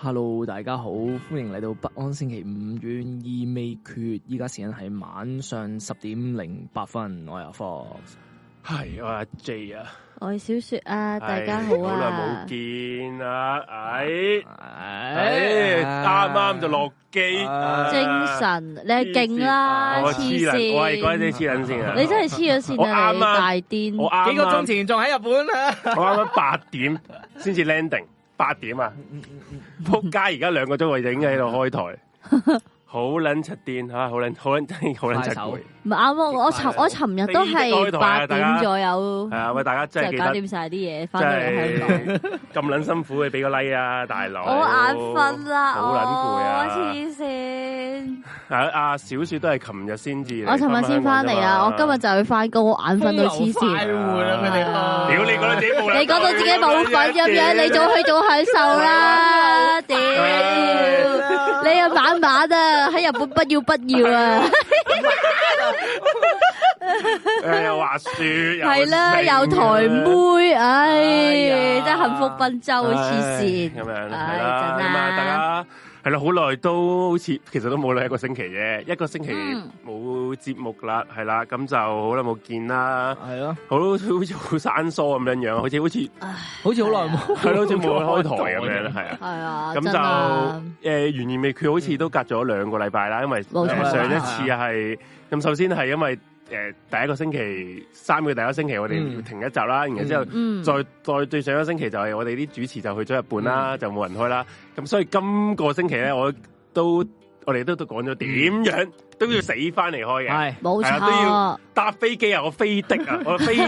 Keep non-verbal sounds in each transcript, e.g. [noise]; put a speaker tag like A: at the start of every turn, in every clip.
A: Hello，大家好，歡迎嚟到北安星期五懸意未決，依家時間係晚上十點零八分，我係阿 Fox。
B: 系我阿 J 啊，
C: 我係小雪啊，大家好
B: 唉好耐
C: 啊
B: 冇！见啦，唉，唉，
A: 唉
B: 哎
D: à.
B: 啱啱
A: 哎
B: 就落机，À,
A: 唉
C: 精神，你係勁啦，
B: 我哦
C: 黐
B: 黐撚我係嗰
C: 線，
B: 啲黐撚線啊！
C: 你真係黐咗線啊！
B: 我啱
C: 你
B: 啱
C: 大癲，
B: 我啱
A: 幾個鐘
B: 啱
A: 前仲喺日本啊！
B: 我啱啱八點先至 landing，八 à? 點啊，仆街！而家兩個鐘我已經喺度開台，好撚柒癲吓，好撚好撚真係好撚柒攰，
C: 唔啱喎！我尋我尋日都
B: 你
C: 係
B: 都開台
C: 八
B: 啊
C: 點左右
B: 係，啊！喂，大家真係
C: 就
B: 記
C: 搞
B: 得
C: 掂晒啲嘢，翻到
B: [laughs]
C: 嚟香港。
B: 真係咁撚辛苦，你俾個 like 啊，大佬！
C: 我眼瞓啦，
B: 好撚攰
C: 我
B: 啊！
C: 黐線！
B: 啊啊！小雪都係琴日先至嚟，
C: 我尋日先翻嚟啊！我今日就去翻工，我
A: 哎
C: 眼瞓到黐
A: 快
C: 線。
A: 活啊！佢哋都
B: 屌你覺得自己冇撚
C: 你講到自己冇份咁樣，你早去早享受
B: [laughs]
C: 啦！屌，你又晚晚啊，喺日本不要不
B: [laughs]
C: 要啊！
B: 誒又滑雪，又
C: 系啦，
B: 成
C: 有台妹，
A: 哎
C: 唉
A: 呀，
C: 真係幸福賓州，
B: 唉
C: 黐線
B: 咁樣係
C: 唉，
B: 啦，咁
C: 真
B: 啊大
C: 啦，
B: 家係啦，好耐都好似其實都冇啦，一個星期啫，一個星期
C: 嗯
B: 冇節目啦，係啦，咁就好耐冇見啦，
A: 係咯，
B: 好好似好生疏咁樣樣，好似好似係
A: 好似好耐冇，
B: 咯，好似冇開台咁樣，係啊。
C: 係啊，
B: 咁
C: 真啊，
B: 就誒懸而未決，好似都隔咗兩個禮拜啦，因為
C: 冇錯
B: 誒上一
A: 啦
B: 次係咁，首先係因為誒第一個星期三嘅第一個星期我哋
A: 嗯
B: 停一集啦，然後之後
C: 嗯，
B: 再再對上一個星期就係我哋啲主持就去咗日本啦，就冇人開啦，咁所以今個星期咧我都我哋都都講咗點樣都要死翻嚟開嘅，
A: 係
C: 冇
B: 係啊都
C: 錯
B: 要，搭飛機啊，我飛的啊，我飛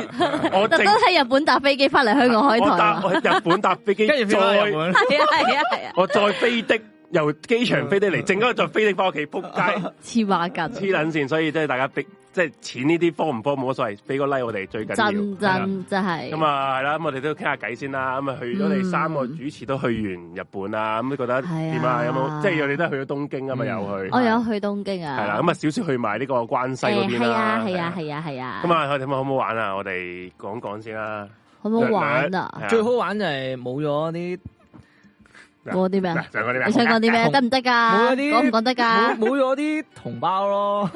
B: 我
C: 特 [laughs]
B: 正
C: 登喺日本搭飛機翻嚟香港開
B: 我
C: 台
B: 搭
C: 啊， [laughs]
B: 我日本搭飛機，
A: 跟住翻
B: 再
A: 日本，
C: 係啊係啊係啊，
B: 我再飛的由機場飛的
C: 嗯
B: 嚟，正嗰再飛的翻屋企，仆
C: [laughs]
B: 街
C: 黐孖筋，
B: 黐撚線，所以即係大家逼，即係錢呢啲科唔科冇乜所謂，俾個 like 我哋最緊要。
C: 真
B: 係啦
C: 真真係，
B: 咁啊，係啦，咁我哋都傾下偈先啦。咁啊，去咗我哋三個主持都去完日本啦，咁你覺得點
C: 嗯係
B: 啊？
C: 啊嗯
B: 有冇即係我哋都去咗東京啊嘛？又去，
C: 我有去東京啊，
B: 係啦。咁啊，少少去埋呢個關西嗰
C: 誒，
B: 邊
C: 係
B: 啦
C: 啊。係啊係啊係啊，
B: 咁啊，我哋好唔好玩啊？我哋講講先啦。
C: 好唔好玩啊？
A: 最好玩就係冇咗啲
B: 嗱
C: 講啲咩啊
B: 嗱，？啊想講啲咩？
C: 你想講啲咩？
A: 同
C: 得唔得
A: 冇
C: 㗎？
A: 嗰啲
C: 啊講唔講得
A: 冇
C: 㗎？
A: 冇咗啲同胞咯，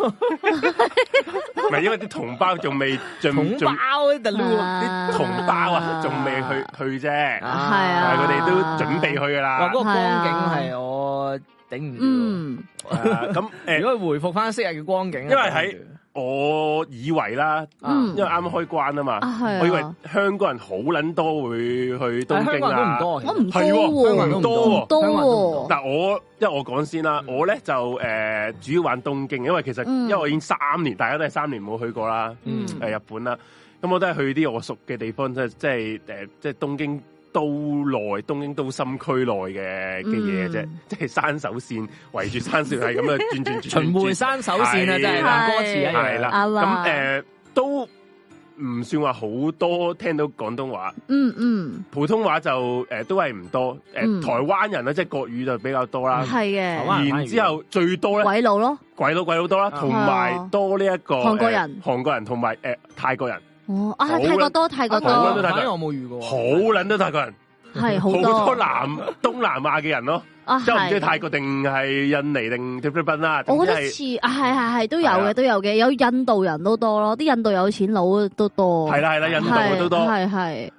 B: 唔係因為啲同胞仲未
A: 同
B: 嗯仲仲
A: 胞特哇！
C: 啊
B: 同胞啊，仲未去去啫，
C: 係
A: 啊
B: 但
C: 啊，
B: 係佢哋都準備去噶
A: 嗰
B: 啦
A: 個。光景係我頂唔住喎。
C: 嗯，
B: 係啊
A: [laughs]
B: 咁誒，
A: 如果回復翻昔日嘅光景，因啊
B: 為喺我以為啦，因
C: 嗯
B: 為啱啱開關啊嘛，
C: 啊係啊
B: 我以為香港人好撚多會去
A: 但係哎
B: 東
A: 香
B: 京
A: 港人
B: 啊
A: 都。唔多，
C: 我唔多
B: 係喎香港
C: 喎
A: 香港
B: 人，多
C: 多
A: 人都唔
C: 喎
A: 多，
B: 但我因為我講先啦，
A: 嗯
B: 我咧就誒主要玩東京，因為其實
C: 嗯
B: 因為我已經三年，大家都係三年冇去過啦，
A: 嗯
B: 呃誒日本啦，咁我都係去啲我熟嘅地方，即係即係誒即係東京都內、東京都心區內嘅嘅嘢啫 [laughs]
C: 嗯，
B: 即係山手線圍住山手係咁
A: [laughs]
B: 啊轉轉轉轉
A: 巡迴山手線啊，
B: 係
A: 真係嗱歌詞一
B: 係
A: 樣
B: 啦，
C: 啱
B: 咁
C: 啊
B: 誒都唔算話好多聽到廣東話。
C: 嗯嗯，
B: 普通話就誒、呃都係唔多，誒、
C: 嗯
B: 台灣人咧啊即係國語就比較多啦，
C: 係
A: 嗯台
C: 嘅，
A: 灣人
B: 然之後最多咧
C: 鬼佬咯，
B: 鬼佬鬼佬多啦，
A: 啊
B: 同埋多呢、一個
C: 韓國
B: 呃
C: 人
B: 韓國人同埋誒泰國人，
C: 哦，啊
B: 好啦
C: 泰國多泰國
B: 好啊啦
C: 多
B: 都得，
A: 反哎而我冇遇過，
B: 好撚多泰國人，
C: 係好
B: 好多
C: 多
B: 南東南亞嘅人咯，
C: 啊
B: 即係唔知泰
C: 係。
B: 國定係印尼定菲律賓啦，總
C: 我
B: 之
C: 覺得
B: 係
C: 似啊，係係係都有
B: 係啊
C: 嘅，都有嘅，有印度人都多咯，啲印度有錢佬都多，
B: 係啦係啦，印度都 [laughs] 多，
C: 係係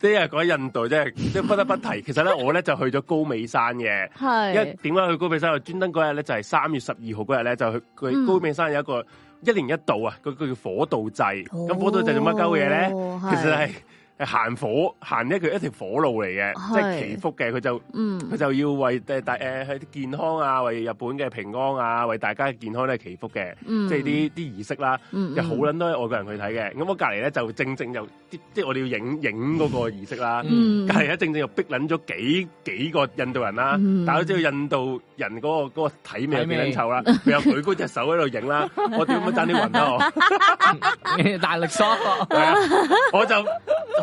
B: 啲人講印度真係 [laughs] 即係不得不提。其實咧，我咧就去咗高美山嘅。因為
C: 係，
B: 點解去高美山？我專登嗰日咧就係三月十二號嗰日咧，就去佢
C: 嗯
B: 高美山有一個一年一度啊，嗰個叫火道祭。咁火道祭做乜鳩嘢咧？
C: 哦
B: 其實係係行火行一佢一條火路嚟嘅，
C: 係
B: 即係祈福嘅。佢就佢
C: 嗯
B: 就要為誒大誒喺健康啊，為日本嘅平安啊，為大家嘅健康咧祈福嘅，
C: 嗯，
B: 即係啲啲儀式啦。
C: 啲
B: 有好撚多外國人去睇嘅。咁我隔離咧就正正就即即係我哋要影影嗰個儀式啦。
C: 嗯
B: 隔離咧正正又逼撚咗幾幾個印度人啦，
C: 嗯
B: 大家都知道印度人嗰、個嗰、個體味有幾
A: 體味
B: 撚臭啦，佢又舉高隻手喺度影啦，我點樣爭啲暈
A: [laughs]
B: 啦
C: [laughs]
A: 大力索，
B: 我，係啊，我就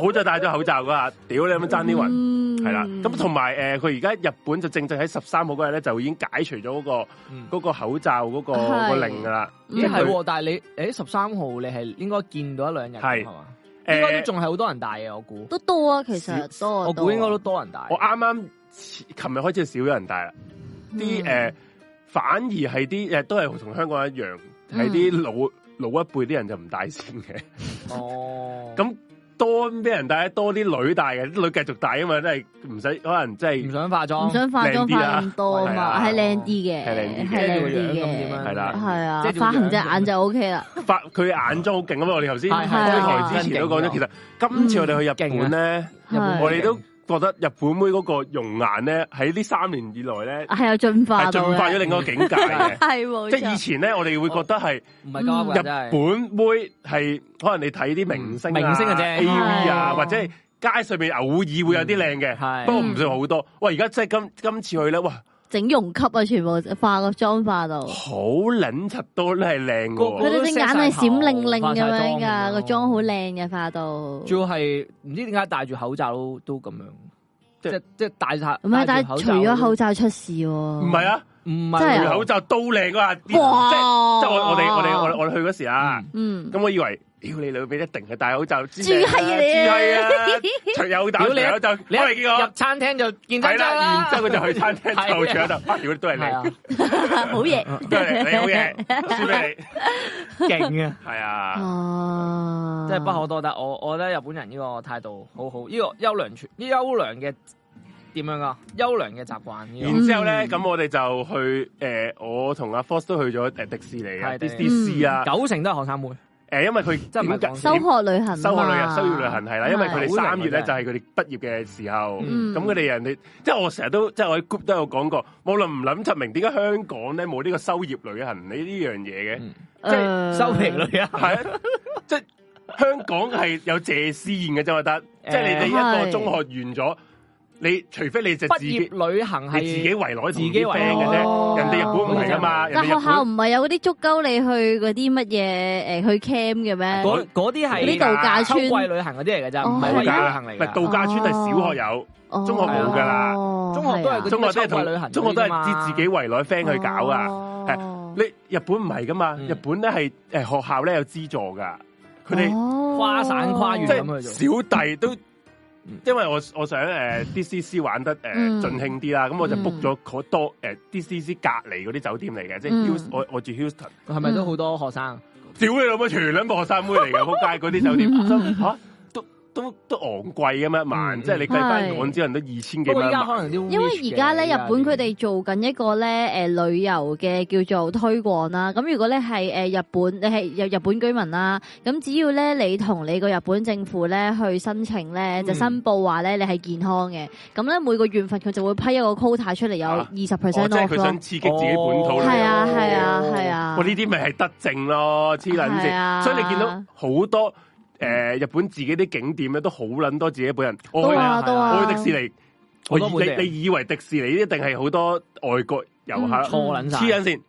B: 好在戴咗口罩嗰下，屌你咁樣爭啲暈，
C: 云
B: 係啦，咁同埋誒佢而家日本就正正喺十三號嗰日咧就已經解除咗嗰、個
A: 嗯
B: 嗰個口罩嗰、個
C: 係
B: 個令㗎啦，
C: 嗯
A: 咦係
B: 佢
A: 喎，但係你誒十三號你係應該見到一兩日
B: 係
A: 係嘛？應該都
B: 誒
A: 仲係好多人戴嘅，我估，
C: 都多啊，其實多啊
A: 我估應該都多人戴。
B: 我啱啱前琴日開始少咗人戴啦，
C: 嗯
B: 啲誒、呃反而係啲誒都係同香港一樣，係啲老老一輩啲人就唔戴先嘅。 [laughs]
D: 哦，
B: 咁多俾人戴，多啲女戴嘅，啲女繼續戴啊嘛，真係唔使可能真
D: 唔
B: 係
D: 想化妝，
C: 唔想化
B: 靚
C: 妝
B: 啲
C: 化
B: 啊
C: 咁多啊嘛，
D: 係
C: 係
D: 啊
C: 靚啲嘅，
B: 係靚啲嘅
D: 即係
C: 係靚
D: 個樣
C: 啲
D: 咁點
C: 嘅，
D: 樣？
B: 係啦
C: 係啊
D: 即係，個
C: 花
D: 樣
C: 紅隻
D: 咁
C: 眼就 O K 啦，
B: 發佢眼妝好勁啊嘛！我哋頭先
D: 係
B: 開
D: 係
C: 係啊
B: 台之前都講咗，其實今次我哋去日本咧，
D: 日本
C: 係
B: 我哋都覺得日本妹嗰個容顏咧，喺呢三年以來咧
C: 係有進啊化
B: 係
C: 到
B: 進化咗
C: 嘅，
B: 另一個境界嘅。
C: 係 [laughs] 冇
B: 即係以
C: 錯，
B: 前咧，我哋會覺得係
D: 唔係交
C: 嗯
D: 嘅
B: 日
D: 真係。
B: 本妹係可能你睇啲明星、
D: 嗯
B: 啊
D: 明星嘅啫
B: A V 啊，
C: 係嗯
B: 或者係街上面偶爾會有啲靚嘅，
D: 係
B: 不過唔算好多。喂，而家即係今今次去咧，哇，
C: 整容級啊，全部化個妝化到。
B: 好撚柒多咧係靚
D: 個
B: 嘅
D: 個
C: 佢
B: 喎，
C: 哋隻眼係閃靈靈咁
D: 化晒妝
C: 樣
D: 咁樣
C: 噶，個妝好靚嘅化到，唔
D: 主要係唔知點解戴住口罩都都咁樣，即
B: 即係
D: 係即係戴晒。
C: 係，但
D: 戴
C: 係啊除咗口
D: 罩
C: 罩出事喎，唔
B: 唔係啊，
D: 都，唔
C: 真係
B: 除
C: 啊
D: 係
B: 口罩都靚啊！啲即
C: 哇
B: 係即係我我哋我哋我哋我哋去嗰時啊，
C: 嗯，
B: 咁我以為，屌你老味一定係戴口罩之
C: 豬
B: 靚啊，
C: 閪
B: 係啊
C: 你啊，！
B: 除有戴
D: 屌
B: 除
D: 你
B: 口罩，
D: 你
B: 我嚟見
D: 入
B: 我。
D: 餐廳就見真
B: 係
D: 章啦，
B: 啦，然之後佢就去餐廳就除
D: 啊係
B: 咗
D: 啊
B: 就，啊，屌都
D: 係
B: 係靚
D: 啊，，
B: [laughs]
C: 好嘢，
B: 都係靚，你好
D: [laughs]
B: 嘢，輸俾你。
D: 勁
C: [laughs]
D: 啊！
B: 係啊，
C: 哦，
D: 真係不可多得。我我覺得日本人呢個態度好好，呢個優良傳呢優良嘅點樣啊？優良嘅習慣呢
B: 然之後咧，咁我哋就去誒，我同阿 Force 都去咗誒迪士尼啊，
D: 係
B: 迪
D: 嗯
B: 迪士啊
D: 個，九成都係學生妹，
B: 誒，因為佢
D: 嗯真係唔係
B: 點解
D: 講
C: 收學旅行，啊
B: 收學旅行、收要旅行係啦，因為佢哋
D: 係
B: 三月咧就係佢哋畢業嘅時候，
C: 嗯
B: 咁佢哋人哋即係我成日都即係我喺 group 都有講過，無論唔諗出明點解香港咧冇呢個收業旅行呢呢樣嘢嘅，
D: 嗯
B: 即
C: 係
D: 收皮女啊！
B: 係
D: [laughs]
B: 啊，即係香港係有謝師宴嘅啫嘛，得 [laughs] 即係你哋一個中學完咗，你除非你就
D: 畢
B: 自己
D: 業旅行
B: 你自
D: 係
B: 己圍內
D: 自
B: 同啲
D: 己圍
B: friend 嘅啫。
D: 啫
B: 人哋日本唔係㗎嘛
C: 但學
B: 人哋日本
C: 校唔係有嗰啲足夠你去嗰啲乜嘢誒去 camp 嘅咩？
D: 嗰嗰啲係
C: 嗰啲度假
D: 秋
C: 村
D: 季旅行嗰啲嚟㗎咋，
C: 哦
D: 唔係啊畢
C: 係咩
D: 業旅行嚟
B: 唔係
D: 㗎。
B: 度假村係小學有，
C: 哦啊
B: 中學冇㗎啦，
D: 中學都係嗰啲
B: 中學都係
D: 秋季旅行
B: 同
D: 嗰啲
B: 中學都
D: 嘛哦
B: 係自自己圍內 friend 去搞噶。係
C: 噶
B: 你日本唔係噶嘛？
D: 嗯
B: 日本咧係誒學校咧有資助噶，佢哋
C: 哦
D: 跨省跨
B: 即
D: 越咁去
B: 係小弟都
D: 嗯。
B: 因為我我想呃誒 DCC 玩得
C: 嗯
B: 誒盡興啲啦，咁我就
C: 嗯
B: book 咗嗰多呃誒 DCC 隔離嗰啲酒店嚟嘅，即係
C: 嗯
B: Houston，我我住 Houston，
D: 係嗯咪都好多學生？
B: 屌你老母，全撚部學生妹嚟嘅，
C: [laughs]
B: 仆街嗰啲酒店真嚇都都都昂貴咁一晚，
D: 嗯
B: 即係你計翻
C: 係
B: 港紙人都二千幾
D: 不過依
B: 蚊一
D: 家
B: 哦晚
D: 可能啲 wish 嘅，
C: 因為而家咧，
D: 依
C: 日本佢哋做緊一個咧誒、呃旅遊嘅叫做推廣啦。咁如果你係誒日本，你係日日本居民啦，咁只要咧你同你個日本政府咧去申請
B: 嗯
C: 咧，就申報話咧你係健康嘅。咁咧每個月份佢就會批一個 quota 出嚟，有
B: 啊
C: 二十
B: 哦
C: percent
B: 即係
C: off
B: 佢
C: 咯
B: 想。刺激自己本土
D: 哦
B: 旅
C: 係
B: 遊。
C: 啊係啊係啊
B: 哇！！呢啲咪係德政咯，黐撚
C: 係啊
B: 線。所以你見到好多誒、呃日本自己啲景點咧，都好撚多自己本人。我
C: 都
B: 去
C: 啊
D: 啊
C: 都
B: 哦我
C: 啊！
B: 去迪士尼，
D: 好
B: 我
D: 多本地
B: 以
D: 人
B: 你你以為迪士尼一定係好多外國遊客？
C: 嗯
B: 黐
D: 錯撚晒，
B: 撚線，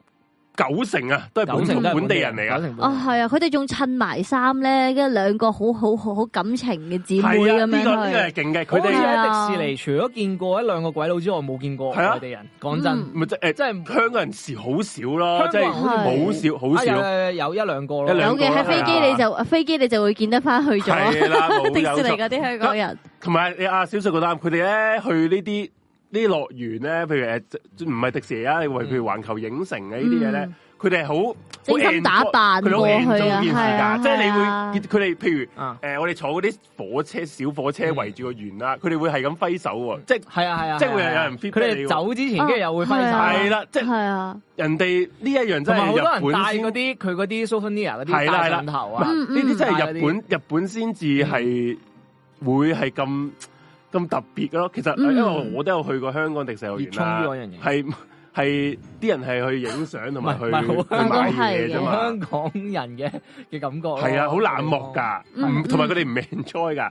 B: 九成啊都係本
D: 九成都係
B: 本地人嚟
D: 九
B: 㗎。
D: 成本地人
C: 哦，係啊，佢哋仲襯埋衫咧，跟住兩個好好好好感情嘅姊妹
B: 係啊，
C: 咁
B: 呢個呢個
C: 樣
B: 係
C: 去。
B: 勁嘅，
D: 佢
B: 佢
D: 哋
B: 哋
C: 係
D: 喺
C: 啊
D: 迪士尼除咗見過一兩個鬼佬之外，冇見過
B: 係啊
D: 外地人。講真，
C: 嗯
B: 咪即係
D: 即係
B: 香港人時好少咯，即係
D: 香港
C: 人哎
B: 好
D: 好似
B: 少好少。
D: 啊有有有一兩個咯，
B: 一兩
C: 有嘅喺飛機你
B: 啊
C: 就飛機你就會見得翻去 [laughs] 咗。
B: 係啦，冇
C: 迪
B: 啊有啊
C: 士尼
B: 錯
C: 嗰啲香港人，
B: 同埋你阿小叔覺得啱，佢哋咧去呢啲呢啲樂園咧，譬如誒即唔係迪士尼啊，你話譬如環球影城啊呢啲嘢咧
C: 嗯，
B: 佢哋係好
C: 精心
B: 好 enjoy-
C: 打扮
B: 佢哋好
C: 過去啊
B: enjoy 件事
C: 係啊
B: 㗎，即係
C: 係啊
B: 你會佢哋譬如
D: 啊，
B: 誒呃我哋坐嗰啲火車小火車圍住個園啦，佢哋會係咁揮手喎，即係
D: 係啊係啊，
B: 即係會有
D: 係啊
B: 人 feedback
D: 佢
B: 你
D: 哋
B: 喎
D: 走之前，跟住又會揮手
C: 啊
D: 啊。
B: 係啦，即係
C: 係啊，
B: 人哋呢一樣
D: 同
B: 真
D: 埋好
B: 係
D: 多人
B: 日
D: 戴
B: 本
D: 嗰
B: 先。
D: 啲佢嗰啲 souvenir 嗰
B: 係
D: 啲
B: 啦
D: 大
B: 係啦
D: 枕頭
B: 嗱
D: 啊，
C: 嗯嗯
B: 呢啲真係
D: 戴嗰
B: 日本日本先至係會係咁咁特別咯。其實
C: 嗯
B: 因為我都有去過香港迪士尼樂園啦
D: 熱衷呢樣，嘢
B: 係係啲人係去影相同埋去
D: 唔
B: 去
D: 係唔係好
B: 買嘢啫
C: 係
D: 香
B: 嘛。
D: 港人嘅嘅感覺咯。
B: 係嗯啊，好冷漠㗎，
C: 嗯
B: 唔同埋佢哋唔 enjoy 㗎，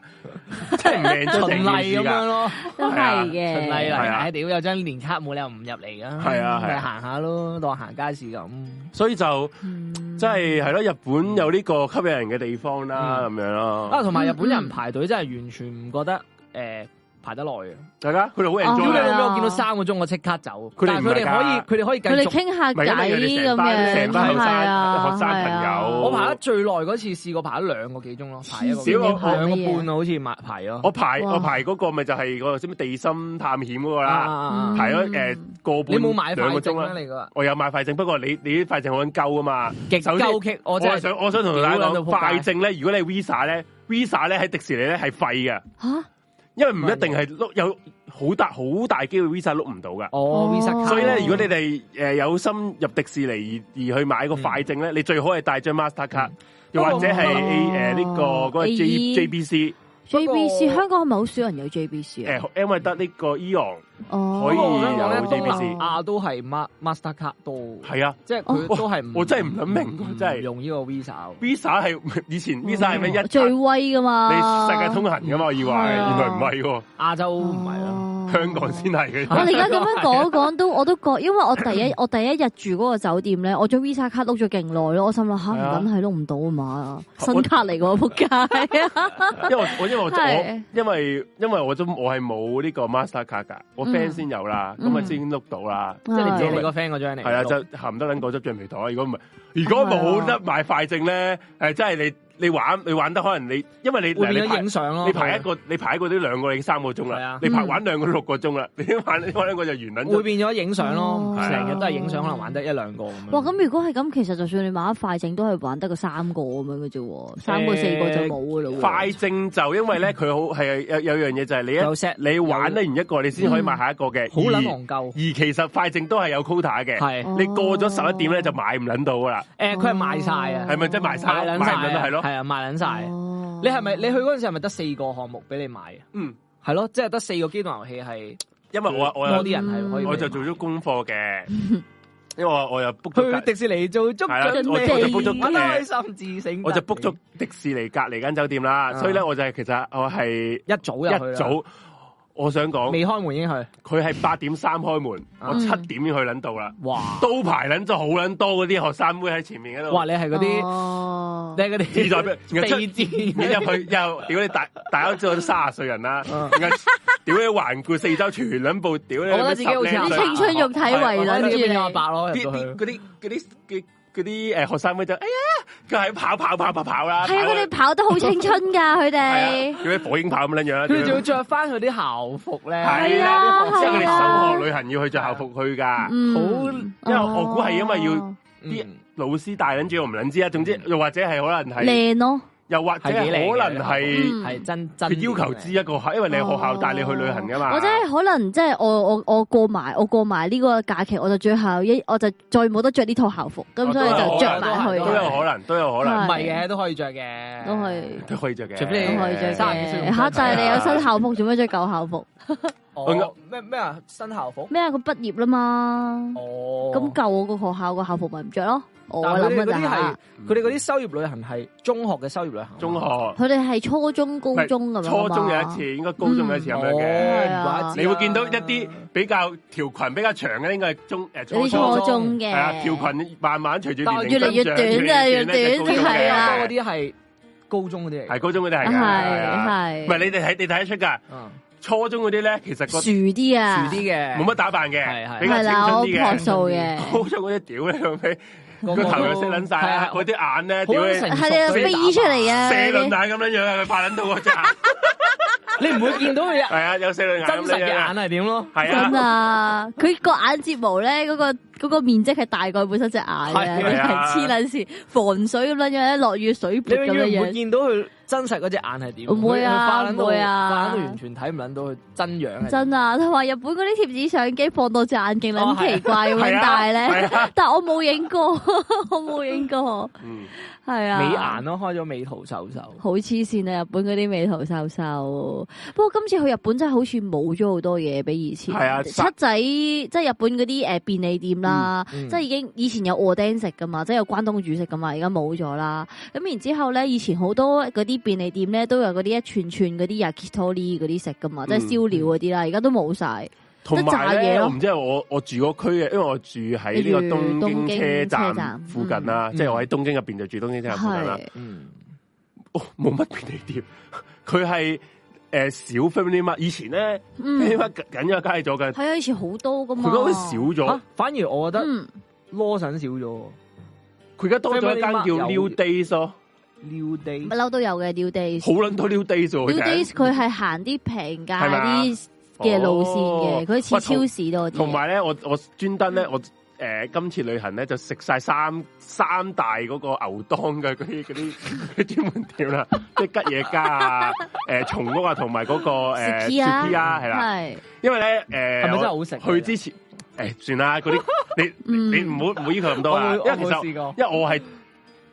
B: 即
D: [laughs]
B: 係唔
D: 個地
B: enjoy
D: 方，
B: 成
D: 循
B: 件
D: 例
B: 事
D: 咁樣
B: 㗎。
D: 咯，
C: 都係嘅。
D: 循例嚟。
B: 係啊
D: 唉，哎屌有張年卡冇理由唔入嚟㗎。
B: 係啊係啊
D: 咪行下咯，當行街市咁。
B: 所以就
C: 嗯
B: 即係係咯，日本有呢個吸引人嘅地方啦，咁樣
D: 啊，
B: 咯。
D: 同埋日本
C: 嗯嗯
D: 人排隊真係完全唔覺得誒排得耐嘅。
B: 大家佢哋
D: 如
B: 好
C: 哦
D: 果
B: enjoy
D: 你
B: 㗎
C: 係啊
D: 俾我見到三個鐘，我即刻走。
B: 嗯佢哋
D: 但係佢
B: 唔係㗎
D: 哋可以，佢哋可以
C: 佢哋
D: 繼續。
C: 傾下
B: 咪因為佢哋
C: 偈咁
B: 成班
C: 樣，
B: 成班後生
C: 係啊
B: 學生朋友
D: 我排得最耐嗰次試過排咗兩個幾鐘咯，排一個
B: 黐線
D: 兩
B: 你
D: 個
B: 排
C: 乜嘢
D: 半啊，好似排排咯。
B: 我排
C: 哇
B: 我排嗰個咪就係個咩地心探險嗰個
D: 啊
B: 啦，
D: 啊
C: 嗯
D: 啊
B: 排咗诶個
D: 你
B: 半
D: 冇買
B: 兩
D: 快
B: 個
D: 證啊
B: 鐘
D: 啦，
B: 啦。
D: 你個
B: 我有買快證，不過你你啲快證好撚鳩啊嘛。
D: 極
B: 首先
D: 鳩棘，我
B: 我
D: 真
B: 係
D: 係
B: 想我想同大家
D: 屌撚到
B: 講，
D: 仆街
B: 快證咧，如果你係 Visa 咧，Visa 咧喺迪士尼咧係廢嘅，
C: 吓，
B: 因為唔一定係碌有好大好大機會 Visa 碌唔到噶。
D: 我 Visa 卡
B: 所以咧，
C: 哦
B: 如果你哋诶有心入迪士尼而而去買個快證咧，你最好係帶張 Master 卡，又或者係
C: 嗯哦 E
B: 诶呢個嗰個
C: AE
B: J JBC，
C: JBC 香港係咪好少人有 JBC 啊？
B: 诶呃因為得呢個 Eon
C: 哦，
B: 可以
D: 不過我想講咧，
B: 有
D: 東
B: JBC
D: 南亞都係 Ma- Master 卡多，
B: 係啊
D: 即係佢都係唔
B: 我真係唔諗明喎
D: 唔
B: 真係
D: 用呢個 Visa 喎。
B: ，Visa 係以前 Visa 係咩一
C: 嗯最威噶嘛？
B: 你世界通行噶嘛？我以為
C: 係啊
B: 原來唔係喎，
D: 亞洲
C: 哦
D: 唔係啦，
B: 啊香港先係
C: [laughs]
B: 嘅。
C: 我哋而家咁樣講講都，我都覺，因為我第一我第一日住嗰個酒店咧，我張 Visa 卡碌咗勁耐咯，我心諗吓
B: 係啊
C: 唔緊係碌唔到啊嘛，
B: 我
C: 新卡嚟喎，仆
B: [laughs]
C: 街
B: 因為我因為我
C: 係
B: 我因為因為我都我係冇呢個 Master 卡㗎，我
C: 嗯
B: friend 先有啦，咁啊
C: 嗯
B: 先碌到啦。
D: 即係你借
B: 知
D: 你個 friend 嗰張嚟。
B: 係啊，就含得撚嗰執橡皮袋。啊如
D: [laughs]
B: 果唔係，如果冇得買快證咧，誒，真係你你玩你玩得可能你，因為你
D: 啊會
B: 嗱
D: 變
B: 你
D: 咗
B: 排
D: 影相咯。
B: 你排一個你排一個都兩個已經三個鐘
D: 係啊
B: 啦，你排
C: 嗯
B: 玩兩個都六個鐘啦， [laughs] 你玩你玩兩個就完撚
D: 會
B: 咗。
D: 變咗影相咯
C: 哦，
D: 成日都係影相，可能玩得一兩個咁樣。
C: 哇！咁如果係咁，其實就算你買一快證，都係玩得個三個咁樣嘅啫喎，三個四個就冇噶啦喎。
B: 快證就因為咧佢好係有有樣嘢就係你
D: 有
B: 一
D: set
B: 你玩得完一個，你先可以買下一個嘅。
D: 嗯好撚
B: 而
D: 戇鳩
B: 而，其實快證都係有 quota 嘅，
C: 哦
D: 係
B: 你過咗十一點咧就買唔撚到噶啦，
D: 誒佢係賣晒啊，
B: 係咪即係賣晒
D: 賣
B: 咯？
D: 撚
B: 買唔
D: 晒
B: 撚到
D: 啊
B: 係咯？
D: 係啊賣撚晒。
C: 哦
D: 你係咪你去嗰陣時係咪得四個項目俾你買啊？
B: 嗯，
D: 係咯，即係得四個機動遊戲係
B: 因為我我
D: 多
B: 有
D: 啲人係可以俾你買。
B: 我就做咗功
D: [laughs]
B: 課嘅，因為我我又 book 咗
D: 去
B: 隔
D: 迪士尼做足
B: 係啦
D: 準
B: 我
D: 備，
B: 我就 book 咗
D: 玩得開心至醒。
B: 我就 book 咗迪士尼隔離間酒店啦，
D: 啊
B: 所以咧我就係其實我係
D: 一早入去
B: 一
D: 啦
B: 早，我想講
D: 未開門已經去，
B: 佢係八點三開門，
D: 啊
B: 我七點已經去撚到啦，
D: 哇！
B: 都排撚咗好撚多嗰啲學生妹喺前面嗰
D: 哇！
B: 度，
D: 你係嗰啲
C: 哦
D: 你係嗰
B: 自在
D: [laughs] 啲
B: 然後出
D: 地
B: 你
D: 氈，
B: 入去又屌你大大家都知道三十歲人啦，
D: 啊
B: 然後屌你環顧四周全撚部屌你，
D: 我覺得自己好似
B: 十
D: 阿
B: 靚
D: 伯
B: 仔
C: 啲青春肉體圍
D: 我
C: 撚
D: 哋
C: 住
D: 變咗阿
C: 你。
D: 伯咯，入
B: 啲
D: 到去
B: 啲嗰啲嗰啲嘅嗰啲誒學生妹就哎呀，佢喺跑跑跑跑跑啦，
C: 係啊，
B: 跑
C: 佢哋跑得好青春噶，佢
B: 係 [laughs]
C: 哋
B: 啊，。叫啲火影炮咁樣樣啦，
D: 佢仲要着翻佢啲校服咧，
B: 係
C: 啊
B: 即係
D: 係
B: 佢哋
C: 啊
B: 小學旅行要去着校服去㗎。
C: 嗯
D: 好
B: 啊
C: 哦
B: 因為我估係因為要啲
D: 嗯
B: 老師大撚住我唔撚知啊，總之
C: 嗯
B: 又或者係可能係，
C: 靚咯，
B: 又或者
D: 係幾靚嘅
B: 可能係
C: 嗯
D: 係真真
B: 佢要求之一個係，因為你學校帶你去旅行噶嘛。
C: 或者哦係可能即係我我我過埋我過埋呢個假期，我就最後一我就再冇得着呢套校服，咁
B: 哦
C: 所以就着埋
D: 都
C: 去
D: 有
B: 都有可
C: 哦
B: 能，都有可
D: 唔
B: 能
C: 係
D: 係嘅，都可以着嘅，
C: 都係
B: 都可以着嘅。嗯
D: 除非
C: 都
D: 你
C: 可以着
D: 三十幾歲
C: 嘅
D: 唔
C: 嚇，
D: 使
C: 就係你有
B: 睇啊
C: 新校服，做咩着舊校服？
D: 哦咩咩啊新校服
C: 咩啊？佢畢業啦嘛，
D: 哦
C: 嗯咁舊個學校個校服咪唔着咯？我
D: 但係佢哋
C: 諗啊嘅就
D: 嗰啲
C: 係
D: 係佢哋嗰啲收業旅行係中學嘅收業旅行，
B: 中學、
C: 佢哋係初中、高中咁樣
B: 初中有一次，應該高中有一
C: 嗯
B: 次咁樣
D: 哦
B: 嘅。
C: 係啊
B: 你會見到一啲比較條裙比較長嘅，應該係中誒
C: 有
B: 初
C: 啲
B: 中
D: 初
C: 初中
D: 中
C: 嘅
B: 係啊，條裙慢慢隨住年齡
C: 越嚟越
B: 增長
C: 短啊
B: 越嚟
C: 越
B: 越
C: 短
B: 短
C: 係啊
D: 嗰
B: 咧就高中嘅
D: 啲係高中嗰啲嚟嘅，
B: 係高中嗰啲係㗎係啊
C: 係
B: 唔
C: 係
B: 係你哋睇你睇得出㗎，
D: 嗯
B: 初中嗰啲咧其實個
C: 薯啲啊，
D: 啲嘅，
B: 冇乜打扮
D: 係係
B: 嘅，比較
C: 係
B: 青春
C: 啦，好
B: 啲
C: 樸
B: 嘅。[laughs]
C: 素嘅，
B: 高中嗰啲屌你老味， [laughs]
D: 個
B: 個頭又色撚晒
D: 啊
B: 啦，嗰啲眼咧屌你
D: 好撚
B: 射
D: 成
C: 係啊，
D: 熟
C: 飛出嚟嘅
B: 輪眼咁樣樣啊，佢發撚到嗰
C: [laughs]
B: 隻，係
D: 你唔會見到
B: [laughs]
D: 佢啊
B: 啊，有射輪眼
D: 真
B: 咁
D: 實嘅
B: 樣樣
D: 眼
B: 啊，
D: 係點咯？
B: 係
C: 真
B: 啊，
C: 啊！佢個眼睫毛咧，嗰、個嗰個面積係大過本身隻眼嘅，你
D: 係
B: 啊
C: 係黐撚線，防水咁樣樣咧，落雨水
D: 你
C: 潑
D: 永
C: 咁樣
D: 遠唔會
C: 樣，
D: 見到佢真實嗰隻眼係點，
C: 唔會啊
D: 佢化撚到
C: 唔會啊
D: 化撚到完全睇唔撚到佢真樣係點
C: 真啊！同埋日本嗰啲貼紙相機放到隻眼勁
D: 哦
C: 撚
D: 係
C: 奇怪咁
B: 係
C: 樣
B: 啊
C: 大咧
B: 係啊，
C: 但我冇影過， [laughs] 我冇影過， [laughs]
B: 嗯
C: 係啊，
D: 美顏咯，開咗美圖秀秀。
C: 好黐線啊！日本嗰啲美圖秀秀，不過今次去日本真係好似冇咗好多嘢比以前。
B: 係啊
C: 七仔即係日本嗰啲誒便利店啦，
D: 嗯嗯
C: 即係已經以前有餓丁食噶嘛，即係有關東煮食噶嘛，而家冇咗啦。咁然之後咧，以前好多嗰啲便利店咧都有嗰啲一串串嗰啲 yakitori 嗰啲食噶嘛，即係
B: 嗯
C: 燒料嗰啲啦，而家都冇晒。
B: 同
C: 都炸
B: 埋
C: 嘢
B: 咧，
C: 咯
B: 我唔知係我我住個區嘅，因為我住喺呢個東京車站附近啦，
D: 嗯
B: 即係我喺東京入邊就住東京車站附近啦
C: 係。
D: 嗯，
B: 哦，冇乜便利店，佢係誒小 family mart，以前咧 family
C: 嗯，
B: mart 緊咗街左近，
C: 係啊，以前好多噶
B: 佢
C: 嘛。
B: 嗰啲少咗
D: 啊。反而我覺得
C: 嗯，
D: 羅神少咗喎，
B: 佢而家多咗一間叫 New Days 咯，
A: New Day
C: 不嬲都有嘅 New Days。
B: 好撚多 New Days 喎
C: New
B: 佢
C: Days
B: 就
C: 佢係行啲平價
B: 係咪啊
C: 啲嘅路線嘅，
B: 哦
C: 佢似
B: 喂同
C: 超市嗯多啲。
B: 同埋咧，我我專登咧，我诶、呃今次旅行咧就食晒三三大嗰個牛檔嘅嗰啲嗰啲嗰啲專門店啦， [laughs] 即係吉野家啊、诶、松屋啊，同埋嗰個诶
C: Sukiya
B: 啊，係啦，
C: 係
B: 因為咧诶，
A: 係咪真係
B: 我
A: 好食啊
B: 去之前诶、算啦，嗰啲
C: 嗯
B: 你你你唔好唔好要求咁多啊，
A: 我
B: 因
A: 會
B: 為其
A: 我冇
B: 實
A: 試過
B: 因為我係。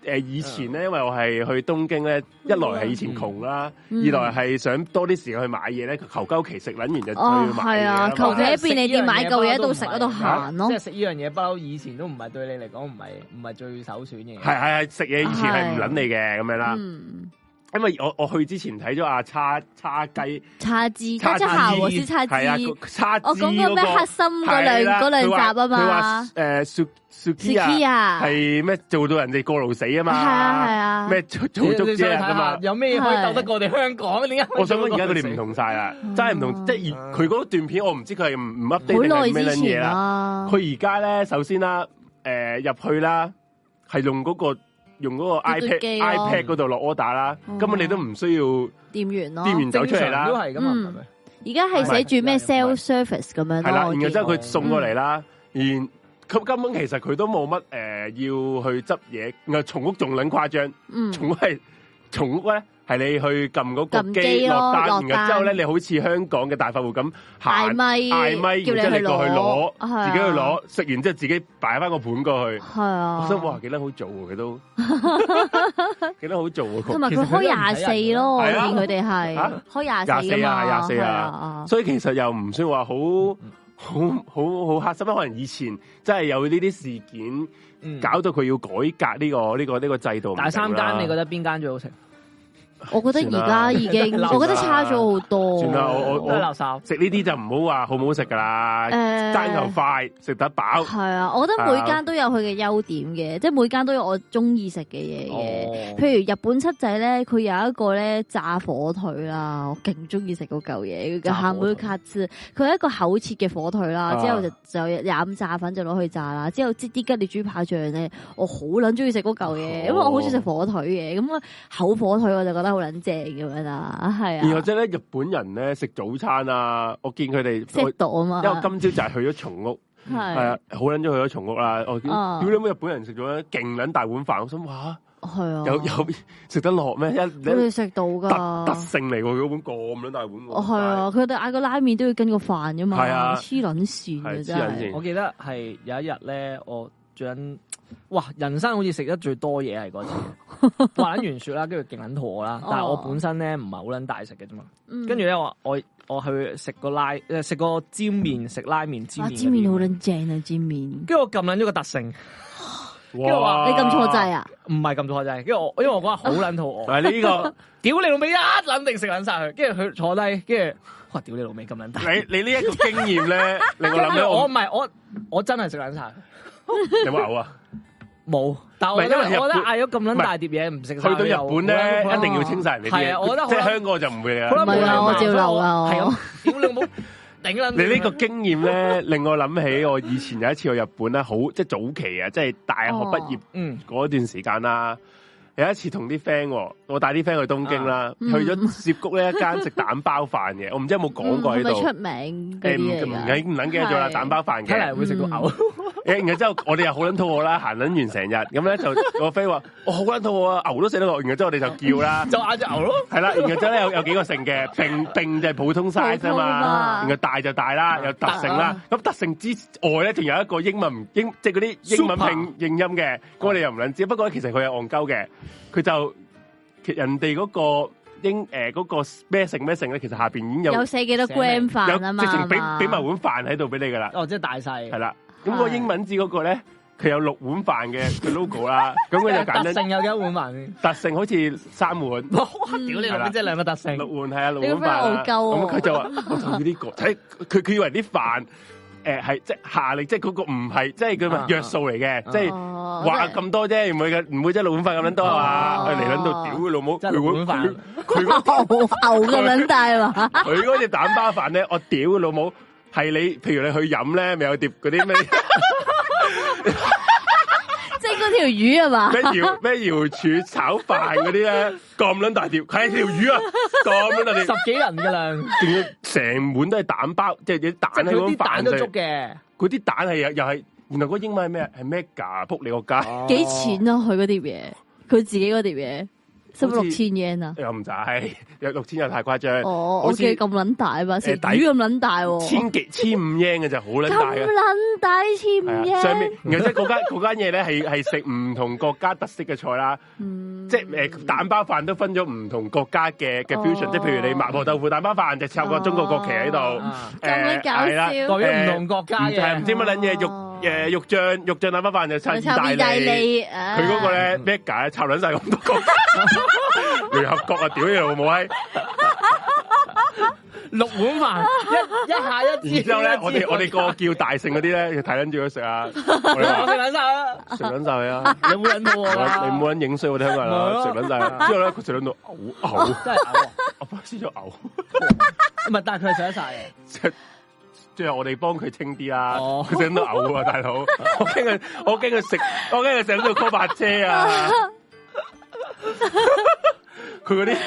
B: 誒、以前咧，因為我係去東京咧，一來係以前窮啦，
C: 嗯
B: 二來係想多啲時間去買嘢咧，求鳩其食，撚完就去買嘢
C: 哦，係
B: 啦
C: 啊，
B: 嘛
C: 求其喺便利店買嚿嘢，
A: 食呢樣嘢
C: 到食嗰度
D: 啊
C: 行咯
A: 即。係食呢樣嘢不嬲，以前都唔係對你嚟講唔係唔係最首選嘅嘢。
B: 系系系食嘢以前係唔撚你嘅咁樣啦，
C: 嗯，
B: 因為我我去之前睇咗阿叉叉雞
C: 叉枝，即係下和絲叉
B: 係啊
C: 枝。
B: 個叉枝
C: 我講過咩黑心嗰
B: 係啦
C: 兩嗰兩
B: 佢話
C: 集啊
B: 佢話
C: 嘛
B: 诶 s u k i
C: ，Suki
B: 啊
C: 啊，係
B: 係咩做到人哋過勞死啊嘛，
C: 啊係啊，
B: 咩做
A: 你
B: 做足
A: 你想
B: 啫
A: 睇下
B: 啊嘛。
A: 有咩可以鬥得過我哋香港？點解
B: [laughs] 我想講而家佢哋唔同晒啦，真係唔
C: 嗯
B: 同，即係而佢嗰段片我唔知佢係唔唔 update 定
C: 好
B: 係咩
C: 耐
B: 撚
C: 之
B: 嘢
C: 前
B: 啦。
C: 啦。
B: 佢而家咧，首先啦，诶、入去啦，係用嗰、個用嗰個
C: 嘟嘟
B: iPad
C: 機咯
B: iPad 嗰度落 order 啦，
C: 嗯
B: 根本你都唔需要掂
C: 店員咯，
B: 完走出嚟啦
A: 都，係咁啊
C: 嗯
A: 係咪？
C: 而家係寫住咩
A: 唔係
C: self service 咁樣
B: 係啦，
C: 咯。
B: 然
C: 我
B: 後
C: 見
B: 之後佢送過嚟啦，然咁根本其實佢都冇乜诶要去執嘢，然後重屋仲撚誇張，
C: 嗯，
B: 重屋係重屋咧。係你去撳嗰個
C: 撳
B: 機
C: 機咯
B: 落
C: 落
B: 單，
C: 單
B: 然後之後咧，你好似香港嘅大快活咁
C: 嗌
B: 行
C: 咪
B: 嗌咪，然
C: 叫
B: 之後你過去攞，
C: 係啊
B: 自己去攞，食完之後自己擺翻個盤過去。
C: 係啊，
B: 我心諗哇，幾得好做喎，佢都幾得好做喎，
C: 同
B: 佢
C: 埋佢開廿四咯，我
B: 其實佢都唔睇人㗎
C: 見佢哋係
B: 嚇
C: 開廿四㗎嘛，
B: 24啊24
C: 啊
B: 啊，所以其實又唔算話好好好好黑心，可能以前真係有呢啲事件
A: 嗯
B: 搞到佢要改革呢、個呢、個呢、個制度。
A: 大三間，
B: 間
A: 你覺得邊間最好食？
C: 我覺得而家已經，
A: 算啦
C: 我覺得差咗好多。
B: 算啦我
A: 都
B: 我
A: 係垃圾。
B: 食呢啲就唔好話好唔好食㗎啦，
C: 誒
B: 單又快，食得飽。
C: 係啊，我覺得每間都有佢嘅優點嘅，即係每間都有我中意食嘅嘢
D: 哦
C: 嘅。譬如日本七仔咧，佢有一個咧炸火腿啦，我勁中意食嗰嚿嘢，叫
A: 炸
C: 下
A: 火
C: 妹
A: 腿
C: 卡茲，佢係一個厚切嘅火腿啦，
B: 啊
C: 之後就就飲炸粉就攞去炸啦，之後擠啲吉列豬扒醬咧，我好撚中意食嗰嚿嘢，因為我好中意食火腿嘅，咁啊厚火腿我就覺得好撚正咁樣啦，係
B: 然後
C: 啊，
B: 即係咧，日本人咧食早餐啊，我見佢哋，
C: 識到啊嘛，
B: 因為我今朝就係去咗松屋。系啊
C: 係，
B: 好撚咗去咗松屋啦！我屌
C: 啊
B: 屌你乜日本人食咗勁撚大碗飯，我心哇
C: 係啊，
B: 有有食得落咩？一
C: 佢
B: 特
C: 哋食到㗎
B: 特。性嚟喎，佢嗰碗咁撚大碗喎。
C: 哦，系啊，佢哋嗌個拉麵都要跟個飯噶嘛，
B: 係啊
C: 黐撚線嘅
B: 係
C: 真
B: 黐撚
C: 係
B: 線
A: 我記得係有一日咧，我最緊哇，人生好似食得最多嘢係嗰
C: [laughs]
A: 次，玩完雪啦，跟住勁撚肚餓啦。但係我
C: 哦
A: 本身咧唔係好撚大食嘅啫嘛，
C: 嗯
A: 跟住咧我我我去食個拉誒食個煎麵，食拉麵煎
C: 哇，
A: 麵嗰啲。
C: 煎面好撚正啊，煎面，你
A: 跟住我撳撚咗個特性，
B: 真係，
A: 跟住話
B: 哇
C: 撳錯掣！啊？
A: 唔係撳錯掣，跟住我因為我嗰日好撚肚餓。
B: [laughs] 嗱呢個
A: 屌你老味一撚定食撚晒佢，跟住佢坐低，跟住哇屌你老味咁撚大，
D: [laughs]
B: 你你呢一個經驗咧，令我
A: 跟
B: 諗
A: 住
B: 到
A: 我
B: 我
A: 唔係我我真係食撚晒佢，
B: 有冇牛啊？
A: 冇，但我
B: 唔
A: 覺
B: 係
A: 得
B: 因為日
A: 我覺得
B: 本
A: 嗌咗咁撚大碟嘢唔食
B: 去
A: 晒
B: 到
A: 佢
B: 日
A: 又
B: 本咧，
A: 好撚
B: 一定要清晒人哋啲
A: 係啊我覺得
B: 嘢，
A: 好
B: 即係
A: 撚
B: 香港就唔會
A: 好撚。
B: 啊
C: 唔係啊
A: 冇
C: 我
A: 禮貌
C: 照流啊
A: 係
C: 我
A: 咁屌你老母頂撚
B: 你呢個經驗咧，令我諗起我以前有一次去日本咧，好即係早期啊，即係大學畢業
C: 哦
A: 嗯
B: 嗰段時間啦，有一次同啲 friend，喎我帶啲 friend 去東京啦，
C: 嗯
B: 去咗涉谷呢一間食蛋包飯嘅，我唔知有冇講過喺
C: 嗯係咪
B: 度。
C: 出
B: 誒
C: 名嗰
B: 唔
C: 啲
B: 唔
C: 嚟㗎
B: 唔撚記得咗啦，
C: 係
B: 蛋包飯
A: 睇嚟
B: 嘅。
A: 會食到嘔，
B: 誒然後之後我哋又好撚肚餓啦，行撚完成日，咁咧就我 friend 話：我好撚肚餓啊，牛都食得落。然後之後我哋就叫啦，
A: 就嗌只牛咯，
B: 係啦。然後之後咧有有幾個性嘅，並並就係普通 size 啊
C: 普通
B: 嘛
C: 啊。
B: 然後大就大啦，有特性啦。咁特性之外咧，仲有一個英文唔英即係嗰啲英文
A: Super
B: 拼拼音嘅，咁我哋又唔撚知。不過其實佢係戇鳩嘅，佢就其人哋嗰個英誒嗰個咩性咩性咧，其實下邊已經有
C: 有寫幾多 gram 飯啊
B: 有
C: 嘛，
B: 直情俾
C: 係嘛
B: 俾埋碗飯喺度俾你噶啦。
A: 哦即係大細
B: 系，啦，咁個
C: 係
B: 英文字嗰個咧，佢有六碗飯嘅嘅 logo 啦，咁佢就
A: 特
B: 簡單
A: 性有幾多碗 [laughs] 飯先？
B: 特性好似三碗。
A: 哇屌你老味即係兩個特性
B: 六，碗係啊，六
C: 你個
B: 碗飯啦
C: friend 好鳩
B: 咁
C: 喎
B: 佢就話：我就要呢個，睇佢佢以為啲飯誒係即係下力，即係嗰個唔係，即係佢
A: 啊
B: 咪約數嚟嘅，
A: 啊
B: 即係
C: 哦
B: 話
C: 即係
B: 咁多啫，唔會嘅，唔會即係六碗飯咁樣多啊！
C: 哦
B: 佢嚟撚到屌佢老母，
A: 即係
B: 佢
A: 六碗
B: 碗
A: 飯
B: 佢嗰
C: 牛牛咁撚大啊嘛，
B: [laughs] 佢嗰隻蛋包飯咧，我屌佢老母，係你譬如你去飲咧，咪有碟嗰啲咩？
C: 即係嗰嗰條魚係嘛？
B: 咩瑤咩瑤柱炒飯嗰啲咧，咁撚大條，係條魚啊，咁撚大條，
A: 十幾人嘅 [laughs] 量，
B: 仲要成碗都係蛋包，即係啲蛋
A: 即係
B: 喺
A: 佢
B: 嗰
A: 啲
B: 碗
A: 蛋
B: 飯
A: 都捉
B: 上，
A: 嘅。
B: 嗰啲蛋係又又係，原來嗰個英文係咩？係咩㗎？仆你個街
C: 幾錢啊？佢嗰碟嘢，佢自己嗰碟嘢，使唔使
B: 好
C: 六
B: 似
C: 千 yen 啊？
B: 又唔使，有六千又太誇張，
C: 哦，
B: 好
C: 我
B: 似
C: 記得咁撚大嘛，成
B: 誒底
C: 魚咁撚大喎，
B: 千幾千五英嘅就好撚
C: 咁
B: 大嘅。
C: 撚大千
B: 係啊
C: 五，
B: 上
C: yen，
B: 面，然後即係嗰間 [laughs] 嗰間嘢咧係係食唔同國家特色嘅菜啦，
C: 嗯
B: 即係誒蛋包飯都分咗唔同國家嘅嘅
C: 哦
B: fusion，即係譬如你麻婆豆腐蛋包飯就插個中國國旗喺度
A: 啊，
B: 誒
C: 咁
B: 係啦，
A: 代
C: 樣搞
A: 表
C: 笑，
A: 唔同國家
B: 唔係唔
A: 嘅，
B: 知乜撚嘢肉
C: 哦
B: 誒肉醬肉醬蛋包飯就插
C: 咪
B: 意
C: 抽
B: 大
C: 意大
B: 利。
C: 利，佢
B: 佢嗰個咧 m e g a 插撚晒咁多國家聯合國啊！屌你老母閪！
A: 六碗飯，一一下一
B: 然
A: 次。
B: 之後
D: 啊
B: 咧，我
A: 一
B: 哋
A: 次
B: 我哋個叫大聖嗰啲咧，要睇撚住佢食啊！
A: [laughs]
B: 我
A: 我
B: 哋話
A: 哋撚晒啦，
B: 食撚晒佢啊！
A: 有冇忍到我啊？
B: 你冇人影衰我聽埋
A: 咪
B: 啦，
A: 咯
B: 食撚晒啊啦。之後咧，佢食撚到嘔嘔。
A: 真係嘔啊！
B: 我巴先咗嘔，
A: 唔係，但係佢係食得晒
B: [laughs]
A: 嘅。
B: 最後我哋幫佢清啲啦。
A: 哦
B: 佢整到嘔啊，大佬！
A: [laughs]
B: 我驚佢，我驚佢食，我驚佢整到 call 白
A: [laughs]
B: 車啊！佢嗰啲，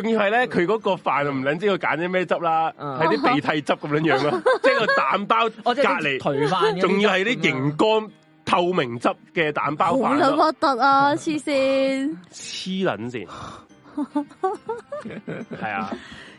B: 仲要係咧，佢嗰個飯唔撚知佢揀啲咩汁啦，
A: 嗯
B: 係啲鼻涕汁咁樣樣啦，
A: [laughs]
B: 即係個蛋包隔
A: 我哦即係
B: 離，
A: 頹飯嘅，
B: 仲要係啲
A: 型
B: 熒光透明汁嘅蛋包
C: 好
B: 飯
C: 撚
B: 咯，
C: 核突啊！黐線，
B: 黐撚
A: [laughs]
B: 線，係啊！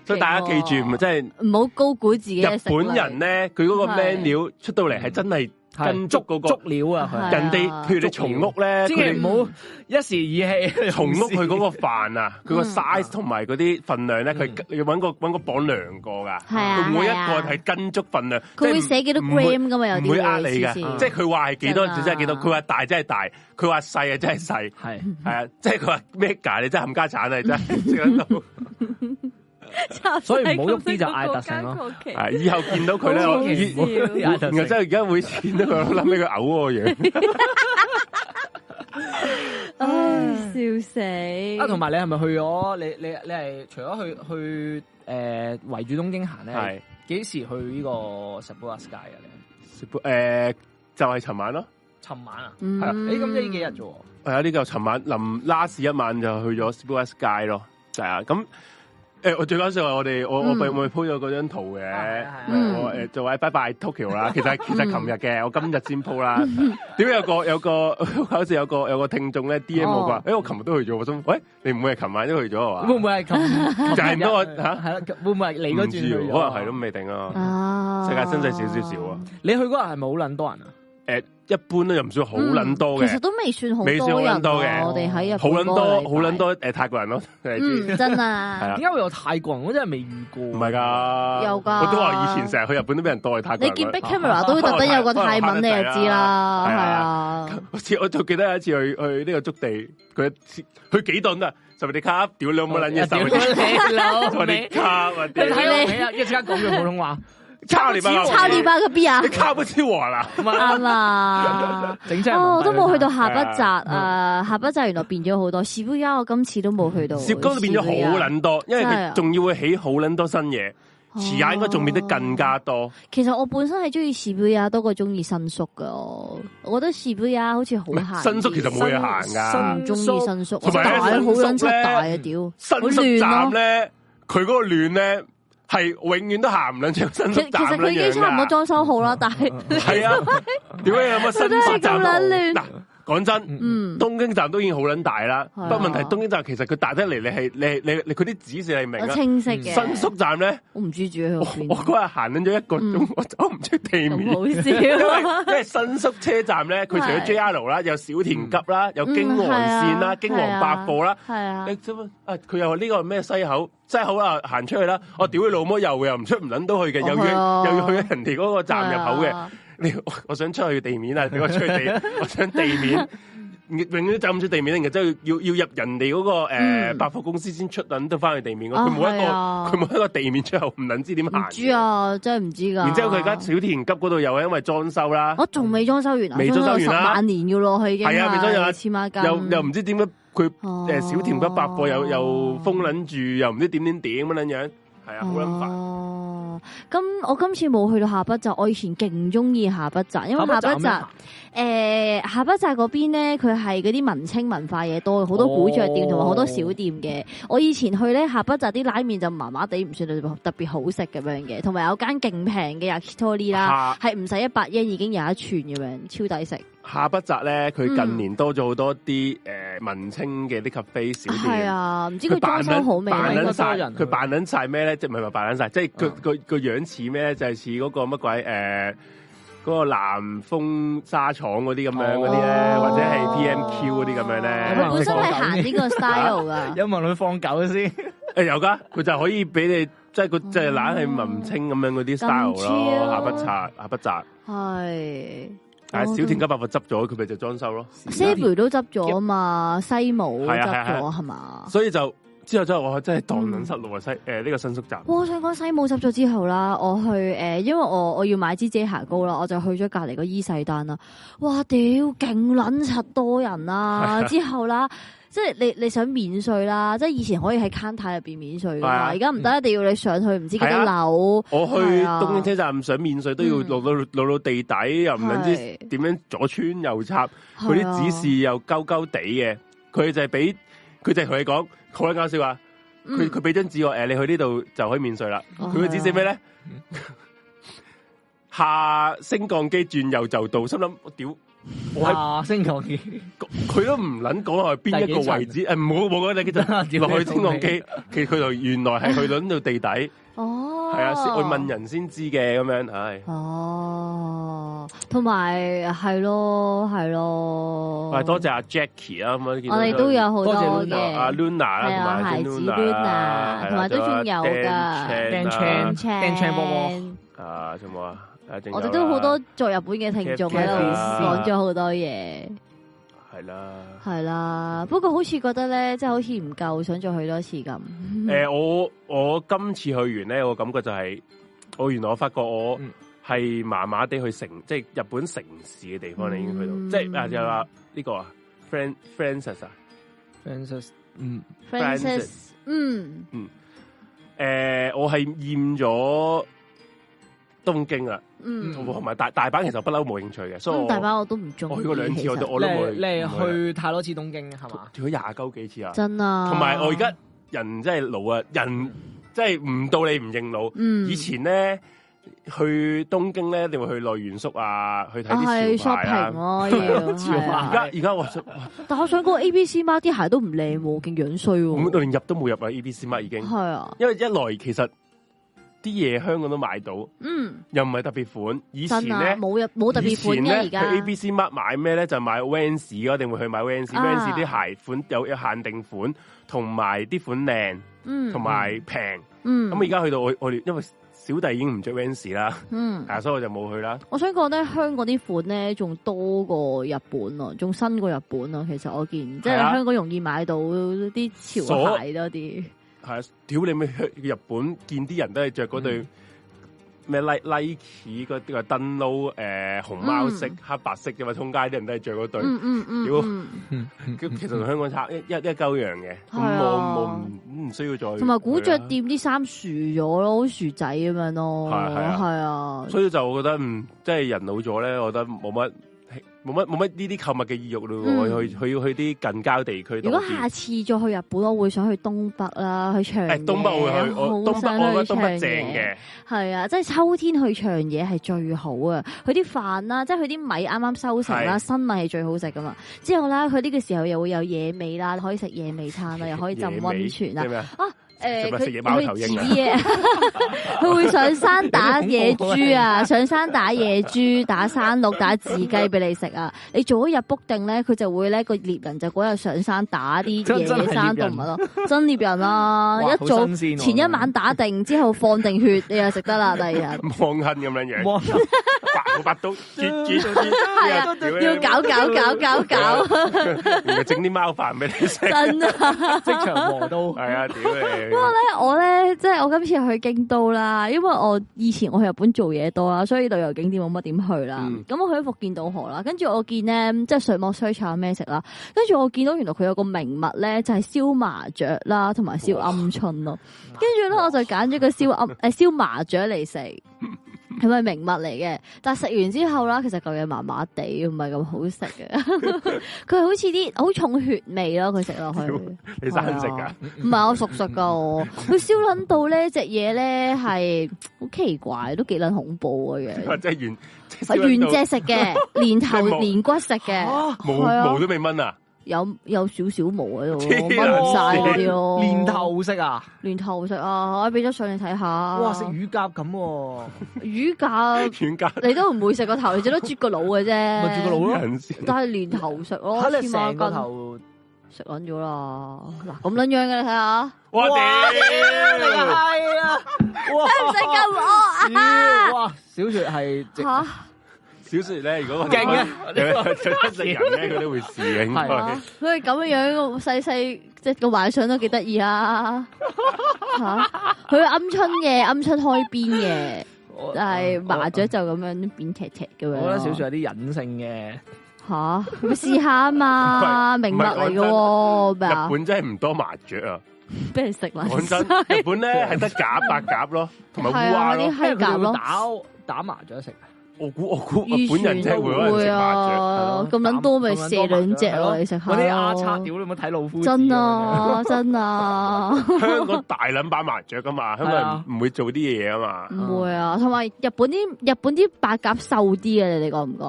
B: 所以大家記住，唔係真係。
C: 唔好高估自己嘅
B: 日
C: 食量
B: 本人咧，佢嗰個
C: 係
B: menu 出到嚟係真係跟足嗰、
A: 足
B: 個
A: 料啊！
C: 係
A: 佢
B: 人哋，譬如你松屋咧，
A: 千祈
B: 佢
A: 唔好一時意氣。
B: 哋松屋嗯佢嗰個飯啊，佢個
C: 嗯
B: size 同埋嗰啲份量咧，佢
A: 嗯
B: 你揾個揾個磅量過㗎，
C: 係啊
B: 佢每一
C: 係啊
B: 個係跟足份量，
C: 佢會
B: 即係
C: 寫幾多
B: 唔會
C: gram 噶嘛？有啲
B: 唔會呃你
C: 嘅，
B: 㗎，
C: 黐
A: 嗯
B: 即
C: 線
B: 係佢話係幾多
C: 真
B: 就
C: 啊
B: 真係幾多，佢話大真係大，佢話細啊真
C: [laughs]
B: 係細，
A: 係
B: 係啊，即係佢話咩㗎？你真係冚家鏟啊！你
C: [laughs]
B: 真係 [laughs] 食得到，
A: [laughs] 所以唔好喐啲就嗌特性
C: [laughs]
A: 咯。
B: 係以後見到佢咧，
C: 好
B: 我以
A: 唔好嗌 [laughs] 特
B: 然後真係
A: 性
B: 而家會見到佢，我諗起佢嘔我個樣。
C: 唉，笑死！
A: 啊，同埋你係咪去咗？你你你係除咗去去誒圍住東京行
B: 係
A: 咧，幾時去呢個 Shibuya Sky 嘅咧？
B: 诶、呃就係尋晚咯，
A: 尋晚啊？
C: 嗯，
B: 係啊
A: 誒咁即係呢幾日啫喎。
B: 係啊，呢個尋晚臨 last 一晚就去咗 s p o r t Sky 咯，就係啊，咁诶、誒我最搞笑係我哋我我
C: 嗯
B: 咪咪 p 咗嗰張圖嘅，
A: 啊係啊
C: 係啊
B: 我呃诶就話拜拜 Tokyo
C: [laughs]
B: 啦，其實其
C: 嗯
B: 實琴日嘅，我今日先 p 啦，點解有個有個 [laughs] 好似有個有個聽眾咧 D M 我話，
C: 哦
B: 诶、我琴日都去咗，我心喂你唔會係琴晚都去咗啊？
A: 會唔會係咁？
B: [laughs] 就係唔
A: 咁
B: 多我
A: 日
B: 嚇
A: 係啦，會唔會係你嗰
B: 唔
A: 轉
B: 知
A: 去
B: 喎，
A: 咗
B: 可能係都未定啊，
C: 啊，
B: 世界真細少少少啊。
A: 你去嗰日係咪好撚多人啊？
B: 诶、呃一般都又唔算好撚多
C: 嗯其
B: 嘅
C: 實，都未算好
B: 未算好
C: 多人
B: 撚
C: 啊，
B: 多嘅
C: 我哋喺日本
B: 好撚多
C: 嗰個禮拜
B: 好撚，多诶泰國人咯，你知
C: 嗯，真
B: 係 [laughs]
C: 啊
B: 啊，
A: 點解會有泰國人？我真係未遇過。
B: 唔係，㗎，
C: 有㗎
B: 我都話以前成日去日本都俾人代泰國
C: 你
B: 人
C: 見
B: 㗎。
C: Big
A: 啊
C: Camera 都會特登有個泰文，你就知啦，
B: 係
C: 係
B: 啊
C: 啊，
B: 好似我就記得有一次去去呢個築地，佢去幾頓啊，十你卡，屌你老母撚
D: Ờ,
B: 嘢，
A: 屌
B: 十
D: [laughs]
C: 哦
B: 你
A: 你老
B: 十你
A: 味！
B: 卡啊，
A: 你
B: 屌
A: 睇我你啊！一陣間講句普通話，
B: 抄你班，
C: 抄你巴個 B 啊
B: 你，卡不知我啦，
A: 咁啊
C: [laughs] 啱啊。
A: 整真係
C: 哦，
A: 麻
C: 我
A: 煩
C: 都冇去到
B: 係
C: 下
B: 嗯
C: 北澤啊！下北澤原來變咗好多，士杯家我今次都冇去到。
B: 涉高變咗好撚多，因為
C: 哦真係
B: 佢
C: 啊
B: 仲要會起好撚多新嘢，
C: 哦
B: 遲下應該仲變得更加多。
C: 其實我本身係中意士杯啊，多過中意新宿噶。我我覺得士杯啊好似好行啲。
B: 新宿其實冇嘢行㗎，
C: 唔中意新宿，
B: 同埋
C: 大
B: 咧
C: 好
B: 新宿
C: 撚出
B: 咧
C: 大啊屌！
B: 新
C: 好
B: 宿
C: 亂
B: 站
C: 咯
B: 咧，佢嗰個亂咧係永遠都行唔撚出新
C: 其
B: 宿
C: 其
B: 站
C: 實佢已經
B: 撚樣
C: 差唔多
B: 㗎
C: 裝修好啦，但係
B: 系
C: [laughs]
B: 啊，屌你有乜新北站
C: 真係咁撚亂
B: 嗱，講真，
C: 嗯
B: 東京站都已經好撚大啦，
C: 係
B: 不
C: 啊
B: 過問題東京站其實佢大得嚟，你係你係你你佢啲指示你係明
C: 我
B: 啊。
C: 清晰嘅。
B: 新宿站咧，
C: 我嗯唔知住喺
B: 我
C: 邊
B: 我，嗰日行緊咗一個鐘，我走唔出地面。因為 [laughs]
C: 咁好笑。
B: 因為新宿車站咧，佢除咗
C: 係
B: JR 啦，有小田急啦，有京
C: 嗯
B: 王線
C: 係
B: 啦，
C: 啊
B: 京王百貨啦，
C: 係啊，
B: 你知唔啊？佢又話呢個咩西口，西口啦，行出去啦，我屌你老母又又唔出唔撚到去嘅，又
C: 嗯哦係
B: 要
C: 啊
B: 又要去人哋嗰個站入口
C: 係
B: 嘅。
C: 啊
B: 你我我想出去地面啊！俾我出去地，我想地面，永遠都走唔出地面，然後之後要要要入人哋嗰、個誒
C: 嗯
B: 百貨公司先出撚到翻去地面㗎。
C: 啊
B: 佢冇一個
C: 係啊
B: 佢冇一個地面出口，唔撚知點
C: 唔
B: 行。
C: 知！啊，真係唔知㗎。
B: 然之後佢而家小田急嗰度又係因為裝修啦，
C: 我仲未裝修完啊，
B: 未裝修完啦
C: 咗十萬年要咯，佢已經
B: 係啊未裝修啊
C: 千孖筋，
B: 又又唔知點解佢呃
C: 哦
B: 誒小田急百貨又又封撚住，又唔知點點點咁樣樣。係啊，好撚煩。
C: 哦，咁我今次冇去到下北澤，我以前勁中意下北澤，因為下北澤诶、下北澤嗰邊咧，佢係嗰啲文青文化嘢多，好多古着店同埋好多小店
B: 哦
C: 嘅。我以前去咧下北澤啲拉麵就麻麻地，唔算特別好食咁樣嘅，同埋有間勁平嘅 yakitori 啦，
B: 下
C: 係唔使一百 yen 已經有一串咁樣，超抵食。
B: 下北澤咧，佢近
C: 嗯
B: 年多咗好多啲诶文青嘅啲 cafe 小
C: 係
B: 店。
C: 啊，唔知
B: 佢
C: 佢
B: 扮
C: 裝修
B: 撚
C: 好未啊？
B: 扮
A: 應
B: 撚
A: 該
B: 晒
A: 多，人去
B: 佢扮撚晒咩咧？即係唔係唔係扮撚晒？即係佢
A: 嗯
B: 佢佢樣似咩咧？就係似嗰個乜鬼誒嗰、個南豐沙廠嗰啲咁樣嗰啲咧，
A: 哦
B: 或者係 PMQ 嗰啲咁樣
C: 佢
B: 咧
C: 本身係行呢個 style 噶。
B: [laughs]
A: 有冇人去放狗先？
B: 誒有噶，佢就可以俾你即係佢即係懶係文青咁樣嗰啲 style 咯，
C: 超
B: 下不擦下不扎，
C: 系，
B: 但係小田急百貨執咗，佢咪就裝修咯。
C: Sabre 都執咗嘛，西武
B: 係啊係
C: 執
B: 啊係
C: 咗係嘛？
B: 所以就之後之後，我真係當撚失路啊！西誒呢個新宿站，
C: 哇我想講西武執咗之後啦，我去誒、呃因為我我要買支遮瑕膏啦，我就去咗隔離個伊勢丹啦。哇，屌，勁撚柒多
B: [laughs]
C: 人啦！之後啦，即係你你想免税啦，即係以前可以喺 c 台入邊免税噶
B: 係啊
C: 嘛，而家唔得，一定要你上去唔知幾
B: 係
C: 多
B: 啊
C: 樓。
B: 我去
C: 係啊
B: 東京車站上面水都要
C: 嗯
B: 落到落到地底，又唔撚知
C: 係
B: 點樣左穿右插。
C: 係
B: 佢
C: 啊
B: 啲指示又鳩鳩地嘅，佢就係俾佢就係同你講好撚搞笑啊！佢
C: 嗯
B: 佢俾張紙我，誒你去呢度就可以免税啦。
C: 哦
B: 佢嘅指示咩咧？
C: 啊
B: [laughs] 下升降機轉右就到，心諗我屌，我喺
A: 哇，星球見
B: 佢都唔撚講我係邊一個位置，誒唔好冇講你真落去升降機，其實佢就原來係去撚到地底，係
C: 哦，
B: 啊，我問人先知嘅咁樣，唉。
C: 哦，同埋係咯，係咯，
B: 喂，多謝阿 Jackie 啊，咁樣見到
C: 哦我哋都有好多
A: 多謝
C: 嘅
A: Luna，
B: 阿啊 Luna 啦，同
C: 啊係啊
B: 埋
C: 孩
B: Jane
C: 子
B: Luna 啦
C: Luna，啊
B: 係啦啊
C: 同埋都仲有㗎
A: Dan
B: 啦
A: Chan Dan Chan 波波
B: 啊，仲有冇啊？啊仲有
C: 我
B: 啦
C: 哋都好多做日本嘅聽眾喺度
A: Captain
B: 啊
C: 講咗好多嘢，
B: 係啦。
C: 係啦。不過好似覺得咧，即係好似唔夠，想再去多次咁。
B: 誒，我我今次去完咧，我感覺就係我原來我發覺我
A: 嗯
B: 係麻麻地去城，即係日本城市嘅地方，你已經去
C: 嗯
B: 到，即係啊，就話呢個啊，Fran Francis 啊，
A: Francis，嗯，
D: Ừ.
B: Francis
C: Francis，嗯，
B: 誒，我係厭咗東京啦，
C: 嗯，
B: 同埋大大阪其實我不嬲冇興趣嘅，所以
C: 咁
B: 我
C: 大把我都唔中意。
B: 我去過兩次，我
C: 其
B: 都
C: 實
B: 我都冇去。啊
A: 你係
B: 冇
A: 你係去太多次東京係嘛？
B: 去咗廿鳩幾次啊！
C: 真啊。
B: 同埋我而家人真係老啊，人真係唔到你唔認老。
C: 嗯
B: 以前咧去東京咧，你會去樂園宿啊，去睇
C: 我係
B: 啲潮牌
C: shopping
B: 啊。
C: 咯，要
A: 潮
C: 係
B: 而
A: 牌
C: 啊
B: 家而家我想，
C: 但我想講 A B C 貓啲鞋都唔靚喎，勁樣衰
B: 我
C: 喎。
B: 連入都冇入啊！E B C 乜已經，
C: 係啊，
B: 因為一來其實啲嘢香港都買到，
C: 嗯，
B: 又唔係特別款。以前
C: 真啊，
B: 咧。
C: 冇入冇特別款嘅而
B: 以前
C: 家
B: 呢去。A B C Mark 買咩咧？就買 Vans 嘅，一定會去買 Vans。
C: 啊
B: Vans 啲鞋款有有限定款，同埋啲款靚，
C: 嗯，
B: 同埋平。
C: 嗯，
B: 咁而啊家去到我我哋，因為小弟已經唔着 Vans
C: [laughs]
B: 啦，
C: 嗯。
B: 啊，所以我就冇去啦。
C: 我想講咧，香港啲款咧仲多過日本啊，仲新過日本啊。其實我見，即
B: 係
C: 係
B: 啊
C: 香港容易買到啲潮鞋多啲。
B: 係啊，屌你咪去日本見啲人都係着嗰對咩 Ni- Nike 嗰啲個燈籠誒紅貓色、
C: 嗯
B: 黑白色嘅嘛，通街啲人都係着嗰對。
C: 嗯嗯嗯
B: 屌
C: 嗯，
B: 咁其實同香港差一一一鳩樣嘅，咁
C: 係啊
B: 我我唔唔需要再
C: 同埋古着
B: 去啦
C: 店啲衫薯咗咯，好薯仔咁樣咯，
B: 係係啊
C: 係啊，
B: 所以就我覺得嗯，即係人老咗咧，我覺得冇乜冇乜冇乜呢啲購物嘅意欲咯。
C: 嗯
B: 我去去去啲近郊地區多啲。
C: 如果下次再去日本，我會想去東北啦，去
B: 誒
C: 長野。
B: 東北我會去，我
C: 好
B: 東
C: 想
B: 北我覺
C: 去
B: 得東北
C: 長
B: 正
C: 野
B: 嘅。
C: 係啊，即係秋天去長野係最好啊！佢啲飯啦，即係佢啲米啱啱收成
B: 係
C: 啦，新米係最好食噶嘛。之後咧，佢呢個時候又會有野味啦，你可以食野味餐啦，又可以浸温泉啦
B: 即係。咩啊？ [laughs]
C: 誒，
B: 做乜食野
C: 佢
B: 貓
C: 佢
B: 頭
C: 遲
B: 鷹啊
C: 啲嘢， [laughs] 佢會上山打野豬啊，上山打野豬、打山鹿、打雉雞俾你食啊！你早一日 book 定咧，佢就會咧個獵人就嗰日上山打啲
A: 真真係
C: 野生
A: 獵人
C: 動物咯，真獵人啦！
A: 哇
C: 一
A: 好
C: 早
D: 啊
A: 新鮮喎
C: 前一晚打定之後放定血，你又食得啦，第二
B: [laughs]
C: 日。
B: 望恨咁樣樣，
A: 哇
B: 白
C: [laughs]
B: 白刀，截截截，係
C: 要搞搞搞
B: [laughs]
C: 搞搞， [laughs]
B: 搞，整啲貓飯俾你食，
C: 真啊！
A: 即場磨刀，
B: 係啊，屌你，係
C: 不過咧，我咧即係我今次去京都啦，因為我以前我去日本做嘢多啦，所以旅遊景點冇乜點去啦
B: 嗯。
C: 咁、我去咗伏見稻河啦，跟住我見咧即係上網 search 下咩食啦，跟住我見到原來佢有個名物咧就係燒麻雀啦，同埋燒鵪鶉咯。跟住咧我就揀咗個燒鵪誒燒麻雀嚟食。係咪名物嚟嘅？但係食完之後啦，其實嚿嘢麻麻地，唔係咁好食嘅。
B: [laughs]
C: 佢好似啲好重血味咯，佢食落去。
B: 你生食
C: 係啊
B: 噶？
C: 唔係我熟熟
D: [laughs]
C: 噶，我佢燒撚到咧隻嘢咧係好奇怪，都幾撚恐
D: [laughs]
C: 怖嘅
B: 或
C: 樣。
B: 者原即係
C: 係
B: 燒到
C: 原隻食嘅，連頭
B: 你冇
C: 連骨食嘅，
B: 毛
C: 係啊
B: 毛都未掹啊！
C: 有有少少毛喺度，
B: 黐
C: 掹
B: 撚
C: 唔晒嗰啲咯。
D: 連，頭式啊！
C: 連頭食啊！我俾咗相你睇下。
D: 哇，食乳鴿咁喎，
C: 魚餃，
B: 軟格
C: 你都唔會食個頭，你最多啜個腦嘅啫。
D: 咪住個腦咯，
B: 人先，
C: 但係連頭食咯，
D: 睇你
C: 黐孖
D: 成個
C: 筋
D: 頭，
C: 食撚咗啦。嗱咁撚樣嘅，你睇
D: [laughs]
C: 下。
B: 我
D: 哇你個
B: 屌！
D: 閪啊！
C: 唔食咁 [laughs] 惡
D: [laughs] 哇
C: 啊！
D: 屌哇，小雪係直
C: 嚇！
B: 小雪咧，如果我
D: 勁啊
B: [laughs] 有有食人咧，佢都會試嘅，應該 [laughs]
D: 係
C: 啊佢哋咁樣樣細細即係個幻想都幾得意啊！吓，佢鵪鶉嘅，鵪鶉開邊嘅，
A: 我
C: 但係麻雀
A: 我
C: 就咁樣扁斜斜咁樣
A: 我
C: 咯。
A: 覺得小雪有啲隱性嘅，
C: 吓，咪試下啊嘛，
B: 唔係
C: 名物嚟嘅
B: 唔
C: 喎，咩啊
B: 日？本真係唔多麻雀啊！
C: 俾人食啦，
B: 講真，日本咧係得鴿、白鴿咯，同埋烏
C: 係啊，
B: 鴉咯。
C: 啲閪鴿咯，
D: 打打麻雀食啊，
B: 我估我估日
C: 漁
B: 本人真係會可能
C: 會
B: 食麻雀。
C: 啊，
A: 係咯
C: 咁撚多咪
A: 咁撚
C: 射
A: 多麻雀
C: 兩隻
A: 係
C: 咯，
A: 咯
C: 你食下
A: 嗰啲阿叉
C: 咯
A: 屌你咪睇老夫子咁樣
C: 真，啊，真啊。
A: [laughs]
B: 香港大撚把麻雀噶嘛，香港
A: 係啊嗯
B: 人唔會做啲嘢啊嘛。
C: 唔會啊，同埋日本啲日本啲白鴿瘦啲嘅，你哋覺唔覺？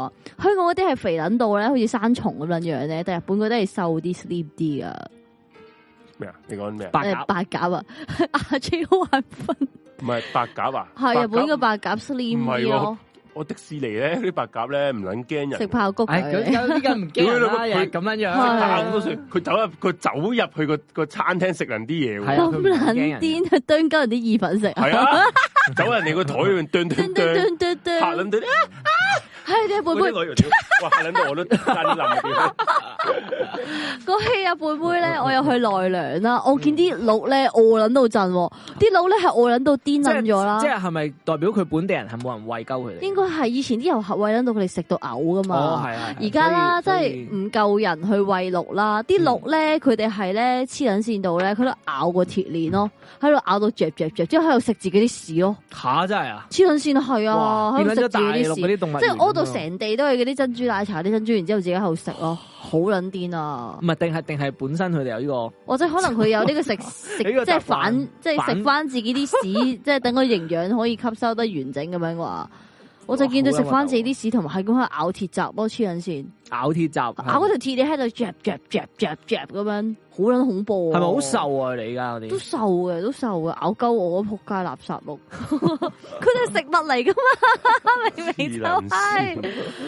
C: 香港嗰啲係肥撚到咧，好似生蟲咁樣樣咧，但日本嗰啲係瘦啲、slim 啲啊。
B: 咩啊？你講咩啊？
D: 白
C: 誒
D: 鴿
C: 白鴿啊， [laughs] 阿 J 好眼瞓，
B: 唔係白鴿啊？
C: 係日本嘅
B: 鴿。
C: 白鴿 slim
B: 唔係
C: 啲啊
B: 喎
C: 咯，
B: 我迪士尼咧啲白鴿咧唔撚驚
C: 食
B: 人，哎
C: 爆谷
A: 唉，咁
B: 啊
C: 佢。
A: 有啲梗唔驚人啦，又係咁樣
C: 係
A: 樣，
C: 啊
B: 咬都算。佢走入佢走入去個個餐廳食人啲嘢
A: 係
B: 喎，
A: 啊
C: 咁撚癲啊！啄鳩人啲意粉食啊！
B: 係啊，走人哋個台裏面啄
C: 啄
B: 啄
C: 啄
B: 啄，
C: 啄啄啄，
B: 嚇撚到啊！
C: 係你
B: 嗰
C: 貝
B: 啲
C: 貝
B: 內容屌，哇嚇撚到我都震冧啊屌。
A: [laughs]
C: 講起啊貝貝
B: 嗯
C: 咧，我又去奈良啦，我見啲鹿咧餓撚到震喎，啲鹿咧係餓撚到癲撚咗啦
A: 即。係係咪代表佢本地人係冇人喂鳩佢哋？
C: 應該係以前啲遊客喂撚到佢哋食到嘔
A: 哦，
C: 噶嘛。
A: 係係係
C: 而家啦，即
A: 所以嗯
C: 係嗯唔夠人去喂鹿啦，啲鹿咧佢哋係咧黐撚線度咧，佢都咬個鐵鏈咯，喺度咬到嚼嚼嚼，之後喺度食自己啲屎咯，
A: 吓真係啊！
C: 黐撚線係啊，
A: 哇
C: 喺
A: 變咗
C: 度食
A: 大
C: 自己
A: 陸
C: 啲
A: 嗰
C: 屎，
A: 啲動物，啊
C: 即係屙到。成地都係嗰啲珍珠奶茶啲珍珠，然之後自己喺度食咯，好撚癲啊
A: 唔！係定係定係本身佢哋有呢個
C: 或者可能佢有呢個食食，
A: 呢個習慣
C: 即係反，即係食
A: 反
C: 翻自己啲屎，即係等個營養可以吸收得完整咁樣啩。我就見到食翻自己啲屎，同埋係咁喺度咬鐵閘咯，黐撚線。
A: 咬鐵閘，
C: 咬嗰條鐵你喺度夾夾夾夾夾咁樣，好撚恐怖
A: 係
C: 啊！
A: 咪好？瘦啊？你而家嗰
C: 都
A: 啲
C: 瘦嘅，都瘦嘅，咬鳩我嗰仆街垃圾鹿，佢哋係食物嚟噶嘛，明明就係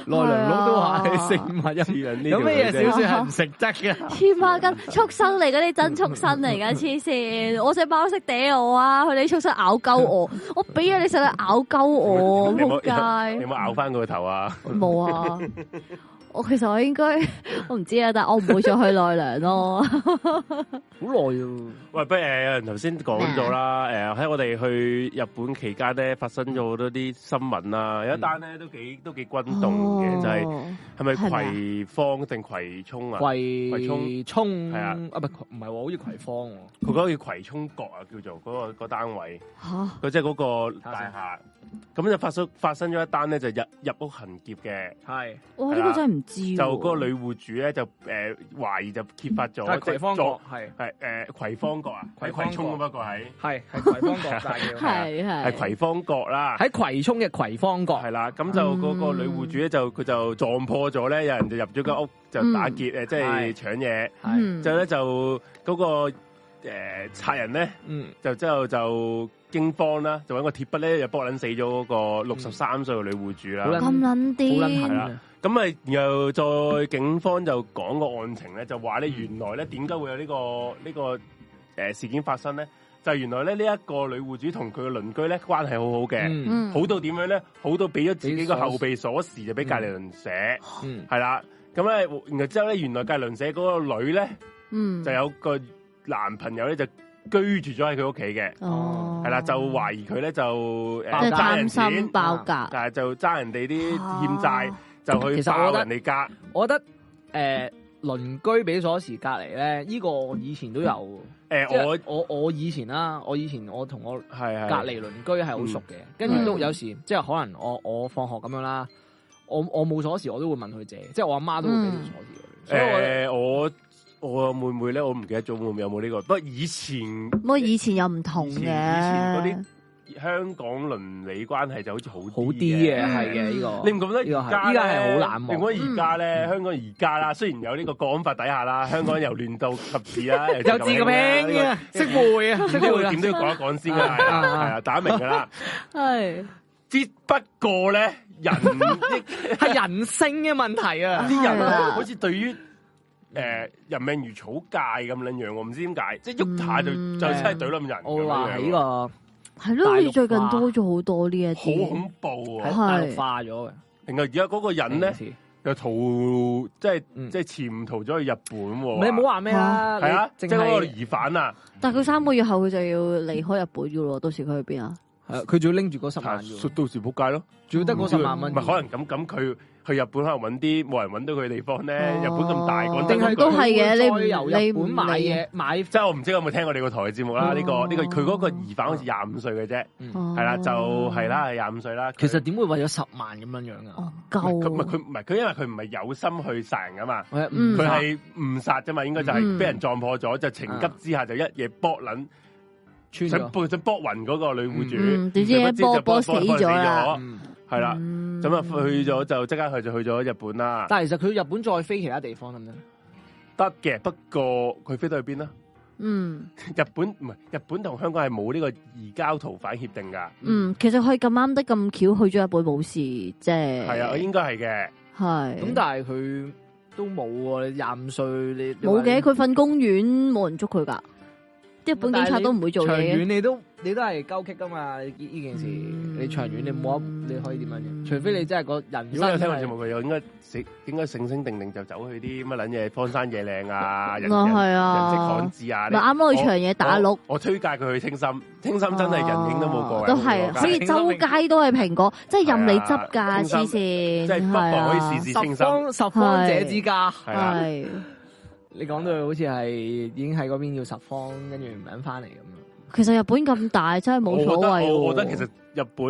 A: 內良佬都話係食物入 [laughs]
B: 黐撚呢
A: 有
B: 條
A: 咩嘢
B: 女
A: 小雪係唔食得嘅？
C: 黐孖筋，畜生嚟嗰啲真畜生嚟噶，黐線！我只貓識嗲我啊，佢哋啲畜生咬鳩我，我俾咗你食，你咬鳩我，
B: 你有
C: 仆
B: 冇你
C: 街
B: 有！冇咬翻佢個頭啊？
C: 冇啊！我其實我應該 [laughs] 我唔知啊，但我唔會再去奈良咯。
A: 好耐
B: 喂，不如誒有人頭先講咗啦，誒喺我哋去日本期間咧，發生咗好多啲新聞啦，有一單咧都幾都幾轟動嘅，就係
C: 哦
B: 係咪
C: 係咪啊
B: 葵芳定葵涌
A: 喎，
B: 啊？葵
A: 葵
B: 涌
A: 涌
B: 係啊
A: 啊唔係唔係喎，好似葵芳喎，
B: 佢嗰個叫葵涌角啊，叫做嗰、個個單位，
C: 嚇
B: 佢即係嗰個大廈，咁就發生發生咗一單咧，就入入屋行劫嘅，
A: 係
C: 哇！
B: 係
C: 呢
B: 啦
C: 個真係唔知喎，
B: 就嗰個女户主咧就誒、呃、懷疑就揭發咗，
A: 但係啊葵芳
B: 即係
A: 角
B: 作
A: 係
B: 係誒葵芳角啊，
A: 葵
B: 喺
A: 芳
B: 葵
A: 角
B: 涌啊，不過喺
A: 係係葵芳 [laughs] 角大叫
C: 係係
B: 係葵芳角啦，
A: 啊喺葵涌嘅葵芳角
B: 哦係啦，咁就
A: 嗯
B: 嗰個女户主咧就佢就撞破咗咧，有人就入咗間屋就打劫誒，即係
A: 嗯係嗯
B: 搶嘢，
A: 係
C: 嗯
B: 之後咧就嗰個誒賊人咧。
A: 嗯
B: 就之後就驚慌啦，就揾個鐵筆咧就搏撚死咗嗰個六十三歲嘅女户主
A: 好啦。
B: 啦
C: 咁撚
A: 好
C: 啲，
A: 撚
B: 係
A: 痕
B: 啦
A: 啊！
B: 咁咪然後再警方就講個案情咧，就話咧
A: 嗯
B: 原來咧點解會有呢、個呢、個呃事件發生咧？就係原來咧呢一、個女户主同佢嘅鄰居咧關係好好嘅，
A: 嗯
C: 嗯
B: 好到點樣咧？好到俾咗自
A: 俾
B: 己個
A: 鎖
B: 後備鎖匙就俾隔離鄰舍，
A: 嗯
B: 係啦、咁咧然後之後咧原來隔離鄰舍嗰個女咧
C: 嗯
B: 就有個男朋友咧就居住咗喺佢屋企嘅，
C: 哦，
B: 係啦，就懷疑佢咧就
D: 即
B: 诶
D: 係
B: 揸
C: 担
B: 人啊
C: 心
B: 錢，
C: 爆格，
B: 但係就揸人哋啲欠債
C: 啊，
B: 就去
D: 其實我覺
B: 爆
D: 得
B: 人哋家，
D: 我覺得诶鄰居俾鎖匙隔離咧，呢個我以前都有。
B: 诶
D: 即係
B: 我
D: 我我以前啦，我以前我同我
B: 係係
D: 隔離鄰居係好熟
C: 嗯
D: 嘅，跟住都有時即係可能我我放學咁樣啦，我我冇鎖匙我都會問佢借，即係我阿媽都會
C: 嗯
D: 俾條鎖匙佢，所以我
B: 诶我我妹妹咧，我唔記得咗會唔會有冇呢個，不過以前
C: 不過以前又唔同
B: 以前以前嗰
C: 嘅
B: 啲。香港鄰里關係就好似好好
D: 好啲嘅
C: 嗯
D: 係嘅呢個。
B: 你
D: [laughs]
B: 唔覺得而家
D: 哦呢個係依家
B: 係
D: 係好冷漠嗯
B: 你唔覺得而家咧，香港而家啦，雖然有呢個國安法底
D: [laughs]
B: 下啦，香港又亂到及時啦，又
D: 有字咁
B: 輕
D: 輕
B: 啦
D: 啊，識背啊，
B: 呢
D: 識
B: 個呢
D: 背
B: 個
D: 啦
C: [laughs]
B: 點。都要講一講
D: [laughs]
B: 先啦，係啊係啊，打明噶啦。
C: 系
B: 只不過咧，
D: [laughs]
B: 人
D: 係人性嘅問題啊！
B: 啲人
C: 啊
B: 好似對於誒人命如草芥咁樣樣，我唔知點解，即係喐下就
C: 嗯
B: 就真係懟冧人
D: 我
B: 咁
D: 會話係
B: 樣
D: 呢
B: 樣，
D: 個
C: 系咯，好似最近
D: 大陸化
C: 多咗好多呢一
B: 好
C: 啲，
B: 恐怖
D: 係
B: 啊！
D: 大陸化咗嘅。
B: 另外而家嗰個人咧
D: 咧，
B: 就逃，即係
D: 嗯
B: 即係潛逃咗去日本喎。
D: 你唔好話咩啦，
B: 啊係啊，
D: 你
B: 即
D: 淨
B: 係嗰個
D: 係
B: 疑犯啊！
C: 但系佢三個月後佢就要離開日本噶咯，到時佢去邊啊？
D: 係啊佢仲要拎住嗰十
B: 啊
D: 萬啫喎，
B: 到時仆街咯，
D: 仲要得嗰十萬蚊
B: 唔係。可能咁咁佢去日本可能揾啲冇人揾到佢嘅地方咧，
C: 哦
B: 日本咁大，講真
D: 定係
B: 嗰
D: 佢
B: 句
C: 都係嘅你唔
D: 會再由
C: 你
D: 日
C: 唔
D: 本買嘢買
B: 即係我唔知有冇聽過你個台嘅節目啦。
C: 哦
B: 呢個呢個佢嗰個疑犯好似廿五歲嘅啫，
C: 哦
B: 係啦就係，啦，係廿五歲啦。佢
A: 其實點會為咗十萬咁樣樣啊？
C: 戇鳩
B: 佢唔係
C: 啊，
B: 佢唔係佢，因為佢唔係有心去殺人噶嘛，
D: 誒
C: 嗯
B: 佢係誤殺啫嘛，應該就
C: 嗯
B: 係俾人撞破咗，就情急之下就一夜搏撚，
D: 穿
B: 想
D: 咗。
B: 搏想搏暈嗰個女戶主，
C: 嗯，點知一波波死咗啦，
B: 啦，
D: 嗯
B: 係啦，
C: 嗯
B: 咁啊去咗就即刻佢就去咗日本啦。
D: 但係其實佢日本再飛其他地方得唔得？
B: 得嘅，不過佢飛到去邊啦？啊
C: 嗯
B: 日本唔係日本同香港係冇呢個移交逃犯協定㗎，
C: 嗯，其實佢咁啱得咁巧去咗日本冇事，即係
B: 係啊，應該係嘅。
C: 係
B: 嗯
D: 咁但係佢都冇喎，你廿五歲你你
C: 冇
D: 話
C: 嘅，
D: 你
C: 佢份公園冇人捉佢㗎，啲日本警察都唔會做
D: 長
C: 嘢嘅
D: 遠你都你都係鳩棘噶嘛？呢呢件事你長遠你冇得你可以點樣啫？除非你真係個人
B: 如果有聽我節
D: 生
B: 目，佢又應該醒應該醒醒定定就走去啲乜撚嘢荒山野嶺啊，人
C: 啊
B: 人
C: 係
B: 人跡
C: 啊
B: 罕，至啊。
C: 咪啱咯，去長野打
B: 碌
C: 鹿。。
B: 我推介佢去清心，清心真係人影都冇過嘅。
C: 都
B: 我
C: 係
B: 覺得
C: 可以周街都係蘋果，即係任你執㗎，
B: 係啊
C: 黐線，即
B: 即係不妨可以試試清
D: 十
B: 心，
D: 方十方者之家，
B: 係啦。
C: 係
D: 你講到好似係已經喺嗰邊要十方，跟住唔肯翻嚟咁樣。
C: 其實日本咁大，真係
B: 我
C: 冇
B: 覺
C: 所
B: 得
C: 謂喎。
B: 我我覺得其實日本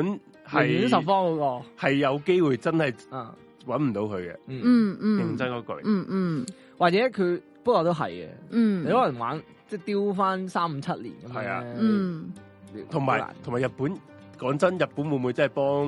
D: 寧願十
B: 係
D: 方嗰、
B: 係有機會真係
D: 個，啊，
B: 揾唔到佢嘅，
D: 嗯，
C: 嗯
B: 認
C: 嗯
B: 真嗰句。
C: 嗯嗯
D: 或者佢不過都係嘅，
C: 嗯，
D: 你可能玩即係丟翻三五七年咁樣
B: 係啊
D: 咧，
C: 嗯
D: 你
B: 同埋同埋日本，講真，日本會唔會真係幫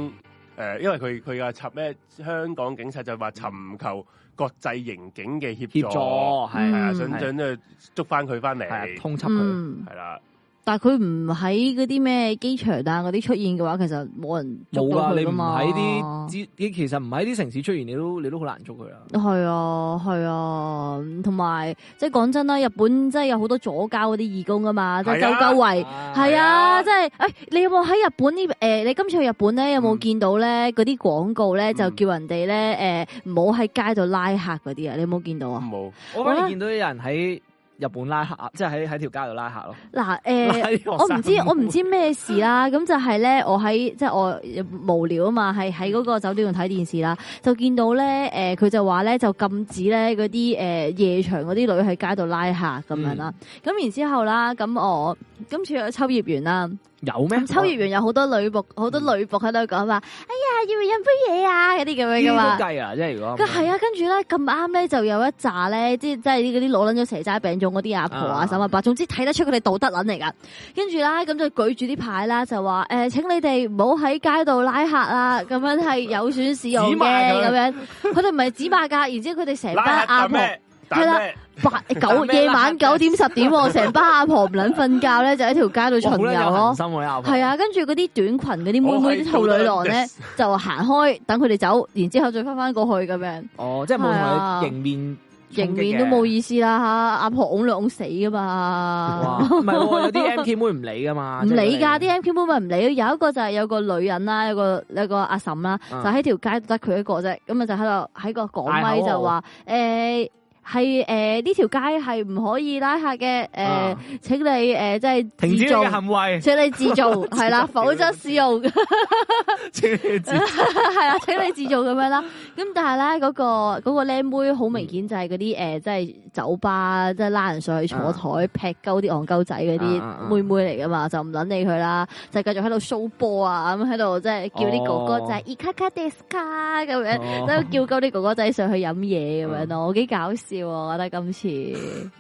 B: 诶、呃因為佢佢嘅尋咩香港警察就話尋求國際刑警嘅協
D: 協
B: 助，
D: 助
B: 係
D: 係
B: 啊，
C: 嗯
B: 想想咧捉翻佢翻嚟，
D: 係啊
B: 係
D: 通緝佢，
C: 嗯，
B: 啦，
C: 但係佢唔喺嗰啲咩機場啊嗰啲出現嘅話，其實冇人捉
D: 冇
C: 到
D: 噶，
C: 佢
D: 你
C: 㗎
D: 唔
C: 嘛。
D: 喺啲知你其實唔喺啲城市出現，你都你都好難捉佢啦。
C: 係啊，係啊，同埋即係講真啦，日本真係有好多左交嗰啲義工噶嘛，即係
B: 係
C: 走
B: 啊
C: 鳩圍。係
D: 係
C: 啊，即係诶，你有冇喺日本呢？诶，你今次去日本咧，有冇
B: 嗯
C: 見到咧嗰啲廣告咧，就
B: 嗯
C: 叫人哋咧诶，唔好喺街度拉客嗰啲啊？你有冇見到啊？
B: 冇
D: 我反而見到有人喺日本拉客，即係喺喺條街度拉客
C: [laughs]
D: 咯。
C: 嗱，诶。
D: [laughs] 拉啲學生
C: 我唔知我唔知咩事啦，咁就係咧，我喺即係我無聊啊嘛，係喺嗰個酒店度睇電視啦，就見到咧，诶、佢就話咧就禁止咧嗰啲诶夜場嗰啲女喺街度拉客咁樣啦，咁、然之後啦，咁我今次去秋葉原啦。
D: 有咩？
C: 秋葉原有好多女仆，好多女仆喺度講話，哎呀，要唔要飲杯嘢啊？嗰啲咁樣噶
D: 呢
C: 嘛
D: 都。計啊，即係如果
C: 咁係啊，跟住咧咁啱咧就有一紮咧，即即係嗰啲攞撚咗蛇齋餅種嗰啲阿婆啊、
D: 啊
C: 手啊伯，總之睇得出佢哋道德撚嚟噶。跟住啦，咁就舉住啲牌啦，就話誒、呃請你哋唔好喺街度拉客啦，咁樣
D: [laughs]
C: 係有損市容
D: 指
C: 嘅
D: 罵佢
C: 咁樣。佢哋唔係指罵㗎，然之後佢哋成
B: 拉
C: 班
B: 黑
C: 阿
B: 打
C: 婆。
B: 咩打咩？
C: 八
D: [laughs]
C: 九
D: 打咩
C: 夜
D: 啦
C: 晚九點十點
D: [laughs]
C: 喎，成班阿婆唔撚瞓覺咧，就喺條街度
D: 哇好撚
C: 巡
D: 有
C: 遊咯
D: 恒。心喎，啲阿婆
C: 系啊，跟住嗰啲短裙嗰啲妹妹啲兔女郎咧，就行開，等佢哋走，然之后再翻翻過去咁樣，
D: 哦，即係冇同
C: 係啊
D: 佢迎面衝擊嘅
C: 迎面都冇意思啦吓，阿婆拱兩拱死噶
D: 哇！
C: 嘛，
D: 唔係喎，有
C: [laughs]
D: 啲 M K 妹唔理噶嘛，
C: 唔理㗎，
D: 即
C: 啲 M Q 妹咪唔理，有一個就係有個女人啦，有個有個阿嬸啦，就
D: 係佢哋
C: 喺條街得佢一個啫，咁啊就喺度喺個講
D: 嗌
C: 咪
D: 口號
C: 就話诶。係诶呢條街係唔可以拉客嘅，诶
D: 啊
C: 請你诶即係
A: 停止你
C: 自
A: 嘅
C: 做，
A: 行為，
C: 請你自
A: [laughs]
C: 做係啦，否則使用。
A: 請你
C: [laughs]
A: 自
C: 系啦，請啊你自做咁樣啦。咁但係咧，嗰個嗰個靚妹好明顯就係嗰啲
D: 嗯
C: 诶，即係酒吧，即係拉人上去坐台，劈鳩啲戇鳩仔嗰
D: 啊啊啊
C: 啲妹妹嚟噶嘛，就唔撚理佢啦，就繼續喺度 show 波啊，咁喺度即係叫啲哥哥仔 i k a k a d e s k a 咁樣，
D: 哦嗯
C: 都叫鳩啲哥哥仔上去飲嘢咁樣咯，我幾搞笑啊！我覺得今次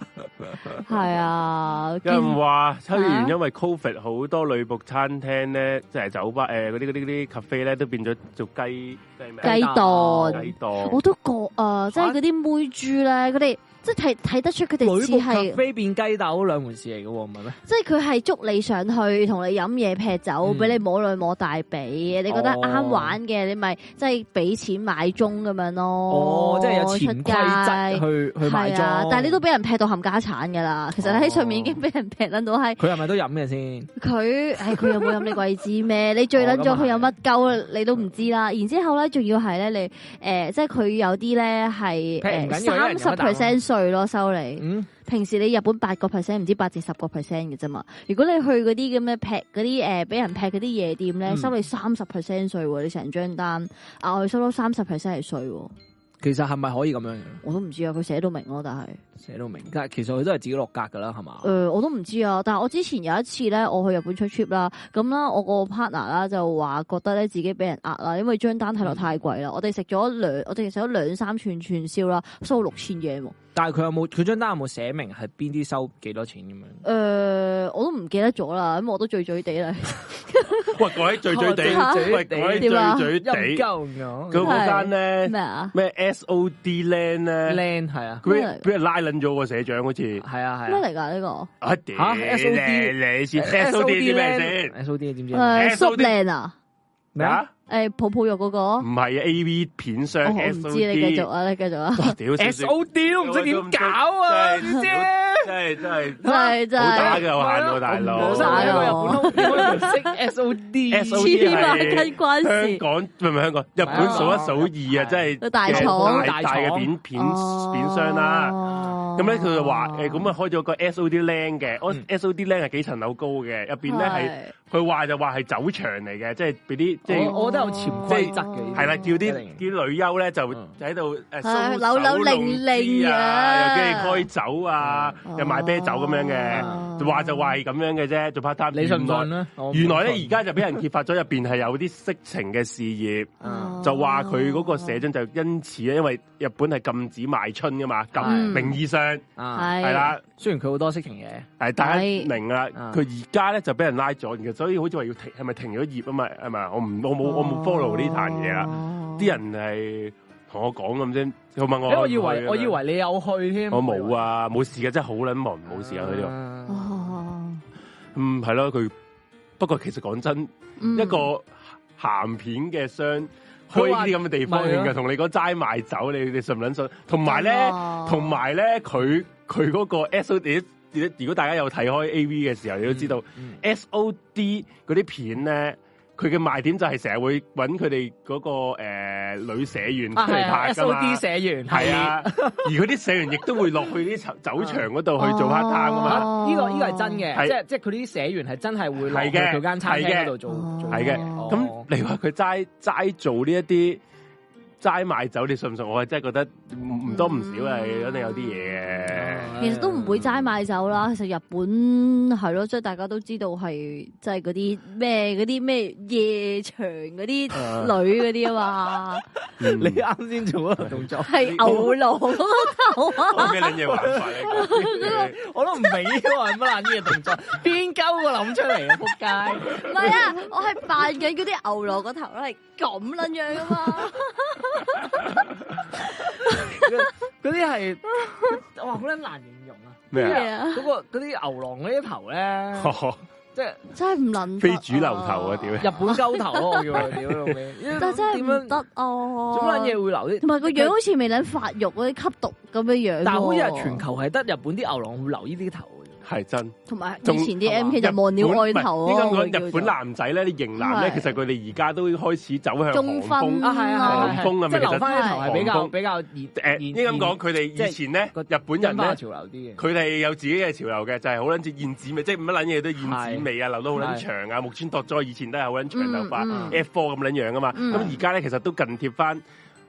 C: 係啊，
B: 有人話秋葉
C: 啊
B: 原因為 Covid 好多女仆餐廳咧，即係酒吧诶嗰啲嗰啲嗰啲 cafe 咧，都變咗做雞雞咩？
C: 雞檔。
B: 雞檔
C: 我。都覺啊，即係嗰啲妹豬咧，佢哋即係睇睇得出佢哋只
D: 女仆
C: 係
D: 咖。啡變雞豆兩回事嚟嘅喎，唔係咩？
C: 即係佢係捉你上去，同你飲嘢劈酒，
D: 嗯哦
C: 俾、你摸兩摸大髀，你覺得啱玩嘅，你咪即係俾錢買鐘咁樣咯。
D: 哦，即係有潛規
C: 出街。
D: 則去去買
C: 係啊
D: 裝，，哦
C: 但係你都俾人劈到冚家產噶啦。其實喺上面已經俾人劈撚到係
D: 佢係咪都飲嘅
C: 嗯
D: 先？
C: 佢，唉，佢有冇飲你鬼知咩？你最撚咗佢有乜鳩，你都唔知啦。然之後咧，仲要係咧，你诶、呃即係佢有啲咧
D: 劈
C: 係
D: 唔緊要
C: 三十
D: 一
C: percent 税咯，收你。
D: 嗯，
C: 平時你日本八個 percent 唔知八至十個 percent 嘅啫嘛。如果你去嗰啲咁嘅劈嗰啲呃誒俾人劈嗰啲夜店咧，
D: 嗯
C: 收你三十 percent 税喎，你成張單額外收多三十 percent 係税喎，
D: 其實係咪可以咁樣嘅？
C: 我都唔知啊，佢寫到明咯，但係誒、
D: 寫到明，但係其實佢都係自己落格㗎啦，係嘛？
C: 我都唔知啊。但係我之前有一次咧，我去日本出 trip 啦，咁啦，我個 partner 啦就話覺得咧自己俾人呃啦，因為張單睇
D: 嗯
C: 落太貴啦，我哋食咗兩我哋食咗兩三串串燒啦，收六千嘢喎。
D: 但係佢有冇佢張單有冇寫明係邊啲收幾多錢咁樣？
C: 誒、呃我都唔記得咗啦，咁我都醉醉地
D: [laughs]
C: 啦。
B: 喂，各位醉醉地，
D: 醉醉
B: 喂，
D: 地
B: 各位醉
C: 點啊
B: 醉地，
D: 夠我
B: 佢嗰間咧
C: 咩啊？
B: 咩 S O D Land 咧，
D: 靚係啊，
B: 佢
C: 咩嚟
B: 俾俾人拉撚咗個社長好似。
D: 係啊
C: 咩
D: 係啊
C: 嚟㗎呢個？
B: 啊屌
D: 嚇
B: 你
D: SOD
B: 你先 S O D 啲咩先？
D: ？S O D 知唔知？
C: 诶，
B: SOD
C: 苏靓啊，
D: 咩啊
B: 啊？
C: 诶，泡泡浴嗰個，
B: 唔
C: 哦
B: 係 A V 片商
C: 我
B: S
C: 唔
B: O
C: 知，你
B: D
C: 繼續。啊，你繼續啊，
B: 哇屌
D: ？S O D 都唔識點搞啊，
B: 真
D: 知
B: 係
D: 唔知？
B: 真係真係
C: 真係
B: [laughs]
C: 真
B: 好打
C: 係
B: 嘅我限我大佬。
D: 我唔
C: 好打
D: 識呢個
C: 㗎
D: 日本佬，點解唔識 S O D？
B: SOD
C: 黐孖
B: 係
C: 筋關
B: 香
C: 事。
B: 港唔係香港，日本數一數二啊，
D: 係
B: 真係
C: 個大廠
B: 嘅
D: 大
B: 大
D: 廠
B: 大嘅片片
C: 哦
B: 片商啦。啊咁咧佢就話誒，咁啊，開咗個 S O D Land 嘅，我
D: 嗯
B: S O D Land 係幾層樓高嘅，入邊咧係佢話就話係酒場嚟嘅，即係俾啲即係
C: 哦
D: 我我覺得有潛規則嘅，
B: 係啦，叫啲
D: 嗯
B: 啲女優咧就
D: 嗯
B: 喺度呃誒
C: 係
B: 搔
C: 啊扭扭
B: 首弄
C: 擰擰
B: 姿啊，
C: 啊
B: 又叫你開酒啊，又賣啤酒咁樣
C: 哦
B: 嘅，就話就話係咁樣嘅啫，做 part time。
D: 你信唔信咧？我唔
B: 原來咧，而
D: 信
B: 家就俾人揭發咗入邊係有啲色情嘅事業，
D: 嗯
C: 哦
B: 就話佢嗰個社長就因此啊咧，因為日本係禁止賣春噶嘛，禁
D: 嗯
B: 名義上
D: 啊，
C: 係
B: 係，啦，
D: 雖然佢好多色情嘢，
B: 係大家
C: 係
B: 明啦
D: 嗯。
B: 佢而家咧就俾人拉咗，然後所以好似話要停，係咪停咗業啊嘛？係咪？我唔我冇我冇 follow 呢壇嘢啦。
C: 啦
B: 啲人係同我講咁啫，佢問我
D: 因為我
B: 去
D: 以
B: 唔
D: 為我
B: 去咁樣
D: 以為你有去添，
B: 我冇啊，冇事嘅，真係好撚忙，冇事啊佢呢
D: 呢
C: 哦，
B: 度。嗯，係咯，佢不過其實講真，
C: 嗯
B: 一個鹹片嘅商開呢啲咁嘅地方，
D: 佢話
B: 然後同你講齋賣酒，你你信唔撚信？同埋咧，，同埋咧，佢佢嗰個 S O D，如果大家有睇開 A V 嘅時候，你都知道。S
D: 嗯
B: O D 嗰啲片咧，佢嘅賣點就係成日會揾佢哋嗰個呃女社員
D: 啊
B: 嚟
D: 係啊
B: 拍
D: ，S
B: 噶
D: O
B: 嘛。
D: D 寫完
B: 系啊，而嗰啲社員亦都會落去啲酒酒場嗰度
D: 哦
B: 去做 part time 噶嘛。
D: 啊！
C: 哦
D: 呢個呢個係真嘅，
B: 係
D: 即係即係佢啲社員係真係會落去
B: 係嘅
D: 佢間餐廳嗰度做
C: 係嘅
D: 做
B: 係嘅
D: 哦
B: 咁你話佢齋齋做呢一啲齋賣酒，你信唔信？我係真係覺得唔唔多唔少係一定有啲
D: [laughs]
B: 嘢嘅。
C: 其實都唔會齋買酒
B: 呃
C: 啦，其實日本係咯，即係大家都知道係即係嗰啲咩嗰啲咩夜場嗰
B: [laughs]
C: 啲女嗰啲啊嘛，
B: 嗯
D: 你啱先做嗰個動作，
C: 係牛郎嗰個頭啊。
B: 我咩撚嘢玩法
D: [laughs]
B: 嚟？
D: 我都唔明呢個係乜爛呢個
C: [laughs]
D: 動作，邊鳩我諗出嚟嘅仆街！
C: [laughs] 唔係啊，我係扮緊嗰啲牛郎個頭咧係咁撚樣噶嘛，
D: 嗰啲係哇，好撚難形容啊！
B: 咩
C: 咩
B: 啊？
C: 啊？
D: 嗰個嗰啲牛郎嗰啲頭咧，即係
C: 真係唔撚得啊
B: 非主流頭啊屌
D: 日本鳩頭咯，我叫佢屌老味，
C: 但真係
D: 點
C: 唔
D: 樣
C: 得啊！
D: 做乜撚嘢會留啲
C: 同？埋個樣好似未撚發育嗰啲吸毒咁樣樣喎，
D: 但係好似係全球係得日本啲牛郎會留呢啲頭嘅啫。
B: [laughs] 係真。
C: 同埋
B: 仲
C: 以前啲 M K
B: 日
C: 就
B: 本
C: 望了愛頭
B: 唔
C: 啊
B: 係
C: 咯，
B: 應該講日本男仔咧，啲型男咧，
C: 係
B: 其實佢哋而家都開始走向
C: 中
B: 韓風
C: 分。
D: 啊，系啊，
B: 韓風啊
D: 即係留翻啲頭
B: 其實
D: 係比較
B: 韓風
D: 比較熱
B: 誒，應該咁講，佢哋
D: 即係
B: 以前咧，
D: 個
B: 日本人咧，
D: 潮流啲嘅。
B: 佢哋有自己嘅潮流嘅，就係好撚似燕子味，即係乜撚嘢都燕子味啊，留得好撚長啊，木村拓哉以前都係好撚長頭髮
C: 嗯嗯
B: ，F four 咁撚樣啊嘛。
C: 嗯
B: 咁而家咧其實都近貼翻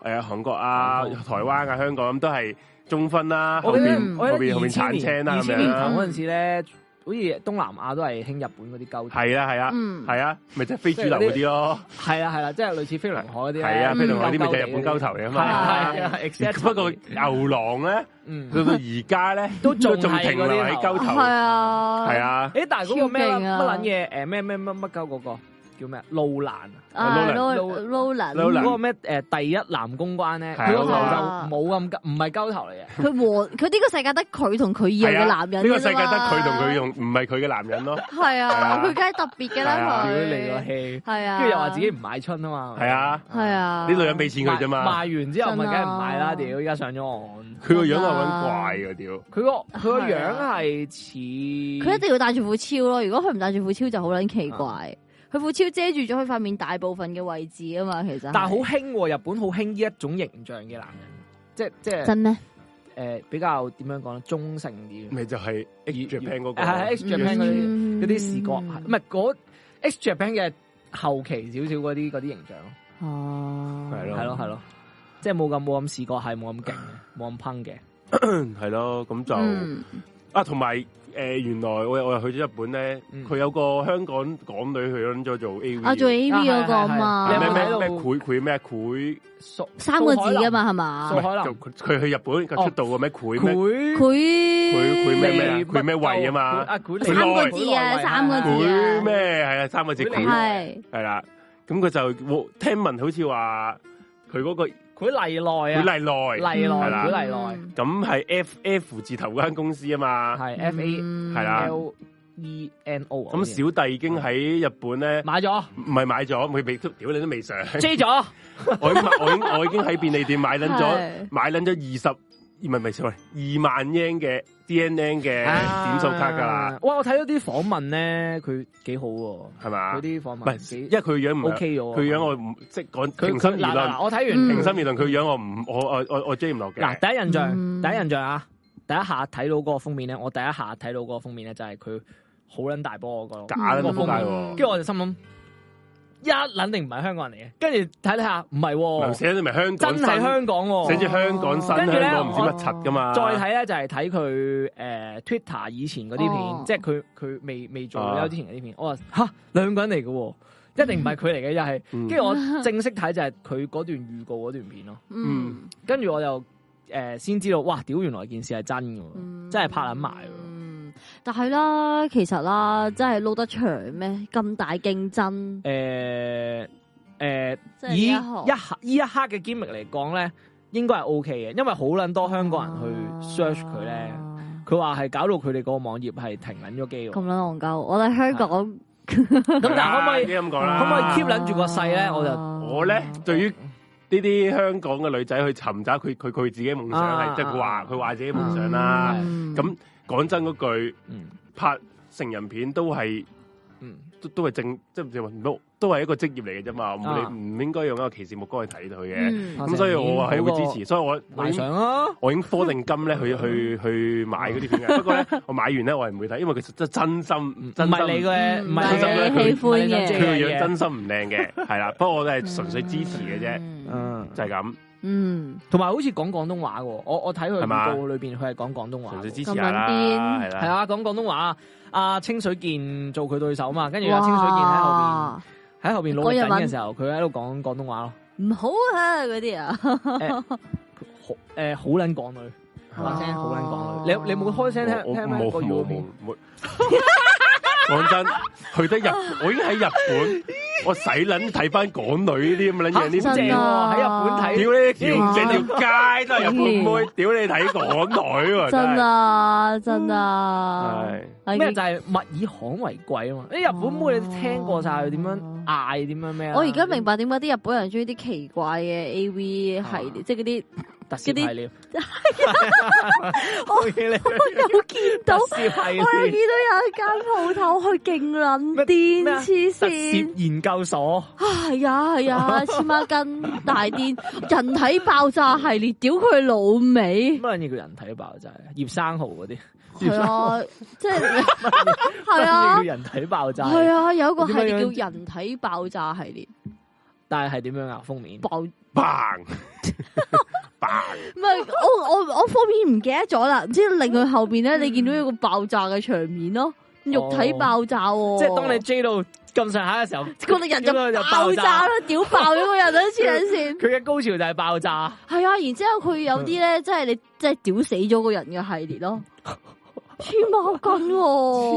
B: 誒韓國啊、
D: 韓國
B: 台灣啊、香港咁都係中分啦，後
D: 我記得
B: 邊後
D: 我記
B: 邊
D: 得
B: 後
D: 二
B: 邊
D: 千
B: 橙青
D: 年
B: 啦
D: 二
B: 咁
D: 千年
B: 樣
D: 頭
B: 啦，
D: 嗰陣時咧，好似東南亞都係興日本嗰啲鳩。
B: 係啦係啦
C: 嗯
B: 係啊，咪就係非主流嗰啲咯。
D: 係啦係啦，即係類似飛龍海嗰啲咧。
B: 係啊，
C: 嗯
B: 飛龍海啲咪就係日本鳩頭嚟啊
D: 係
B: 嘛。
D: 啊係啊，exactly。
B: [laughs] 不過牛郎咧，
D: 嗯
B: 到到而家咧
D: 都仲
B: 仲
D: 係
B: 停
D: 嗰
B: 留
D: 啲
B: 喺
D: 頭
B: 鳩頭，
C: 係啊，
B: 係，啊，
D: 诶，但係嗰個咩
C: 超
D: 乜
C: 勁啊
D: 撚嘢诶咩咩乜乜鳩嗰個叫咩啊路蘭啊？
C: 啊
B: Roland
C: ，Roland，
B: Roland
D: 嗰個咩诶第一男公關咧，
B: 係啊
D: 佢個頭就
C: 嗰個
D: 冇咁鳩唔係鳩頭嚟嘅。
C: 佢和佢呢個世界得佢同佢以外
B: 係
C: 嘅
B: 啊
C: 男人
B: 呢
C: 㗎
B: 個
C: 啫
B: 世界得
C: 嘛
B: 佢同佢，用，唔係佢嘅男人咯。
C: 係
B: 係
C: 啊，
B: 啊
C: 佢梗係特別嘅
B: 係啊
C: 啦，
D: 屌你個
C: 佢
D: 氣！
C: 係啊，
D: 跟住又話自己唔買春啊嘛，
B: 係啊，
C: 係啊，
B: 啲女人俾錢佢啫嘛。
D: 賣賣完之後咪
C: 真啊
D: 梗係唔買啦，屌！依家上咗岸，
B: 佢個樣係揾怪嘅屌，
D: 佢個佢個
C: 係
D: 樣
C: 啊
D: 係似佢
C: 佢一定要戴住副超咯，如果佢唔戴住副超就好撚奇怪。佢副超遮住咗佢塊面大部分嘅位置啊嘛，其實係。
D: 但係好興喎，日本好興呢一種形象嘅男人，即係即係
C: 真咩？
D: 誒比較點樣講咧，中性啲
B: 咪就係 H Japan 嗰個
D: 係係 X Japan 嗰啲
C: 嗯
D: 嗰啲視覺，唔係嗰 X Japan 嘅後期少少嗰啲嗰啲形象咯，
C: 哦，
B: 係咯
D: 係咯係咯，即係冇咁冇咁視覺係冇咁勁嘅，冇咁烹嘅，
B: 係咯，咁就
C: 嗯，
B: 啊，同埋誒原來我又我又去咗日本咧，
D: 嗯
B: 佢有個香港港女去咗做 A V，
C: 啊做 A V 嗰個啊
D: 啊係係係你有冇，
B: 咩
C: 嘛
D: 睇
B: 咩
D: 到
B: 咩佢佢咩佢，
D: 蘇
C: 三個字
D: 蘇海
C: 噶
D: 林
C: 嘛係嘛
D: 蘇？海林
B: 就佢佢去日本佢出道嘅咩佢咩
D: 佢
C: 佢
B: 佢佢咩咩啊
D: 利
B: 佢咩胃啊嘛
D: 佢啊佢
B: 三個
C: 字啊三個字啊
B: 佢咩係啊三個字
D: 佢嚟
B: 佢
C: 係
B: 係啦，咁佢就我聽聞好似話佢嗰個
D: 佢例內
B: 佢
D: 啊，
B: 例內
D: 例內
C: 嗯
B: 係啦
D: 佢例內
B: 咁係 F F 字頭嗰間公司啊嘛，
D: 係
C: 嗯
D: F A
B: 係啦
D: L E N O 啊
B: 咁
D: 好似
B: 小弟已經喺日本咧，
D: 買咗
B: 唔係買咗，佢未屌你
D: [laughs]
B: 都未上，
D: J 咗，
B: [laughs] 我已經我已經我已經喺便利店買撚咗
C: 係
B: 買撚咗二十，唔係唔係 sorry，二萬 yen 嘅 DNN 嘅點數卡㗎啦，。
D: 啊哇！我睇到啲訪問咧，佢幾好喎，
B: 係嘛
D: 佢？啲訪
B: 啊唔
D: 問
B: 係，
D: 幾
B: 因為佢樣唔係
D: OK 咗啊。
B: 佢樣我唔即係講
D: 佢
B: 平心而
D: 嗱嗱
B: 論
D: 嗱，我睇
C: 嗯
D: 完
B: 平心而論，佢樣我唔我我我我追唔落嘅。
D: 嗱，第一印象，
C: 嗯
D: 第一印象啊，第一下睇到嗰個封面咧，我第一下睇到嗰個封面咧，就係佢好撚大波嗰個，
B: 假啦，
D: 嗰個
B: 冇
D: 封面
B: 街。
D: 嗯啊跟住
B: 喎，
D: 我就心諗，一撚定唔係香港人嚟嘅，跟住睇睇下唔係
B: 嗱
D: 喎，
B: 寫咗咪香
D: 真
B: 港
D: 係香港
B: 寫
D: 喎。
B: 住香港新，
D: 跟住呢
B: 香港唔知乜柒噶嘛。
D: 再睇咧就係睇佢誒 Twitter 以前嗰啲
C: 哦
D: 片，即係佢佢未未做
B: 啊
D: 咗之前嗰啲片，我話吓兩個人嚟嘅喎。一定唔係佢嚟嘅，又係，
B: 嗯，
D: 跟住
C: [laughs]
D: 我正式睇就係佢嗰段預告嗰段片咯。
C: 嗯，
D: 跟住我就誒先知道，哇！屌，原來件事係真嘅喎，
C: 嗯
D: 真係拍撚埋喎。
C: 嗯但係啦，其實啦，真係撈得長咩？咁大競爭，
D: 誒誒，
C: 即係
D: 以一
C: 行
D: 刻依一刻嘅 g i 嚟講咧，應該係 O K 嘅，因為好撚多香港人去 search 佢咧，
C: 啊
D: 佢話係搞到佢哋個網頁係停撚咗機喎。
C: 咁撚戇鳩。我哋香港
D: 咁但係可唔可以
B: 啊啲咁講
D: 啊可唔可以
B: 啦？
D: keep 撚住個勢咧我就
C: 啊
B: 我咧對於呢啲香港嘅女仔去尋找佢佢佢自己夢想係，
D: 啊
B: 即係佢話佢話自己夢想
D: 啊
B: 啦。
C: 嗯
B: 咁講真嗰句，
D: 嗯
B: 拍成人片都係
D: 嗯，
B: 都都係正，即係唔都都係一個職業嚟嘅啫嘛。
D: 啊
B: 唔你唔應該用一個歧視目光去睇佢嘅。
C: 嗯
D: 啊
B: 咁所以我係會支持，所以我我已
D: 賣
B: 經
D: 相啊，
B: 我已經科定金咧去去去買嗰啲片啊
D: [laughs]
B: 嘅。不過咧，我買完咧我係唔會睇，因為佢真真
D: 唔
B: 心
D: 係
B: 真心
D: 你嘅，
C: 嗯
D: 唔係
B: 唔係你
C: 喜歡嘅
B: 佢個樣真心唔靚嘅，係啦。
D: [laughs]
B: 不過我都係純粹支持嘅啫，
C: 啫。
D: 嗯，
B: 就係咁，
C: 嗯，
D: 同埋好似講廣東話喎，我我睇佢
B: 係嘛
D: 預告裏邊佢係講廣東話
B: 純
D: 喎
B: 粹。支持下啦，
C: 咁撚癲
B: 係
D: 系
B: 啦。
D: 啊，講廣東話，阿清水健做佢對手嘛，跟住阿清水健喺
C: 哦
D: 後邊喺後邊努力緊嘅時候，佢喺度講廣東話咯，
C: 边唔好啊嗰啲啊，
D: 好诶呃好撚港女，把聲好撚港女，
C: 哦
D: 你你冇開聲
B: 我
D: 聽
B: 我
D: 聽
B: 冇
D: 咩個語
B: 冇
D: 片
B: 冇？冇。講真，
D: [laughs]
B: 去得日，我已經喺日本，我使撚睇翻港女呢啲咁撚
D: 嚇啊
B: 哎樣呢
D: 好
B: 啲
D: 正
B: 正
D: 喎，
C: 啊
D: 喺日本
B: 屌
D: 睇，
B: 你條整條街都係日本妹，屌你睇港女喎，
C: 真
B: 係
C: 啊真啊，
B: 係
C: 係
D: 咩就係物以罕為貴啊嘛！你日本妹你聽過晒佢點
C: 哦
D: 樣嗌，點樣咩啊？ [laughs]
C: 我而家明白點解啲日本人中意啲奇怪嘅 A V 系列，即係嗰啲
D: 特攝系列， [laughs]
E: 我
C: [laughs]
E: 見你
C: 有見到，我
E: 特攝系
C: 有
E: 列
C: 見到有一間鋪頭，佢勁撚
D: 咩
C: 癲
D: 咩啊
C: 黐
D: 特
C: 線
D: 攝。研究所，
C: 啊，係
D: [laughs]
C: 啊係啊，黐孖筋大癲，人體爆炸系列，屌佢老味
D: [laughs] 乜，撚嘢叫人體爆炸？葉生豪嗰啲， [laughs]
C: 係啊，即係係
D: 乜嘢
C: 啊
D: 叫，人體爆炸？
C: 係，啊，有一個系列
D: 點樣樣
C: 叫人體爆炸系列，
D: 但係係點樣啊？封面
C: 爆唔
D: [laughs]
B: bang [laughs] bang，
C: 係我我我方面唔記得咗啦，唔知另外後边咧，你見到一個爆炸嘅場面咯，肉體爆炸喎，
D: 哦即係當你 J 到咁上下嘅時候，
C: 個人就
D: 應 [laughs] 該就
C: 爆
D: 爆
C: 炸
D: 炸
C: 啦，屌爆咗個人啦，啊黐撚線。
D: [laughs] 佢嘅高潮就係爆炸，
C: 系啊，然之后佢有啲
D: 嗯
C: 咧，即系你即系屌死咗个人嘅系列
D: [laughs]
C: 咯，黐孖筋
D: 黐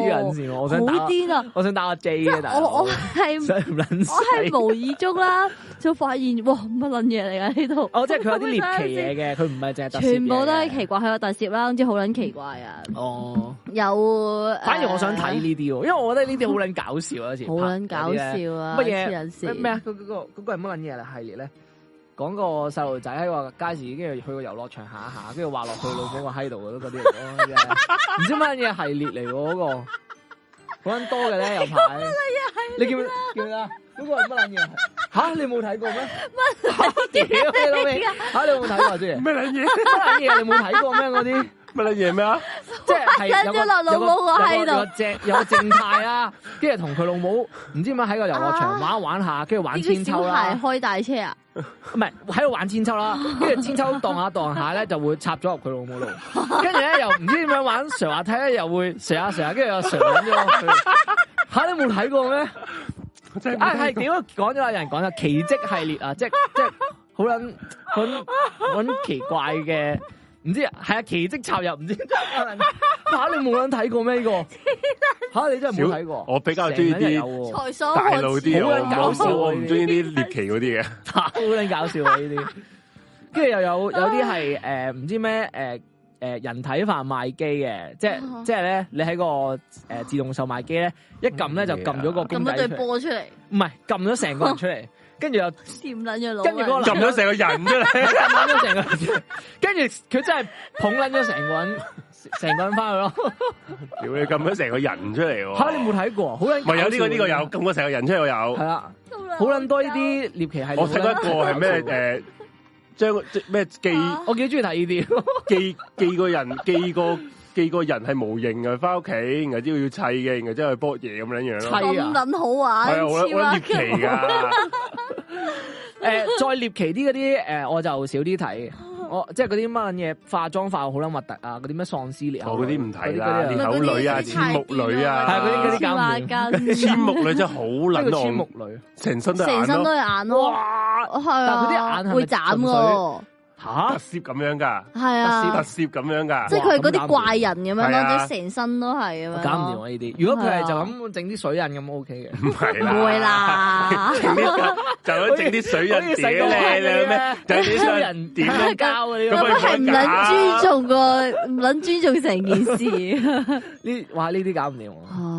D: 撚
C: 喎，
D: 線喎！我想
C: 好
D: 打，
C: 癫啊！
D: 我想打阿 J 啊！大佬
C: 我我系
D: 想唔撚
C: 我系
D: 死。
C: 无意中啦，就发现哇乜捻嘢嚟啊噶呢度，
D: 哦，即係佢有啲獵奇嘢嘅，佢唔係淨係特攝嘢嘅
C: 全部都系奇怪，佢有特攝啦，總之好捻奇怪啊！
D: 哦，
C: 有，呃
D: 反而我想睇呢啲喎，因為我覺得呢啲好撚搞笑啊！有時
C: 誒，好捻搞
D: 拍嗰啲咧
C: 笑啊！
D: 乜
C: 黐
D: 嘢
C: 撚
D: 咩
C: 線
D: 咩啊？嗰嗰個嗰個係乜撚嘢嚟系列咧？講個細路仔喺個街市，跟住去個遊樂場行一下，跟住滑落去老母個閪度嗰啲啊嚟講嘅啫，唔知乜撚嘢系列嚟喎嗰 [laughs] 個，好撚多嘅咧有排。你叫叫啦，啊嗰個係乜撚嘢？吓你冇睇過咩？乜哦屌你老味！吓你有冇睇過
C: [laughs]
D: 先？
B: 咩撚嘢？
D: 乜撚嘢你冇睇過咩嗰啲？
B: 乜撚嘢咩啊？
D: 即係有個
C: 兩隻老母個喺度
D: 有個有個正有個正太啦，跟住同佢老母唔知點解喺個遊樂場玩一玩下，跟住玩
C: 啲
D: 千
C: 小
D: 秋
C: 孩
D: 啦，
C: 開大車啊！
D: 唔係喺度玩千秋啦，跟住千秋蕩下蕩下咧就會插咗入佢老母度，跟住咧又唔知點樣玩瀡滑梯咧又會瀡下瀡下，跟住又瀡撚咗落
C: [laughs]
D: 去。吓你冇睇過咩？
B: 我真係
D: 啊係屌講咗啦，有人講啦，奇蹟系列啊，即係即係好撚好撚好撚奇怪嘅，唔知係啊奇蹟插入唔知 [laughs] 吓你冇撚睇過咩呢個？吓你真係冇睇過？
B: 我比較中意
D: 成日有
B: [laughs]
D: 喎
B: 啲
C: 財所
B: 大路啲，
D: 好
B: 我
D: 撚搞笑啊
B: 我我唔中意啲獵奇嗰啲嘅。
D: 好撚搞笑啊！呢啲，跟住又有有啲係诶唔知咩诶诶人體販賣機嘅，即係即係咧，你喺個诶自動售賣機咧，一撳咧就撳咗個
C: 咁
D: 公
C: 樣
D: 仔
C: 對
D: 出嚟，
C: 波出嚟，
D: 唔係撳咗成個人出嚟，跟住又
C: 閃撚咗腦。啊
D: 跟住嗰個
B: 揿咗成個人出嚟，
D: 冧咗成個人，跟住佢真係捧撚咗成個 [laughs] 人，成個人翻去咯。
B: [laughs] 屌你撳咗成個人出嚟喎！
D: 吓你冇睇過？好撚
B: 咪有呢個呢個有撳咗成個人出嚟，我
D: 係
B: 有。
D: 啦，好撚多呢啲獵奇系列。
B: 我睇過一個
D: [laughs]
B: 係咩诶，將即咩寄
C: 啊
D: 我幾中意睇呢 [laughs] 啲。
B: 寄寄個人寄個寄個人係模型嘅，翻屋企，然後之後要砌嘅，然後之後去搏嘢咁樣樣咯。
D: 係啊
C: 咁撚好玩，
B: 係啊，我覺得我
C: 黐
B: 覺得
C: 孖
B: 獵奇㗎。
D: 诶，再獵奇啲嗰啲诶，我就少啲睇。我即係嗰啲乜撚嘢化妝化好撚核突啊，嗰啲咩喪屍獵
B: 我
D: 口
B: 嗰啲唔睇啦，
D: 嗰
B: 啲
D: 啲
C: 嗰
B: 口
C: 啲
B: 女啊、
C: 嗰啲
B: 千
C: 太
B: 木女啊，
D: 係嗰啲嗰啲
C: 黐孖筋，
B: 千木女真係好
D: 呢個千
B: 撚
D: 木
B: 戇，
D: 女
B: 成 [laughs] 身都係
C: 成
B: 眼
C: 身都
B: 咯，
C: 係眼咯，
B: 哇，
C: 係
D: 但
C: 啊，
D: 係佢啲眼係咪
C: 會斬噶，
B: 特
D: 吓，
B: 攝咁樣㗎，
C: 係
B: 特
C: 啊，
B: 攝咁樣㗎，
C: 即係佢嗰啲怪人
B: 係
C: 咁樣
B: 啊
C: 咯，即係成身都係咁樣咯。
D: 搞唔掂我呢啲。如果佢
C: 係啊
D: 係就咁整啲水印咁 OK 嘅，
B: 唔係啦，
C: 唔
B: [laughs]
C: 會，啦，
B: 整啲就咁整 [laughs] 啲水印
D: 好似細個啊
B: 屌你你咩，就啲
D: 超
B: 水
D: 人
B: 點
D: 打交嗰啲
C: 咁
B: 咁咪
C: 樣
B: 唔
C: 係唔撚尊重個， [laughs] 唔撚尊重成件事。
D: 呢哇呢啲搞唔掂我。
C: 啊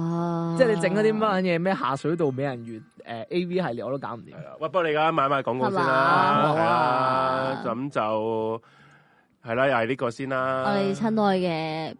D: 即係你整嗰啲乜嘢咩下水道美人魚诶 A V 系列我都搞唔掂
B: 係。啦喂，不過你而家買買廣告先
C: 係
B: 啦，
D: 嘛
B: 係啦，
C: 好啊
B: 咁就係啦，又係呢個先啦，
C: 我哋親愛嘅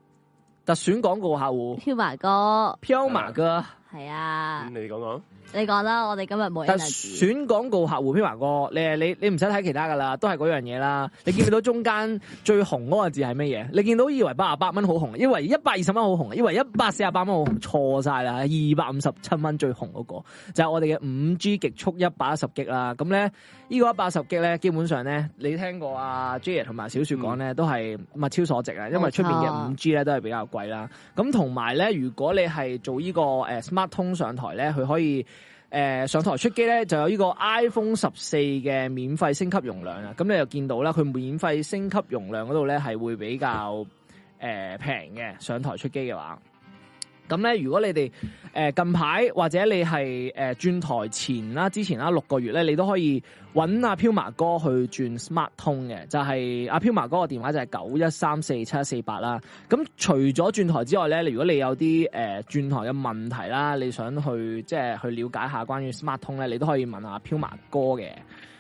D: 特選廣告客戶
C: Puma 哥，
D: 飄麻哥，
C: 係啊
B: 咁，你講講，
C: 你講啦，我哋今日冇
D: 特
C: energy。
D: 選廣告客戶飄麻哥，你你你唔使睇其他噶啦，都係嗰樣嘢啦。你見唔見到中間 [laughs] 最紅嗰個字係乜嘢？你見到以為八十八蚊好紅，以為一百二十蚊好紅，以為一百四十八蚊好紅，錯晒啦！二百五十七蚊最紅嗰、個就係我哋嘅五 G 極速一百一十 G 啦。咁咧呢個一百一十 G 咧，基本上咧你聽過啊 J 爺同埋小雪講咧，都係物超所值啊，因為出面嘅
C: 冇錯
D: 五 G 咧都係比較貴啦。咁同埋咧，如果你係做呢、個誒 Smart 通上台咧，佢可以。誒、上台出機咧，就有呢個 iPhone 十四嘅免費升級容量啊！咁你就見到啦，佢免費升級容量嗰度咧係會比較誒平嘅，上台出機嘅話。咁咧，如果你哋誒、呃近排或者你係誒、呃轉台前啦、之前啦六個月咧，你都可以揾阿飄麻哥去轉 Smart 通嘅，就係、阿飄麻哥個電話就係九一三四七四八啦。咁除咗轉台之外咧，如果你有啲誒、呃、轉台嘅問題啦，你想去即係去了解下關於 Smart 通咧，你都可以問下飄麻哥嘅。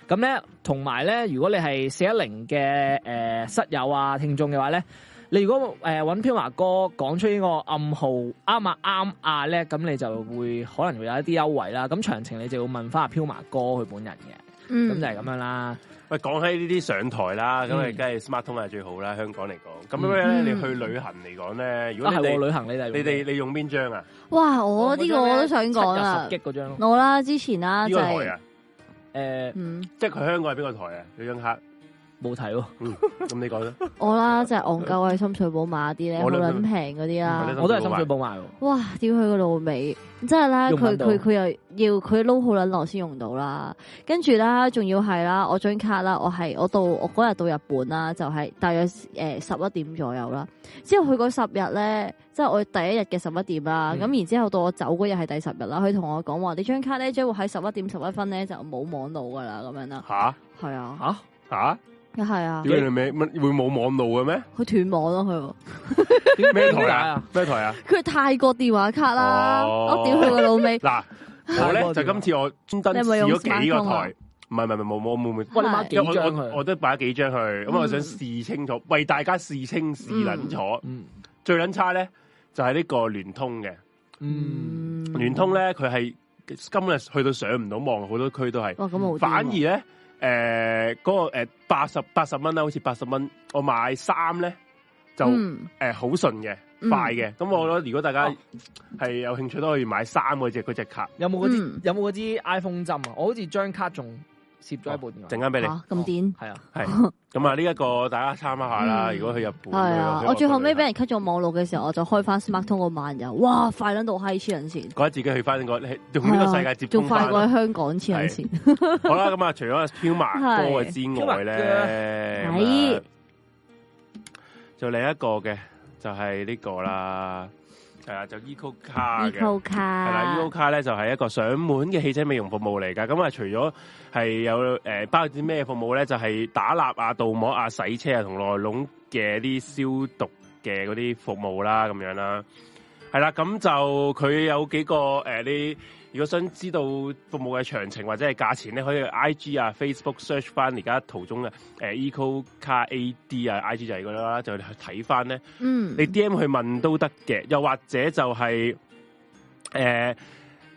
A: 咁咧，同埋咧，如果你係四一零嘅誒室友啊聽眾嘅話咧，你如果誒揾飄華哥講出呢個暗號啱啊啱啊咧，咁你就會可能會有一啲優惠啦。咁詳情你就要問翻阿飄華哥佢本人嘅，咁
C: 嗯
A: 就，係咁樣啦。
B: 喂，講起呢啲上台啦，咁
A: 嗯
B: 你梗係 smart 通係最好啦，香港嚟講。咁樣咧，
C: 嗯
B: 你去旅行嚟講咧，如
A: 啊，係
B: 果你
A: 喎，
B: 哋
A: 旅行你哋
B: 你哋你用邊張啊？
C: 哇！我呢個我都想講啦
A: 十，擊嗰張咯，
C: 我啦之前啦
B: 呢
C: 就
B: 個台
C: 係
B: 啊，
A: 誒
C: 嗯。
B: 即係佢香港係邊個台啊？你張卡，
A: 冇睇喎，
B: 嗯，咁你講啦。
C: 我啦，即系戇鳩喺深水埗買啲咧，好
B: 我都
C: 撚平嗰啲
D: 嗯
B: 我
C: 啦
B: 都。
A: 我都係深水埗買喎。
C: 哇！屌佢個老味，真係啦，
A: 用唔
C: 佢
A: 到
C: 佢佢又要佢撈好撚耐先用到啦。跟住啦，仲要係啦，我張卡啦，我係我到我嗰日到日本啦，就係大約诶十一點左右啦。之後佢嗰十日咧，即係我第一日嘅十一點啦。
A: 嗯
C: 咁、然之後到我走嗰日係第十日啦，佢同我講話，你張卡咧將會喺十一點十一分咧就冇網路噶啦，咁樣啦。
B: 吓
C: 係啊，
A: 嚇
B: 吓，
C: 係啊，
B: 屌你咪乜會冇網路嘅咩？
C: 佢斷網咯，佢。
A: 點
B: 咩
A: 點
B: 台
A: 解
B: 啊？？咩台啊？
C: 佢泰國電話卡啦，
B: 哦！
C: 我屌佢個老味
B: 啊嗱，我咧就今次我專登
C: 你係咪
B: 試
C: 用
B: 咗幾個
C: smartphone 啊
B: 台，唔係唔係唔係冇冇冇冇。
A: 喂，你買幾
B: 因為
A: 張
B: 我我我
A: 佢？
B: 都擺咗幾張去，咁我想試清楚，為大家試清試撚楚。
A: 嗯
B: 最撚差咧就係呢個聯通嘅，
A: 嗯，
B: 聯通，咧佢係今日去到上唔到網，好多區都係。
C: 哇咁好，
B: 反而咧，誒嗰個誒八十八十蚊啦，好似八十蚊，我買衫咧就誒
C: 嗯
B: 呃好順嘅，
C: 嗯
B: 快嘅。咁我覺得如果大家
A: 哦
B: 係有興趣都可以買衫嗰只嗰只卡，
A: 有冇嗰
C: 嗯
A: 支有冇嗰支 iPhone 針啊？我好似張卡仲攝咗喺部電話。
B: 陣間俾你。哦
C: 嚇咁癲，
A: 係啊，
B: 係咁啊，呢一個大家參考下啦。
C: 嗯
B: 如果去日本，
C: 係啊！
B: 去
C: 我最後尾俾
B: 外
C: 人 cut 咗網路嘅時候，我就開翻 Smart 通個漫遊，哇！快撚到閪黐人線，
B: 國覺得自己去翻 [laughs] 個同呢個世界接
C: 仲
B: 通
C: 快
B: 翻。
C: 過喺香港黐人線，
B: [laughs] 好啦，咁啊，除咗飄麻哥嘅之外咧，
C: 係
B: 咁啊就另一個嘅就係呢個啦，係啊，就 Eco 卡嘅。
C: Eco
B: 係啦 E
C: 卡
B: ，U，卡咧就係一個上門嘅汽車美容服務嚟㗎。咁啊，除咗係有誒、呃包括啲咩服務咧，就係、打蠟啊、鍍膜啊、洗車啊同內籠嘅啲消毒嘅嗰啲服務啦，咁樣啦。係啦，咁就佢有幾個誒、呃你如果想知道服務嘅詳情或者係價錢咧，可以 I G 啊、Facebook search 翻而家途中嘅誒、呃 Eco 卡 A D 啊、I G 就係嗰啲啦，就去睇翻咧。
C: 嗯，
B: 你 D M 去問都得嘅，又或者就係呃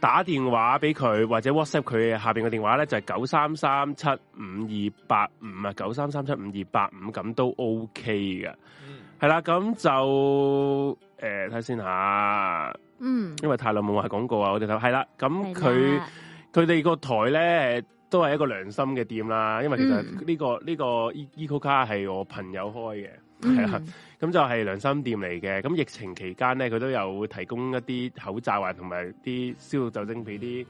B: 打電話俾佢，或者 WhatsApp 佢下邊嘅電話咧，就係九三三七五二八五啊，九三三七五二八五咁都 OK 嘅，係啦，咁就誒睇先吓，
C: 嗯，
B: 因為太耐冇賣廣告啊，我哋睇係啦，咁
C: 係
B: 佢
C: 啦
B: 佢哋個台咧。都係一個良心嘅店啦，因為其實呢、
C: 嗯
B: 個呢、個 Eco 卡係我朋友開嘅，啊係啦
C: 嗯，
B: 咁就係良心店嚟嘅。咁疫情期間咧，佢都有提供一啲口罩啊，同埋啲消毒酒精俾啲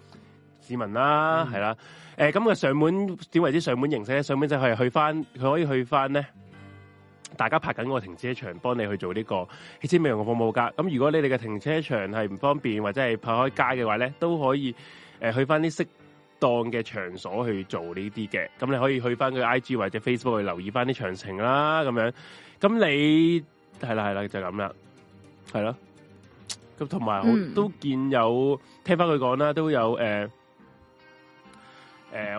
B: 市民啦，
A: 嗯
B: 係啦。誒咁嘅上門點為之上門形式咧？上門就係去翻，佢可以去翻咧。大家拍緊個停車場，幫你去做呢個汽車美容嘅服務㗎。咁如果你哋嘅停車場係唔方便或者係泊開街嘅話咧，都可以誒、呃去翻啲適當嘅場所去做呢啲嘅。咁你可以去翻佢 I G 或者 Facebook 去留意翻啲詳情啦，咁樣。咁你係啦係啦就係咁啦，係咯。咁同埋好
C: 嗯
B: 都見有聽翻佢講啦，都有誒。呃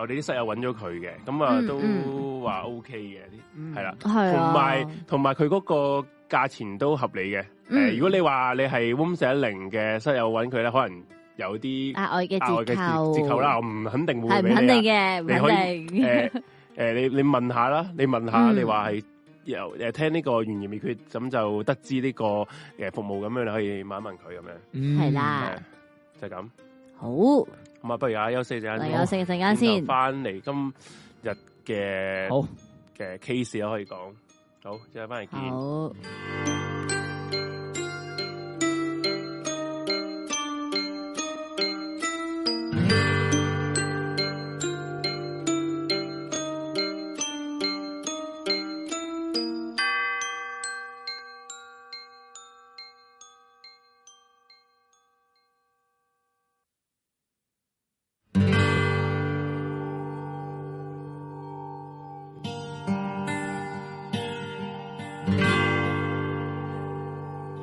B: 誒、我哋啲室友揾咗佢嘅，咁啊
C: 嗯
B: 都
C: 嗯
B: 話 O K 嘅，
A: 嗯
B: 啲係啦。
C: 係啊
B: 同埋同埋佢嗰個價錢都合理嘅。誒、
C: 嗯
B: 如果你話你係 Room 四一零嘅室友揾佢咧，可能有啲
C: 額外
B: 額外嘅
C: 嘅
B: 折
C: 折扣，
B: 折扣啦，，我唔肯定會
C: 係
B: 會
C: 唔
B: 俾
C: 肯定
B: 你啊。
C: 嘅，唔
B: 你可
C: 肯定，
B: 誒誒、你你問下啦，你問下，
C: 嗯
B: 你話係由誒聽呢個懸疑未決，咁就得知呢、個誒、服務咁樣，你可以問一問佢咁樣，
C: 係
A: 係
C: 啦
B: 係就係咁。
C: 好，我
B: 咁啊，不如啊休息陣間先，
C: 哋休息一陣間先，
B: 翻嚟今日嘅
A: 好。
B: 嘅 case 啦，可以講。好，即係翻嚟見。
C: 好。
F: Hãy subscribe cho kênh Ghiền Mì Gõ Để không bỏ lỡ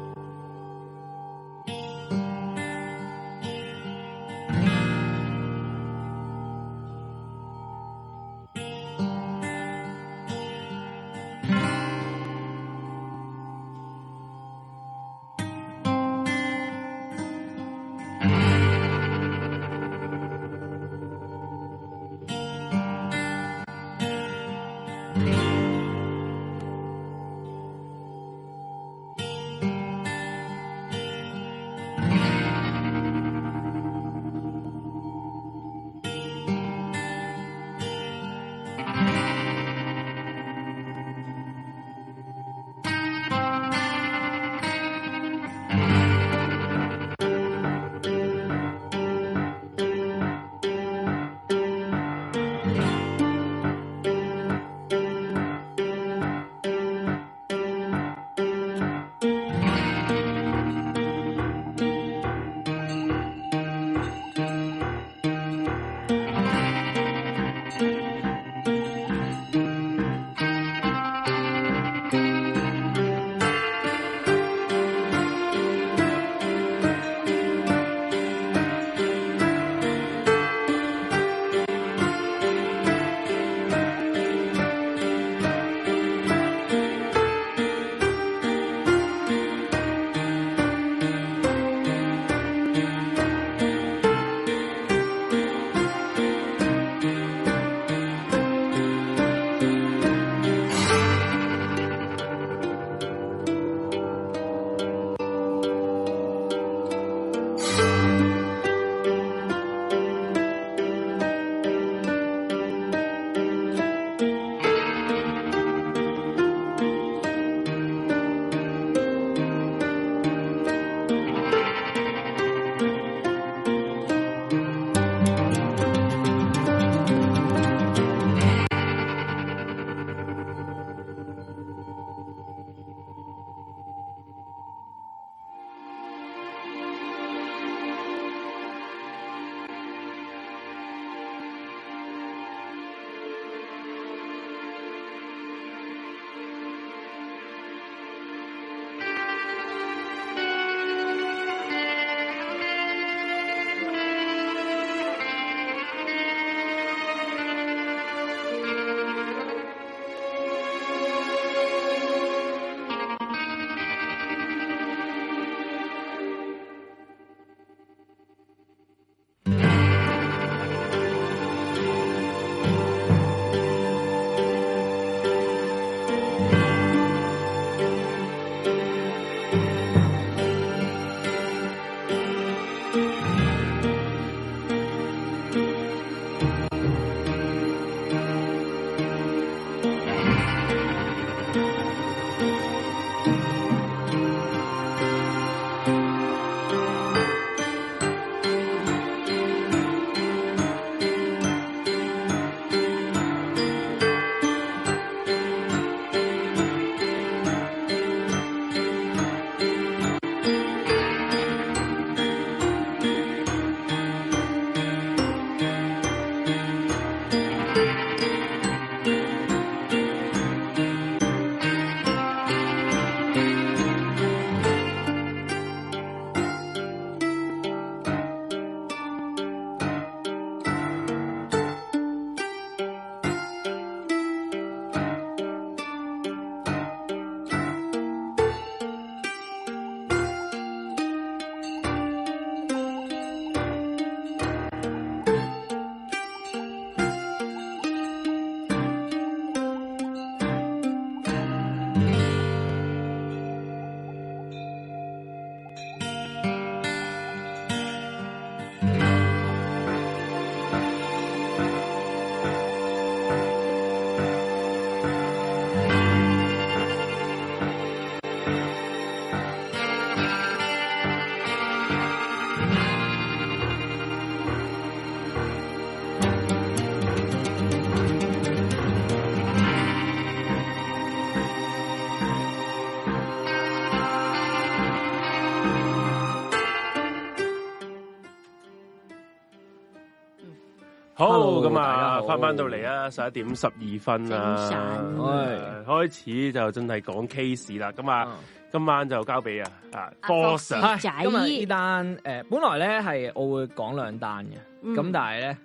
B: 好
D: Hello，
B: 咁
D: 大家
B: 啊，
D: 好
B: 翻翻到嚟啊，十一點十二分
C: 整
B: 啦
C: 散，
B: 唉開始就真係講 case 啦。咁啊，今晚就交俾啊啊
C: 阿
B: Boss 啊
C: 博士
D: 係
C: 仔
D: 今日呢單誒，本來咧係我會講兩單嘅，
C: 嗯
D: 咁但係咧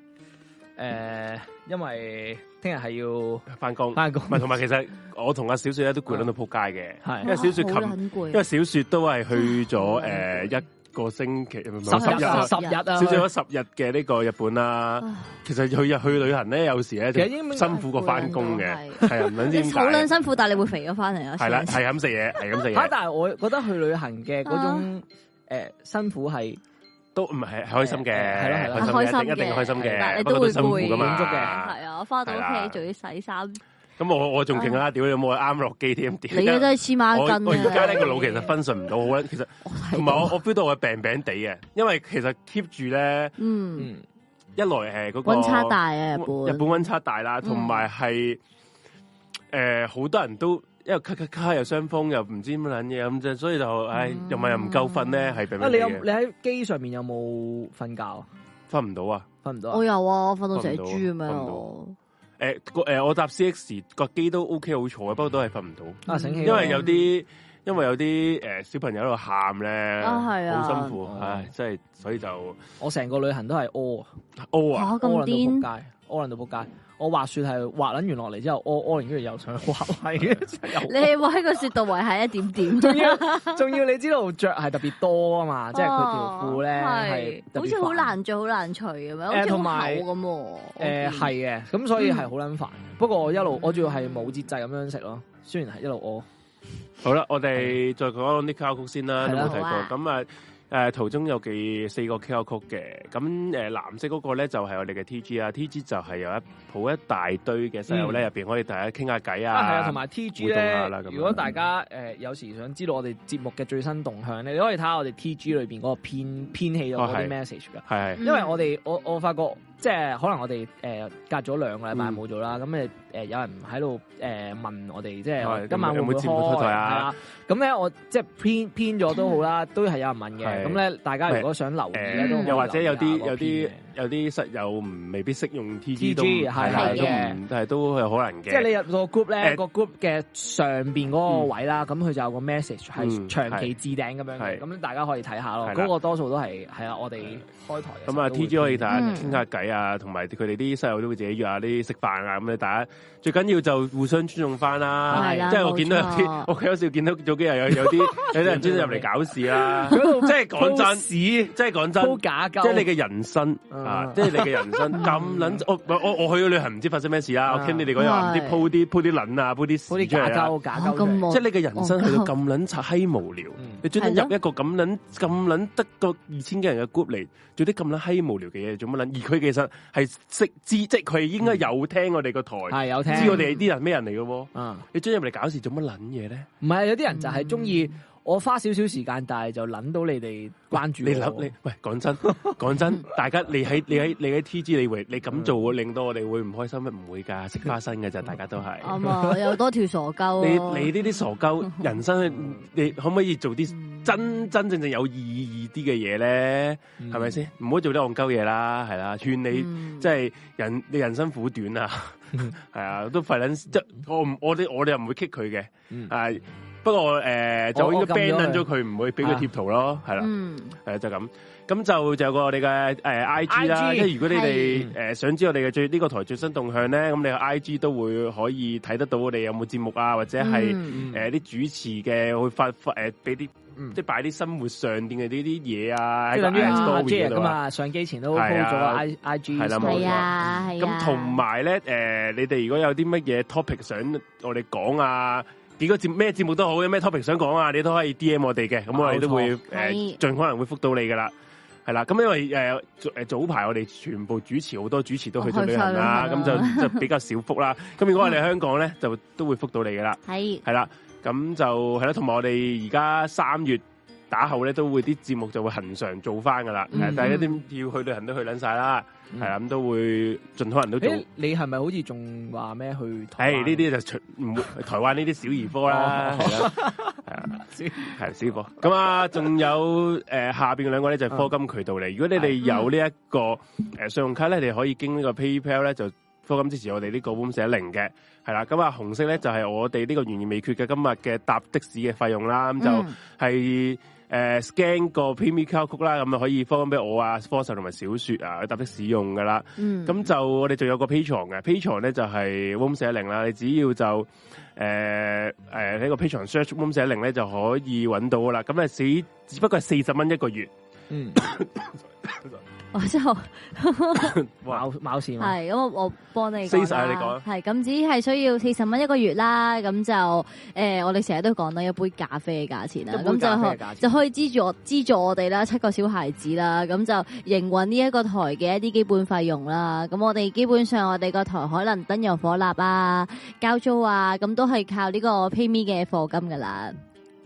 D: 誒，因為聽日係
B: 翻工，
D: 要
B: 唔
D: 翻工，
B: 係同埋其實我同阿小雪咧都攰撚到仆街嘅。因
D: 係
B: 為小雪
C: 哇好
B: 琴，
C: 撚攰
B: 因為小雪都係去咗诶一個星期，唔係
D: 十
B: 十
D: 日
B: 日
D: 啊
B: 啊，
D: 十日啊，
B: 小雪咗十日嘅呢個日本啦。其實去日去旅行咧，有時咧
D: 其實應該
B: 就辛苦過翻工嘅，
C: 係
B: 係啊，唔撚知
C: 你
B: 點
C: 好撚
B: 解。
C: 辛苦，但系你會肥咗翻嚟啊！
B: 係啦，
C: 成日
B: 係咁食嘢，係咁食
D: 嚇
B: 嘢，
D: 但係我覺得去旅行嘅嗰
C: 啊
D: 種誒辛苦係
B: 都唔係係開心嘅，
D: 係咯係咯
B: 開心
C: 開心
B: 嘅，一定開心
C: 嘅但
B: 嘅，
C: 你
B: 不
C: 都
B: 過
C: 會
B: 都辛苦噶
D: 攰
B: 嘛。
C: 係啊，我翻到
B: 係啦
C: 屋企仲要洗衫，
B: 咁我我仲勁啦，屌你有冇啱落機添？屌
C: 你嘅真係黐孖
B: 我
C: 筋啊
B: 我而家咧個腦其實
C: 實
B: 分順唔到好撚，其實同埋我我 feel 到我係病病地嘅，因為其實 keep 住咧
C: 嗯
D: 嗯
B: 一來係嗰個
C: 温差大啊，日
B: 日本
C: 本
B: 温差大啦，同埋係誒好多人都因為咳咳咳又傷風又唔知乜撚嘢咁啫，所以就唉
C: 嗯
B: 又咪又唔夠瞓咧，係病
D: 啊！
B: 病
D: 你
B: 地
D: 有
B: 嘅
D: 你喺機上面有冇瞓覺啊？
B: 瞓唔到啊！
D: 瞓唔到啊
C: 我？有啊，我瞓到成隻
B: 瞓
C: 豬咁
B: 唔到
C: 樣咯，
B: 誒個誒我搭 CX 個機都 OK 好坐
D: 嗯
B: 嘅，不過都係瞓唔到，
D: 啊，醒起啦，
B: 嗯因為有啲。因為有啲誒、小朋友喺度喊咧，
C: 啊係啊
B: 好辛苦，
D: 哦
B: 唉，真係，所以就哦
D: 我成個旅行都係屙啊，
B: O 啊，
C: 嚇
D: 屙
C: 咁
D: 撚到仆
C: 癲，
D: 街，屙撚到仆街。我滑雪係滑撚完落嚟之後，屙屙完跟住又上去滑位
B: [laughs]
D: 嘅，
C: 你係會喺個雪度維係一
D: [laughs]
C: 點點
D: 仲要仲要你知道着係特別多啊
C: [laughs]
D: 嘛，即係佢條褲咧係
C: 哦係好似好難做，好難除咁樣，
D: 誒
C: 好似好
D: 同
C: 厚
D: 埋
C: 咁喎。我
D: 誒
C: 見
D: 係嘅，咁所以
C: [laughs]
D: 係好撚煩。不過我一路我仲要係冇節制咁樣食咯，雖然係一路屙。
B: 好啦，我哋再講啲 Q R 曲先啦，
D: 係啊
B: 都
D: 啦
B: 冇提過
C: 好啊。
B: 咁啊，誒途中有幾四個 Q R 曲嘅，咁誒藍色嗰個咧就係我哋嘅 T G 啊，T G 就係有一抱一大堆嘅細路咧，入邊可以大家傾下偈
D: 嗯啊，係啊，
B: 啊，
D: 同埋 T G
B: 互動下
D: 咧
B: 啦咁，樣
D: 如果大家誒、呃有時想知道我哋節目嘅最新動向咧，你可以睇下我哋 T G 裏邊嗰個編編戲嗰
B: 嗯哦係
D: 啲 message 噶。
B: 係
C: 嗯
D: 因為我哋我我發覺即係可能我哋誒、呃隔咗兩個禮拜
B: 嗯
D: 冇做啦，咁誒誒有人喺度誒問我哋即係
B: 係
D: 今晚會
B: 有
D: 唔
B: 冇
D: 會
B: 節目
D: 開
B: 推台啊
D: 係啦，咁咧我即係編編咗都好啦，都係有人問嘅。
B: [laughs] 係
D: 咁咧大家如果想留意咧，都可以
B: 誒，嗯又或者有啲
D: 留意下個編
B: 有啲
D: 嘅
B: 有啲室友唔未必適用 T G 都
D: TG 係
B: 啦
C: 係
B: 都
D: 嘅
B: 唔係都有可能
D: 即係
B: 嘅。
D: 你入個 group 咧，
B: 誒
D: 個 group 嘅上邊嗰個位啦，咁佢就有個 message 係
B: 嗯
D: 長期置頂咁樣嘅，
B: 係
D: 咁大家可以睇下咯。
B: 係啦
D: 嗰個多數都係係啊，我哋開台嘅時候
B: 咁啊
D: 都會
B: ，T G 可以大家
C: 嗯
B: 傾下偈啊，同埋佢哋啲室友都會自己約下啲食飯啊，咁你大家最緊要就互相尊重翻啦。
C: 係
D: 啊
C: 啦
B: 即係我見到有
C: 冇錯
B: 啲， [laughs] 我有時見到早幾日有有
D: [laughs]
B: 啲有啲人專登入嚟搞事啦。即係講真，即係講真
D: 鋪，假
B: 即
D: 鳩，
B: 係你嘅人生啊
D: 嗯，
B: 即係你嘅人生
D: [laughs]
B: 咁撚，我我我去咗旅行唔知發生咩事啦。我
D: 嗯
B: 傾你哋嗰日話唔知
C: 係
B: 鋪啲鋪啲撚啊，鋪啲
D: 嗰
B: 屎
D: 啲
B: 出
D: 假
B: 嚟啊。
D: 鳩假
C: 啊
D: 鳩出
C: 咁
D: 嚟，
C: 忙
B: 即係你嘅人生去到咁撚柒閪無聊
D: 嗯，
B: 你專登入一個咁撚咁撚得個二千幾人嘅 group 嚟做啲咁撚閪無聊嘅嘢，做乜撚？而佢其實係識知，即係佢應該有聽我哋個台，
D: 嗯係有聽。
B: 知我哋啲人咩人嚟嘅喎。
D: 嗯，
B: 你專入嚟搞事做乜撚嘢咧？
D: 唔係有啲人就係中意
B: 嗯
D: 我花少少時間，但係就諗到你哋關注我
B: 你諗你喂，講真 [laughs] 講真，大家你喺你喺你喺 T G 你會你咁做會
D: 嗯
B: 令到我哋會唔開心咩？唔會㗎，食花生嘅咋，大家都係。[laughs]
C: 啱啊，有多條傻鳩啊
B: 你
C: 咯
B: 你呢啲傻
C: [laughs]
B: 鳩人生，你可唔可以做啲
C: 嗯
B: 真真正正有意義啲嘅嘢咧？
D: 嗯
B: 係咪先？唔好做啲戇鳩嘢啦，係啦，勸你、
C: 嗯
B: 即係人你人生苦短啊，
D: 嗯
B: [laughs] 係啊，都費撚即我唔我哋我哋又唔會棘佢嘅，
D: 嗯
B: 啊，不過誒、呃就
D: 我
B: 應該
D: 我撳咗
B: ban
D: 佢
B: 撚咗佢，唔會俾佢貼圖咯，係啦、
C: 嗯
B: 係就咁。咁就就有個我哋嘅誒 I G 啦，
D: IG
B: 即係如果你哋誒想知我哋嘅最呢個台最新動向咧，咁你 I G 都會可以睇得到我哋有冇節目啊，或者係
C: 嗯
B: 誒啲主持嘅會發發誒俾啲
D: 嗯
B: 即係擺啲生活上邊嘅呢啲嘢啊，
D: 即
B: 喺
D: 係
B: 個
D: 等於
B: I
D: 阿
B: Story
D: J
B: 嗰度
D: 咁
B: 啊。
D: 啊，上機前都 po
B: 係啊
D: 咗個 I I G
B: 係啦冇錯
C: 係啊係啊，
B: 咁同埋咧，誒、你哋如果有啲乜嘢 topic 想我哋講啊，幾個節咩節目都好，有咩 topic 想講啊，你都可以 D M 我哋嘅，咁我哋都會誒
D: 冇
C: 係
B: 盡可能會覆到你噶啦。係啦，咁因為誒早誒早排我哋全部主持好多主持都去咗旅行啦，
C: 哦
B: 咁
C: 去曬旅
B: 就就比較少覆啦。咁如果我哋香港咧，就都會覆到你噶啦。
C: 係
B: 係啦，咁就係啦，同埋我哋而家三月打後咧，都會啲節目就會恒常做翻噶啦。
C: 嗯
B: 係但係一啲要去旅行都去撚晒啦，
D: 嗯
B: 係啊，咁都會盡可能都做。
D: 誒你係咪好似仲話咩去台灣？
B: 誒哎呢啲就除唔會 [laughs] 台灣呢啲小兒科啦，係啦，
D: 小
B: 係啊，係小兒科。咁啊，仲有誒下邊兩個咧就係科金渠道嚟。如果你哋有呢一個誒信用卡咧，你可以經呢個 PayPal 咧就科金支持我哋呢個 Room 寫零嘅，係啦。咁啊，紅色咧就係我哋呢個懸而未決嘅今日嘅搭的士嘅費用啦。咁就
C: 嗯
B: 係誒 scan 個 PayMe QR code 啦，咁啊可以科金俾我啊、科 Sir 同埋小雪啊去搭的士用噶啦。
C: 嗯，
B: 咁就我哋仲有個 Patreon 嘅，Patreon 咧就係 Room 四一零啦。你只要就誒誒呢個 Patreon search Room 四一零咧就可以揾到噶啦。咁啊，只只不過係四十蚊一個月，
D: [coughs] 嗯，
C: 我之後
A: 貌貌似嘛，
C: 係咁，我我幫你
B: 四
C: 講
B: 十啊
C: 啦
B: 你講啊
C: 係咁，只係需要四十蚊一個月啦。咁就誒、我哋成日都講啦，一杯咖啡嘅價錢啦，
D: 一杯
C: 咁
D: 咖啡
C: 就可
D: 嘅價錢
C: 就可以資助資助我哋啦，七個小孩子啦，咁就營運呢一個台嘅一啲基本費用啦。咁我哋基本上我哋個台可能燈油火蠟啊、交租啊，咁都係靠呢個 PayMe 嘅課金噶啦。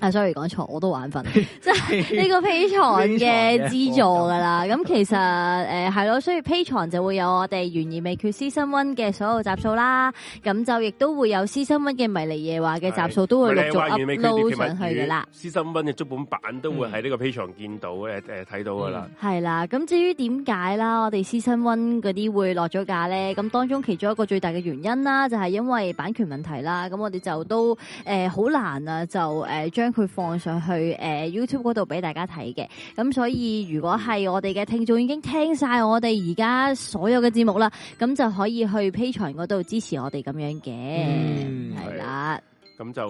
C: 啊，sorry，講錯，我都玩 [laughs] 瞓。 [laughs] 呢個 Patreon 嘅資助㗎啦，咁其實誒係咯，所以 Patreon 就會有我哋懸而未決 Season One 嘅所有集數啦，咁就亦都會有 Season One 嘅迷離夜話嘅集數都會陸
B: 你話
C: 續
B: 完美佢哋
C: upload
B: 其
C: 上去
B: 實
C: 㗎啦。
B: 私心蚊嘅足本版都會喺呢個 Patreon 見到
C: 嗯
B: 誒誒睇到噶啦。
C: 係啦，咁至於點解啦，我哋 Season One 嗰啲會落咗架咧？咁當中其中一個最大嘅原因啦，就係因為版權問題啦。咁我哋就都誒好、難啊，就誒將佢放上去誒、呃 YouTube 嗰度俾大家睇嘅。咁所以如果係我哋嘅聽眾已經聽晒我哋而家所有嘅節目啦，咁就可以去 Patreon 嗰度支持我哋咁樣
D: 嗯
C: 嘅，係啦、
B: 咁就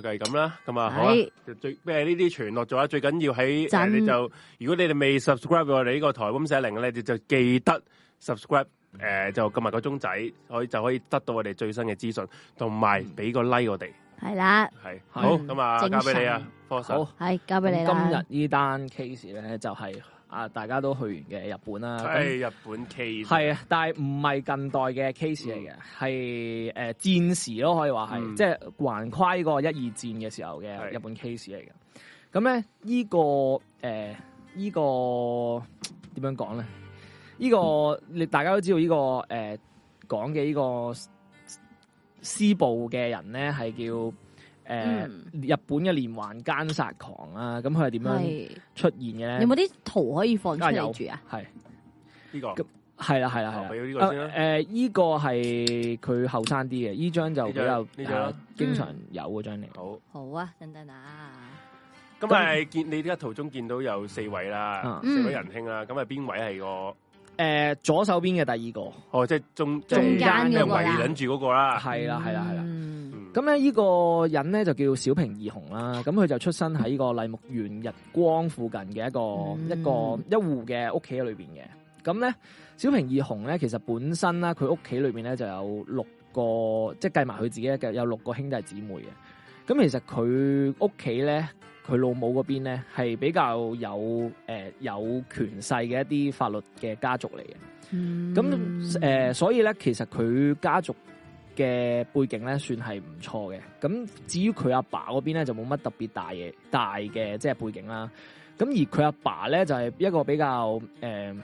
B: 係咁啦，咁啊好啊
C: 係
B: 就最咩呢啲傳落咗啦，最緊要喺誒
C: 真
B: 你就如果你哋未 subscribe 我哋呢個台 Room 四零咧，你就記得 subscribe 誒、就撳埋個鐘仔，可以就可以得到我哋最新嘅資訊，同埋俾個 like 我哋，
C: 係啦，
B: 係
D: 係
B: 好咁啊，
C: 正
B: 交
C: 常
B: 俾你啊，科手
D: 好。
C: 係交俾你啦。
D: 咁今日呢單 case 咧就係啊，大家都去完嘅日本啦。咁
B: 係日本 K，
D: 係啊，但係唔係近代嘅 case 嚟
C: 嗯
D: 嘅，係诶战时咯，可以話係
B: 嗯
D: 即係橫跨呢個一二戰嘅時候嘅
B: 係
D: 日本 case 嚟嘅。咁咧呢個诶呢個點樣講咧？呢個你大家都知道呢個诶講嘅呢個施暴嘅人咧係叫诶
C: 嗯
D: 日本嘅連環奸殺狂啊！咁佢係點樣
C: 係
D: 出現嘅咧？
C: 有冇啲圖可以放出
D: 啊
C: 嚟
D: 有
C: 住啊？
D: 係
B: 呢個
D: 咁係啦，係啦，係
B: 哦
D: 啦。
B: 俾咗呢個先啦
D: 誒，呢個係佢後生啲嘅，呢張就比較
B: 呢張呢張
D: 啊經常有嗰張嚟。
B: 好。
C: 好啊，等等啊。
B: 咁咪見你呢家途中見到有四位啦
D: 啊，
B: 四位仁兄啦，咁啊邊位係個？
D: 誒，左手邊嘅第二個
B: 哦，即係中
C: 中
B: 即係
C: 間嗰個啦
B: 圍撚住嗰個啦。
D: 係啦，係啦，係啦。
C: 嗯
B: 嗯
D: 咁咧，呢個人咧就叫小平義雄啦。咁佢就出生喺呢個麗木園日光附近嘅一個、
C: 嗯
D: 一個一户嘅屋企裏邊嘅。咁咧，小平義雄咧其實本身啦，佢屋企裏邊咧就有六個，即係計埋佢自己嘅有六個兄弟姊妹嘅。咁其實佢屋企咧，佢老母嗰邊咧係比較有誒、呃有權勢嘅一啲法律嘅家族嚟嘅。
C: 嗯
D: 咁誒、呃所以咧，其實佢家族嘅背景咧，算係唔錯嘅。咁至於佢阿爸嗰邊咧，就冇乜特別大嘅大嘅即係背景啦。咁而佢阿爸咧，就係、一個比較誒、呃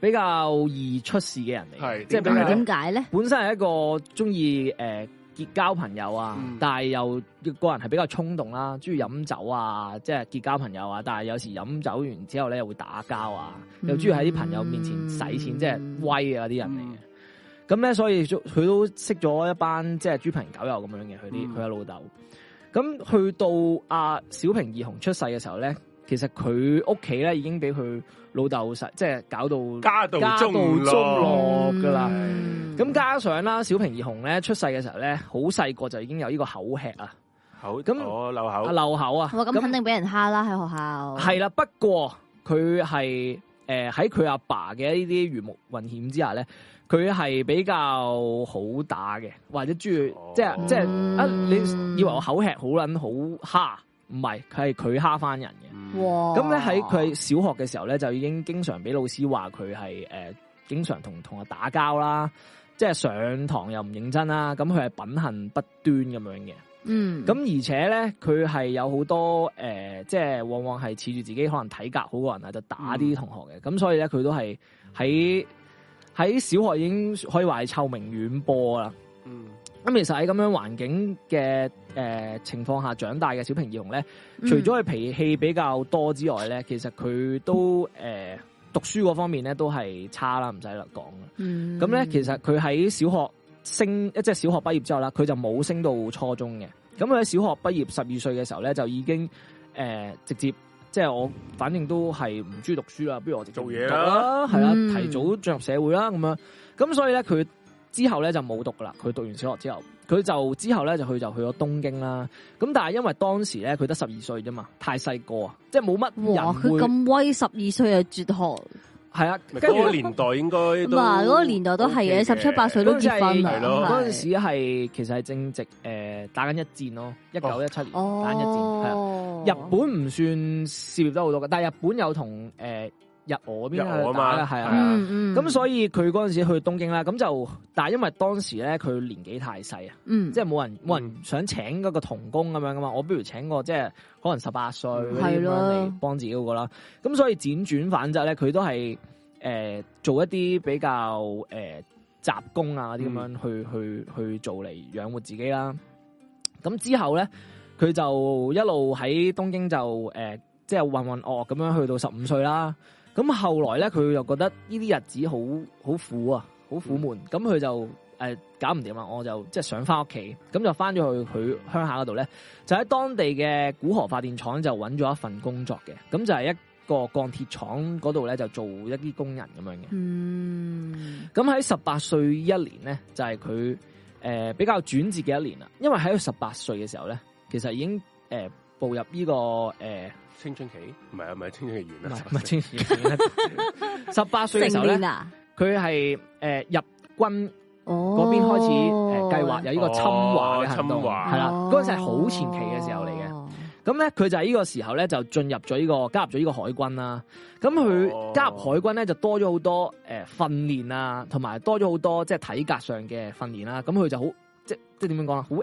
D: 比較易出事嘅人嚟嘅，
B: 係
D: 即係比
B: 點解啊
D: 較
B: 呢
C: 點解咧？
D: 本身係一個中意誒結交朋友啊，
B: 嗯
D: 但係又個人係比較衝動啦，中意飲酒啊，即係結交朋友啊，但係有時飲酒完之後咧又會打交啊，
B: 嗯
D: 又中意喺啲朋友面前使錢，
C: 嗯
D: 即係威啊啲人嚟
B: 嗯
D: 嘅。咁咧，所以佢都識咗一班即係豬朋狗友咁樣嘅，佢啲
B: 嗯
D: 佢嘅老豆。咁去到阿小平義雄出世嘅時候咧，其實佢屋企咧已經俾佢老豆實即係搞到
B: 家道中
D: 家道中
B: 落
D: 落。㗎啦
C: 嗯
D: 咁加上啦，小平義雄咧出世嘅時候咧，好細個就已經有呢個口吃啊，
B: 口
D: 咁
B: 我漏
D: 啊
B: 口
D: 漏口啊，
C: 哇，咁肯定俾人蝦啦喺學校。
D: 係啦。不過佢係誒喺佢阿爸嘅呢啲魚目混險之下咧，佢係比較好打嘅，或者中意
B: 哦
D: 即係即係啊！
C: 嗯
D: 你以為我口吃好撚好蝦，唔係佢係佢蝦翻人嘅。
B: 嗯
C: 哇！
D: 咁咧喺佢小學嘅時候咧，就已經經常俾老師話佢係誒經常同同學打交啦，即係上堂又唔認真啦，咁佢係品行不端咁樣嘅。
C: 嗯，
D: 咁而且咧，佢係有好多誒、呃即係往往係恃住自己可能體格好過人啊，就打啲同學嘅。咁、所以咧，佢都係喺喺小學已經可以話係臭名遠播啦。
B: 嗯，
D: 咁其實喺咁樣環境嘅誒、呃情況下長大嘅小平兒童咧，
C: 嗯
D: 除咗佢脾氣比較多之外咧，其實佢都誒、呃、讀書嗰方面咧都係差啦，唔使啦講啦。
C: 嗯
D: 咁咧，其實佢喺小學升，即係小學畢業之後啦，佢就冇升到初中嘅。咁佢喺小學畢業十二歲嘅時候咧，就已經誒、呃直接即係我，反正都係唔中意讀書啦，不如我直接
B: 做嘢
D: 唔讀
B: 啦
D: 啦，係啦，
C: 嗯
D: 提早進入社會啦，咁樣。咁所以咧，佢之後咧就冇讀啦。佢讀完小學之後，佢就之後咧就去就去咗東京啦。咁但係因為當時咧佢得十二歲啫嘛，太細個啊，即係冇乜
C: 哇，
D: 人
C: 佢
D: 會
C: 咁威，十二歲就絕學，
D: 係啊，
B: 咪
D: 跟
B: 嗰
D: 住
B: 個年代應該都
C: 嗱嗰個年代都係嘅，
B: OK
C: 十七八歲都結婚啦
B: 係咯，
D: 嗰
C: 係
D: 陣時係其實係正值誒、呃打緊一戰咯，一九一七年、打緊一戰係啊。
C: 哦，
D: 日本唔算涉獵得好多嘅，但係日本有同誒、呃日俄嗰邊
B: 日俄啊
D: 去
B: 嘛
D: 打啦，係啊。
C: 嗯嗯，
D: 咁、所以佢嗰陣時去東京啦，咁就但係因為當時咧佢年紀太細啊，
C: 嗯
D: 即係冇人冇人
B: 嗯
D: 想請嗰個童工咁樣噶嘛，我不如請個即係可能十八歲嗰啲咁樣
C: 係咯
D: 嚟幫自己嗰個啦。咁所以輾轉反側咧，佢都係誒、呃做一啲比較誒、呃雜工啊嗰啲咁
C: 嗯
D: 樣去、去去做嚟養活自己啦。咁之後咧，佢就一路喺東京就誒、呃即係混混噩噩咁樣去到十五歲啦。咁後來咧，佢又覺得呢啲日子好好苦啊，好苦悶。咁佢就誒、呃搞唔掂啦，我就即係想翻屋企，咁就翻咗去佢鄉下嗰度咧，就喺當地嘅古河發電廠就揾咗一份工作嘅，咁就係一個鋼鐵廠嗰度咧就做一啲工人咁樣嘅。
C: 嗯
D: 咁喺十八歲一年咧，就係佢誒比較轉折嘅一年啦。因為喺佢十八歲嘅時候咧，其實已經誒、呃步入呢、個誒
B: 青春期，唔係啊，唔係青春期
D: 唔
B: 完啦 [laughs]
D: 係，唔係青年十八歲嘅時
C: 成
D: 候咧
C: 年，啊，
D: 佢係誒入軍
C: 哦
D: 嗰邊開始誒計劃有呢個侵華嘅行動，
B: 哦侵華
D: 係啦，嗰陣時係好前期嘅時候嚟嘅。咁咧，佢就喺呢個時候咧就進入咗呢、個加入咗呢個海軍啦。咁
B: 哦
D: 佢加入海軍咧就多咗好多誒訓練啊，同埋多咗好多即係體格上嘅訓練啦。咁佢就好即即點樣講啊？好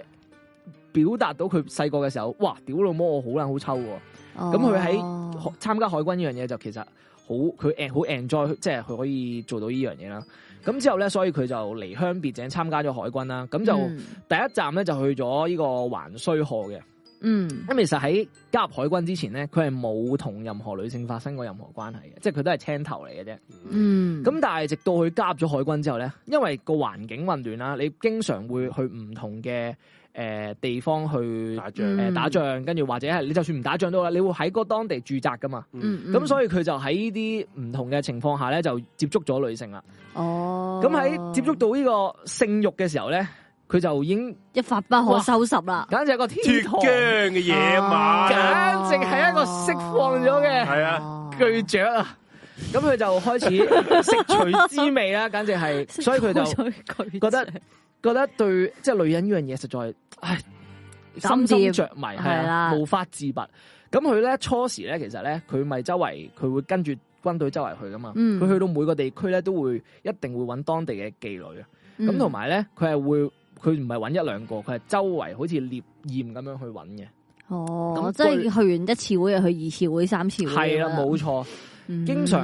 D: 表達到佢細個嘅時候，哇！屌老母，我好撚好抽喎！
C: 咁
D: 咁佢
C: 哦
D: 喺學參加海軍呢樣嘢就其實好佢 en- 好 enjoy，即係佢可以做到呢樣嘢啦。咁之後咧，所以佢就離鄉別井參加咗海軍啦。咁就第一站咧就去咗呢個橫須賀嘅。
C: 嗯
D: 咁其實喺加入海軍之前咧，佢係冇同任何女性發生過任何關係嘅，即係佢都係青頭嚟嘅啫。
C: 嗯
D: 咁但係直到佢加入咗海軍之後咧，因為個環境混亂啦，你經常會去唔同嘅诶、呃地方去
B: 打仗，
C: 嗯
D: 诶、呃打仗，跟住或者係你就算唔打仗都好啦，你會喺嗰當地駐紮噶嘛。
B: 嗯
D: 咁、所
C: 以
D: 以佢就喺呢啲唔同嘅情況下咧，就接觸咗女性啦。
C: 哦，
D: 咁喺接觸到呢個性慾嘅時候咧，佢就已經
C: 一發不可收拾啦，哦
D: 簡直係個天
B: 脫
D: 堂。
B: 缰嘅野馬，
D: 簡直係一個釋放咗嘅
B: 係
C: 啊
D: 巨雀啊！咁佢就開
C: [laughs]
D: 始食除滋味啦，簡直係，所以佢就
C: 就
D: 覺得覺得對即係女人呢樣嘢實在，唉，
C: 斬
D: 深深
C: 接
D: 着迷係
C: 係啦
D: 啦，無法自拔。咁佢咧初時咧，其實咧佢咪周圍佢會跟住軍隊周圍去噶嘛，佢、
C: 嗯
D: 去到每個地區咧都會一定會揾當地嘅妓女啊。
C: 嗯
D: 咁同埋咧，佢係會佢唔係揾一兩個，佢係周圍好似獵艳咁樣去揾嘅。
C: 哦，
D: 咁
C: 即係去完一次會又去二次會、三次會啊
D: 係啦，冇錯。
C: 嗯
D: 經常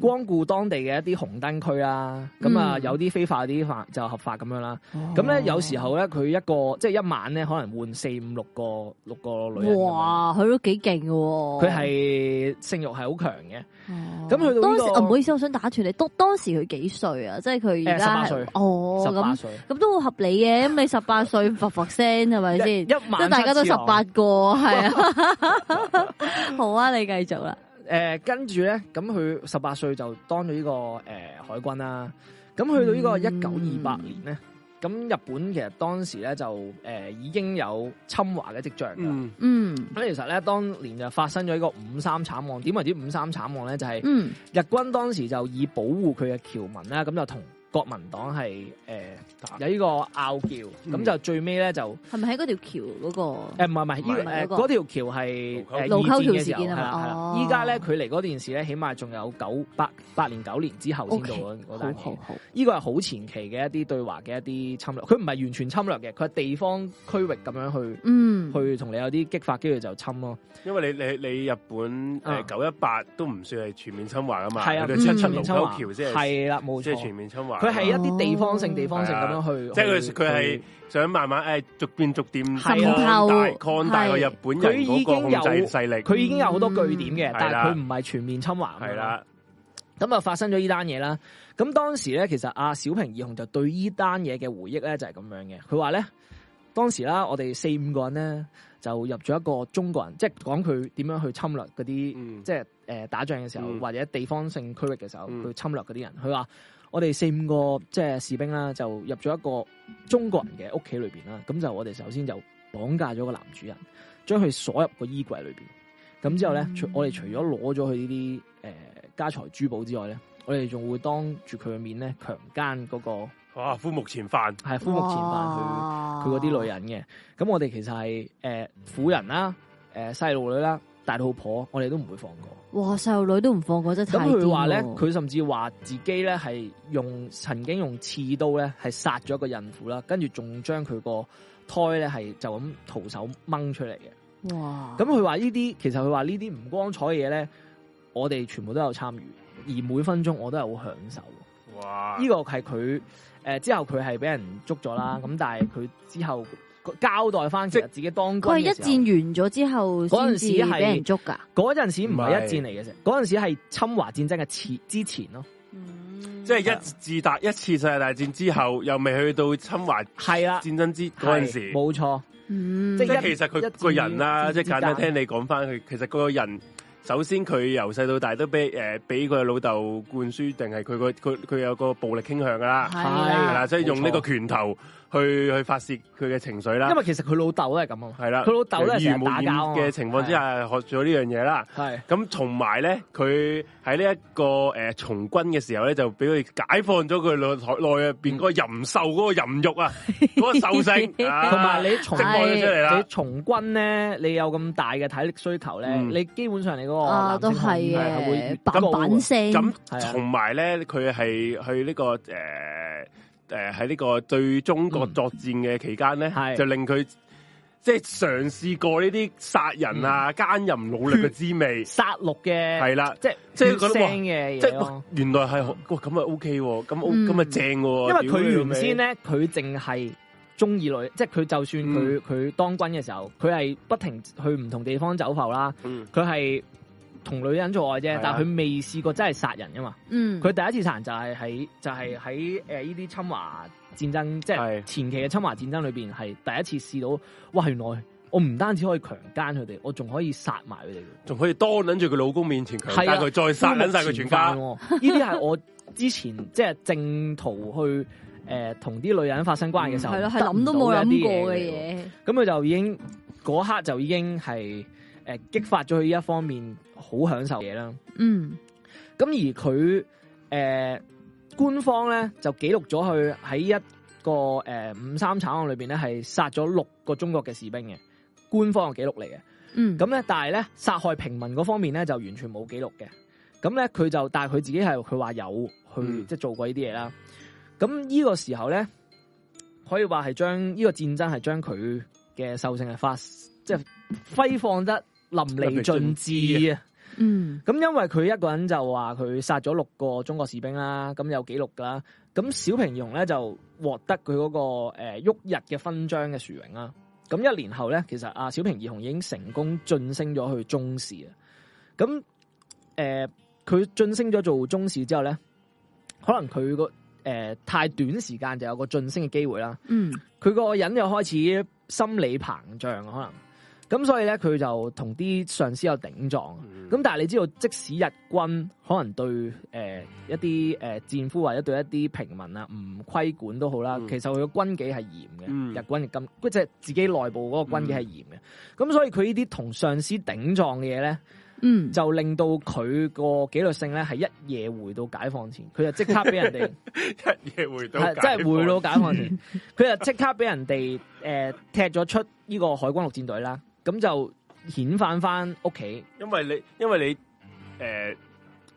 D: 光顧當地嘅一啲紅燈區啦，咁啊
C: 嗯
D: 有啲非法啲犯就合法咁樣啦。
C: 哦
D: 咁咧有時候咧佢一個即係一晚咧可能換四五六個六個女人咁樣，
C: 哇，佢都幾勁嘅喎，
D: 佢係性慾係好強嘅。
C: 哦
D: 咁去到呢個
C: 當時，啊唔好意思，我想打斷你。當當時佢幾歲啊？即係佢而家
D: 誒18歲
C: 哦，
D: 十八
C: 咁
D: 歲
C: 咁都好合理
D: [laughs]
C: 嘅。咁你十八歲，佛佛聲係咪
D: 一
C: 先？即
D: 一
C: 係
D: 晚
C: 大家都
D: 七
C: 十
D: 次啊郎
C: 八個，係啊。
D: [laughs]
C: 好啊，你繼續啦。
D: 誒，呃跟住咧，咁佢十八歲就當咗呢、個誒、呃海軍啦。咁去到呢
B: 嗯
D: 個一九二八年咧，咁、日本其實當時咧就誒、呃已經有侵華嘅跡象㗎啦。
B: 嗯，
C: 嗯
D: 咁其實咧，當年就發生咗一個五三慘案。點為之五三慘案咧？就係、
C: 嗯
D: 日軍當時就以保護佢嘅僑民啦，咁就同國民黨係诶有呢個拗撬，咁、
B: 嗯
D: 就最尾咧就
C: 系咪喺嗰条桥嗰個？
D: 诶唔係唔係呢個诶
C: 嗰個
D: 嗰條橋係诶
C: 盧溝橋
D: 嘅
C: 事
D: 時候
C: 件啊
D: 係
C: 嘛
D: 啦係
C: 哦
D: 啦，依家咧距離嗰件事咧，起碼仲有九八八年九年之後先到
C: OK，
D: 嗰嗰
C: 好
D: 單
C: 好
D: 嘢。
C: 好，
D: 呢個係好前期嘅一啲對華嘅一啲侵略，佢唔係完全侵略嘅，佢係地方區域咁樣去。
C: 嗯，
D: 去同你有啲激發，跟住就侵咯。
B: 因為你你你日本
D: 啊
B: 誒九一八都唔算係全面侵華啊嘛，
D: 係啊，
B: 佢哋
D: 唔
B: 七
D: 算
B: 七
D: 全
B: 盧
D: 面侵華
B: 溝橋先係
D: 係啦，冇
B: 即係全
D: 錯。
B: 面侵華。
D: 佢係一啲地方性、
C: 哦
D: 地方性咁樣去，
B: 即係佢
D: 去
B: 佢係
D: 去
B: 想慢慢誒逐變逐點
D: 係
B: 擴
D: 啊
B: 大
C: 滲透
B: 擴大個日本人嗰個控制勢力，
D: 佢已經有好多據點嘅
B: 嗯，
D: 但係
B: 係啦
D: 佢唔係全面侵華。啊
B: 係，啦，
D: 咁啊發生咗呢單嘢啦。咁當時咧，其實阿小平義雄就對呢單嘢嘅回憶咧就係咁樣嘅。佢話咧，當時啦，我哋四五個人咧就入咗一個中國人，即係講佢點樣去侵略嗰啲
B: 嗯
D: 即係誒打仗嘅時候，
B: 嗯
D: 或者地方性區域嘅時候，
B: 嗯
D: 去侵略嗰啲人。佢話我哋四五個即係士兵啦，就入咗一個中國人嘅屋企裏邊啦。咁就我哋首先就綁架咗個男主人，將佢鎖入個衣櫃裏邊。咁之後
B: 嗯
D: 咧，除我哋除咗攞咗佢呢啲誒家財珠寶之外咧，我哋仲會當住佢嘅面咧強姦嗰、個
B: 哇！夫目前犯，
D: 係夫目前犯去。
C: 哇
D: 佢嗰啲女人嘅。咁我哋其實係誒婦人啦、誒細路女啦、大肚婆，我哋都唔會放過。
C: 哇，细路女都唔放過，真係
D: 咁
C: 太
D: 佢話
C: 癲
D: 咧，
C: 喎
D: 佢甚至話自己咧係用曾經用刺刀咧係殺咗一個孕婦啦，跟住仲將佢個胎咧係就咁徒手掹出嚟嘅。
C: 哇，
D: 咁佢話呢啲其實佢話呢啲唔光彩嘅嘢咧，我哋全部都有參與，而每分鐘我都係好享受。
B: 哇！
D: 呢個係佢誒之後佢係俾人捉咗啦，咁但係佢之後交代翻其實自己當軍
C: 佢係一
D: 嘅時候
C: 戰完咗之後
D: 嗰
C: 先
D: 陣時
C: 至
D: 係
C: 俾人捉㗎。
D: 嗰陣時唔係一戰
B: 唔
D: 嚟嘅啫，嗰陣時係侵華戰爭嘅前之前咯，
B: 即係一自打一次世界大戰之後，又未去到侵華
D: 係啦，
B: 戰爭之嗰陣
D: 係。
B: 時
D: 冇錯。
C: 嗯，
D: 即
B: 即
D: 係
B: 係其實佢個人啦，
D: 一
B: 即
D: 至
B: 係簡單聽你講翻佢，其實個人首先佢由細到大都俾誒俾佢老豆灌輸，定係佢個佢佢有個暴力傾向噶啦，
C: 係
B: 啊係
C: 啦
D: 係
B: 啦，即係用呢個
D: 冇錯
B: 拳頭去去發泄佢嘅情緒啦
D: 因，為其實佢老豆都係咁啊，
B: 係啦，
D: 佢老豆咧
B: 由
D: 成日
B: 耳濡
D: 打交啊
B: 目染嘅情況之下學咗呢樣嘢啦。
D: 係
B: 咁同埋咧，佢喺呢一個誒從軍嘅時候咧，就俾佢解放咗佢內內入邊嗰個淫獸嗰個淫
D: [laughs]
B: 慾啊，嗰個獸性，啊
D: 同
B: 同
D: 埋你
B: 釋
D: 從
B: 放咗出嚟啦
D: 你。從軍咧，你有咁大嘅體力需求咧，
B: 嗯
D: 你基本上你嗰個
C: 啊，
D: 男
C: 都
D: 性
C: 係
D: 荷爾蒙係會
C: 嘅，
D: 高
C: 板
D: 嘅
C: 板聲
B: 咁
D: 係啊
B: 同埋咧，佢係去呢、個誒誒喺呢個對中國
D: 嗯
B: 作戰嘅期間咧，
D: 係
B: 就令佢即係嘗試過呢啲殺人
D: 嗯
B: 啊、奸淫努力嘅
D: [laughs]
B: 滋味，
D: 殺戮嘅，
B: 係啦，
D: 即係
B: 即係
D: 血
B: 覺得哇
D: 腥嘅
B: 即係
D: 嘢
B: 哇
D: 咯。
B: 原來係好哇咁啊 OK 喎，咁 O-
C: 嗯
B: 咁啊正喎，
D: 因為佢原先
B: 咧
D: 咧，佢淨係中意女，即係佢就算
B: 嗯
D: 佢佢當軍嘅時候，佢係不停去唔同地方走埠啦，
B: 嗯
D: 佢係同女人做愛
B: 係
D: 啫
B: 啊，
D: 但係佢未試過真係殺人噶嘛。
C: 嗯，
D: 佢第一次殺人就係喺就係喺誒呢啲侵華戰爭，即
B: 嗯係
D: 係前期嘅侵華戰爭裏邊，係第一次試到，哇！原來我唔單止可以強姦佢哋，我仲可以殺埋佢哋嘅。
B: 仲可以當撚住佢老公面前強
D: 係
B: 姦
D: 啊
B: 佢，再殺撚晒佢全家，
D: 呢啲係我之前即係正途去誒同啲女人發生關係嘅時
B: 嗯
D: 候，
C: 係咯，係
D: 得唔
C: 諗都
D: 到
C: 冇
D: 嘅一
C: 諗
D: 啲
C: 過嘅
D: 嚟喎。
C: 嘢。
D: 咁佢就已經嗰刻就已經係誒激發咗佢呢一方面好享受嘅嘢啦。
C: 嗯，
D: 咁而佢誒、呃官方咧就記錄咗佢喺一個誒、呃五三慘案裏邊咧係殺咗六個中國嘅士兵嘅，官方嘅記錄嚟嘅。
C: 嗯，
D: 咁咧，但係咧殺害平民嗰方面咧就完全冇記錄嘅。咁咧佢就但係佢自己係佢話有去、
B: 嗯
D: 即係做過呢啲嘢啦。咁呢個時候咧，可以話係將呢個戰爭係將佢嘅獸性係發即係揮放得淋漓盡致啊！
C: 嗯，
D: 咁因為佢一個人就話佢殺咗六個中國士兵啦，咁有記錄噶啦。咁小平義雄咧就獲得佢嗰、個誒旭、日嘅勳章嘅殊榮啦。咁一年後咧，其實啊小平義雄已經成功晉升咗去中士啊。咁誒佢晉升咗做中士之後咧，可能佢個誒太短時間就有個晉升嘅機會啦。
C: 嗯，
D: 佢個人又開始心理膨脹可能，咁所以咧佢就同啲上司有頂撞。啊
B: 咁
D: 咁但係你知道，即使日軍可能對誒、呃一啲誒、呃、戰俘或者對一啲平民啊唔規管都好啦，
B: 嗯
D: 其實佢嘅軍紀係嚴嘅，
B: 嗯
D: 日軍嘅咁即係自己內部嗰個軍紀係嚴嘅。咁、所以佢呢啲同上司頂撞嘅嘢咧，
C: 嗯，
D: 就令到佢個紀律性咧係一夜回到解放前，佢就即刻俾人
B: [laughs]
D: 哋。
B: 一夜回到
D: 係
B: 解
D: 真係回
B: 放
D: 到解放前，佢就即刻俾人哋诶、呃踢咗出呢個海軍陸戰隊啦，咁就遣返翻屋企。
B: 因為你因為你诶、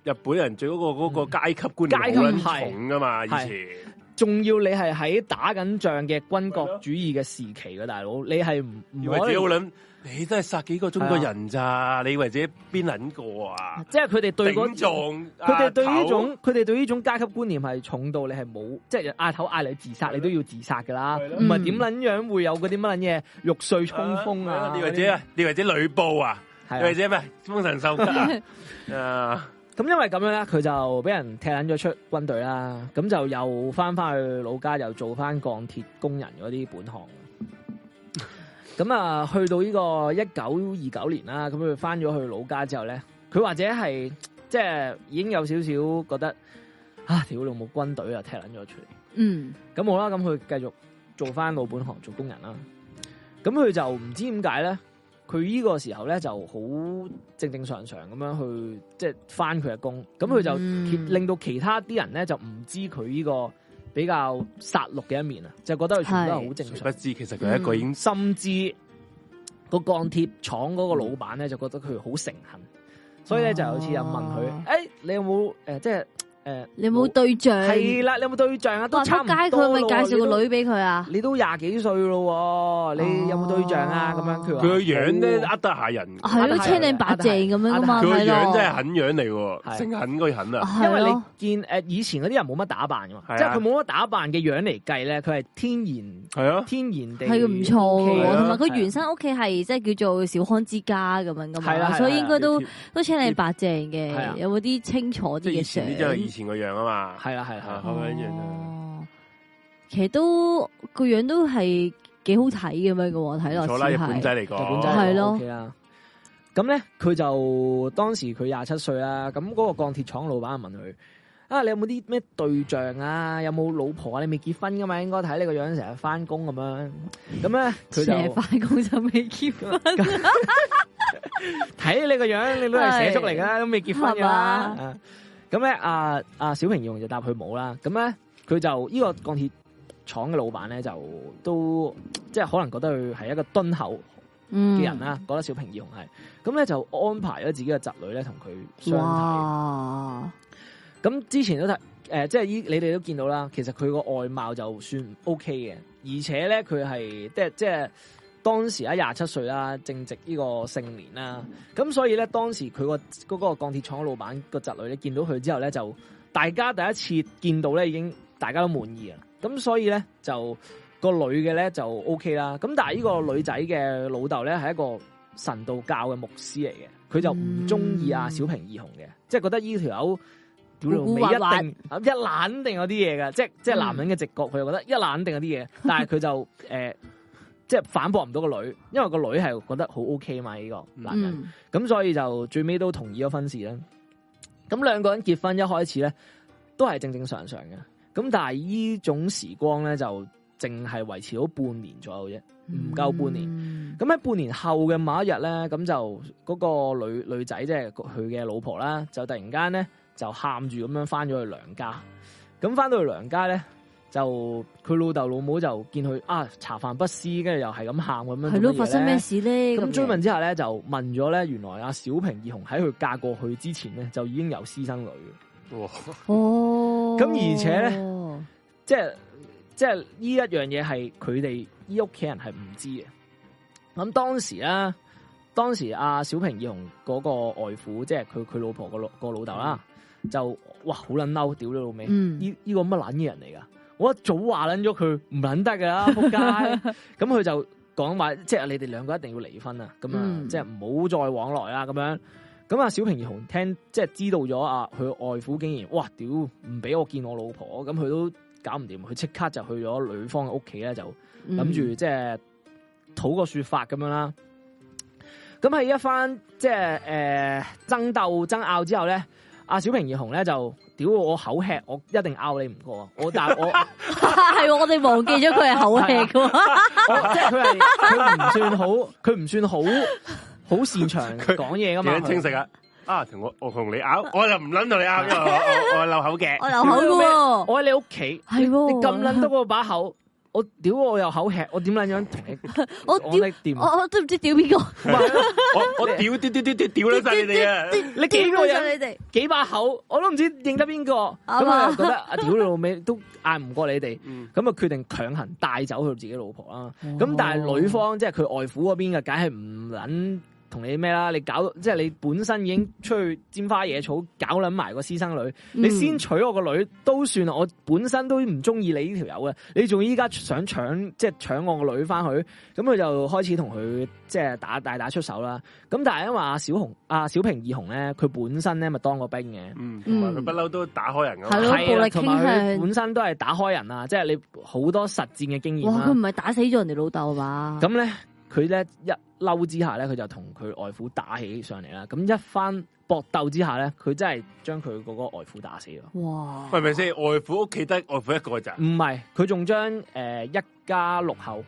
B: 日本人最嗰、個嗰、個階級觀
D: 嗯階
B: 念
D: 級
B: 好
D: 係
B: 撚重噶嘛，以
D: 係
B: 前
D: 仲要你係喺打緊仗嘅軍國主義嘅時期嘅大佬，你係唔
B: 以
D: 唔
B: 為自
D: 可
B: 己
D: 以
B: 好，撚，你都係殺幾個中國人咋？你以為自己邊撚過啊？
D: 即係佢哋啊對嗰
B: 頂啊撞
D: 佢哋對
B: 對
D: 呢種佢哋對呢種階級觀念係重到你係冇，即係阿頭嗌你自殺，你都要自殺噶啦，
B: 係咯
D: 唔係點撚樣會有嗰啲乜撚嘢玉碎衝鋒啊？
B: 你以為自己你以為自己呂布啊？
D: 係啊
B: 你或者咩封神受吉
D: [laughs]
B: 啊？
D: 咁因為咁樣咧，佢就俾人踢撚咗出軍隊啦，咁就又翻翻去老家，又做翻鋼鐵工人嗰啲本行。咁啊，去到呢個一九二九年啦，咁佢翻咗去老家之後咧，佢或者係即係已經有少少覺得啊，屌老母軍隊啊，踢撚咗出嚟。
C: 嗯，
D: 咁好啦，咁佢繼續做翻老本行做工人啦。咁佢就唔知點解咧，佢呢個時候咧就好正正常常咁樣去即係翻佢嘅工。咁佢就
C: 嗯
D: 其令到其他啲人咧就唔知佢呢個比較殺戮嘅一面啊，就覺得佢全部都係好正
B: 不
D: 常，
B: 知其實佢
D: 嗯
B: 一個已經
D: 甚至個鋼鐵廠嗰個老闆咧就覺得佢好誠懇，所以咧就有次又問佢：，誒、
C: 哦
D: 你有冇誒、即係誒？呃
C: 你有冇對象？
D: 系啦，你有冇對象啊？都
C: 哇，
D: 差
C: 出
D: 唔
C: 街
D: 多
C: 佢咪
D: 咯喎
C: 介紹
D: 你都
C: 個女俾佢啊？
D: 你都廿幾歲咯喎，你有冇對象啊？
C: 哦
D: 咁樣佢
B: 佢
D: 話
B: 個樣咧
D: 冇
B: 呃得下人，
C: 嗯係咯，
D: 係
C: 青靚白淨咁樣噶嘛，
B: 佢個樣
C: 睇落
B: 啊真係狠樣嚟喎，
D: 係
B: 姓狠嗰個狠啊！
C: 係
D: 因為
C: 咯
D: 你見呃誒以前嗰啲人冇乜打扮噶嘛
B: 係，啊
D: 即係佢冇乜打扮嘅樣嚟計咧，佢係天然
B: 係啊，
D: 天然地
C: 係唔錯嘅
B: 係
C: 喎，
B: 啊
C: 同埋佢原生屋企係即係叫做小康之家咁樣噶
D: 係啦係
C: 嘛，
D: 啦
C: 所以應該都都青靚白淨
D: 係啊
C: 嘅，有冇啲清楚啲
B: 即係
C: 嘅
B: 以
C: 相
B: 前？呢張係以前個樣啊嘛，
D: 係啦係啦
B: 啊，係咪一樣啊
C: 哦，其實都個樣都係幾好睇咁樣嘅喎，睇落
B: 唔錯啦，日
C: 似
B: 本
C: 係。
B: 仔嚟
D: 日
B: 講，
D: 本仔
C: 係咯
D: OK 啦。咁咧佢就當時佢廿七歲啦，咁嗰個鋼鐵廠老闆就問佢。啊！你有冇啲咩對象啊？有冇老婆啊？你未結婚噶嘛？應該睇你個樣成日翻工咁樣，咁咧佢
C: 成日
D: 就
C: 翻工就未結
D: [laughs]
C: 婚，
D: 睇你個樣，你都係社畜嚟噶啦，都未結婚㗎啦。
C: 係
D: 啊咁咧，阿阿小平用就答佢冇啦。咁咧，佢就呢、個鋼鐵廠嘅老闆咧，就都即係可能覺得佢係一個敦厚
C: 嗯
D: 嘅人啊啦，覺得小平義雄係。咁咧就安排咗自己嘅侄女咧同佢相睇。
C: 哇，
D: 咁之前都睇。誒、即係依你哋都見到啦，其實佢個外貌就算 OK 嘅，而且咧佢係即係即係當時喺廿七歲啦，正值呢個盛年啦，咁所以咧當時佢個嗰個鋼鐵廠老闆個侄女咧見到佢之後咧就大家第一次見到咧已經大家都滿意啊，咁所以咧就個女嘅咧就 OK 啦，咁但係呢個女仔嘅老豆咧係一個神道教嘅牧師嚟嘅，佢就唔中意阿小平義雄嘅，即係覺得呢條友。屌你老
C: 古
D: 味
C: 古
D: 一
C: 惑惑
D: 定啊嗯一懶定有啲嘢噶，即係即係男人嘅直覺，佢就覺得一懶定有 [laughs] 啲嘢，但係佢就诶、呃即係反駁唔到個女，因為個女係覺得好 OK 嘛呢、個男人，
C: 嗯，
D: 咁、所以就最尾都同意咗婚事啦。咁兩個人結婚一開始咧，都係正正常常嘅，咁但係呢種時光咧就淨係維持到半年左右啫。唔夠半年
C: 年，
D: 咁喺半年後嘅某一日咧，咁就嗰個女女仔即係佢嘅老婆啦，就突然間咧就喊住咁樣翻咗去娘家。咁翻到去娘家咧，就佢老豆老母就見佢啊茶飯不思，跟住又係咁喊咁樣。
C: 係
D: 做
C: 咯，
D: 乜嘢
C: 發生咩
D: 呢
C: 事咧？
D: 咁
C: 樣
D: 追問之下咧，就問咗咧，原來阿小平義雄喺佢嫁過去之前咧，就已經有私生女嘅。
B: 哇，
C: 哦，
D: 咁而且呢即係即係呢一樣嘢係佢哋呢屋企人係唔知嘅。咁當時啦，當時阿小平義雄嗰個外父，即係佢佢老婆個老個老豆啦，就哇好撚嬲，屌你老味！
C: 嗯，
D: 呢呢個乜撚嘅人嚟噶？我一早話撚咗佢唔撚得噶啦，仆街！
C: [laughs]
D: 咁佢就講話，即係你哋兩個一定要離婚啊！咁啊，
C: 嗯
D: 即係唔好再往來啦，咁樣。咁啊，小平義雄聽即係知道咗啊，佢外父竟然哇屌唔俾我見我老婆，咁佢都搞唔掂，佢即刻就去咗女方嘅屋企咧，就 [laughs]
C: 嗯
D: 諗住即係討個說法咁樣啦。咁喺一番即呃係诶爭鬥爭拗之後咧，阿小平義雄咧就屌我口吃，我一定拗你唔過，我但係我
C: [laughs] 系我哋忘記
D: [laughs]
C: 咗佢係口吃嘅喎，
D: 我即係佢係佢唔算好，佢唔算好好好擅長
B: 佢
D: 講嘢噶
B: 點
D: 嘛。
B: 樣清
D: 佢
B: 晰啊？啊，同我我同你拗，我就唔諗同你拗，因為我我我漏口嘅。
C: 我流口噶喎，
D: 我喺你屋企，
C: 係喎，
D: 你咁撚得我把口，我屌我又口吃，我點撚樣同你
C: 我
D: 講
C: 屌，
D: 你掂啊
C: 我？我都唔知屌邊個，
B: 我我屌屌屌屌屌屌撚晒你哋啊！
D: 你 [laughs] 幾個
C: 屌
D: 人
C: 到？ [laughs] 你哋，
D: 幾把口，我都唔知認得邊個，咁
C: 啊
D: 啊覺得啊屌你老味都嗌唔過你哋，
B: 嗯
D: 咁啊決定強行帶走佢自己老婆啦。咁但係女方即係佢外父嗰邊嘅，梗係唔撚同你咩啦？你搞即係你本身已經出去沾花惹草，搞撚埋個私生女，
C: 嗯
D: 你先娶我個女都算啦。我本身都唔中意你呢條友嘅，你仲依家想搶即係搶我個女翻去，咁佢就開始同佢即係打大打出手啦。咁但係因為阿小紅阿小平二紅咧，佢本身咧咪當過兵嘅。
B: 嗯，同埋佢不嬲都打開人噶
C: 係咯
B: 嘛，
D: 係啊啦
C: 暴
D: 同
C: 力傾
D: 埋佢
C: 向
D: 本身都係打開人啊，即係你好多實戰嘅經驗
C: 哇！佢唔
D: 啦。
C: 係打死咗人哋老豆啊吧？
D: 咁咧，佢咧一嬲之下咧，佢就同佢外父打起上嚟啦。咁一番搏鬥之下咧，佢真係將佢嗰個外父打死咗。
C: 哇！
B: 係咪先？外父屋企得外父一個咋？
D: 唔係，佢仲將诶一家六口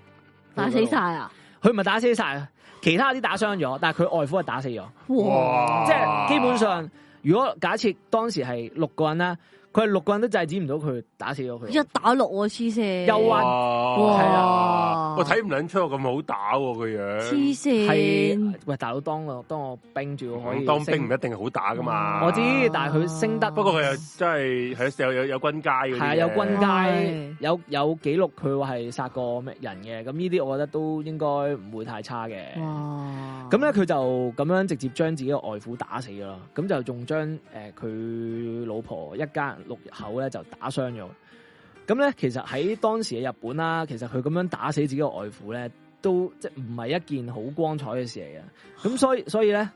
C: 打死晒，啊！
D: 佢唔係打死晒，其他啲打傷咗，但係佢外父係打死咗。
B: 哇！
D: 即係基本上，如果假設當時係六個人啦，佢係六個人都制止唔到佢打死咗佢。
C: 一打六喎黐線，
D: 又話
B: 哇，
D: 係
C: 啦
B: 啊我睇唔捻出我咁好打喎個樣，
C: 黐線
D: 係，喂大佬，當我當我兵住我可以
B: 當兵
D: 升
B: 唔一定好打噶嘛。
D: 我知，但係佢升得，
B: 啊不過佢又真係係有有有軍階嗰啲嘅，
D: 係啊有軍
C: 係
D: 階，有有記錄佢話係殺過咩人嘅，咁呢啲我覺得都應該唔會太差嘅。
C: 哇！
D: 咁咧佢就咁樣直接將自己嘅外父打死咗啦，咁就仲將誒佢老婆一家人六口咧就打傷咗。咁咧其實喺當時嘅日本啦，其實佢咁樣打死自己嘅外父咧，都即係唔係一件好光彩嘅事嚟嘅。咁所以所以咧。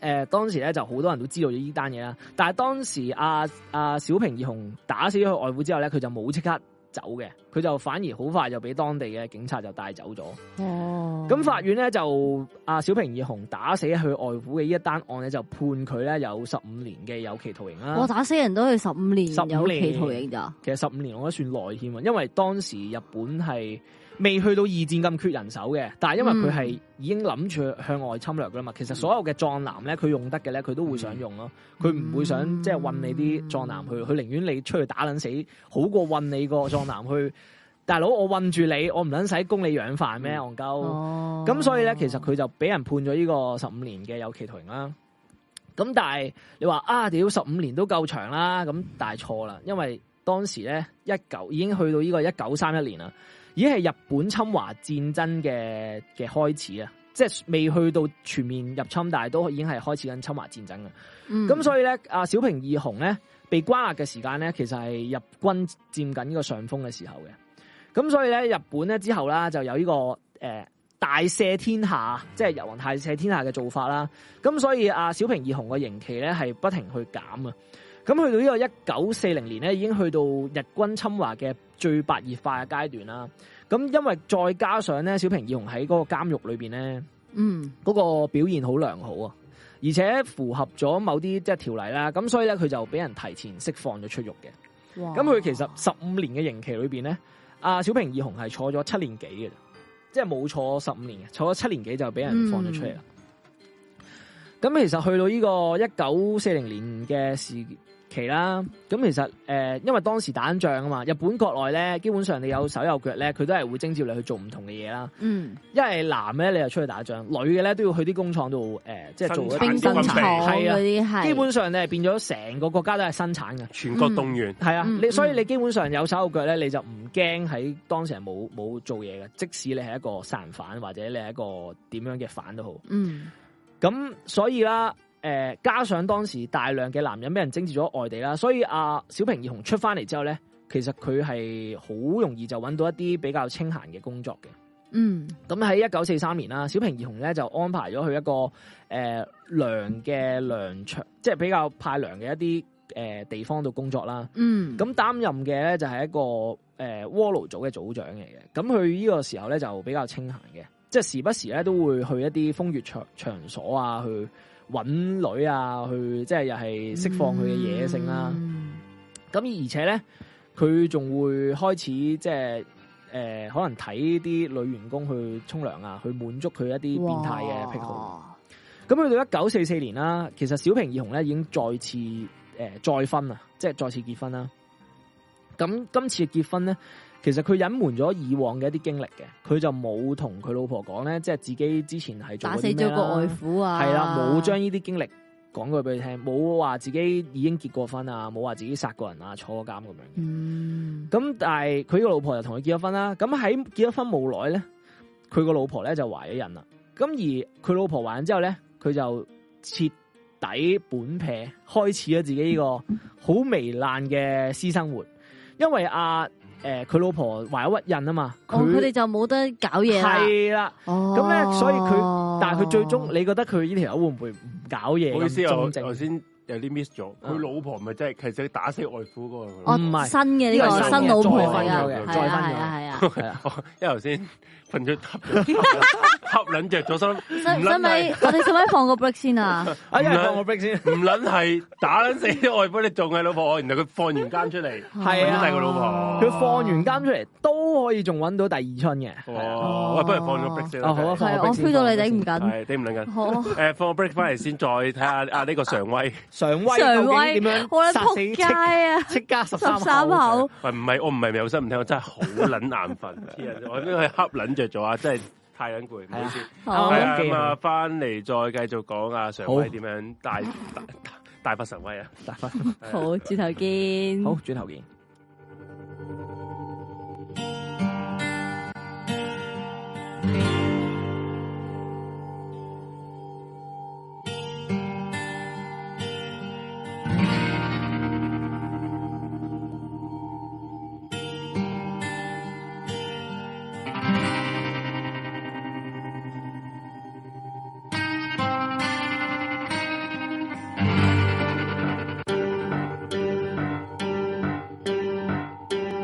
D: 誒、當時咧就好多人都知道咗呢單嘢啦，但係當時阿、阿、小平義雄打死咗佢外父之後咧，佢就冇即刻走嘅，佢就反而好快就俾當地嘅警察就帶走咗。
C: 哦，
D: 咁法院咧就阿小平義雄打死佢外父嘅呢一單案咧，就判佢咧有十五年嘅有期徒刑啦
C: 我。打死人都係十五年
D: 15年
C: 有期徒刑咋？
D: 其實十五年我覺得算耐添啊，因為當時日本係未去到二戰咁缺人手嘅，但係因為佢係已經諗住向外侵略噶啦嘛。其實所有嘅壯男咧，佢用得嘅咧，佢都會想用咯。佢唔會想
C: 嗯
D: 即係運你啲壯男去，佢寧願你出去打撚死，好過運你個壯男去。大佬，我運住你，我唔撚使供你養飯咩？戇鳩。
C: 哦，
D: 咁所以咧，其實佢就俾人判咗呢個十五年嘅有期徒刑啦。咁但係你話啊，屌十五年都夠長啦，咁但係錯啦，因為當時咧一九已經去到呢個一九三一年啦，已經係日本侵華戰爭嘅嘅開始啊，即係未去到全面入侵，但係都已經係開始緊侵華戰爭嘅。咁、
C: 咁
D: 所以咧，阿小平義雄咧被關押嘅時間咧，其實係日軍佔緊呢個上風嘅時候嘅。咁所以咧，日本咧之後啦，就有呢、個誒、呃大赦天下，即係日皇大赦天下嘅做法啦。咁所以阿小平義雄嘅刑期咧係不停去減啊。咁去到呢個一九四零年咧，已經去到日軍侵華嘅最白熱化嘅階段啦。咁因為再加上咧，小平義雄喺嗰個監獄裏邊咧。
C: 嗯
D: 嗰個表現好良好啊，而且符合咗某啲即係條例啦，咁所以咧佢就俾人提前釋放咗出獄嘅。
C: 哇
D: 咁佢其實十五年嘅刑期裏邊咧，阿小平義雄係坐咗七年幾嘅啫，即係冇坐十五年嘅，坐咗七年幾就俾人放咗出嚟啦。咁、其實去到呢個一九四零年嘅時期啦，咁其實誒、呃因為當時打緊仗啊嘛，日本國內咧基本上你有手有腳咧，佢都係會徵召你去做唔同嘅嘢啦。
C: 嗯
D: 因為男咧你就出去打仗，女嘅咧都要去啲工廠度誒，即係做
B: 生
D: 一
B: 產
C: 冰
D: 啲
B: 工
C: 粉
D: 工
B: 廠
C: 廠
D: 係
C: 嗰
D: 啊，
C: 啲係
D: 基本上你係變咗成個國家都係生產嘅，
B: 全國動員，
D: 係啊，
C: 嗯
D: 你所以
C: 嗯
D: 你基本上有手有腳咧，你就唔驚喺當時係冇冇做嘢嘅，即使你係一個殺人犯或者你係一個點樣嘅犯都好。
C: 嗯
D: 咁所以啦，誒、呃加上當時大量嘅男人俾人徵召咗外地啦，所以阿、小平義雄出翻嚟之後咧，其實佢係好容易就揾到一啲比較清閒嘅工作嘅。
C: 嗯
D: 咁喺一九四三年啦，小平義雄咧就安排咗去一個誒、呃、糧嘅糧場，即係比較派糧嘅一啲誒、呃地方度工作啦。
C: 嗯
D: 咁擔任嘅咧就係一個誒鍋爐組嘅組長嚟嘅。咁佢呢個時候咧就比較清閒嘅，即係時不時咧都會去一啲風月場場所啊，去揾女啊，去即係又係釋放佢嘅野性啦。
C: 嗯
D: 咁而且咧，佢仲會開始即係誒、诶、可能睇啲女員工去沖涼啊，去滿足佢一啲變態嘅癖好。
C: 哇，
D: 咁去到一九四四年啦，其實小平義雄咧已經再次诶、再婚啊，即係再次結婚啦。咁今次嘅結婚咧，其實佢隱瞞咗以往嘅一啲經歷嘅，佢就冇同佢老婆講咧，即係自己之前係做
C: 打
D: 過
C: 死
D: 啲咩
C: 咗
D: 啦
C: 個外父啊！
D: 係啦，冇將呢啲經歷講過俾佢聽，冇話自己已經結過婚啊，冇話自己殺過人啊，坐過監咁樣。
C: 嗯
D: 咁但係佢個老婆就同佢結咗婚啦。咁喺結咗婚冇耐咧，佢個老婆咧就懷咗孕啦。咁而佢老婆懷孕之後咧，佢就徹底本撇，開始咗自己呢個好糜爛嘅私生活。因為阿诶佢老婆懷咗孕啊嘛，
C: 哦，佢哋就冇得搞嘢啦。
D: 係啦，
C: 哦，
D: 咁咧所以佢但係佢最終，你覺得佢呢條友會唔會唔搞嘢？
B: 唔好意思，我
D: 咁正
B: 頭先有啲 miss 咗，
D: 嗯
B: 佢老婆咪真係其實打死外父嗰個
C: 哦
D: 唔係
C: 新嘅呢
D: 呢個
C: 個
D: 係新嘅
C: 新老婆嚟
B: 再
C: 噶，
B: 婚
C: 係
B: 嘅
C: 啊
D: 再婚嘅
C: 係啊係啊。
D: 係啊，
B: 因為頭先瞓咗瞌咗，瞌撚着咗心，
C: 使
B: 唔
C: 使
B: 撚
C: 咪
B: 係
C: 我哋使咪放個 break 先啊？
D: 啊，因為 [laughs] 放我 break 先。
B: 唔撚係打撚死啲外父，你仲係老婆，然後佢放完監出嚟，
D: 係啊
B: 真係個老婆
D: 佢放完監出嚟都可以仲揾到第二春嘅。係啊
B: 哦，喂，不如放咗 break 先啦，
D: 哦好啊
B: 真係
D: 放
C: 係
D: 個
C: 我
D: break 先
C: feel 到你頂唔緊，
B: 係頂唔撚緊。
C: 好啊
B: 诶，放個 break 翻嚟先，再睇下啊呢個常威，
D: 常威
C: 常
D: 究
C: 威
D: 竟點
C: 好啦，
D: 樣殺死
C: 仆街啊！
D: 戚戚家十
C: 十
D: 三
C: 三
D: 口？
C: 口，
B: 喂唔係我唔係有心唔聽，我真係好撚眼瞓，黐人，我呢個恰撚着咗啊，真係太撚攰，唔好意思。
D: 啱
C: 好
B: 係
D: 啱
B: 啊，
D: 記
B: 咁啊，
D: 好
B: 翻嚟再繼續講啊，常
D: 好
B: 威點樣大大大大發神威啊！
D: 大分
C: 好，轉頭見。
D: 好，轉頭見。
B: Hãy subscribe cho kênh Ghiền Mì Gõ Để không bỏ lỡ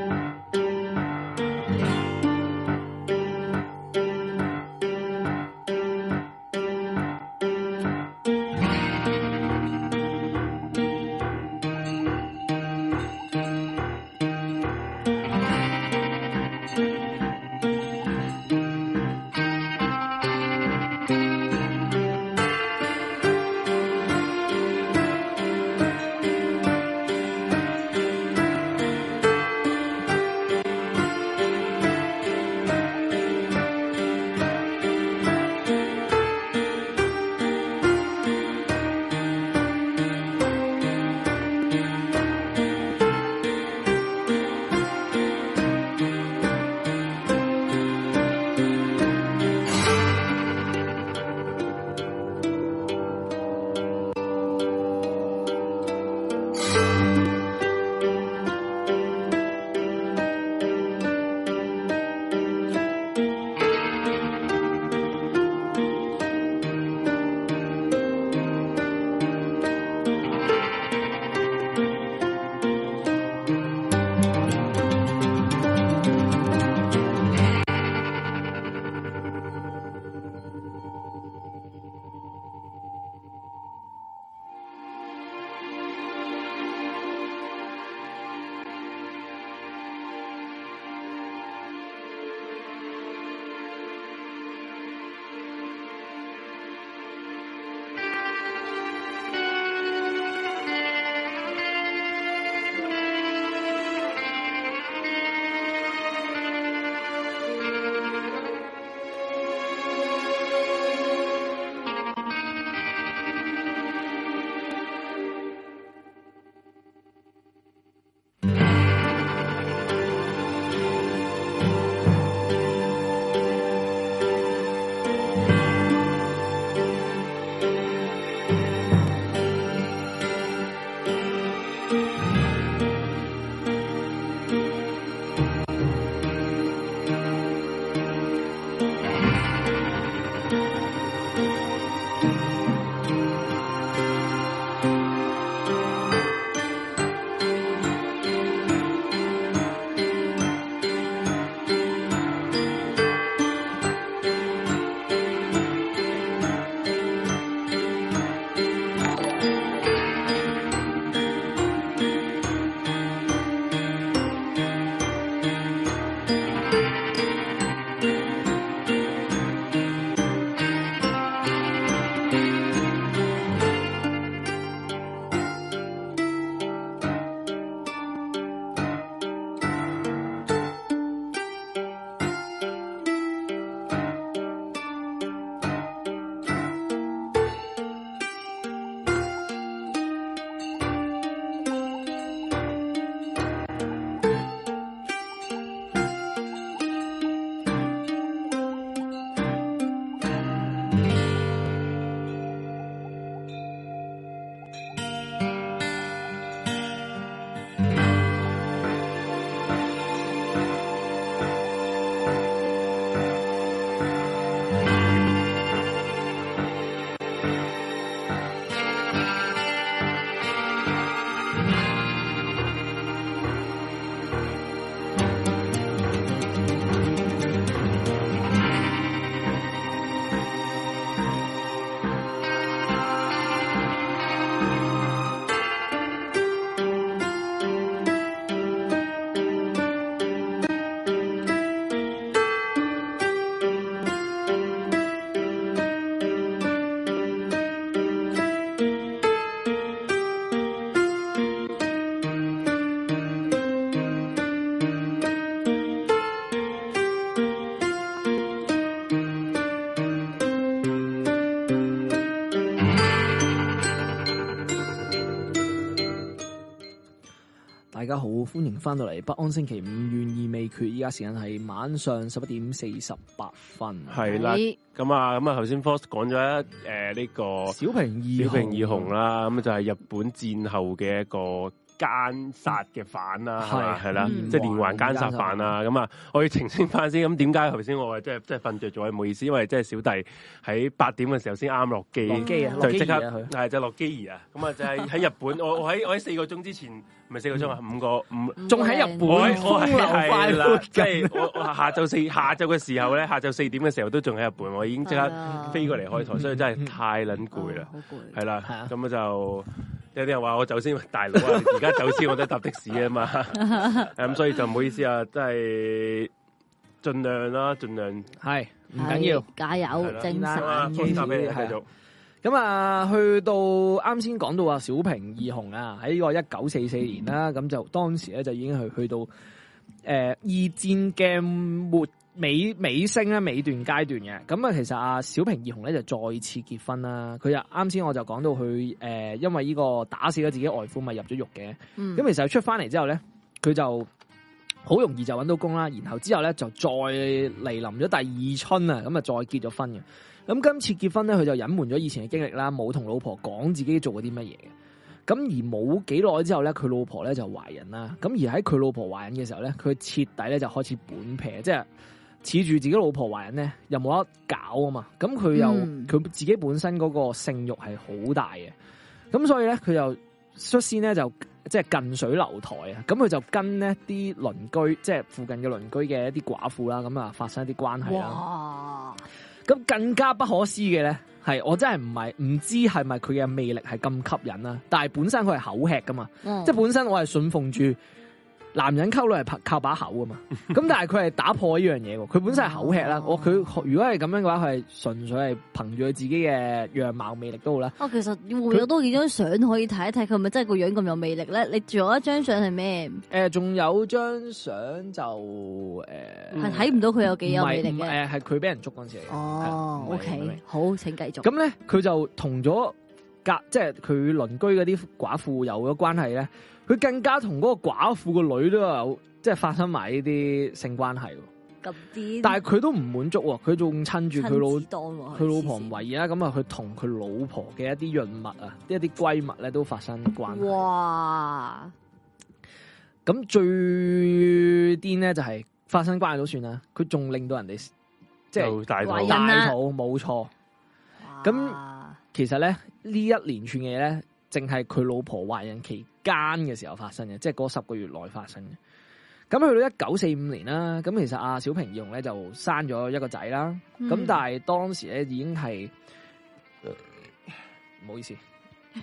D: 大家好，歡迎翻到嚟北安星期五，懸而未決。依家時間係晚上十一點四十八分。
B: 系啦，
C: 係
B: 咁啊，咁啊，頭先 Force 講咗一诶呢個
D: 小平二
B: 小平二雄啦，咁就係日本戰後嘅一個奸殺嘅犯啦，
D: 係
B: 係嘛係啦，
C: 嗯
B: 即係連環奸殺犯啦。咁啊，我要澄清翻先，咁點解頭先我話即係即係瞓着咗？唔好意思，因為即係小弟喺八點嘅時候先啱落機，
D: 落機啊，落
B: 就
D: 機
B: 即刻
D: 啊佢。
B: 係就落機兒啊。咁啊，
D: [laughs]
B: 就係喺日本，我我喺我喺四個鐘之前，唔係四個鐘啊，五個五。
D: 仲喺日本
B: 我
D: 嗯風
B: 我
D: 流快
B: 係啦
D: 活，
B: 即係我我下晝四下晝嘅時候咧，下晝四點嘅時候都仲喺日本，我已經即刻
D: 啊
B: 飛過嚟
D: 嗯
B: 開台，所以真係太撚攰啦
C: 哦，，好攰。
D: 係
B: 係
D: 啊
B: 啦，咁啊就有啲人話我走先，喂大佬啊，而家走先我都搭的士啊
D: [laughs]
B: 嘛，咁所以就唔好意思啊，真係盡量啦，盡量
D: 係唔
C: 係
D: 緊要。，
C: 加油
B: 係，啦
C: 精
D: 係
B: 咁啊，
D: 啦
C: 神。
B: 分享俾你繼續，
D: 咁啊，去到啱先講到啊，小平義雄啊，喺呢個一九四四年啦，咁就當時咧就已經係去到诶、呃二戰嘅末尾尾聲咧尾段階段嘅。咁啊，其實啊，小平義雄咧就再次結婚啦。佢就啱先我就講到佢诶、呃因為呢個打死咗自己外父，咪入咗獄嘅。
C: 嗯
D: 咁其實佢出翻嚟之後咧，佢就好容易就揾到工啦，然後之後咧就再嚟臨咗第二春啊，咁啊再結咗婚嘅。咁今次結婚咧，佢就隱瞞咗以前嘅經歷啦，冇同老婆講自己做過啲乜嘢嘅。咁而冇幾耐之後咧，佢老婆咧就懷孕啦。咁而喺佢老婆懷孕嘅時候咧，佢徹底咧就開始本撇，即係恃住自己老婆懷孕咧，又冇得搞啊嘛。咁佢又
C: 嗯
D: 佢、自己本身嗰個性慾係好大嘅，咁所以咧佢又率先咧就即係近水樓台啊。咁佢就跟呢啲鄰居，即係附近嘅鄰居嘅一啲寡婦啦，咁啊發生一啲關係啦。
C: 哇，
D: 咁更加不可思嘅咧，係我真係唔係唔知係咪佢嘅魅力係咁吸引啦，但係本身佢係口吃噶嘛，即
C: 即
D: 係本身我係信奉住男人溝女係靠靠把口噶
C: [laughs]
D: 嘛，咁但係佢係打破呢樣嘢喎，佢本身係口吃
C: 哦
D: 啦，我佢如果係咁樣嘅話，佢係純粹係憑住佢自己嘅樣貌魅力都好啦，
C: 啊，其實會唔會有多幾張相可以睇一睇，佢係咪真係個樣咁有魅力咧？你仲有一張相係咩？
D: 诶、仲有張相就诶
C: 係睇唔到佢有幾有魅力嘅。
D: 诶呃係佢俾人捉嗰陣時嚟嘅。
C: 哦
D: 係唔係唔係
C: ，OK，好，請繼續。
D: 咁咧，佢就同咗隔，即係佢鄰居嗰啲寡婦有咗關係咧，佢更加同嗰個寡婦個女都有即係發生埋呢啲性關係喎。
C: 咁啲，
D: 但係佢都唔滿足喎，佢仲趁住佢老
C: 老
D: 佢老婆唔為意啦，咁啊，佢同佢老婆嘅一啲潤物啊，一啲閨蜜咧都發生關係。
C: 哇，
D: 咁最癲咧就係發生關係都算啦，佢仲令到人哋即係
B: 就大
C: 懷
B: 佬
C: 孕。啊啦
D: 大肚冇錯。咁其實咧呢一連串嘅嘢咧，淨係佢老婆懷孕期間嘅時候發生嘅，即係嗰十個月內發生嘅。咁去到一九四五年啦，咁其實阿小平義雄咧就生咗一個仔啦。咁、
C: 嗯
D: 但係當時咧已經係，呃唔好意思，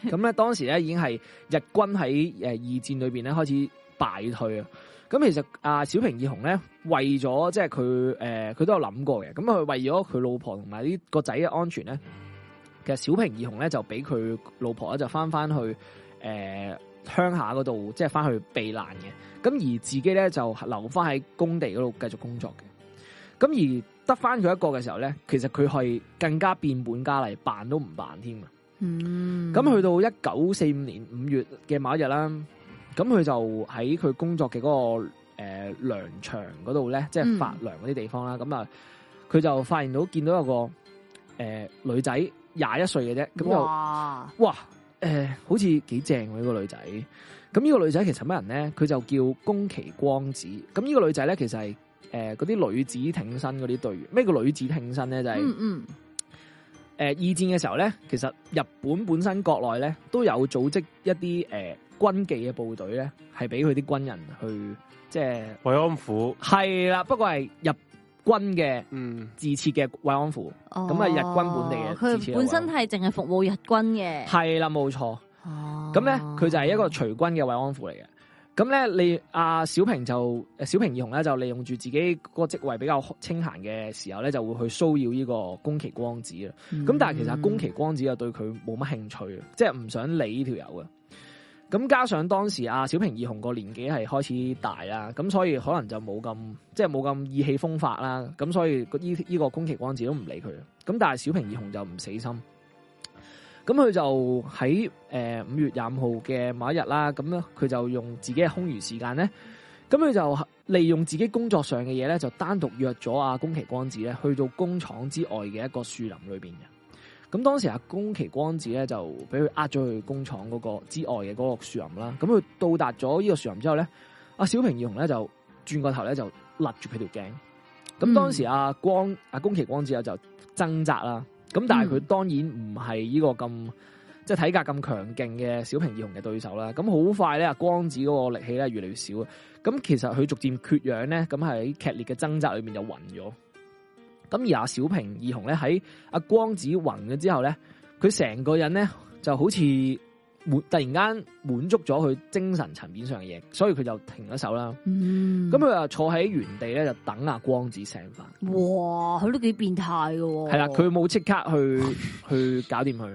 D: 咁咧當時咧已經係日軍喺诶二戰裏边咧開始敗退啊。咁其實阿小平義雄咧為咗即係佢呃诶，佢、都有諗過嘅。咁佢為咗佢老婆同埋呢個仔嘅安全咧，其實小平義雄咧就俾佢老婆咧就翻翻去诶乡、鄉下嗰度，即係翻去避難嘅。咁而自己咧就留翻喺工地嗰度繼續工作嘅。咁而得翻佢一個嘅時候咧，其實佢係更加變本加厲，扮都唔扮添啊！
C: 嗯，
D: 咁去到一九四五年五月嘅某一日啦，咁佢就喺佢工作嘅嗰、個誒糧、場嗰度咧，即係發糧嗰啲地方啦。咁啊、佢就發現到見到有個誒、呃女仔廿一歲嘅啫，咁就
C: 哇，
D: 哇誒、呃好似幾正喎呢個女仔。咁呢個女仔其實乜人咧？佢就叫宮崎光子。咁呢個女仔咧，其實係誒嗰啲女子挺身嗰啲隊員。咩叫女子挺身咧？就係、
C: 嗯嗯，
D: 誒、二戰嘅時候咧，其實日本本身國內咧都有組織一啲誒、呃軍技嘅部隊咧，係俾佢啲軍人去即係
B: 慰安婦，
D: 係啦，不過係日軍嘅
B: 嗯，
D: 自設嘅慰安婦，
C: 咁
D: 啊日軍本地嘅啊支持
C: 哦佢
D: 嘅
C: 本身
D: 運
C: 係淨係服務日軍嘅。哦
D: 係啦冇錯。咁
C: 咁
D: 咧佢就係一個隨軍嘅慰安婦嚟嘅。咁咧，你阿小平就誒小平義雄咧，就利用住自己個職位比較清閒嘅時候咧，就會去騷擾呢個宮崎光子啦。
C: 嗯
D: 咁但係其實宮崎光子又啊對佢冇乜興趣，即係唔想理呢條友嘅。啊咁加上當時阿小平義雄個年紀係開始大啦，咁所以可能就冇咁即係冇咁意氣風發啦，咁所以個依依個宮崎光子都唔理佢。咁但係小平義雄就唔死心，咁佢就喺誒五月廿五號嘅某一日啦，咁咧佢就用自己嘅空餘時間咧，咁佢就利用自己工作上嘅嘢咧，就單獨約咗阿宮崎光子咧去到工廠之外嘅一個樹林裏邊嘅。咁當時阿宮崎光子咧就俾佢呃咗去工廠嗰個之外嘅嗰個樹林啦。咁佢到達咗呢個樹林之後咧，阿小平義雄咧就轉個頭咧就勒住佢條頸。咁當時阿光阿宮崎光子啊就掙扎啦。咁但係佢
C: 嗯
D: 當然唔係呢個咁即係體格咁強勁嘅小平義雄嘅對手啦。咁好快咧，阿光子嗰個力氣咧越嚟越少。啊咁其實佢逐漸缺氧咧，咁喺劇烈嘅掙扎裏面就暈咗。咁而阿小平義雄咧喺阿光子暈咗之後咧，佢成個人咧就好似滿突然間滿足咗佢精神層面上嘅嘢，所以佢就停咗手啦。
C: 嗯
D: 咁佢就坐喺原地咧就等阿光子醒翻，
C: 哇，佢都幾變態嘅喎。
D: 係啦，佢冇即刻去去搞掂佢，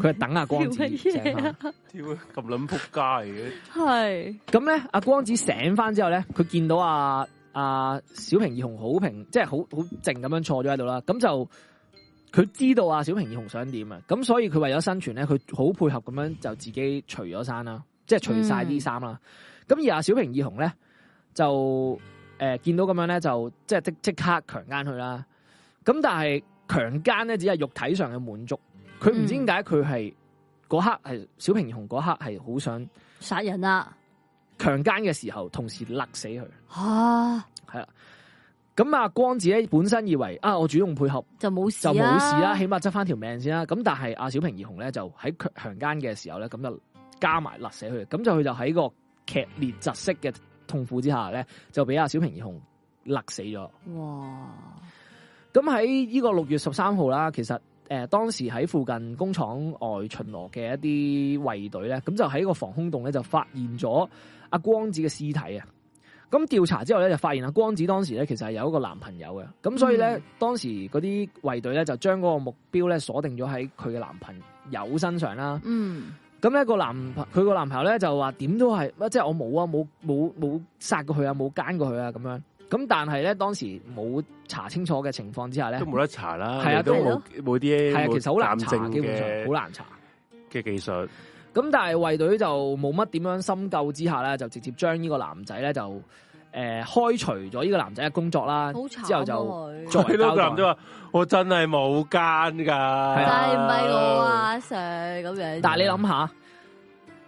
D: 佢係等阿光
C: [laughs] 笑
D: 子
C: 乜
D: 醒
C: 嘢
D: 翻
C: 啊。
B: 屌咁撚仆
D: [laughs]
B: 街
C: 係
D: 咁咧，阿光子醒翻之後咧，佢見到阿、阿、小平義雄好平，即係好好靜咁樣坐咗喺度啦。咁就佢知道阿小平義雄想點啊，咁所以佢為咗生存咧，佢好配合咁樣就自己除咗衫啦，即係除晒啲衫啦。咁、而啊阿小平義雄咧就诶、呃、见到咁樣咧，就即係即即刻強姦佢啦。咁但係強姦咧，只係肉體上嘅滿足，佢唔知點解佢係嗰刻係小平義雄嗰刻係好想。
C: 殺人啊啦
D: 強姦嘅時候，同時勒死佢。
C: 吓，
D: 咁啊，光子咧本身以為啊，我主動配合
C: 就冇事啊
D: 就冇事啊啦，起碼執翻條命先啦。咁但係阿小平義雄咧就喺強強姦嘅時候咧，咁就加埋勒死佢。咁就佢就喺個劇烈窒息嘅痛苦之下咧，就俾阿小平義雄勒死咗。
C: 哇，
D: 咁喺呢個六月十三號啦，其實诶、呃、当时喺附近工廠外巡邏嘅一啲衛隊咧，咁就喺個防空洞咧就發現咗阿光子嘅屍體啊。咁調查之後咧，就發現阿光子當時咧其實係有一個男朋友嘅，咁所以咧、
C: 嗯
D: 當時嗰啲衛隊咧就將嗰個目標咧鎖定咗喺佢嘅男朋友身上啦。
C: 嗯，
D: 咁咧個男朋佢個男朋友咧就話點都係，啊即係我冇啊，冇冇冇殺過佢啊，冇奸過佢啊咁樣。咁但係咧當時冇查清楚嘅情況之下咧
B: 嘅，都，冇得查啦，
D: 係啊
B: 你都
C: 都係
B: 冇冇啲
D: 係啊，其實好難
B: 冇
D: 查，
B: 鑑證
D: 基本上
B: 嘅
D: 好難查。
B: 嘅技術，
D: 咁但係衛隊就冇乜點樣深究之下咧，就直接將呢個男仔咧就誒、呃、開除咗呢個男仔嘅工作啦。
C: 好慘
D: 之後就
C: 就
D: 作為
B: [laughs] 係咯，
D: 交代
B: 個男仔話：我真係冇奸噶，
D: 係啊
C: 但係唔係我啊阿 Sir 咁樣。
D: 但係你諗下，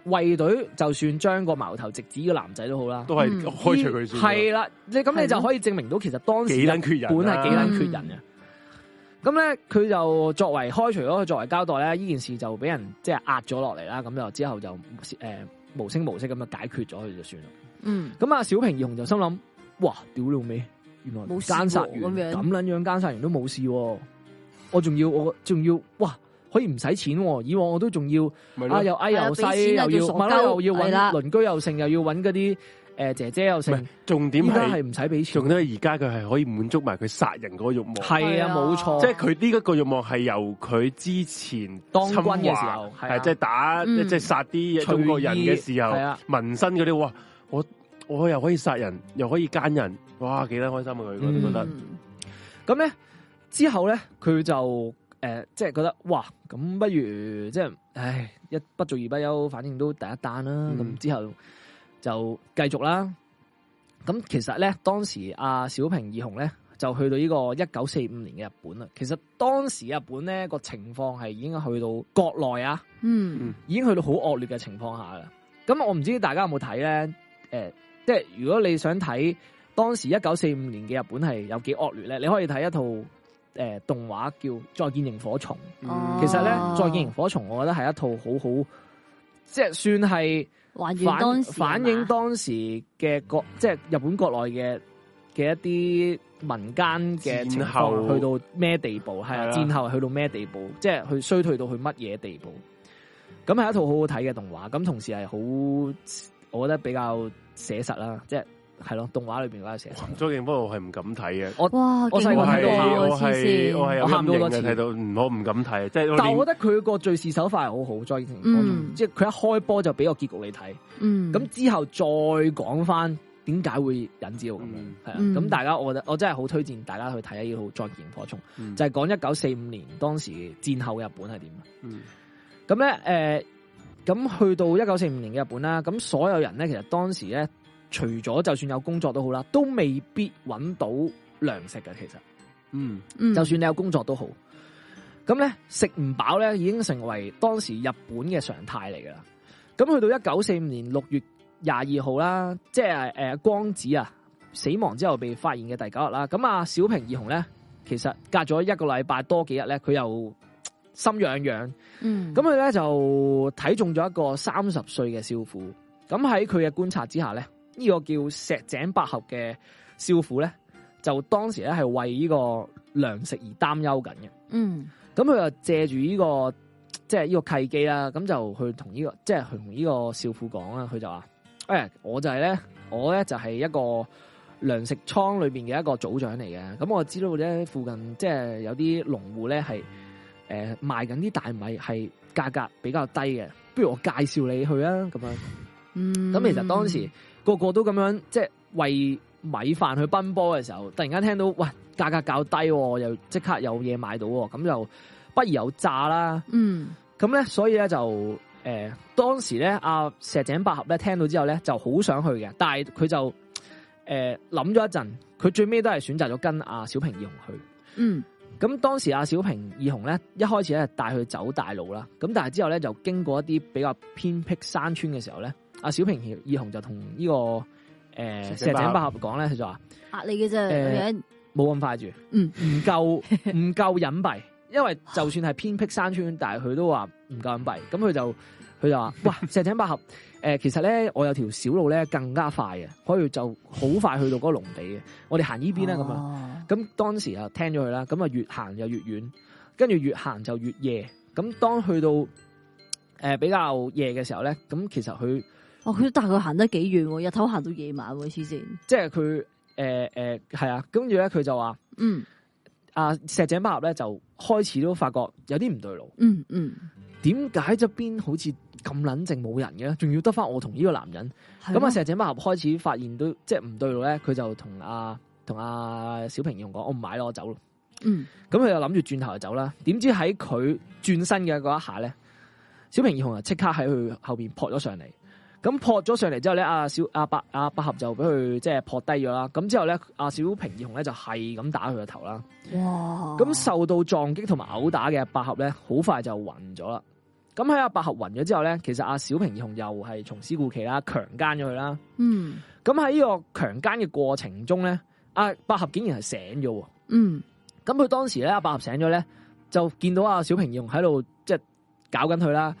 D: 衛隊就算將個矛頭直指呢個男仔都好啦，
B: 都係
C: 嗯
B: 開除佢先，
D: 係啦，你咁你
C: 係
D: 就
C: 咯
D: 可以證明到其實當時
B: 幾撚缺人啊，
D: 本係幾撚缺人嘅。咁咧，佢就作為開除咗佢作為交代咧，呢件事就俾人即係壓咗落嚟啦。咁就之後就誒、呃、無聲無息咁樣解決咗佢就算啦。
C: 嗯，
D: 咁啊，小平義雄就心諗：，哇，屌你老味，原來
C: 冇事喎
D: 奸殺完
C: 咁樣
D: 咁撚樣奸殺完都冇事、喎。我仲要我仲要，哇，可以唔使錢、喎。以往我都仲要
B: 咪咯
D: 啊，又矮
C: 係啊
D: 又
C: 俾
D: 細，
C: 錢啊
D: 又要
C: 做傻
D: 咪咯又
C: 鳩
D: 要
C: 係啦
D: 揾鄰居又剩，又要揾嗰啲誒姐姐又
B: 唔
D: 剩
B: 係，重點
D: 依家
B: 係
D: 係唔使俾錢
B: 重，點係而家佢係可以滿足埋佢殺人嗰個慾望，
D: 係
C: 係
D: 啊，
C: 啊
D: 冇錯，
B: 即係佢呢一個欲望係由佢之前
D: 當
B: 侵
D: 軍嘅時
B: 華
D: 候，係啊
B: 係即係打
C: 嗯
B: 即係殺啲中國人嘅時
D: 係
B: 候，
D: 啊，
B: 民生嗰啲哇，我我又可以殺人，又可以奸人，哇，幾得開心啊！佢
D: 嗯
B: 覺得
C: 嗯
D: 咁咧之後咧，佢就诶、呃即係覺得哇，咁不如即係，唉，一不做二不休，反正都第一單啦。咁、
B: 嗯
D: 之後就繼續啦。咁其實咧，當時阿小平義雄咧就去到呢個一九四五年嘅日本啦。其實當時日本咧個情況係已經去到國內啊，
C: 嗯
D: 已經去到好惡劣嘅情況下啦。咁我唔知大家有冇睇咧？诶、即係如果你想睇當時一九四五年嘅日本係有幾惡劣咧，你可以睇一套诶、呃、动画叫《再見螢火蟲》。
C: 哦
D: 其實咧，
C: 哦
D: 《再見螢火蟲》我覺得係一套好好即係算係
C: 還原
D: 反
C: 當時啊
D: 反
C: 係
D: 映
C: 嘛
D: 當時嘅國，即係日本國內嘅嘅一啲民間嘅情
B: 戰後
D: 況，去到咩地步？係啊，
B: 係啊
D: 戰後係去到咩地步？即係去衰退到去乜嘢地步？咁係一套好好睇嘅動畫，咁同時係好，我覺得比較寫實啦，即係係咯，動畫裏邊比較寫實。
B: 周敬波我係唔敢睇嘅。啊
C: 哇！
D: 我細
C: 勁
D: 個
B: 我
D: 睇
B: 係
D: 到喊
C: 喎
B: 我
C: 啊黐
B: 係
C: 線
B: 我係有
D: 我喊咗好
B: 陰
D: 多
B: 影嘅，
D: 次
B: 睇到嗯我唔敢睇，即係我
D: 但
B: 連
D: 我覺得佢個敘事手法係好好，再情
C: 嗯
D: 即係佢一開波就俾個結局你睇，
C: 嗯
D: 咁、之後再講翻點解會引致到咁樣，
B: 嗯
D: 係啊、
C: 嗯
D: 咁大家我覺得我真係好推薦大家去睇呢套《再見火蟲》，
B: 嗯
D: 就係講一九四五年當時戰後嘅日本係點。啊
B: 嗯
D: 咁咧，誒、咁去到一九四五年嘅日本啦，咁所有人咧，其實當時咧，除咗就算有工作都好啦，都未必揾到糧食嘅。其實，
B: 嗯
C: 嗯
D: 就算你有工作都好，咁咧食唔飽咧已經成為當時日本嘅常態嚟噶啦。咁去到一九四五年六月廿二號啦，即係誒、呃光子啊死亡之後被發現嘅第九日啦。咁啊小平義雄咧，其實隔咗一個禮拜多幾日咧，佢又嘖心癢癢。
C: 嗯
D: 咁佢咧就睇中咗一個三十歲嘅少婦，咁喺佢嘅觀察之下咧，呢、個叫石井百合嘅少婦咧，就當時咧係為呢個糧食而擔憂緊嘅。
C: 嗯
D: 咁佢就借住呢、個即係呢個契機啦，咁就去同呢、個即係去同呢個少婦講啦，佢就話：，誒、我就係咧，我咧就係一個糧食倉裏邊嘅一個組長嚟嘅。咁我知道咧，附近即係有啲農戶咧係誒賣緊啲大米，係價格比較低嘅。不如我介紹你去啊，咁樣。
C: 嗯
D: 咁其實當時個個都咁樣，即係為米飯去奔波嘅時候，突然間聽到喂價格較低、喎，又即刻有嘢買到、喎，咁就不如有炸啦。
C: 嗯
D: 咁咧，所以咧就誒、呃，當時咧阿石井百合咧聽到之後咧就好想去嘅，但係佢就誒諗咗一陣，佢最尾都係選擇咗跟阿小平義雄去。
C: 嗯
D: 咁當時阿小平義雄咧，一開始咧帶佢走大路啦，咁但係之後咧就經過一啲比較偏僻山村嘅時候咧，阿小平義雄就同呢、個誒、呃
B: 石
D: 石
B: 井
D: 井
B: 百合
D: 百合講咧，佢就話
C: 呃壓你嘅啫，
D: 誒
C: 女
D: 冇咁快住，
C: 嗯
D: 唔夠 [laughs] 唔夠隱蔽，因為就算係偏僻山村，但係佢都話唔夠隱蔽，咁佢就佢就話：，哇，石井百合誒、呃其實咧我有條小路咧更加快嘅，可以就好快去到嗰個農地嘅，我哋行呢邊啦咁樣。
C: 啊？
D: 咁當時啊聽咗佢啦，咁啊越行又越遠，跟住越行就越夜。咁當去到诶、呃比較夜嘅時候咧，咁其實佢呃
C: 哦，佢大概行得幾遠喎，日頭行到夜晚喎，黐線。
D: 即係佢诶诶係啊，跟住咧佢就話
C: 嗯
D: 啊石井百合咧就開始都發覺有啲唔對路，
C: 嗯嗯，
D: 點解側邊好似咁撚靜冇人嘅咧？仲要得翻我同呢個男人。
C: 係
D: 咁啊
C: 咯
D: 石井百合開始發現都即係唔對路咧，佢就同阿同阿小平用講：我唔買咯，我走咯。
C: 嗯
D: 咁佢就諗住轉頭就走啦。點知喺佢轉身嘅嗰一下咧，小平義雄就啊即刻喺佢後邊撲咗上嚟。咁撲咗上嚟之後咧，阿小阿百阿百合就俾佢即係撲低咗啦。咁之後咧，阿小平義雄咧就係咁打佢個頭啦。
C: 哇，
D: 咁受到撞擊同埋殴打嘅百合咧，好快就暈咗啦。咁喺阿百合暈咗之後咧，其實阿小平義雄又係重施故技啦，強姦咗佢啦。
C: 嗯
D: 咁喺呢個強姦嘅過程中咧，阿百合竟然係醒咗喎。
C: 嗯
D: 咁佢啊當時咧，阿百合醒咗咧，就見到阿小平義雄喺度即係搞緊佢啦。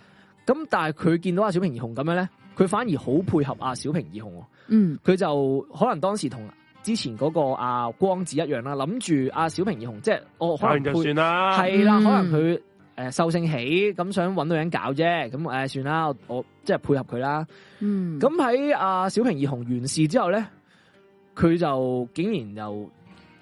D: 咁但係佢見到阿小平義雄咁樣咧，佢反而好配合阿小平義雄喎。
C: 嗯
D: 佢就可能當時同之前嗰個阿光子一樣啦，諗住阿小平義雄即係我
B: 打
D: 可
B: 完
D: 能配
B: 就啊算啦，
D: 係啦，
C: 嗯
D: 可能佢誒獸性起咁想揾女人搞啫，咁誒算啦，我我即係配合佢啦。
C: 嗯，
D: 咁喺阿小平義雄完事之後咧，佢就竟然又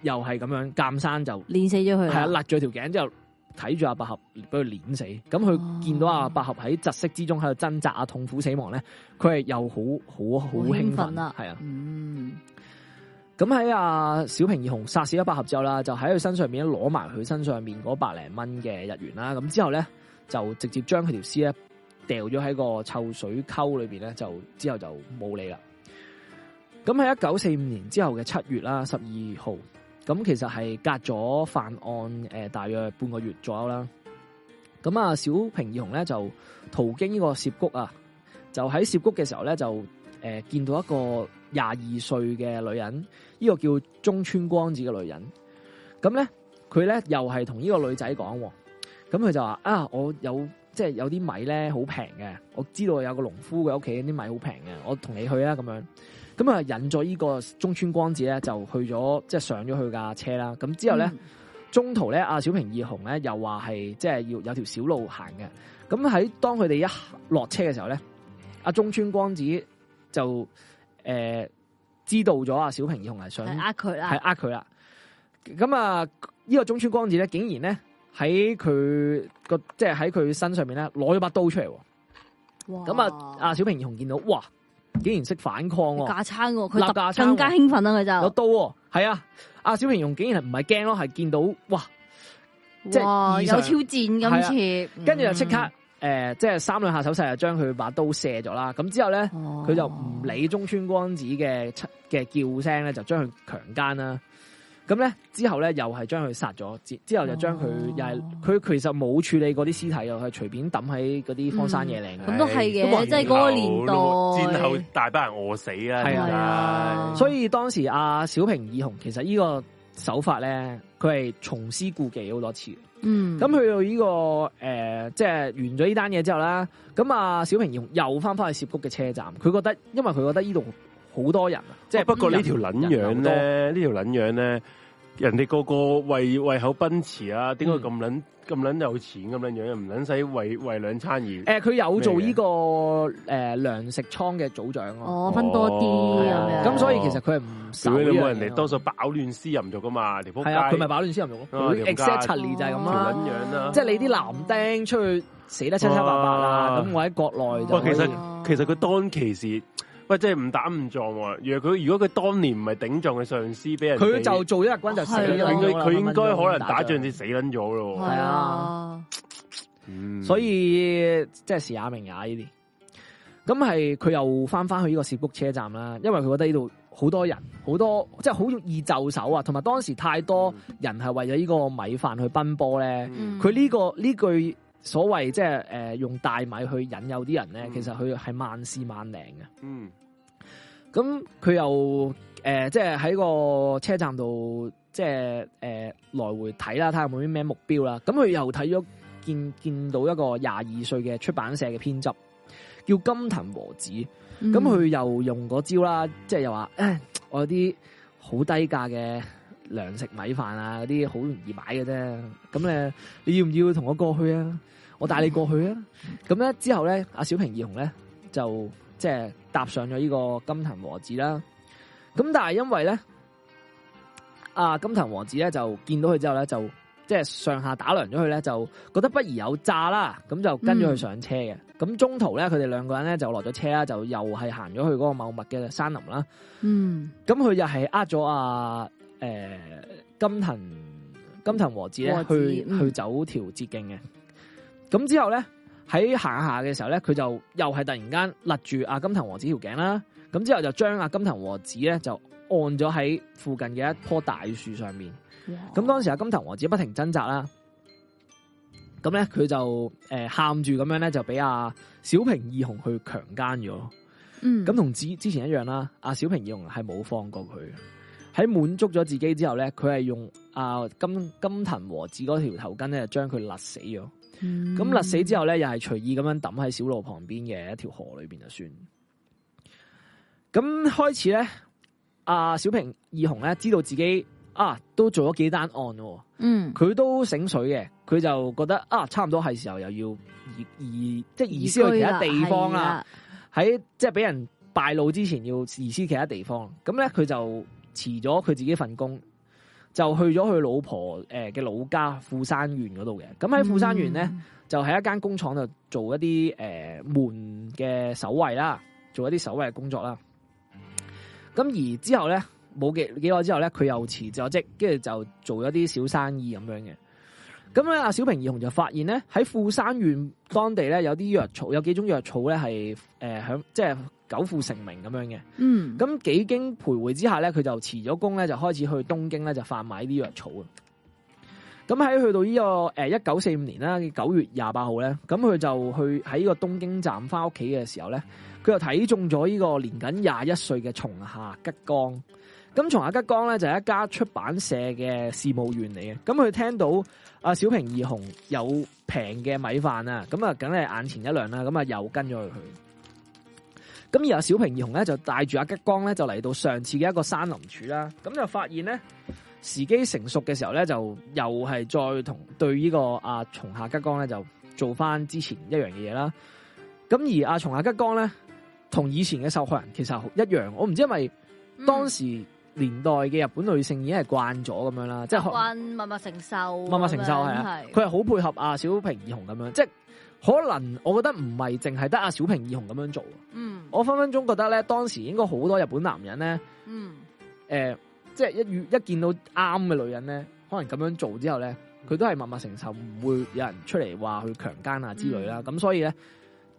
D: 又係咁樣鑑生就。
C: 練死咗佢
D: 系啊，
C: 啦。
D: 勒咗條頸之後，睇住阿百合俾佢碾死，咁佢見到阿百合喺窒息之中喺度掙扎啊，痛苦死亡咧，佢係又好好好興奮
C: 啦，
D: 係啊。
C: 嗯
D: 咁喺阿小平義雄殺死咗百合之後啦，就喺佢身上面攞埋佢身上面嗰百零蚊嘅日元啦，咁之後咧就直接將佢條屍咧掉咗喺個臭水溝裏邊咧，就之後就冇理啦。咁喺一九四五年之後嘅七月啦，十二號，咁其實係隔咗犯案誒、呃大約半個月左右啦。咁啊，小平義雄咧就途經呢個涉谷啊，就喺涉谷嘅時候咧就誒、呃、見到一個廿二歲嘅女人，呢、個叫中村光子嘅女人。咁咧，佢咧又係同呢個女仔講喎，咁佢就話啊，我有即係有啲米咧好平嘅，我知道有個農夫嘅屋企啲米好平嘅，我同你去啦咁樣。咁啊引咗呢個中村光子咧就去咗，即係上咗佢架車啦。咁之後
C: 嗯
D: 咧。中途咧，阿小平二雄咧又話係即係要有條小路行嘅。咁喺當佢哋一落車嘅時候咧，阿中村光子就诶、呃知道咗阿小平二雄係想
C: 係
D: 係
C: 呃佢啦，
D: 呃佢啦。咁啊，呢、個中村光子咧，竟然咧喺佢個即係喺佢身上面咧攞咗把刀出嚟喎。咁啊，
C: 啊
D: 阿小平二雄見到，哇，竟然識反抗喎、
C: 架撐喎，佢
D: 立
C: 特
D: 架撐喎
C: 更加興奮啦，佢
D: 有
C: 就
D: 刀喎、係啊！阿小平二雄竟然係唔係驚咯，係見到哇！即係
C: 哇
D: 異
C: 有
D: 常啊
C: 挑戰今次，
D: 跟住就即刻诶、呃即係三兩下手勢就將佢把刀射咗啦。咁之後咧，
C: 嗯，
D: 佢就唔理中村光子嘅出嘅叫聲咧，就將佢強姦啦。咁咧之後咧又係將佢殺咗，之之後就將佢
C: 哦
D: 又係佢其實冇處理嗰啲屍體，又係隨便抌喺嗰啲荒山野嶺嘅。
C: 嗯咁都係嘅
B: 唉都話
C: 即係嗰個年代
B: 戰後大班人餓死啦，
D: 係
B: 係
C: 啊
D: 所以當時阿小平義雄其實呢個手法咧，佢係重施故技好多次嘅。
C: 嗯，
D: 咁去到呢、個誒、呃即係完咗呢單嘢之後啦，咁啊小平兒又翻返去涉谷嘅車站，佢覺得因為佢覺得呢度好多人啊，即係
B: 哦不過呢條
D: 人
B: 撚樣咧，呢條撚樣咧，人哋個個為為口奔馳啊，點解咁撚咁撚有錢咁撚樣，唔撚使為為兩餐而
D: 誒佢、有做呢、個誒、呃、糧食倉嘅組長咯，
C: 哦啊分多啲咁
B: 哦
C: 樣，
D: 咁、所以其實佢係唔
B: 屌
D: 少
B: 你
D: 呢
B: 老母
D: 樣
B: 人
D: 嘢
B: 哋
D: 咯
B: 多數飽亂私淫咗噶嘛，條撲
D: 係啊，佢咪
B: 街
D: 把亂先入用
B: 啊
D: 咯
B: 條街
D: ，exactly 就係咁啦
B: 條，撚樣啦
D: 即係你啲男丁出去死得七七八八啦，
B: 啊
D: 咁我喺國內就
B: 喂
D: 可以
B: 其實其實佢當其時，喂，即係唔打唔撞喎。若佢如果佢當年唔係頂撞嘅上司，俾人哋
D: 佢就做一日軍就死
B: 佢
D: 咗
B: 應
D: 啦，
B: 該佢應該可能打仗
D: 仗
B: 就死撚咗
C: 係
B: 咯
D: 係
C: 啊
D: 啊，
B: 喎。
D: 所以即係時也明也呢啲。咁係佢又翻翻去呢個涉谷車站啦，因為佢覺得呢度好多人，好多即係好易就手啊，同埋當時太多人係為咗呢個米飯去奔波咧。
C: 嗯
D: 佢呢、個呢句所謂即係誒用大米去引誘啲人咧，
B: 嗯
D: 其實佢係萬事萬靈嘅。
B: 嗯，
D: 咁佢又诶、呃即係喺個車站度，即係诶、呃來回睇啦，睇下有冇啲咩目標啦。咁佢又睇咗見見到一個廿二歲嘅出版社嘅編輯，叫金藤和子。
C: 嗯
D: 咁佢、又用嗰招啦，即係又話：，唉我有啲好低價嘅糧食米飯啊，嗰啲好容易買嘅啫。咁咧，你要唔要同我過去啊？我帶你過去啊！咁咧之後咧，阿小平義雄咧就即係搭上咗呢個金藤和子啦。咁但係因為咧，啊金藤和子咧就見到佢之後咧，就即係上下打量咗佢咧，就覺得不宜有詐啦，咁就跟咗佢上車嘅。咁、中途咧，佢哋兩個人咧就落咗車啦，就又係行咗去嗰個茂密嘅山林啦。
C: 嗯
D: 咁佢又係呃咗阿诶金藤金藤和子
C: 和
D: 咧
C: 子
D: 去、
C: 嗯
D: 去走條捷徑嘅。咁之後咧喺行下嘅時候咧，佢就又係突然間勒住阿金藤和子條頸啦。咁之後就將阿金藤和子咧就按咗喺附近嘅一棵大樹上面。咁當時阿金藤和子不停掙扎啦，咁咧佢就誒喊住咁樣咧就俾阿小平義雄去強姦咗，
C: 嗯
D: 咁同之之前一樣啦，阿小平義雄係冇放過佢嘅，喺滿足咗自己之後咧，佢係用阿金金藤和子嗰條頭巾咧就將佢勒死咗，
C: 嗯
D: 咁勒死之後咧又係隨意咁樣抌喺小路旁邊嘅一條河裏邊就算。咁開始咧，阿小平義雄咧知道自己啊都做咗幾單案喎。
C: 嗯
D: 佢都醒水嘅，佢就覺得啊，差唔多係時候又要移移即係移師去
C: 居
D: 其
C: 啦
D: 他地方啊啦，，
C: 係
D: 喺即係俾人敗露之前要移師其他地方。咁咧佢就辭咗佢自己份工，就去咗佢老婆誒嘅老家富山縣嗰度嘅。咁喺富山縣咧，，就喺一間工廠度做一啲誒、呃、門嘅守衛啦，做一啲守衛嘅工作啦。咁而之後咧，冇幾幾耐之後咧，佢又辭咗職，跟住就做一啲小生意咁樣嘅。咁咧，阿小平義雄就發現咧，喺富山縣當地咧有啲藥草，有幾種藥草咧係誒響即係久負盛名咁樣嘅。
C: 嗯，
D: 咁幾經徘徊之下咧，佢就辭咗工咧，就開始去東京咧就販賣啲藥草啊。咁喺去到呢、個誒一九四五年啦，九月廿八號咧，咁佢就去喺呢個東京站翻屋企嘅時候咧，佢就睇中咗呢個年僅廿一歲嘅松下吉江。咁松下吉江咧就係一家出版社嘅事務員嚟嘅，咁佢聽到阿小平義雄有平嘅米飯啊，咁啊梗係眼前一亮啦，咁啊又跟咗佢去。咁而阿小平義雄咧就帶住阿吉江咧就嚟到上次嘅一個山林處啦，咁就發現咧時機成熟嘅時候咧就又係再同對呢個阿松下吉江咧就做翻之前一樣嘅嘢啦。咁而阿松下吉江咧同以前嘅受害人其實一樣，我唔知係咪。
C: 嗯
D: 當時年代嘅日本女性已經係慣咗咁樣啦，即係可
C: 關默默承受，
D: 默默承受係啊
C: 啊，
D: 佢係好配合阿小平義雄咁樣，即係可能我覺得唔係淨係得阿小平義雄咁樣做，
C: 嗯
D: 我分分鐘覺得咧當時應該好多日本男人咧，
C: 嗯，
D: 诶、呃即係一遇一見到啱嘅女人咧，可能咁樣做之後咧，佢都係默默承受，唔會有人出嚟話佢強姦啊之類啦，咁、所以咧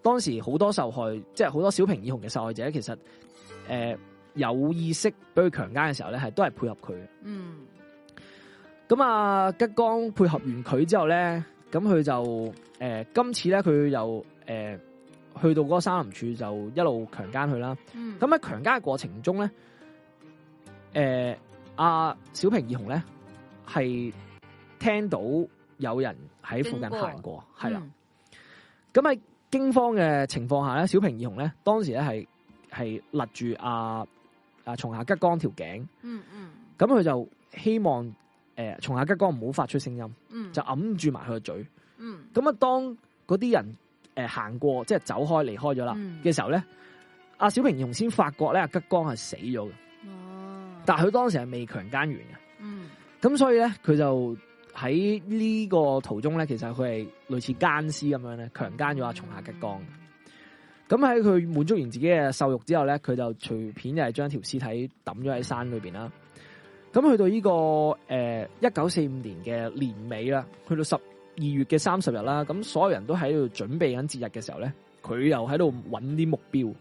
D: 當時好多受害，即係好多小平義雄嘅受害者，其實诶、誒有意識俾佢強姦嘅時候咧，係都係配合佢嘅。
C: 嗯
D: 咁啊，吉江配合完佢之後咧，咁佢就诶、呃今次咧佢又诶、呃去到嗰個山林處就一路強姦佢啦。
C: 嗯，
D: 咁喺強姦嘅過程中咧，诶、阿小平義雄咧係聽到有人喺附近
C: 經過
D: 行過，係啦。
C: 嗯，
D: 咁喺驚慌嘅情況下咧，小平義雄咧當時咧係係勒住阿阿松下吉江條頸，
C: 嗯嗯
D: 咁佢就希望诶、呃、松下吉江唔好發出聲音。
C: 嗯，
D: 就揞住埋佢個嘴。
C: 嗯
D: 咁啊，當嗰啲人诶行、過，即係走開離開咗啦
C: 嗯
D: 嘅時候咧，阿小平容先發覺咧，阿吉江係死咗嘅，
C: 哦，
D: 但係佢當時係未強姦完嘅，
C: 嗯
D: 咁所以咧佢就喺呢個途中咧，其實佢係類似奸屍咁樣咧，強姦咗阿松下吉江嘅。咁喺佢滿足完自己嘅獸慾之後咧，佢就隨便就係將條屍體抌咗喺山裏邊啦。咁去到呢、個誒一九四五年嘅年尾啦，去到十二月嘅三十日啦，咁所有人都喺度準備緊節日嘅時候咧，佢又喺度揾啲目標。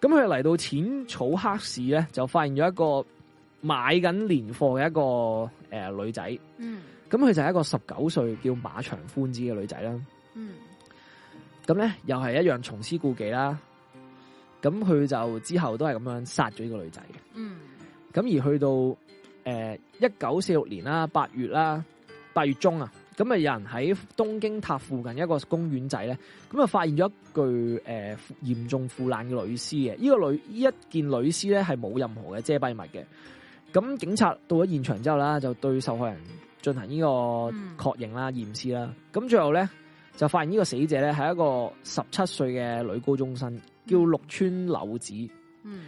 D: 咁佢嚟到淺草黑市咧，就發現咗一個買緊年貨嘅一個誒、呃女仔。
C: 嗯
D: 咁佢就係一個十九歲叫馬長寬子嘅女仔啦。
C: 嗯
D: 咁咧又係一樣重施故技啦。咁佢就之後都係咁樣殺咗呢個女仔嘅。
C: 嗯
D: 咁而去到誒一九四六年啦，八月啦，八月中啊，咁啊有人喺東京塔附近一個公園仔咧，咁啊發現咗一具誒、呃、嚴重腐爛嘅女屍嘅。呢、個女呢一件女屍咧係冇任何嘅遮蔽物嘅。咁警察到咗現場之後啦，就對受害人進行呢個
C: 嗯
D: 確認啦、驗屍啦。咁最後咧就發現呢個死者咧係一個十七歲嘅女高中生，叫
C: 嗯
D: 綠川柳子。
C: 嗯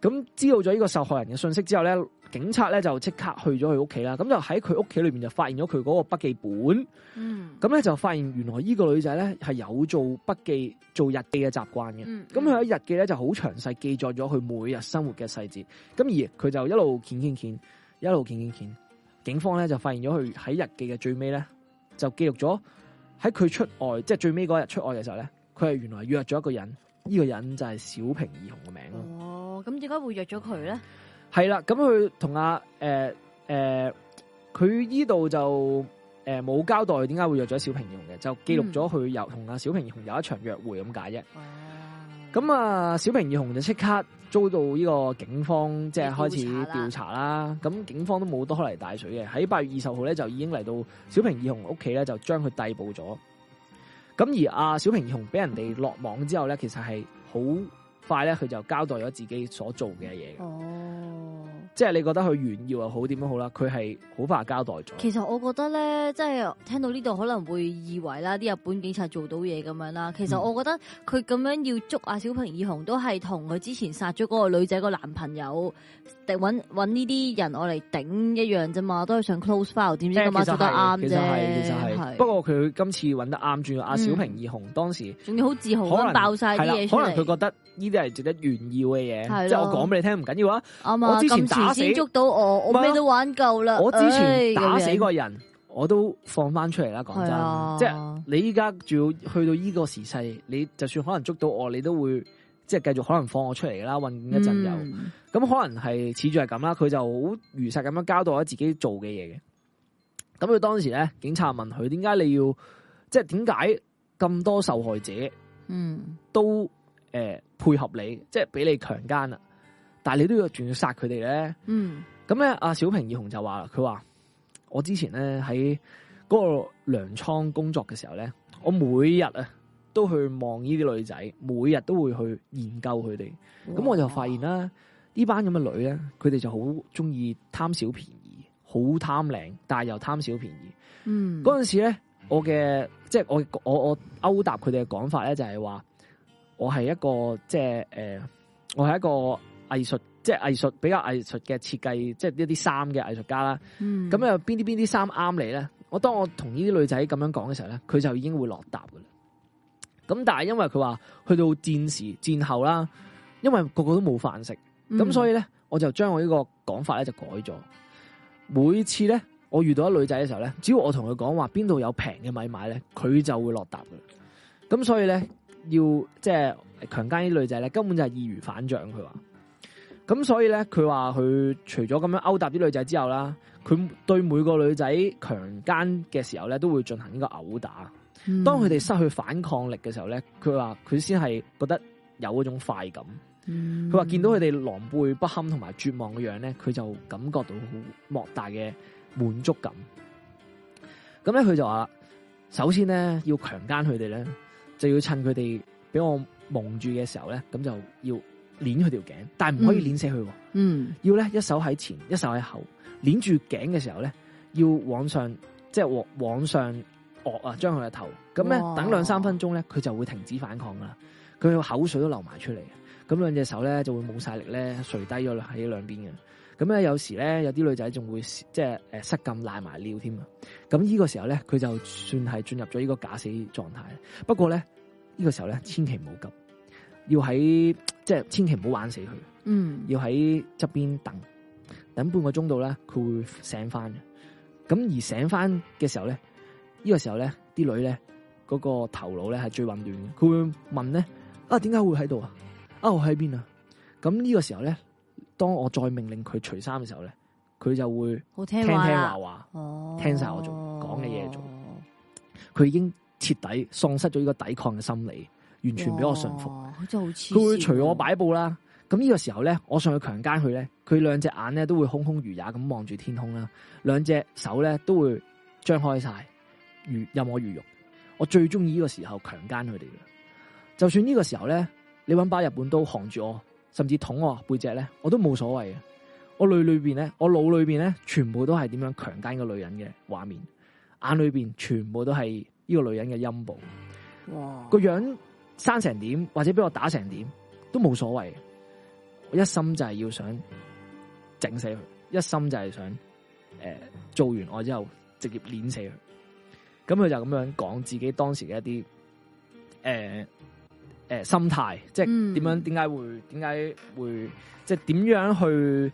D: 咁知道咗呢個受害人嘅信息之後咧，警察咧就即刻去咗佢屋企啦。咁就喺佢屋企裏面就發現咗佢嗰個筆記本，
C: 嗯，
D: 咁咧就發現原來呢個女仔咧係有做筆記、做日記嘅習慣嘅。
C: 嗯
D: 咁佢喺日記咧就好詳細記載咗佢每日生活嘅細節。咁而佢就一路見見見，一路見見見，警方咧就發現咗佢喺日記嘅最尾咧就記錄咗喺佢出外，即係最尾嗰日出外嘅時候咧，佢係原來約咗一個人，呢、個人就係小平義雄嘅名咯。
C: 哦，咁點解會約咗佢咧？
D: 系啦，咁佢同阿诶诶，佢依度就诶冇、交代點解會約咗小平義雄嘅，就記
C: 嗯
D: 錄咗佢有同阿小平義雄有一場約會咁解啫。
C: 哦，
D: 咁啊，小平義雄就即刻遭到呢個警方即係開始
C: 調查啦
D: 調查啦。咁警方都冇多嚟大水嘅，喺八月二十號咧就已經嚟到小平義雄屋企咧，就將佢逮捕咗。咁而阿小平義雄俾人哋落網之後咧，其實係好快咧，佢就交代咗自己所做嘅嘢嘅。
C: 哦。
D: 即係你覺得佢炫耀又好點都好啦，佢係好快交代咗。
C: 其實我覺得咧，即係聽到呢度可能會以為啦，啲日本警察做到嘢咁樣啦。其實
D: 嗯
C: 我覺得佢咁樣要捉阿小平義雄，都係同佢之前殺咗嗰個女仔個男朋友，定揾揾呢啲人我嚟頂一樣啫嘛，都係想 close file，點知
D: 誒
C: 咁晚
D: 其實
C: 做得
D: 係
C: 啱
D: 其實係，其實
C: 啫。
D: 係。
C: 係
D: 不過佢今次揾得啱，仲要阿小平義雄當時
C: 仲要好自豪
D: 可
C: 咁
D: 能
C: 爆晒
D: 係
C: 啲
D: 啦
C: 嘢出
D: 可能佢
C: 嚟，
D: 覺得呢啲係值得炫耀嘅
C: 係
D: 嘢，
C: 咯
D: 即係我講俾你聽唔緊要啊。
C: 啱
D: 我
C: 啊！
D: 之前
C: 咁
D: 打
C: 遲
D: 死
C: 先捉到我，
D: 唔係
C: 我
D: 啊
C: 咩都玩夠啦。
D: 我之前
C: 唉
D: 打死
C: 咁樣
D: 個人，我都放翻出嚟啦。講
C: 係啊，
D: 真，即係你依家仲要去到呢個時勢，你就算可能捉到我，你都會即係繼續可能放我出嚟啦，混一陣又。
C: 嗯
D: 咁可能係似住係咁啦，佢就好如實咁樣交代咗自己做嘅嘢嘅。咁佢當時咧，警察問佢點解你要，即係點解咁多受害者
C: 嗯
D: 都诶、呃配合你，即係俾你強姦啦？但係你都要仲要殺佢哋咧。
C: 嗯，
D: 咁咧，阿小平義雄就話啦，佢話我之前咧喺嗰個糧倉工作嘅時候咧，我每日啊都去望呢啲女仔，每日都會去研究佢哋。
C: 嗯
D: 咁我就發現啦，呢班咁嘅女咧，佢哋就好中意貪小便宜，好貪靚，但係又貪小便宜。
C: 嗯，
D: 嗰陣時咧，我嘅即係我我我勾搭佢哋嘅講法咧，就係話我係一個即係誒、呃我係一個藝術，即係藝術比較藝術嘅設計，即係一啲衫嘅藝術家啦。
C: 嗯
D: 咁有邊啲邊啲衫啱你咧？我當我同呢啲女仔咁樣講嘅時候咧，佢就已經會落答噶啦。咁但係因為佢話去到戰時戰後啦，因為個個都冇飯食，咁、
C: 嗯
D: 所以咧我就將我呢個講法咧就改咗。每次咧我遇到一女仔嘅時候咧，只要我同佢講話邊度有平嘅米買咧，佢就會落答噶啦。咁所以咧要即係強姦啲女仔咧，根本就係易如反掌。佢話咁，所以咧佢話佢除咗咁樣勾搭啲女仔之後啦。佢對每個女仔強姦嘅時候咧，都會進行呢個毆打。
C: 嗯
D: 當佢哋失去反抗力嘅時候咧，佢話佢先係覺得有嗰種快感。
C: 嗯
D: 佢話見到佢哋狼狽不堪同埋絕望嘅樣咧，佢就感覺到好莫大嘅滿足感。咁咧佢就話啦，首先咧要強姦佢哋咧，就要趁佢哋俾我蒙住嘅時候咧，咁就要攣佢條頸，但係唔可以攣死佢喎。
C: 嗯
D: 要咧一手喺前，一手喺後，捻住頸嘅時候咧，要往上，即係往往上惡啊，將佢嘅頭。咁咧
C: 哇
D: 等兩三分鐘咧，佢就會停止反抗噶啦。佢個口水都流埋出嚟，咁兩隻手咧就會冇晒力咧，垂低咗喺兩邊嘅。咁咧有時咧有啲女仔仲會即係誒失禁賴埋尿添啊。咁呢個時候咧，佢就算係進入咗呢個假死狀態。不過咧呢個時候咧，千祈唔好急，要喺即係千祈唔好玩死佢。
C: 嗯，
D: 要喺側邊等，等半個鐘度咧，佢會醒翻嘅。咁而醒翻嘅時候咧，呢、個時候咧，啲女咧嗰、個頭腦咧係最混亂嘅。佢會問咧：啊，點解會喺度啊？啊，我喺邊啊？咁呢個時候咧，當我再命令佢除衫嘅時候咧，佢就會
C: 好
D: 聽
C: 聽
D: 聽
C: 話
D: 話
C: 啦，
D: 話，
C: 哦，
D: 聽晒我做講嘅嘢做佢已經徹底喪失咗呢個抵抗嘅心理，完全俾我信服。
C: 哇，佢真係好似
D: 佢會隨
C: 啊
D: 我擺佈啦。咁呢個時候咧，我上去強姦佢咧，佢兩隻眼咧都會空空如也咁望住天空啦，兩隻手咧都會張開晒，如任我魚肉。我最中意呢個時候強姦佢哋嘅。就算呢個時候咧，你揾把日本刀行住我，甚至捅我背脊咧，我都冇所謂嘅。我腦裏邊咧，我腦裏邊咧，全部都係點樣強姦個女人嘅畫面，眼裏邊全部都係呢個女人嘅陰部。
C: 哇
D: 個樣生成點，或者俾我打成點都冇所謂。我一心就係要想整死佢，一心就係想诶、呃做完我之後直接碾死佢。咁佢就咁樣講自己當時嘅一啲诶诶心態，即係
C: 嗯
D: 點樣點解會點解會即係點樣去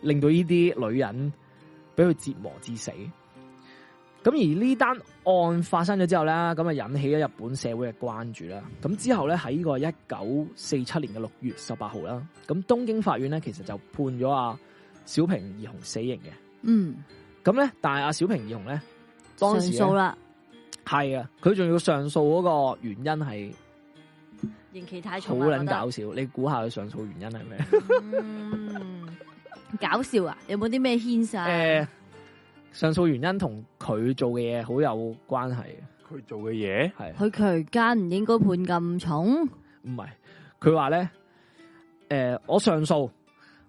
D: 令到呢啲女人俾佢折磨致死。咁而呢單案發生咗之後啦，咁啊引起咗日本社會嘅關注啦。咁之後咧喺呢個一九四七年嘅六月十八號啦，咁東京法院咧其實就判咗阿小平義雄死刑嘅。
C: 嗯
D: 咁咧，但係阿小平義雄咧，當時啊
C: 上訴啦，
D: 係啊，佢仲要上訴嗰個原因係
C: 刑期太
D: 好
C: 重啊啦，
D: 撚搞笑。你估下佢上訴原因係咩？
C: 搞，嗯搞笑啊！有冇啲咩牽啊涉？
D: 诶、呃上訴原因同佢做嘅嘢好有關係嘅，
B: 佢做嘅嘢，
D: 係。
C: 佢強姦唔應該判咁重，
D: 唔系，佢話咧，诶、我上訴，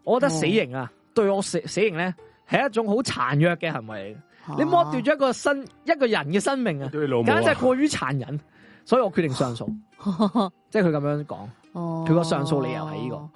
D: 我
C: 哦
D: 覺得死刑啊，對我死死刑咧係一種好殘虐嘅行為
C: 哦
D: 嚟嘅，你剝奪咗一個生一個人嘅生命啊，
B: 對你老母
D: 簡直係
B: 啊！
D: 過於殘忍，所以我決定上
C: [laughs]
D: 訴，
C: 咗，
D: 即係佢咁樣講。
C: 哦，
D: 佢個上訴理由係呢個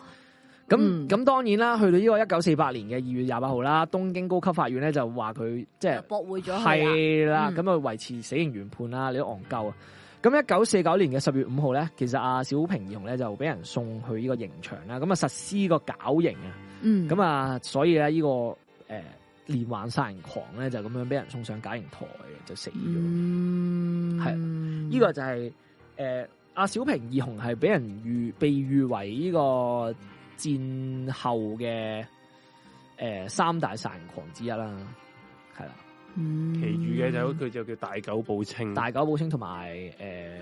D: 咁
C: 嗯
D: 咁、當然啦，去到呢個一九四八年嘅二月廿八號啦，東京高級法院咧就話佢即係。
C: 驳回咗佢啦，
D: 係啦，
C: 嗯
D: 咁啊維持死刑原判啦，你都戇鳩啊！咁一九四九年嘅十月五號咧，其實阿小平義雄咧就俾人送去呢個刑場啦，咁啊實施個絞刑啊，
C: 嗯，
D: 咁啊所以咧呢、個誒、呃、連環殺人狂咧就咁樣俾人送上絞刑台嘅，就死咗。呢、
C: 嗯，
D: 係個就係誒阿小平義雄係俾人譽被譽為呢個戰後嘅誒、呃三大殺人狂之一啦，係啦。
C: 嗯，
B: 其餘嘅就佢就叫大久保清，
D: 大久保清同埋呃诶，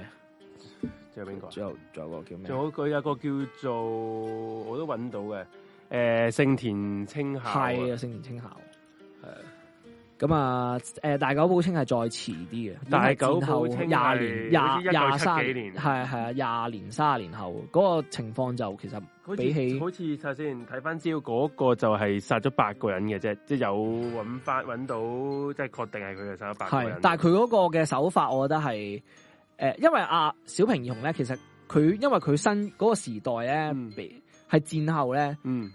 B: 仲有邊個啊？
D: 仲有仲有個叫咩啊
B: 仲？有佢有個叫做我都揾到嘅，誒、诶聖田青校啊，
D: 係啊，聖年青校，係咁啊，誒大久保清係再遲啲嘅，
B: 大久保清
D: 已經係戰
B: 係
D: 後廿年
B: 好似
D: 廿廿
B: 1970
D: 三
B: 幾年
D: 係係啊廿年卅年後嗰個情況就其實
B: 好
D: 比起
B: 似好似睇先睇翻資料，嗰、個就係殺咗八個人嘅啫，即係有揾翻揾到，即係確定係佢係殺咗八個
D: 係
B: 人，。
D: 但係佢嗰個嘅手法，我覺得係誒，因為阿小平義雄咧，其實佢因為佢新嗰個時代咧
B: 嗯，
D: 比係戰後咧，
B: 嗯，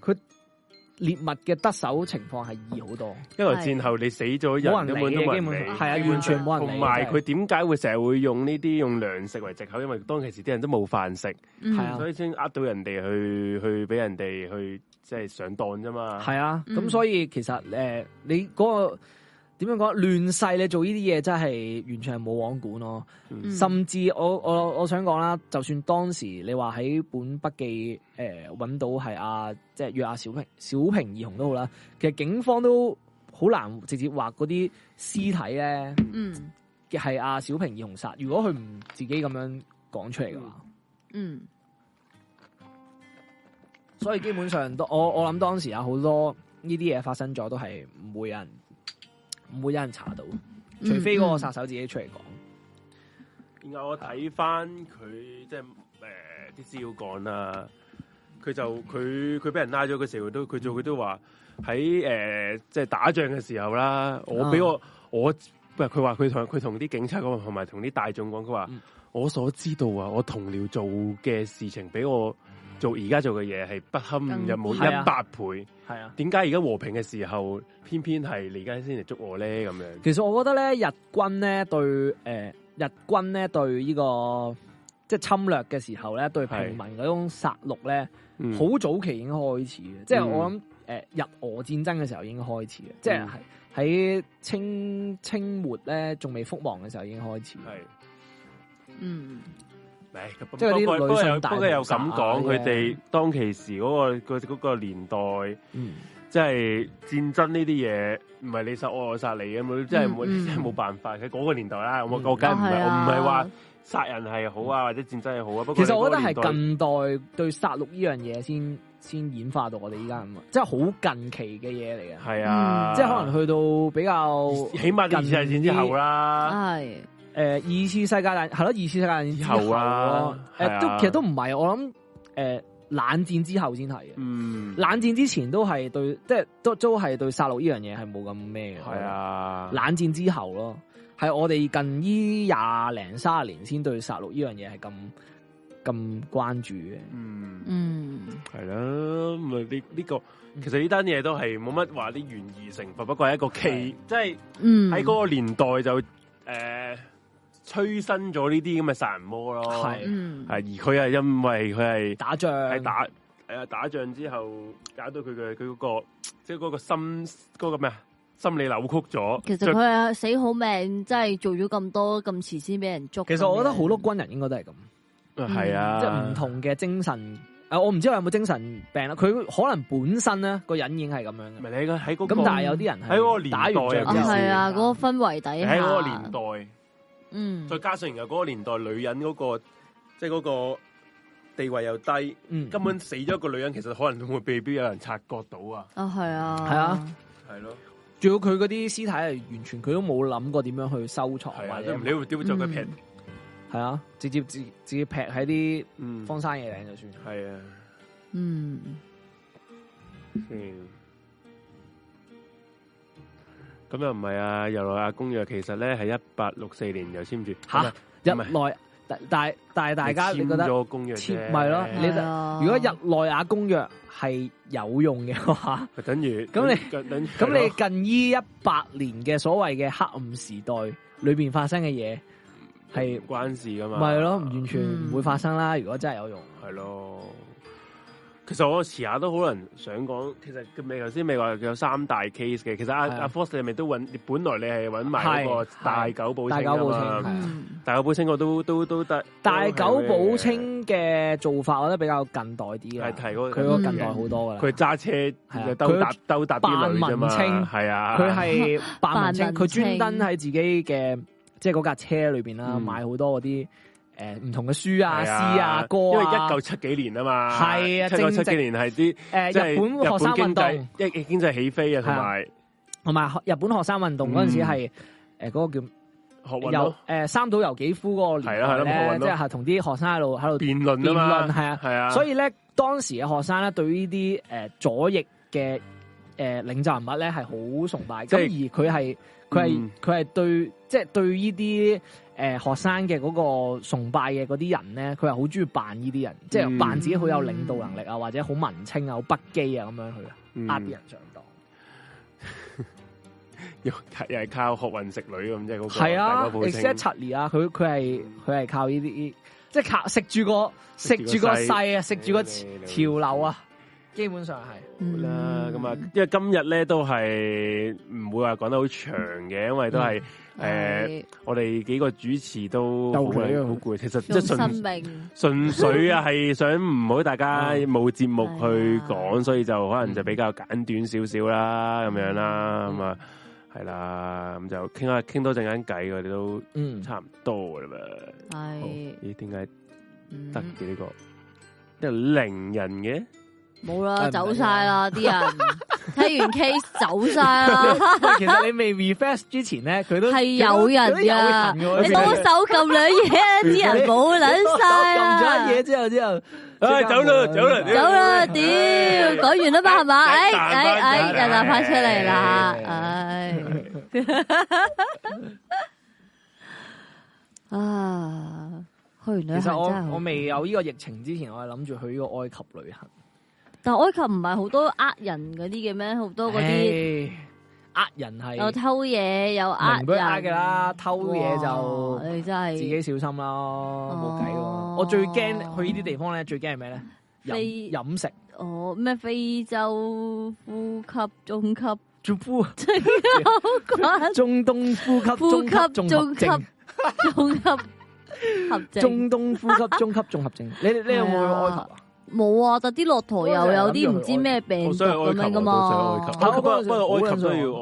D: 獵物嘅得手情況係易好多，
B: 因為戰後你死咗人
D: 冇
B: 根
D: 人
B: 本
D: 理
B: 都
D: 嘅，基
B: 冇
D: 本
B: 人
D: 上
B: 理。
D: 係啊，完全冇人理嘅。
B: 同埋
D: 真係
B: 佢點解會成日會用呢啲用糧食為藉口？因為當其時啲人都冇飯食，
C: 嗯
D: 係啊
B: 所以先呃到人哋去去俾人哋去即係上當啫嘛。
D: 系啊，咁、
C: 嗯
D: 所以其實诶、呃你嗰、個个点样讲乱世，你做呢啲嘢真係完全係冇網管咯。
C: 嗯
D: 甚至我我我想講啦，就算當時你話喺本筆記诶揾、到係啊，即係約阿小平小平義雄都好啦，其實警方都好難直接話嗰啲屍體咧
C: 嗯
D: 係阿小平義雄殺。如果佢唔自己咁樣講出嚟嘅話，
C: 嗯
D: 所以基本上都我我諗當時有好多呢啲嘢發生咗，都係唔會有人唔會有人查到。
C: 嗯
D: 除非嗰個殺手自己出嚟講，
B: 然後我睇翻佢即係誒啲資料講啦，佢就佢佢俾人拉咗嘅時候都佢
D: 嗯
B: 做佢都話喺誒即係打仗嘅時候啦，
D: 啊
B: 我俾我我唔係佢話佢同佢同啲警察講，同埋同啲大眾講，佢話
D: 嗯
B: 我所知道啊，我同僚做嘅事情比我
D: 嗯
B: 做而家做嘅嘢係不堪入目一
D: 係啊
B: 百倍。
D: 係啊。
B: 點解而家和平嘅時候，偏偏係你而家先嚟捉我咧？咁樣
D: 其實我覺得咧，日軍咧對誒、呃日軍咧對呢、個即係侵略嘅時候咧，對平民嗰種殺戮咧，
B: 嗯
D: 好、早期已經開始嘅。即係
B: 嗯
D: 我諗誒、呃日俄戰爭嘅時候已經開始嘅，即係
B: 嗯
D: 喺喺清清末咧仲未覆亡嘅時候已經開始。
B: 係。
C: 嗯
B: 唉咁
D: 即係嗰啲
B: 不過
D: 女
B: 不過
D: 性
B: 又
D: 大
B: 不過又
D: 屠殺啊
B: 咁講，
D: 嗰
B: 佢
D: 啲
B: 哋當其時嗰、個嗰嗰個年代，
D: 嗯，
B: 即係戰爭呢啲嘢，唔係你殺我，我殺你咁樣，即係冇
C: 嗯嗯
B: 真係冇辦法。喺嗰個年代啦，我
D: 嗯
B: 我梗係唔係我
C: 係
B: 唔
C: 啊
B: 係話殺人係好啊，或者戰爭係好啊。不過
D: 其實我覺得
B: 你嗰個
D: 係
B: 年代
D: 近代對殺戮呢樣嘢先先演化到我哋依家咁啊，即係好近期嘅嘢嚟嘅。
B: 係啊，
C: 嗯
D: 即係可能去到啊比較
B: 起碼二次大戰之後啦，
C: 係
D: 誒、呃二次世界大係咯，二次世界大戰之
B: 之後啊
D: 誒、
B: 係啊
D: 都其實都唔係，我諗誒、呃冷戰之後先係嘅。
B: 嗯，
D: 冷戰之前都係對，即係都都係對殺戮呢樣嘢係冇咁咩嘅。
B: 係，啊，
D: 冷戰之後咯，係我哋近依廿零卅年先對殺戮呢樣嘢係咁咁關注嘅。
B: 嗯。
C: 嗯
B: 系啦，咁啊呢呢个
D: 嗯
B: 其實呢單嘢都係冇乜話啲懸疑成分，不過係一個奇，即係
C: 嗯
B: 喺嗰個年代就诶催生咗呢啲咁嘅殺人魔咯。
D: 係
C: 嗯
B: 係而佢係因為佢係
D: 打仗
B: 喺打诶、打仗之後搞到佢嘅佢嗰個即係嗰個心嗰、個咩啊心理扭曲咗。
C: 其實
B: 就
C: 佢係死好命，真係做咗咁多咁遲先俾人捉。
D: 其實我覺得好多軍人應該都係咁。
B: 係
D: 嗯
B: 啊，
D: 即係唔同嘅精神。诶、我唔知佢有冇精神病啦。佢可能本身咧個人已經係咁樣
B: 唔
D: 嘅。
B: 係你喺嗰、個
D: 咁但係有啲人係
B: 喺嗰個年代
D: 打完仗之後
B: 尤
C: 啊
B: 其是
C: 係啊，嗰個氛圍底下
B: 喺嗰個年代。
C: 嗯
B: 再加上然後嗰個年代女人嗰、個即係嗰個地位又低，
D: 嗯
B: 根本死咗一個女人，其實可能都會被必有人察覺到啊，
C: 啊係啊
D: 係啊，
B: 係咯，
D: 仲要佢嗰啲屍體係完全佢都冇諗過點樣去收藏，
B: 係啊，
D: 或
B: 都
D: 者
B: 唔理會點會將
D: 嗯
B: 佢劈，
D: 係啊，直接自直接劈喺啲
B: 嗯，
D: 荒山野嶺就算。
B: 係啊，
C: 嗯
B: 嗯咁又唔係啊，又來阿公約其實咧係一八六四年就簽住
D: 吓
B: 咁啊
D: 日
B: 唔係
D: 內但但但係大家你
B: 簽
D: 覺得，
B: 咗公約啫，
D: 簽咪咯你
C: 係啊
D: 如果日內瓦公約係有用嘅話，
B: [laughs] 就等於
D: 咁
B: 你等於
D: 咁你近依一百年嘅所謂嘅黑暗時代裏边發生嘅嘢係
B: 係關事噶嘛，
D: 咪係咯？完全唔會發生啦。如果真係有用，
B: 系咯。其實我遲下都可能想講，其實佢未頭先未話有三大 case 嘅。其實阿
D: 係啊
B: 阿 Force 你係咪都揾，你本來你係揾埋嗰個
D: 係
B: 大久保
D: 大
B: 清
D: 久保清
B: 啊嘛
D: 係
C: 嗯
B: 大久保清我都都都得。
D: 大久保
B: 都
D: 清嘅做法，我覺得比較近代啲
B: 係
D: 啦。
B: 提嗰
D: 佢
B: 個
D: 嗰個近代好多噶啦。
B: 佢揸車就兜搭兜搭啲女啫嘛，
D: 啊扮文青
B: 係啊， [laughs]
D: 佢係扮文青，
C: 扮文
D: 佢專
C: 青
D: 登喺自己嘅即係嗰架車裏边啦，
B: 嗯
D: 買好多嗰啲诶唔同嘅書啊、
B: 係
D: 詩啊、歌
B: 因為
D: 啊
B: 一九，七幾年啊嘛，
D: 係啊
B: 一九七
D: 正值
B: 幾年係啲
D: 诶
B: 即
D: 日
B: 係
D: 本學生運
B: 經濟
D: 動，
B: 一經濟起飛啊，同埋
D: 同埋日本學生運動嗰陣時係诶嗰個叫
B: 學運
D: 由
B: 咯，
D: 诶三島由紀夫嗰個年
B: 係啦係啦
D: 代咧，
B: 學運
D: 即
B: 咯
D: 係同啲學生喺度喺度
B: 辯論
D: 辯
B: 啊嘛，
D: 論係啊，
B: 係啊，
D: 所以咧當時嘅學生咧對呢啲诶左翼嘅诶領袖人物咧係好崇拜，
B: 即
D: 咁
B: 係
D: 而佢係佢係
B: 嗯
D: 佢係對即係對呢啲诶學生嘅嗰個崇拜嘅嗰啲人咧，佢係好中意扮呢啲人，即係
B: 嗯
D: 扮自己好有領導能力啊，或者好文青啊、好不羈啊咁樣去
B: 嗯
D: 呃啲人上當。
B: 又又係靠學運食女咁，即係嗰個
D: 係啊
B: 大哥報稱
D: ，exactly 啊，佢佢係佢係靠呢啲，即係靠食住個食住個勢啊，食住個潮流啊，基本上係。
C: 嗯
B: 啦，咁啊，因為今日咧都係唔會話講得好長嘅，因為都
D: 嗯
B: 係誒
C: 係
B: 我哋幾個主持都好
G: 鬥氣啊
B: 攰好攰，其實即係
C: 用
D: 啊
C: 生
B: 純
C: 命
B: 純粹啊，係想唔好大
C: [laughs] 哦
B: 家冇節目去
C: 啊
B: 講，所以就可能就比較簡短少少啦，咁樣啦，咁
C: 嗯
B: 啊係啦，咁就傾下傾多陣間偈，我哋都
D: 嗯，
B: 差唔多啦嘛。好
C: 係
B: 哦咦？點解
C: 嗯
B: 得嘅呢個？因為零人嘅，
C: 冇
D: 真係
C: 啦，
D: 唔
C: 走
D: 明
C: 晒啦啲人，睇完 case 走晒啦，
D: 喂 [laughs] 其實你未 refresh 之前咧，佢都
C: 係有人
D: 佢都有
C: 㗎
D: 㗎
C: 你幫我手撳兩嘢，啲人冇
D: [laughs]
C: 撚晒啊
D: 撳
C: 啦
D: 咗一嘢。之後之後，
B: 唉走啦走啦
C: 走啦，屌！講完啦嘛，係嘛？
B: 哎
C: 哎哎哎，
B: 哎
C: 人啊，快出嚟啦！
B: 哎
C: [laughs] 哎，À, 啊，去完旅
D: 其實
C: 行真係
D: 我我
C: 好，
D: 未有呢個疫情之前，我係諗住去呢個埃及旅行。
C: 但埃及唔係好多呃人嗰啲嘅咩？好多嗰啲
D: 啲呃人係
C: 有偷嘢，有呃
D: 明
C: 人，
D: 俾人呃嘅啦，偷嘢就
C: 哇。你真係
D: 自己小心咯，冇計咯
C: 哦。
D: 我最驚去呢啲地方咧，最驚係咩咧？
C: 飛
D: 飲飲
C: [laughs]
D: 食，
C: 哦咩非洲呼吸中級
D: 中呼
C: 關
D: 中東呼吸
C: 呼
D: 中級
C: 吸
D: 綜
C: 中
D: 合
C: 級
D: 症，
C: 中級合症。
D: 中東呼
C: [laughs]
D: 吸中級綜合症。你你有冇去埃及啊？
C: 冇啊，但啲骆驼又有啲唔知咩病
B: 我
C: 毒
B: 想去埃
C: 咁
B: 及啊，
D: 啊
B: 我都想去埃及。。
C: 樣噶嘛哦
B: 不過不過埃及
D: 好撚
B: 都要
D: 想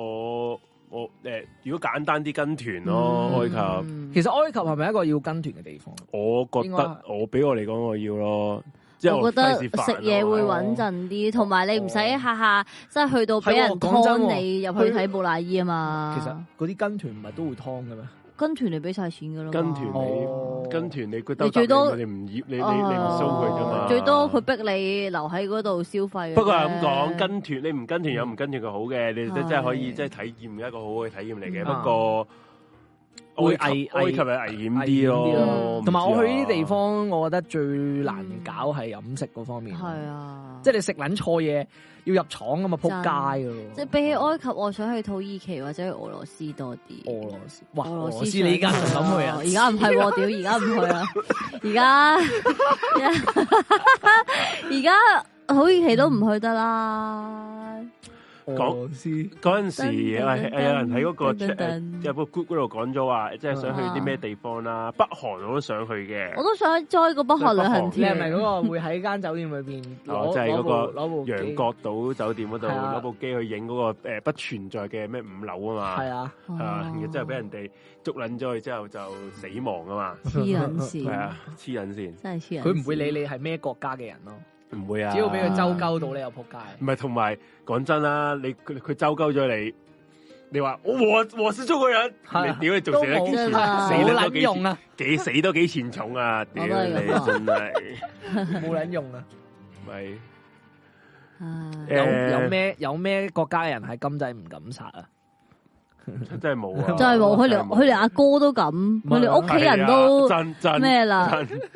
B: 我我誒，如果簡單啲跟團
C: 嗯
B: 咯，埃及。
D: 其實埃及係咪一個要跟團嘅地方？
B: 我覺
D: 應
B: 得
D: 該
B: 我俾我嚟講，我要咯，即係
C: 啊我覺得
B: 費事煩啊
C: 食嘢會穩陣啲，同埋你唔使下下即係去到俾
D: 係
C: 人
D: 喎講真
C: 劏
D: 喎
C: 你入去睇布乃伊啊
D: 其
C: 嘛
D: 實。嗰啲跟團唔係都會劏嘅咩？
C: 跟團你俾晒錢噶咯嘛，
B: 跟團
D: 哦
B: 你跟團你覺得
C: 你最多
B: 你唔要你你你唔
C: 哦
B: 收佢啫嘛，
C: 最多佢。逼你留喺嗰度消費嘅啫。
B: 不過係咁講，跟團你唔跟團有唔跟團佢好嘅，你真
C: 係
B: 真係可以即係體驗一個好好嘅體驗嚟
D: 嗯
B: 嘅。不過
D: 會
B: 埃及
D: 危
B: 埃及係危
D: 危
B: 險啲
D: 險
C: 啲
B: 咯啊
C: 咯，
D: 同埋我去呢啲地
B: 唔
D: 方，我覺得最難搞係飲食嗰方面。
C: 係，啊，
D: 即
C: 即
D: 係你食撚錯嘢要入廠咁嘛，撲街嘅咯。
C: 係比起埃及，我想去土耳其或者去俄羅斯多啲。
D: 俄羅斯，哇！
C: 俄
D: 俄
C: 羅
D: 羅
C: 斯哦
D: 斯你而家就諗去啊？
C: 而家唔係喎，屌！而家唔去啊！而
B: [laughs]
C: 家而家 [laughs] 土耳其都唔去得啦。
D: 俄羅斯。
B: 知啊嗰陣時
C: 噔
B: 係係
C: 噔
B: 有人喺嗰個
C: 噔噔噔
B: 有個 group 嗰度講咗話，
D: 啊
B: 即係想去啲咩地方啦。北韓我都想去嘅
C: 我，都想 join 個北韓旅行
D: 你係咪
C: 團。
D: 嗰個會喺間酒店裏邊
B: 哦
D: 攞
B: 即係嗰
D: 攞部
B: 個
D: 攞部機
B: 羊？角島酒店嗰度
D: 係啊
B: 攞部機去影嗰個誒不存在嘅咩五樓啊
D: 係
B: 嘛，
D: 啊，
C: 哦
B: 係啊，然後之後俾人哋捉撚咗佢之後就死亡啊嘛，
C: 黐撚
B: 係
C: 線，
B: 啊，黐撚線，
C: 真係黐撚線。
D: 佢唔會理你係咩國家嘅人咯，
B: 唔會啊，
D: 只要俾佢周鳩到你又撲街
B: 唔。係同埋講真啦，你佢佢周鳩咗你，你話我我我是中國人，
D: 係
B: 你
D: 啊
B: 屌你仲死得幾
C: 都
B: 錢，死
C: 冇啦
D: 冇
B: 得多
D: 撚
B: 幾
D: 用
B: 錢，
D: 啊，
B: 幾死多幾錢重啊，屌你
C: 我都係咁啊
B: 真係，
D: 冇撚用啊！
B: 咪
C: 唉
D: 有
B: 誒
D: 有咩有咩國家嘅人係金仔唔敢殺啊？
B: 真係冇啊，
C: 真係冇，佢
B: 真
C: 連
B: 係
C: 佢連阿哥都咁，佢連屋企人
B: 係啊
C: 都
B: 真真
C: 咩啦，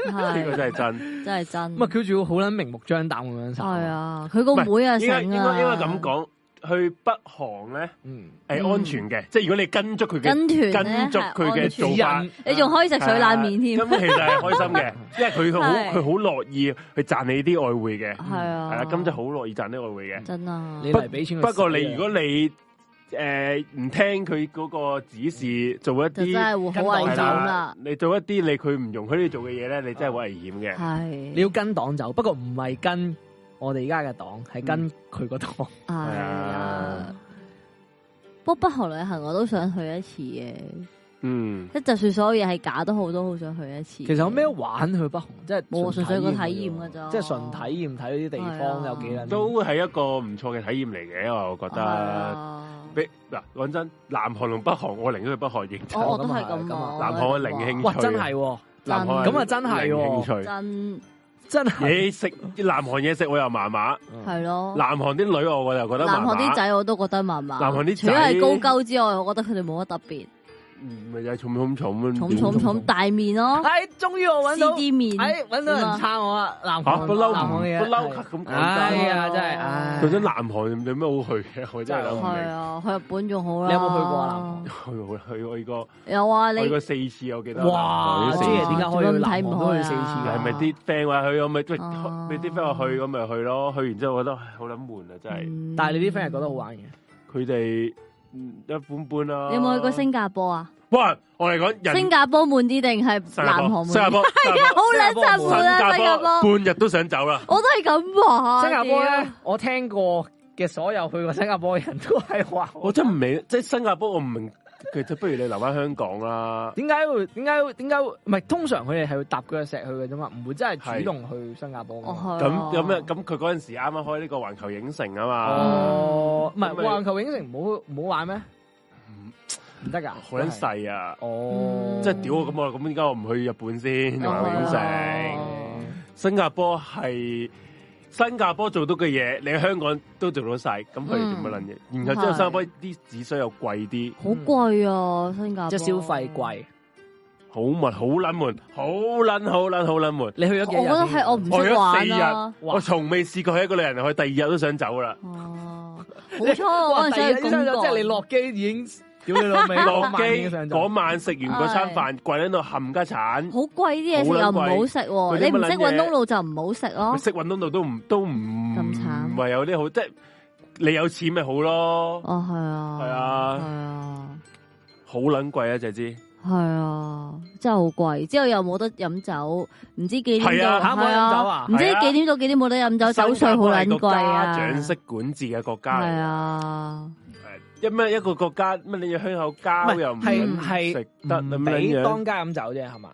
B: 真， [laughs] 呢個
C: 係
B: 真係真。
C: 真係真
D: 咁。啊，佢仲要好撚明目張膽咁樣殺。
C: 係，啊，佢個妹啊，
B: 應該
C: 成
B: 應
C: 啊，
B: 該應該咁講，去北韓咧
D: 嗯，
B: 係
C: 嗯
B: 安全嘅，即係如果你跟足佢嘅
C: 跟團
B: 跟
C: 呢
B: 足佢
C: 係安
B: 嘅
C: 全
B: 做法，
C: 你仲可以食水冷麵添
B: 係啊，咁其實係開心
C: [laughs]
B: 嘅，因為佢好
C: 係
B: 佢好樂意去賺你啲外匯嘅，係
C: 係啊，
B: 啦，咁就好樂意賺啲外匯嘅。
C: 真啊，
D: 你嚟俾錢佢死啊。
B: 不過你如果你誒唔聽佢嗰個指示，做一
C: 就真
B: 啲
C: 係會好危
D: 跟黨
B: 係
C: 險
D: 走
C: 啦，，
B: 你做一啲你佢唔容許你做嘅嘢咧，你真係好危險嘅。
C: 係
D: 你要跟黨走，不過唔係跟我哋而家嘅黨，係
B: 嗯
D: 跟佢個黨。
C: 係
B: 啊
C: 啊。不過北韓旅行我都想去一次嘅，
B: 嗯，
C: 即係就算所有嘢係假都好，都好想去一次。
D: [laughs] 其實有咩玩去北韓？即係
C: 冇啊
D: 純
C: 純粹個體驗
D: 㗎
C: 㗎咋
D: 即係純體驗睇啲地
C: 係
D: 方
C: 啊
D: 有幾撚
B: 都係一個唔錯嘅體驗嚟嘅，我覺
C: 係
B: 得。
C: 啊
B: 比嗱講真，南韓同北韓，我寧願去北韓認真
C: 我我都係
D: 咁
C: 咁
D: 啊
C: 啊！
B: 南韓嘅零興
D: 哇！真係喎，
B: 南韓
D: 咁啊真係
B: 零
D: 喎
B: 興趣。
C: 真
B: 嗯
D: 真係嗯
B: 嘢食南韓嘢食我又麻麻，
C: 係咯。
B: 南韓啲女我我又覺得麻
C: 哦南
B: 麻
C: 韓啲仔我都覺得麻麻。
B: 南韓啲
C: 除咗係
B: 仔
C: 高鳩之外，我覺得佢哋冇乜特別，
B: 嗯咪就係重重重
C: 重重
B: 嗯
C: 重大面咯
D: 哎，終於我揾到，
C: ，CD 面。
D: 哎，揾到人撐我啊！南
B: 嚇
D: 韓
B: 不嬲
D: 南韓嘅嘢
B: 不嬲咁
D: 哎
B: 簡單。
D: 呀，真係唉
B: 到。咗南韓有咩好去嘅？我真係諗唔
C: 係
B: 明。
C: 啊，去日本仲好啦。
D: 你有冇去過啊
B: 去過去過去過
C: 有啊，你
B: 去過四次，我記得。
D: 哇！
B: 去
D: 知
B: 過四
D: 爺
B: 次
D: 點啊解可以去南韓都去四次
C: 啊
B: 係
D: 㗎？
B: 咪啲 friend 話去咁咪即
C: 哦
B: 係俾啲 friend 話去咁咪去咯？去完之後覺得唉好撚悶啊！真係
C: 嗯
D: 但係你啲 friend 係覺得好啊玩嘅，
B: 佢哋嗯一般般啦。
C: 你有冇去過新加坡啊？
B: 哇！我嚟講人
C: 新加坡悶啲定係
B: 新加
C: 南
B: 坡
C: 韓哎
B: 新加
C: 悶 [laughs] 啲？
B: 坡係
C: 好撚
D: 新加
C: 雜
D: 坡
C: 悶啊！新加坡，
B: 半日都想走啦。
C: 我都係咁話。
D: 新加坡
C: 啊屌
D: 咧，我聽過嘅所有去過新加坡嘅人都係話， [laughs]
B: 我真唔明，即係新加坡我唔明，其實不如你留翻香港啊啦。
D: 點解會點解會點解會唔係通常佢哋係會搭腳石去嘅啫嘛，唔會真係主動去新加坡㗎
C: 我去
D: 嘛。
B: 咁咁咩？咁佢嗰陣時啱啱開呢個環球影哦城啊嘛，
D: 哦，唔係
B: 咁咪
D: 環球影城唔好唔好玩咩？唔得㗎，
B: 好撚細啊！
D: 哦
C: 嗯，
B: 即係哦屌我咁我咁，點解我唔去日本先？環球影城。
C: 哦
B: 新加坡係新加坡做到嘅嘢，你喺香港都做到晒，咁佢哋做乜撚嘢？然後之後
C: 係
B: 新加坡啲紙水又貴啲，
C: 好貴啊！新加坡
D: 即係消費，貴。
B: 好悶，好撚悶，好撚好撚好撚悶。
D: 你去咗
C: 我
D: 幾
C: 覺得係我唔識玩啊啦。
D: 哇
B: 我從未試過係一個旅人去第二日都想走啦。
C: 哦，冇錯，我嗰陣
D: 日
C: 時去公幹
D: 即係你落機已經屌你老 [laughs] 味，
B: 落
D: 嗰晚已
B: 機
D: 經上咗
B: 嗰晚食完嗰餐飯，跪喺度冚家產，
C: 好貴啲嘢食又唔好食
B: 好撚
C: 喎，
B: 貴
C: 你
B: 佢啲乜
C: 唔
B: 撚
C: 識
B: 嘢
C: 揾窿路就唔好食咯
B: 佢。識揾到度都唔都唔
C: 哦咁慘
B: 唔係有啲好，即係你有錢咪好咯，
C: 哦，係啊，
B: 係啊
C: 係啊，
B: 好撚貴啊！就知
C: 係啊，真係好貴。之後又冇得飲酒，唔知幾點
B: 係啊
C: 到
D: 嚇冇得飲酒啊
C: 唔知
B: 係啊
C: 幾點到幾點冇得飲酒，酒税好撚
B: 新加坡係個
C: 貴
B: 家
C: 啊。
B: 長式管治嘅國家嚟
C: 係
B: 㗎
C: 啊，
B: 一咩一個國家乜你香口
D: 唔
B: 膠
D: 係
B: 又唔
D: 係
B: 撚
D: 係
B: 食得咁
D: 唔俾
B: 樣樣，
D: 當家飲酒啫，係嘛？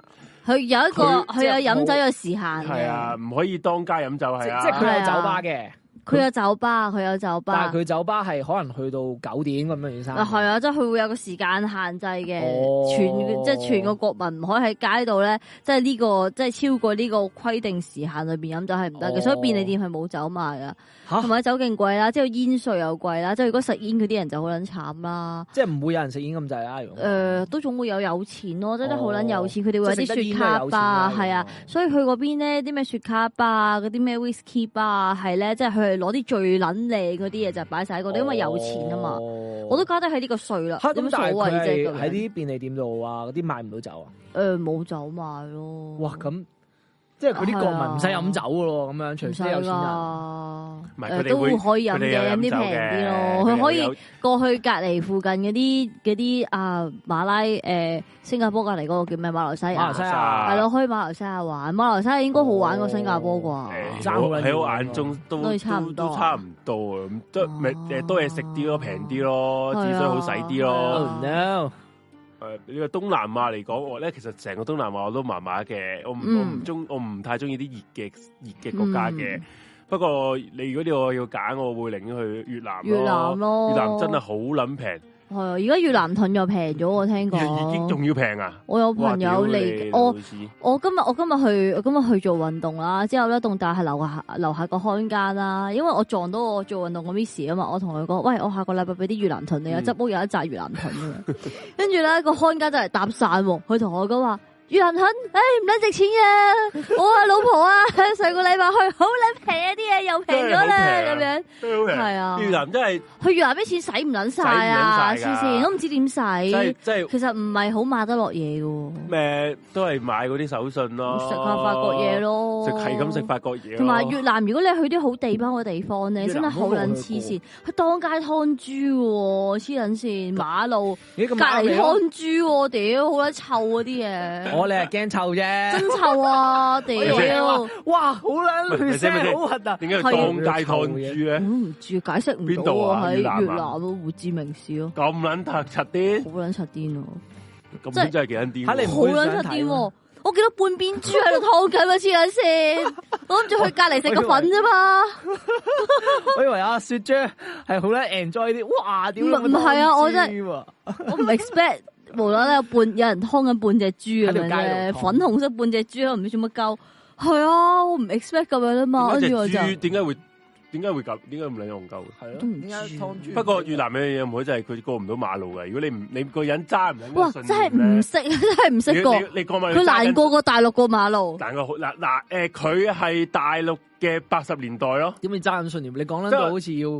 C: 佢有一個
B: 佢
C: 佢有飲酒有時限
B: 係啊，
C: 嘅，
B: 唔可以當街飲酒
D: 即
B: 係啊，
D: 即係佢有酒吧
C: 啊
D: 嘅，
C: 佢有酒吧，佢有酒
D: 但
C: 吧
D: 係。佢酒吧係可能去到九點咁樣先生。
C: 啊，係啊，即係佢會有個時間限制嘅，
D: 哦
C: 全即係全個國民唔可以喺街度咧，即係呢、個即係超過呢個規定時限裏邊飲酒係唔得嘅，
D: 哦
C: 所以便利店係冇酒啊賣噶，
D: 嚇
C: 同埋酒勁貴啦，之後煙税又貴啦，即係如果食煙嗰啲人就好撚慘啦。
D: 即係唔會有人食煙咁滯啊啦。如
C: 誒、
D: 果
C: 都總會有有錢咯，真係好撚
D: 哦
C: 有錢，佢哋會有
D: 即係食得
C: 啲雪
D: 煙
C: 卡
D: 都有錢
C: 吧，
D: 啦
C: 係啊，所以佢嗰邊咧啲咩雪卡吧、嗰啲咩 whisky 吧，係咧，即係佢係攞啲最撚靚嗰啲嘢就擺晒喺嗰度，因為有錢啊嘛。我
D: 我
C: 都加低喺呢個税啦，
D: 哦嚇
C: 有
D: 咁
C: 乜，所
D: 但係
C: 謂
D: 佢係
C: 啫？咁
D: 喺
C: 樣
D: 啲便利店度啊，嗰啲買唔到酒啊。
C: 誒冇酒賣咯。
D: 哇，咁即係佢啲國民唔使飲酒噶咯，咁樣除
C: 啊唔使
D: 非有錢人。
C: 啦
B: 唔係佢
C: 誒
B: 哋
C: 都
B: 會
C: 可以飲
B: 佢哋有
C: 嘅，飲啲平
B: 酒嘅
C: 啲咯。
B: 哋
C: 佢可以
B: 有
C: 過去隔離附近嗰啲嗰啲啊馬拉誒新加坡隔離嗰個叫咩馬來西
D: 馬來西
C: 亞？
B: 啊
D: 亞
C: 係咯，可以馬來西亞玩。馬來西亞應該好玩過新加坡啩？
B: 誒
D: 爭好撚遠
B: 喺我眼中都
C: 都
B: 都
C: 差唔多啊
B: 都差唔多啊，咁都咪
C: 哦
B: 誒多嘢食啲咯，平啲咯，
C: 係啊
B: 紙水好使啲
C: 係
D: Oh
B: 咯
C: 啊。
D: no！
B: 誒呢個東南亞嚟講，我咧其實成個東南亞我都麻麻嘅，我唔
C: 嗯
B: 我唔中我唔太中意啲熱嘅熱嘅國家嘅
C: 嗯。
B: 不過你如果你我要揀，我會寧願去越南咯。
C: 越南咯，
B: 越南真係好撚平，
C: 係啊！而家越南盾又平咗，我聽
B: 越已經
C: 講。
B: 仲要平啊！
C: 我有
B: 哇
C: 朋友
B: 屌你
C: 嚟，
B: 老
C: 我
B: 屎
C: 我今日我今日去我今日去做運動啦，之後咧棟大係樓下樓下個看更啦，因為我撞到我做運動個 miss 啊嘛，我同佢講，喂，我下個禮拜俾啲越南盾你啊，
B: 嗯
C: 執屋有一紮越南盾咁樣， [laughs] 跟住咧個看更就嚟搭訕喎，佢同我講話越南盾，唉唔撚值錢嘅，我啊老婆啊 [laughs] 上個禮拜去好撚平啊啲嘢又平咗啦
B: 真係
C: 咁
B: 真係
C: 樣，係啊
B: 好平，越南真係
C: 去越南啲錢使唔撚晒啊，
B: 使唔撚晒
C: 黐
B: 㗎
C: 線都唔知點
B: 真係
C: 使，
B: 真係
C: 其實唔係好買得落嘢嘅喎，
B: 咩都係買嗰啲手信咯，
C: 食下法國嘢，咯，
B: 食哦係咁食法國嘢咯，
C: 同埋越南，如果你去啲好地方嘅地方咧，
D: 越
C: 真
D: 南
C: 係好撚黐線，佢當街劏豬喎，黐撚線，馬路
D: 咦咁
C: 隔
D: 啱
C: 離
A: 啊
D: 你
A: [laughs]
D: 咯
C: 劏豬喎，屌好撚臭嗰啲
B: [laughs]
C: 嘢，
D: 我你係驚臭啫。
C: 真臭
D: [laughs]
C: 啊，屌！
D: 哇，好撚
B: 咪
D: 血
B: 先咪
D: 腥，
B: 先
D: 好核
A: 啊
D: 突。
B: 點解要當街劏豬
C: 我
B: 咧？
C: 唔知解釋唔
B: 邊
C: 到
B: 度啊
C: 喎，喺
B: 越南啊
C: 越南啊胡志明市咯，
B: 咁撚特柒啲，
C: 好撚柒癲咯，
B: 咁
C: 真係
B: 真係幾撚癲喎。
A: 嚇你
C: 好撚出癲喎！我見到半邊豬喺度劏緊啊！黐撚線，我諗住去隔離食個粉啫嘛，
A: 我以為阿雪姐係好咧 enjoy 啲，哇！屌
C: 唔
A: 你個
C: 唔係啊我真係
A: 豬喎
C: [laughs] 我唔 expect 無啦啦有半有人劏緊半隻豬咁
A: 喺
C: 樣
A: 條街
C: 啫，
A: 度劏
C: 粉紅色半隻豬，我唔知做乜鳩。係啊，我唔 expect 咁樣啊嘛，
B: 點
C: 跟
B: 解
C: 住我就
B: 隻豬點解會點解會咁？點解咁撚戇鳩嘅？
A: 係咯，
C: 都唔知
A: 點解劏豬？
B: 不過越南嘅嘢唔好就係佢過唔到馬路嘅。如果你唔你個人揸唔撚
C: 哇，
B: 個
C: 真
B: 信
C: 係
B: 念咧
C: 唔識，啊 [laughs] 真係唔識過
B: 你。你你過馬路
C: 佢
B: 揸緊
C: 難過個大陸過馬路，
B: 但佢好嗱嗱誒，佢係大陸嘅八十年代咯。
A: 點你爭緊信念？你講撚
B: 即係
A: 到好似要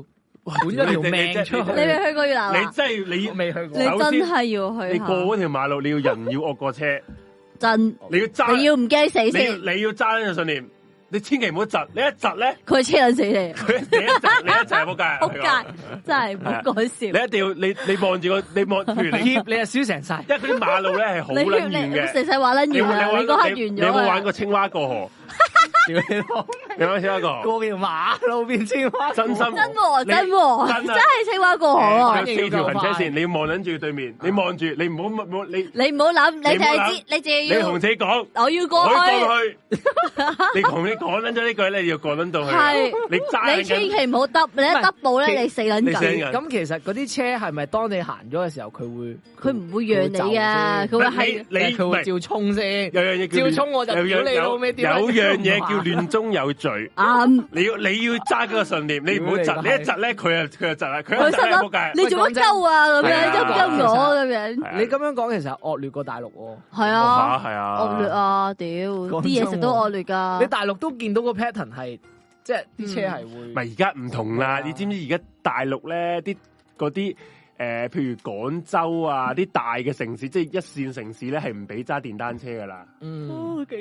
B: 哇
A: 本咗條
B: 你你
A: 命出
C: 你
A: 去
B: 你
C: 未去過越南
B: 你
C: 啊？
B: 真係你
A: 我未去
C: 你
A: 過，
B: 首先
C: 真係要去
B: 你
C: 下
B: 過嗰條馬路，你要人要惡過車，
C: 真，
B: 你要揸
C: 你要唔驚死
B: 你要
C: 先？
B: 你要揸呢個信念，你千祈唔好窒，你一窒咧，
C: 佢車撚死
B: [laughs]
C: 你，
B: 佢你一窒你一窒係仆街，
C: 仆
B: 係咁
C: 街，真係唔好講
B: [laughs]
C: 笑。
B: 你一定要你你望住個你望，譬如你，
A: 貼你啊少成晒。
B: 因為嗰啲馬路咧係好
C: 你
B: 撚
C: 你
B: 遠
C: 你
B: 嘅。
C: 成世玩
B: 你
C: 撚
B: 有
C: 完
B: 冇
C: 啦，你嗰刻完
B: 你你有冇
C: 咗啊
B: 玩
C: 啦
B: 過。青蛙過河？
A: 屌你老母，
B: 你有冇玩青蛙過河？
A: 過條馬路變青蛙，
B: 真心
C: 真喎，
B: 你
C: 真喎，
B: 真啊
C: 真係青蛙過河啊
B: 誒
A: 真
C: 喎！
A: 係
B: 有四條行車線，你要望撚住對面，你望住，你唔好冇你
C: 你
B: 你
C: 唔好諗，你
B: 唔好
C: 淨
B: 諗
C: 係知，你淨
B: 你
C: 係
B: 同
C: 要
B: 自己講。
C: 我要過去，
B: 過去，你同你講撚咗呢句咧，你要講撚到去。
C: 係
B: 你揸
C: 你千
B: 緊，
C: 祈唔好耷，你一
A: 唔係
C: 耷步咧，
A: 其
C: 你死撚
B: 你死
C: 緊。
B: 緊。
A: 咁其實嗰啲車係咪當你行咗嘅時候，佢會
C: 佢唔會讓你嘅，佢
A: 佢
B: 你
C: 會係
A: 會
B: 你
A: 佢
B: 唔
A: 會
B: 係
A: 照衝先？
B: 有樣嘢叫
A: 照
B: 亂
A: 衝我就屌
B: 有
A: 你老味
B: 有
A: 屌你
B: 有樣嘢
A: 老母
B: 叫亂中有序。
C: 啱。
B: 你要你要揸嗰個信念，你唔好
A: 屌
B: 窒，
A: 你
B: 你
A: 個
B: 一窒咧，佢又佢又窒啦，佢
C: 佢
B: 又
C: 心
B: 窒啦，仆
C: 諗
B: 街。啊
C: 你做乜鳩啊？咁樣
B: 喂
C: 陰
B: 講真
C: 陰我咁樣，
A: 你咁樣講其實係惡劣過大陸喎。
C: 係
B: 吓
C: 啊，
B: 係啊，
C: 惡劣！啊！屌，啲嘢食都惡劣㗎
A: 你。大陸都見到個 pattern 係，即係
C: 嗯
A: 啲車係會
B: 咪而家唔同啦，
A: 係啊
B: 你知唔知而家大陸咧啲嗰啲誒，譬如廣州啊，啲大嘅城市，即係一線城市咧，係唔俾揸電單車噶啦。
A: 嗯，
C: 哦竟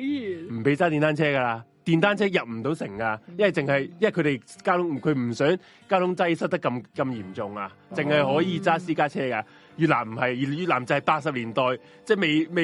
B: 唔俾揸電單車噶啦，電單車入唔到城噶，因為淨係因為佢哋交通佢唔想交通擠塞得咁咁嚴重啊，淨係可以揸私家車噶。越南唔係，越越南就係八十年代，即係未未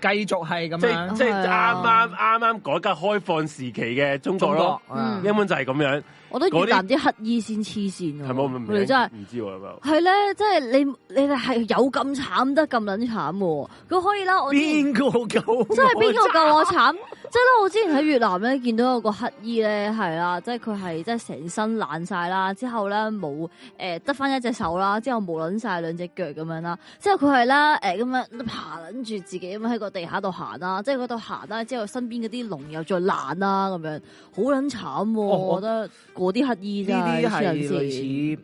A: 繼續係咁
B: 即
A: 樣
B: 係。即係
C: 係
B: 啱
C: 啊
B: 啱啱啱改革開放時期嘅中
A: 中
B: 國啊咯
A: 國，，嗯
B: 根本就係咁樣，
C: 我覺得越南啲乞衣先黐線
A: 嗯
C: 㗎
B: 係咪？我唔
C: 佢哋真係
B: 唔知喎，有冇
C: 係咧，即係你你哋係有咁慘得咁撚慘喎。佢可以啦，我之前
A: 邊個夠？
C: 嗯真係邊個夠我慘？即係咧，我之前喺越南咧見到有個乞衣咧，係啦，即係佢係即係成身爛晒啦，之後咧冇誒得翻一隻手啦，之後冇撚晒兩隻腳咁樣啦，之後佢係啦誒咁樣爬撚住自己咁樣喺個地下度行啦，即係嗰度行啦，之後身邊嗰啲籠又再爛啦咁樣，好撚慘喎！
A: 哦我
C: 我覺得嗰啲乞衣
A: 呢
C: 真係
A: 啲
C: 黐
A: 係
C: 撚線
A: 類似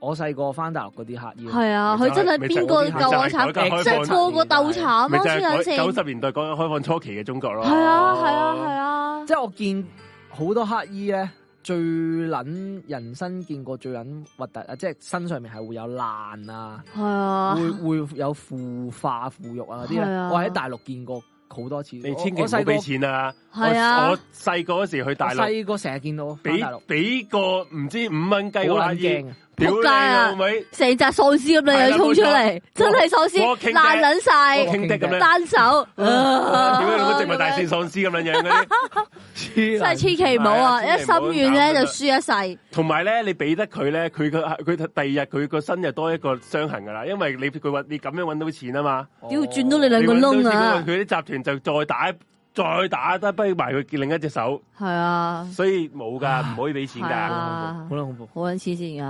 A: 我細個翻大陸嗰啲乞衣。
C: 係啊，佢真係邊個
B: 咪就係
C: 夠我
B: 咪就係改革
C: 慘？
B: 開
C: 即係
B: 放
C: 個個鬥慘啊！
B: 咪就
C: 黐撚
B: 係九
C: 線，
B: 十年代改革開放初期嘅中國咯，
C: 係啊係啊係啊！
A: 即係我見好多乞衣咧，最撚人生見過最撚核突啊！即係身上面係會有爛啊，
C: 係啊，
A: 會會有腐化腐肉啊嗰啲
C: 係
A: 咧。
C: 啊
A: 我喺大陸見過好多次。
B: 你
A: 我
B: 千祈唔
A: 我
B: 好
A: 細
B: 俾
A: 個
B: 錢啊！
C: 係啊
B: 我我，細個嗰時去
A: 我
B: 大陸。
A: 細個成日見到翻
B: 俾
A: 大陸，
B: 俾個唔知五蚊雞
A: 好
B: 個
A: 撚
B: 乞衣，
A: 驚啊！
B: 屌
C: 仆
B: 你
C: 街啊
B: 老味，
C: 成扎喪屍
B: 係
C: 咁樣
B: 啦
C: 樣衝出嚟，真係喪屍
B: 我傾
C: 爛撚晒，
B: 傾的咁樣， [laughs]
C: 單手，
B: 屌
C: 啊
B: 你老母植物大戰喪屍咁樣樣嗰啲。
A: 真
C: [laughs] 真係千祈唔好啊！
B: 係啊
C: 一
B: 千祈唔好
C: 心軟咧
B: 搞
C: 就
B: 得
C: 輸一世，
B: 同埋咧，你俾得佢咧，佢個佢第二日佢個身就多一個傷痕噶啦，因為你佢話你咁樣揾到錢啊嘛，
C: 屌轉到你兩個
B: 你
C: 窿
B: 搵到
C: 啊
B: 錢！佢啲集團就再打再打得不如埋佢另一隻手，
C: 係啊，
B: 所以冇噶，唔可以俾錢
C: 係
B: 噶，
C: 啊
A: 好，撚恐怖。
C: 好撚黐線噶。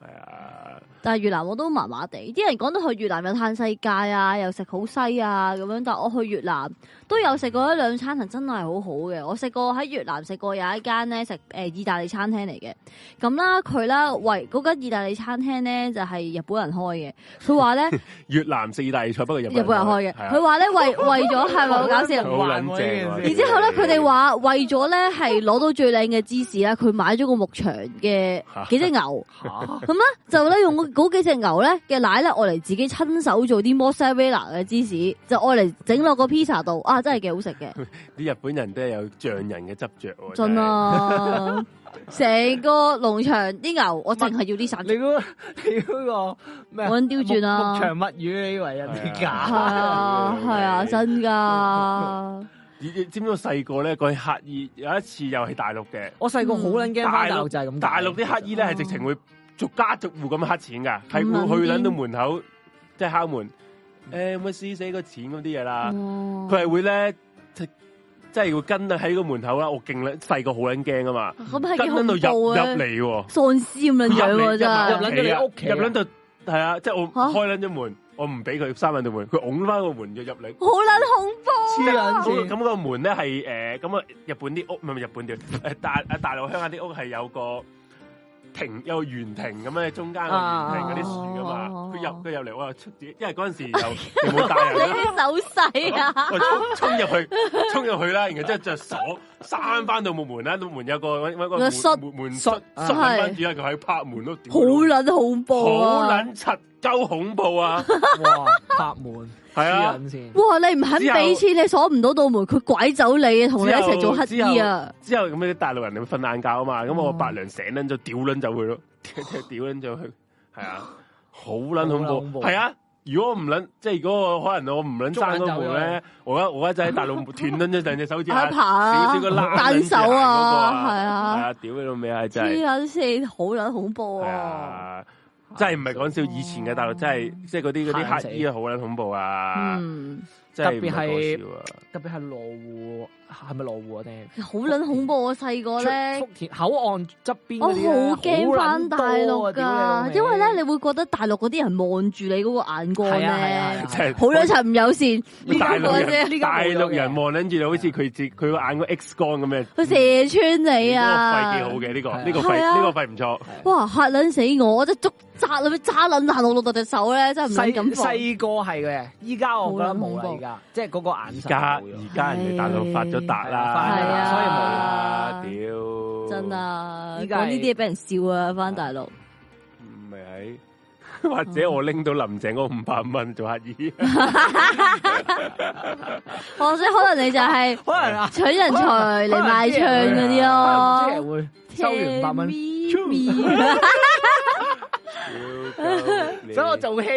B: 係啊，
C: 但係越南我都麻麻地，啲人講到去越南有嘆世界啊，又食好西啊咁樣，但我去越南都有食過一兩餐係真係好好嘅。我食過喺越南食過有一間咧食誒意大利餐廳嚟嘅，咁啦佢啦為嗰間意大利餐廳咧就係、日本人開嘅，佢話咧
B: 越南四大菜，不過日
C: 日本人開嘅，
B: 係啊
C: 佢話咧為為咗 [laughs] 係咪好搞笑？
B: 好撚正啊。
C: 然之後咧，佢哋話為咗咧係攞到最靚嘅芝士啦，佢買咗個牧場嘅幾隻牛。
A: 嚇
C: 咁咧啊就咧用嗰嗰幾隻牛咧嘅奶咧，我嚟自己親手做啲 mozzarella 嘅芝士，就我嚟整落個 pizza 度啊，真係幾好食
B: [laughs]
C: 嘅，
B: 啲日本人都係有匠人嘅執着喎，
C: 真
B: 係
C: 啊！成個農場啲牛，我淨係要呢三
A: 你
D: [laughs]
C: 隻，
A: 嗰你嗰個咩啊？
C: 搵刁鑽啊
A: 牧牧場物語，你以為人哋
B: 係
C: 係
A: 假
B: 啊？ [laughs]
C: 啊係啊，真噶，
B: 你你知唔知我細個咧講乞衣，有一次又係大陸嘅，
A: 我細個好撚
C: 嗯
A: 驚翻大陸就係咁解。
B: 大陸啲乞衣咧係直情會逐家逐户咁乞錢噶，係
C: 咁撚
B: 會去撚到門口即係敲門，诶，咪輸死個錢咁啲嘢啦。
C: 佢
B: 佢係會咧，即即係會跟喺個門口啦。我勁咧，細個好撚驚啊嘛，
C: 咁
B: 跟
C: 系
B: 撚到
C: 几恐
B: 入
C: 怖
B: 入
C: 啊！
B: 嚟喎，
C: 喪屍咁樣樣喎，真
D: 入
C: 係
D: 嚟撚到你屋企啊
B: 入撚到係啊，即係我
C: 嚇
B: 開撚咗門，我唔俾佢閂撚到門，佢拱翻個門就入嚟。
C: 好撚恐怖。
D: 黐撚
B: 咁
D: 線，
B: 咁個門咧係誒咁啊，日本啲屋唔係唔係日本啲誒大啊大陸鄉下啲屋係有個亭有個園亭咁咧，中間個園亭嗰啲樹噶嘛，
C: 哦
B: 佢入佢入嚟我又出自己，因為嗰陣時又又冇帶
C: 你
B: 人啦。
C: [laughs] 啲手勢啊！
B: 我衝衝入去，衝入去啦，然後之後就鎖閂翻到木門啦，到門有個揾揾個
C: 個
B: 門
C: 塞
B: 門門
D: 塞
B: 塞
D: 啊
B: 塞翻住啦，佢喺拍門咯，屌
C: 好撚恐
B: 好
C: 怖啊！
B: 撚柒鳩恐怖
C: [laughs]
B: 啊，
D: 哇，拍門
B: 係啊
D: 黐。撚線，
C: 哇！你唔肯俾錢，你鎖唔到道門，佢拐走你，同你一齊做乞衣啊！
B: 之後咁啲大陸人你瞓懶覺啊嘛，咁我伯娘醒撚咗，屌撚走佢咯， [laughs] 屌撚走佢，係啊，好撚
D: 好撚
B: 恐
D: 恐
B: 怖，
D: 怖
B: 係啊。如果我唔撚，即係如果我可能我唔撚生嗰門
D: 捉撚走
B: 咧，我一我一仔喺大陸斷撚咗兩隻手指
C: 阿
B: 啊，
C: 爬啊
B: 少少個拉
C: 單手啊
B: 係
C: 係啊
B: 係啊，屌你老味啊，真
C: 黐
B: 係，
C: 撚線，好撚恐怖
B: 係
C: 啊！
B: 啊，真係唔係講笑，以前嘅大陸真係即係嗰啲嗰
D: 嚇
B: 啲
D: 死
B: 乞衣啊，好撚恐怖啊，
C: 嗯，
B: 真係唔係
D: 特別係
B: 講笑啊，
D: 特別係羅湖，係咪羅湖啊定？
C: 好撚恐怖啊！細個咧
D: 出。福田口岸側邊
C: 我
D: 嗰
C: 好
D: 啲咧
C: 驚翻大陸
D: 好
C: 噶
D: 撚多啊屌你老，味
C: 因為咧你會覺得大陸嗰啲人望住你嗰個眼光
D: 係啊係啊係
C: 咧
D: 啊，
B: 真係
C: 好兩層唔友善，呢
B: 大
C: 家個啊
B: 陸
C: 啫，
B: 人，
D: 呢
B: 大
D: 間冇有
B: 陸
D: 嘅
B: 人望撚住你，好似佢自佢個眼個 X 光咁樣。
C: 佢射穿你
B: 呢
C: 啊！
B: 個肺幾好嘅呢個，
D: 係啊
B: 呢個肺
C: 係啊
B: 呢個肺唔錯。
C: 哇嚇撚死我！我真係捉揸咁樣揸撚爛我老豆隻手咧，真係唔
D: 細
C: 撚敢放。
D: 細個係嘅，依家我覺得冇啦，
C: 好撚恐怖
D: 依家即係嗰個眼
B: 而
D: 神
B: 家
D: 冇咗
B: 而家人哋大陸發咗達啦，
D: 係
C: 啊
B: 所以冇
C: 係啊
B: 啦，屌
C: 真！啊！
D: 依家
C: 講
D: 係
C: 呢啲嘢俾人笑啊！翻大陸，
B: 唔係喺， [laughs] 或者我拎到林鄭嗰五百蚊做乞
C: [laughs]
B: 衣，
C: 或者可能你就係
D: 可能啊，
C: 取人才嚟賣唱嗰啲
D: 唔知
C: 咯。
D: 人會收完五百蚊，
C: Tell me me
B: 屌鳩你
D: 所以我做戲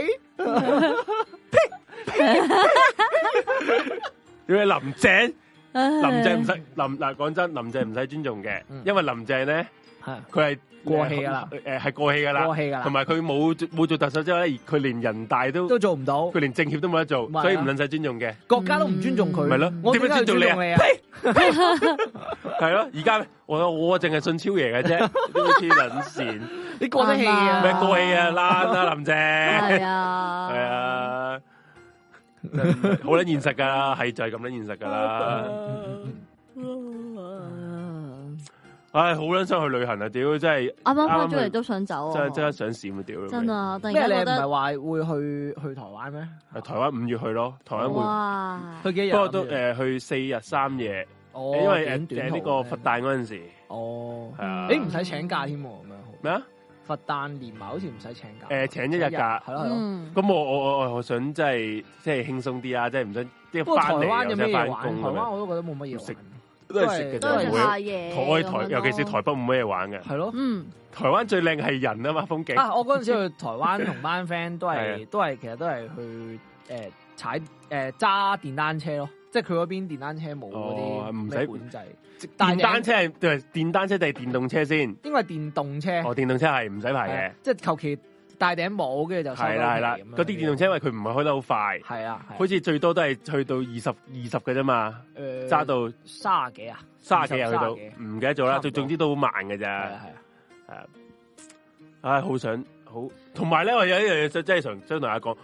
B: 屌你林鄭，林鄭唔使
C: 唉
B: 林嗱講真，林鄭唔使尊重嘅
D: 嗯，
B: 因為林鄭咧
D: 係
B: 佢係
D: 過氣㗎啦，
B: 誒係過氣㗎
D: 過
B: 啦，
D: 氣㗎
B: 同
D: 啦，
B: 埋佢冇冇做特首之後咧，佢連人大都
D: 都做唔到
B: 佢，連政協都冇得做，
D: 咪係咯
B: 所以唔撚使尊重嘅。
D: 國家都唔尊重佢，
B: 咪咯
D: 我
B: 點
D: 點解
B: 樣
D: 要
B: 尊
D: 尊
B: 重你啊
D: 重你啊？
B: 系咯，而家我我净系信超爷嘅啫，黐撚線，
D: 你過得氣
C: 啱
D: [laughs] 啊？
B: 咩過氣啊，爛啊林
C: 係
B: 姐，
C: 啊，
B: 係，啊，真係好撚現實噶，係就係咁撚現實噶啦，
D: [laughs]
B: 唉，好撚想去旅行啊，屌真係
C: 啱啱翻咗嚟都想
D: 哦
C: 走
B: 真
C: 啊！
B: 係真係想閃啊，屌
C: 真，啊！突然
D: 咩？
C: 間
D: 你
C: 覺
D: 唔係
C: 得
D: 話會去去台灣咩？
B: 台灣五月去咯，台灣會，
C: 哇，
D: 去幾日啊？
B: 不過都
D: 諗住
B: 诶去四日三夜，
D: 哦
B: 因為诶
D: 短短
B: 呢
D: 途
B: 個
D: 嘅
B: 佛誕嗰陣時
D: 哦
B: 係，啊
D: 誒唔使請假添喎，咁樣好
B: 咩啊，
D: 佛誕連埋好似唔使請假，
B: 誒請一日假
D: 係咯係咯。
C: 嗯，
B: 咁我我我我我想真係即係輕鬆啲啊，即係唔想即係
D: 不過台
B: 翻
D: 灣
B: 嚟
D: 有
B: 又
D: 咩
B: 想
D: 嘢
B: 翻
D: 玩？
B: 工
D: 台
B: 咁樣
D: 灣。我都覺得冇乜嘢
B: 食
D: 玩，
B: 都係食嘅
C: 都係
B: 啫，
C: 食
B: 會
C: 下
B: 台
C: 嘢，咁樣
B: 台
C: 咯
B: 尤其是台，北冇咩玩嘅，
D: 係咯。
C: 嗯，
B: 台灣最靚係人啊嘛風景，
D: 啊！我嗰陣時去台灣同班 friend 都
B: [laughs] 係啊
D: 係都係其實都係去誒踩誒揸電單車咯，即係佢嗰邊電單車冇嗰
B: 哦
D: 啲
B: 唔使
D: 咩管制，但
B: 電單車係對電單車定係電動車先？
D: 應該係電動車，
B: 哦，電動車係唔使
D: 係啊
B: 牌
D: 即係求其戴頂帽跟住
B: 嘅，
D: 就收
B: 係啦係啦
D: 皮咁，樣啊
B: 嗰啲電動車因為佢唔係開得好快，
D: 係啊，係啊
B: 好似最多都係去到二十二十嘅啫嘛，
D: 誒
B: 揸到
D: 卅幾啊，
B: 三十幾又去到，
D: 20 30幾
B: 唔記得咗啦，
D: 差唔多
B: 總總之都好慢嘅
D: 係
B: 咋
D: 啊，係啊，
B: 唉，好想好，同埋咧我有一樣嘢想真係想想同大家講，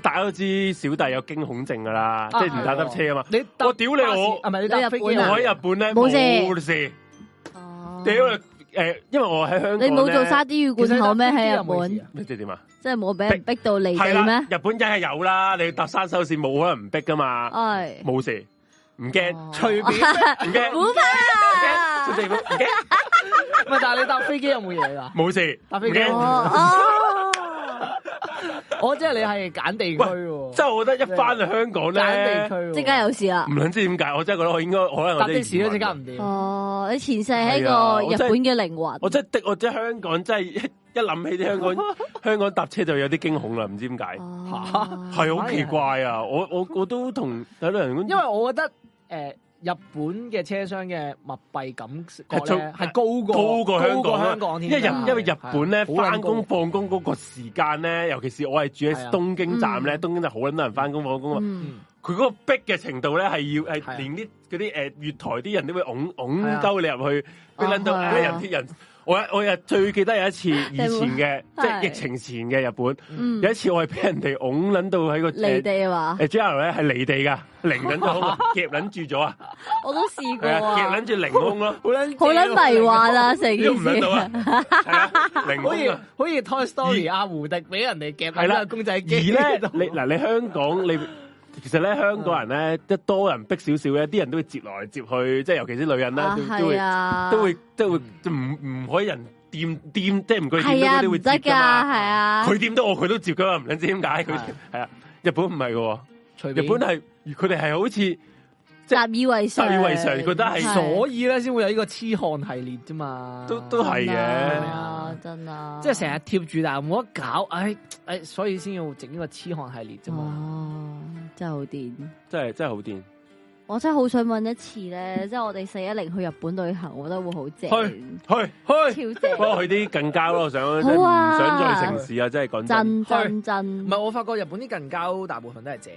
B: 大家都知小弟有驚恐症噶啦，即係唔搭得車啊嘛，
D: 你
B: 我屌你我
D: 啊唔係你
C: 你
D: 搭
C: 日
D: 飛機
C: 本啊
D: 啊
B: 我喺日本咧
C: 冇事
B: 冇事。
C: 哦
B: 屌你！诶，因為我喺香港
C: 你
B: 咧
C: 冇做沙啲魚罐頭咩？
D: 其實你
C: 喺
D: 搭
C: 日
D: 飛機有冇事
C: 本
D: 啊，
B: 咩即係點啊？
C: 即係冇俾人逼到離
B: 係
C: 地
B: 啦
C: 咩？，
B: 日本梗係有啦，你搭山手線冇可能唔逼噶嘛，
C: 唉，
B: 冇事，唔
D: [laughs]
B: 驚，
C: 哦
B: 隨便
C: [laughs]
B: 唔驚，唔
C: 冇
B: 驚，出
C: 怕
B: 地方唔驚，
D: 唔係但係你搭飛機有冇嘢啊㗎？
B: 冇事，
D: 搭
B: 唔
D: 飛機
B: 驚。
C: 哦
D: 我即係你係揀地區喎，
B: 即係我覺得一翻去香港
D: [laughs] 揀地
B: 咧
D: 區，喎
C: 哦，即刻有事啦
B: 唔！撚知點解，我真係覺得我應該可能我
D: 搭
B: 真係
D: 的士都即刻
B: 移民
D: 唔掂。
C: 哦，你前世係一
B: 係啊
C: 個
B: 我
C: 日
B: 真係
C: 本嘅靈魂，
B: 我真係的，我真係香港真係 [laughs] 一一諗起啲
D: [laughs]
B: 香港香港搭車就有啲驚恐啦，唔知點解，
C: 哦
D: [laughs]
B: 係好奇怪啊！我我我都同有啲人咁
D: 因為我覺得誒、呃日本嘅車廂嘅密閉感
B: 係
D: 覺
B: 最
D: 咧係高過
B: 高過香港
D: 過
B: 啦
D: 香港
B: 因
D: 添
B: 為日
D: 㗎，
B: 因為日本咧
D: 係啊
B: 翻工，放工嗰個時間咧，尤其是我係住喺
D: 係啊
B: 東京站咧，
C: 嗯
B: 東京就好撚多人翻工放工啊。
C: 嗯，
B: 佢嗰個逼嘅程度咧，係要
D: 係啊
B: 係連啲嗰啲誒月台啲人都會拱拱
D: 係啊哦
B: 鳩你入去，
C: 啊
B: 俾撚到
C: 係啊
B: 啲人啲人。我有我又最記得有一次以
D: [laughs]
B: 前嘅，
C: 你會
B: 即係
C: 係
B: 疫情前嘅日本，
C: 嗯
B: 有一次我係俾人哋拱撚到喺個
C: 離
B: 誒
C: 地啊嘛，
B: 誒 J R 咧係離地噶，零撚咗，夾撚住咗啊，
C: 我都試過
B: 係啊，夾
C: 啊
B: 撚，住凌空咯，
D: 好撚
C: 好撚迷
B: [laughs]
C: 幻啊，成
B: 喐
C: 件
B: 唔撚到
C: 事。
B: 啊，係
C: [laughs]
B: 啊，凌
D: 好
B: 空
D: 似
B: 啊。
D: 好似 Toy Story 阿胡迪俾人哋夾
B: 係啦
D: 喺個公仔
B: 而
D: 機 [laughs]
B: 咧
D: 度，
B: 你嗱你香港你。其實咧，香港人咧，一多人逼少少咧，啲人都會接來接去，即係尤其是女人啦，
C: 啊，
B: 都都
C: 係
B: 會
C: 啊，
B: 都會都會唔唔可以人掂掂，即係唔佢掂
C: 係
B: 到
C: 啊，
B: 佢都
C: 唔
B: 會
C: 得
B: 接
C: 㗎，係
B: 噶嘛。
C: 啊，
B: 佢掂到我，佢都接噶嘛，唔撚知點解佢
D: 係
B: 係啊。日本唔係
D: 隨
B: 嘅喎，日
D: 便
B: 本係佢哋係好似即係
C: 習以為常，
B: 習以為常覺得係
D: 所以咧先會有呢個痴漢系列啫嘛，
B: 都都係嘅，
C: 啊，真啊，
D: 即係成日貼住，但係冇得搞，唉唉，所以先要整呢個痴漢系列啫嘛。
C: 哦，真係好癲。
B: 真係真係好癲。
C: 我真係好想問一次
B: [laughs]
C: 咧，即係我哋四一零去日本旅行，我覺得會好正，
B: 去去，
C: 超
B: 不過
C: 正，
B: 去啲更郊咯，我想真係
C: 好
B: 唔
C: 啊
B: 想再城市啊！真係講真
C: 真真真
D: 唔，係，我發覺日本啲近郊大部分都係正，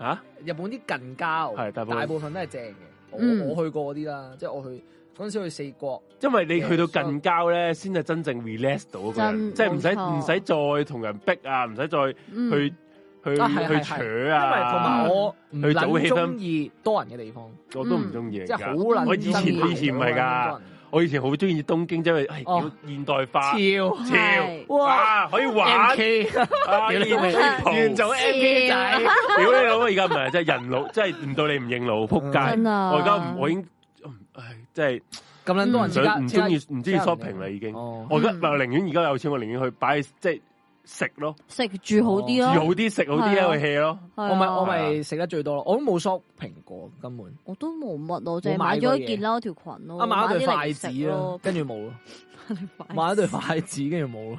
B: 嚇，
D: 日本啲近郊
B: 係大部分
D: 大部分都係正嘅。我
C: 嗯
D: 我去過嗰啲啦，即係我去嗰陣時去四國，
B: 因為你去到近郊咧，先係真正 relax 到個人，
C: 真
B: 即係唔使唔
C: 冇錯
B: 使再同人逼啊，唔使再
C: 嗯
B: 去去
D: 啊係係
B: 去
D: 係
B: 扯
D: 因為
B: 啊，
D: 同埋我唔
B: 去早
D: 撚
B: 氣氛
D: 中意多人嘅地方，
B: 我都唔中意
D: 即係
B: 㗎
D: 好撚
B: 我以前
D: 憎
B: 以前唔係㗎，我以前好中意東京，因為唉
D: 哦
B: 叫現代化。
D: 超
C: 係
B: 超啊哇，可以玩
D: M K
B: 啊！
D: 屌你
B: 現代
D: 完
B: 屌
D: 做 M K 仔，
B: 你老母！而家唔係真係人老，真係唔到你唔認老，仆街！
C: 真啊，
B: 我而家唔，我已經唉，真係
D: 咁撚多人
B: 唔
D: 而家
B: 想唔中意
D: 即刻
B: 唔中意 shopping 啦，已經。
D: 哦，
B: 我而家
C: 嗯
B: 嗱，寧願而家有錢，我寧願去擺即係食咯，
C: 食住好啲
B: 住
C: 咯，
B: 好啲，食好啲
C: 係啊
B: 一去 hea 咯。
C: 係啊
D: 哦我咪我咪食得最多咯，我都冇 shop 蘋果根本，
C: 我都冇乜咯，就係
D: 冇買
C: 買
D: 過嘢
C: 咗一件褸條裙咯，
D: 啊買咗對
C: 啲
D: 筷
C: 零
D: 子
C: 食
D: 啦
C: 咯，，
D: 跟住冇咯， [laughs] 買
C: 買
D: 咗對筷子跟住冇咯，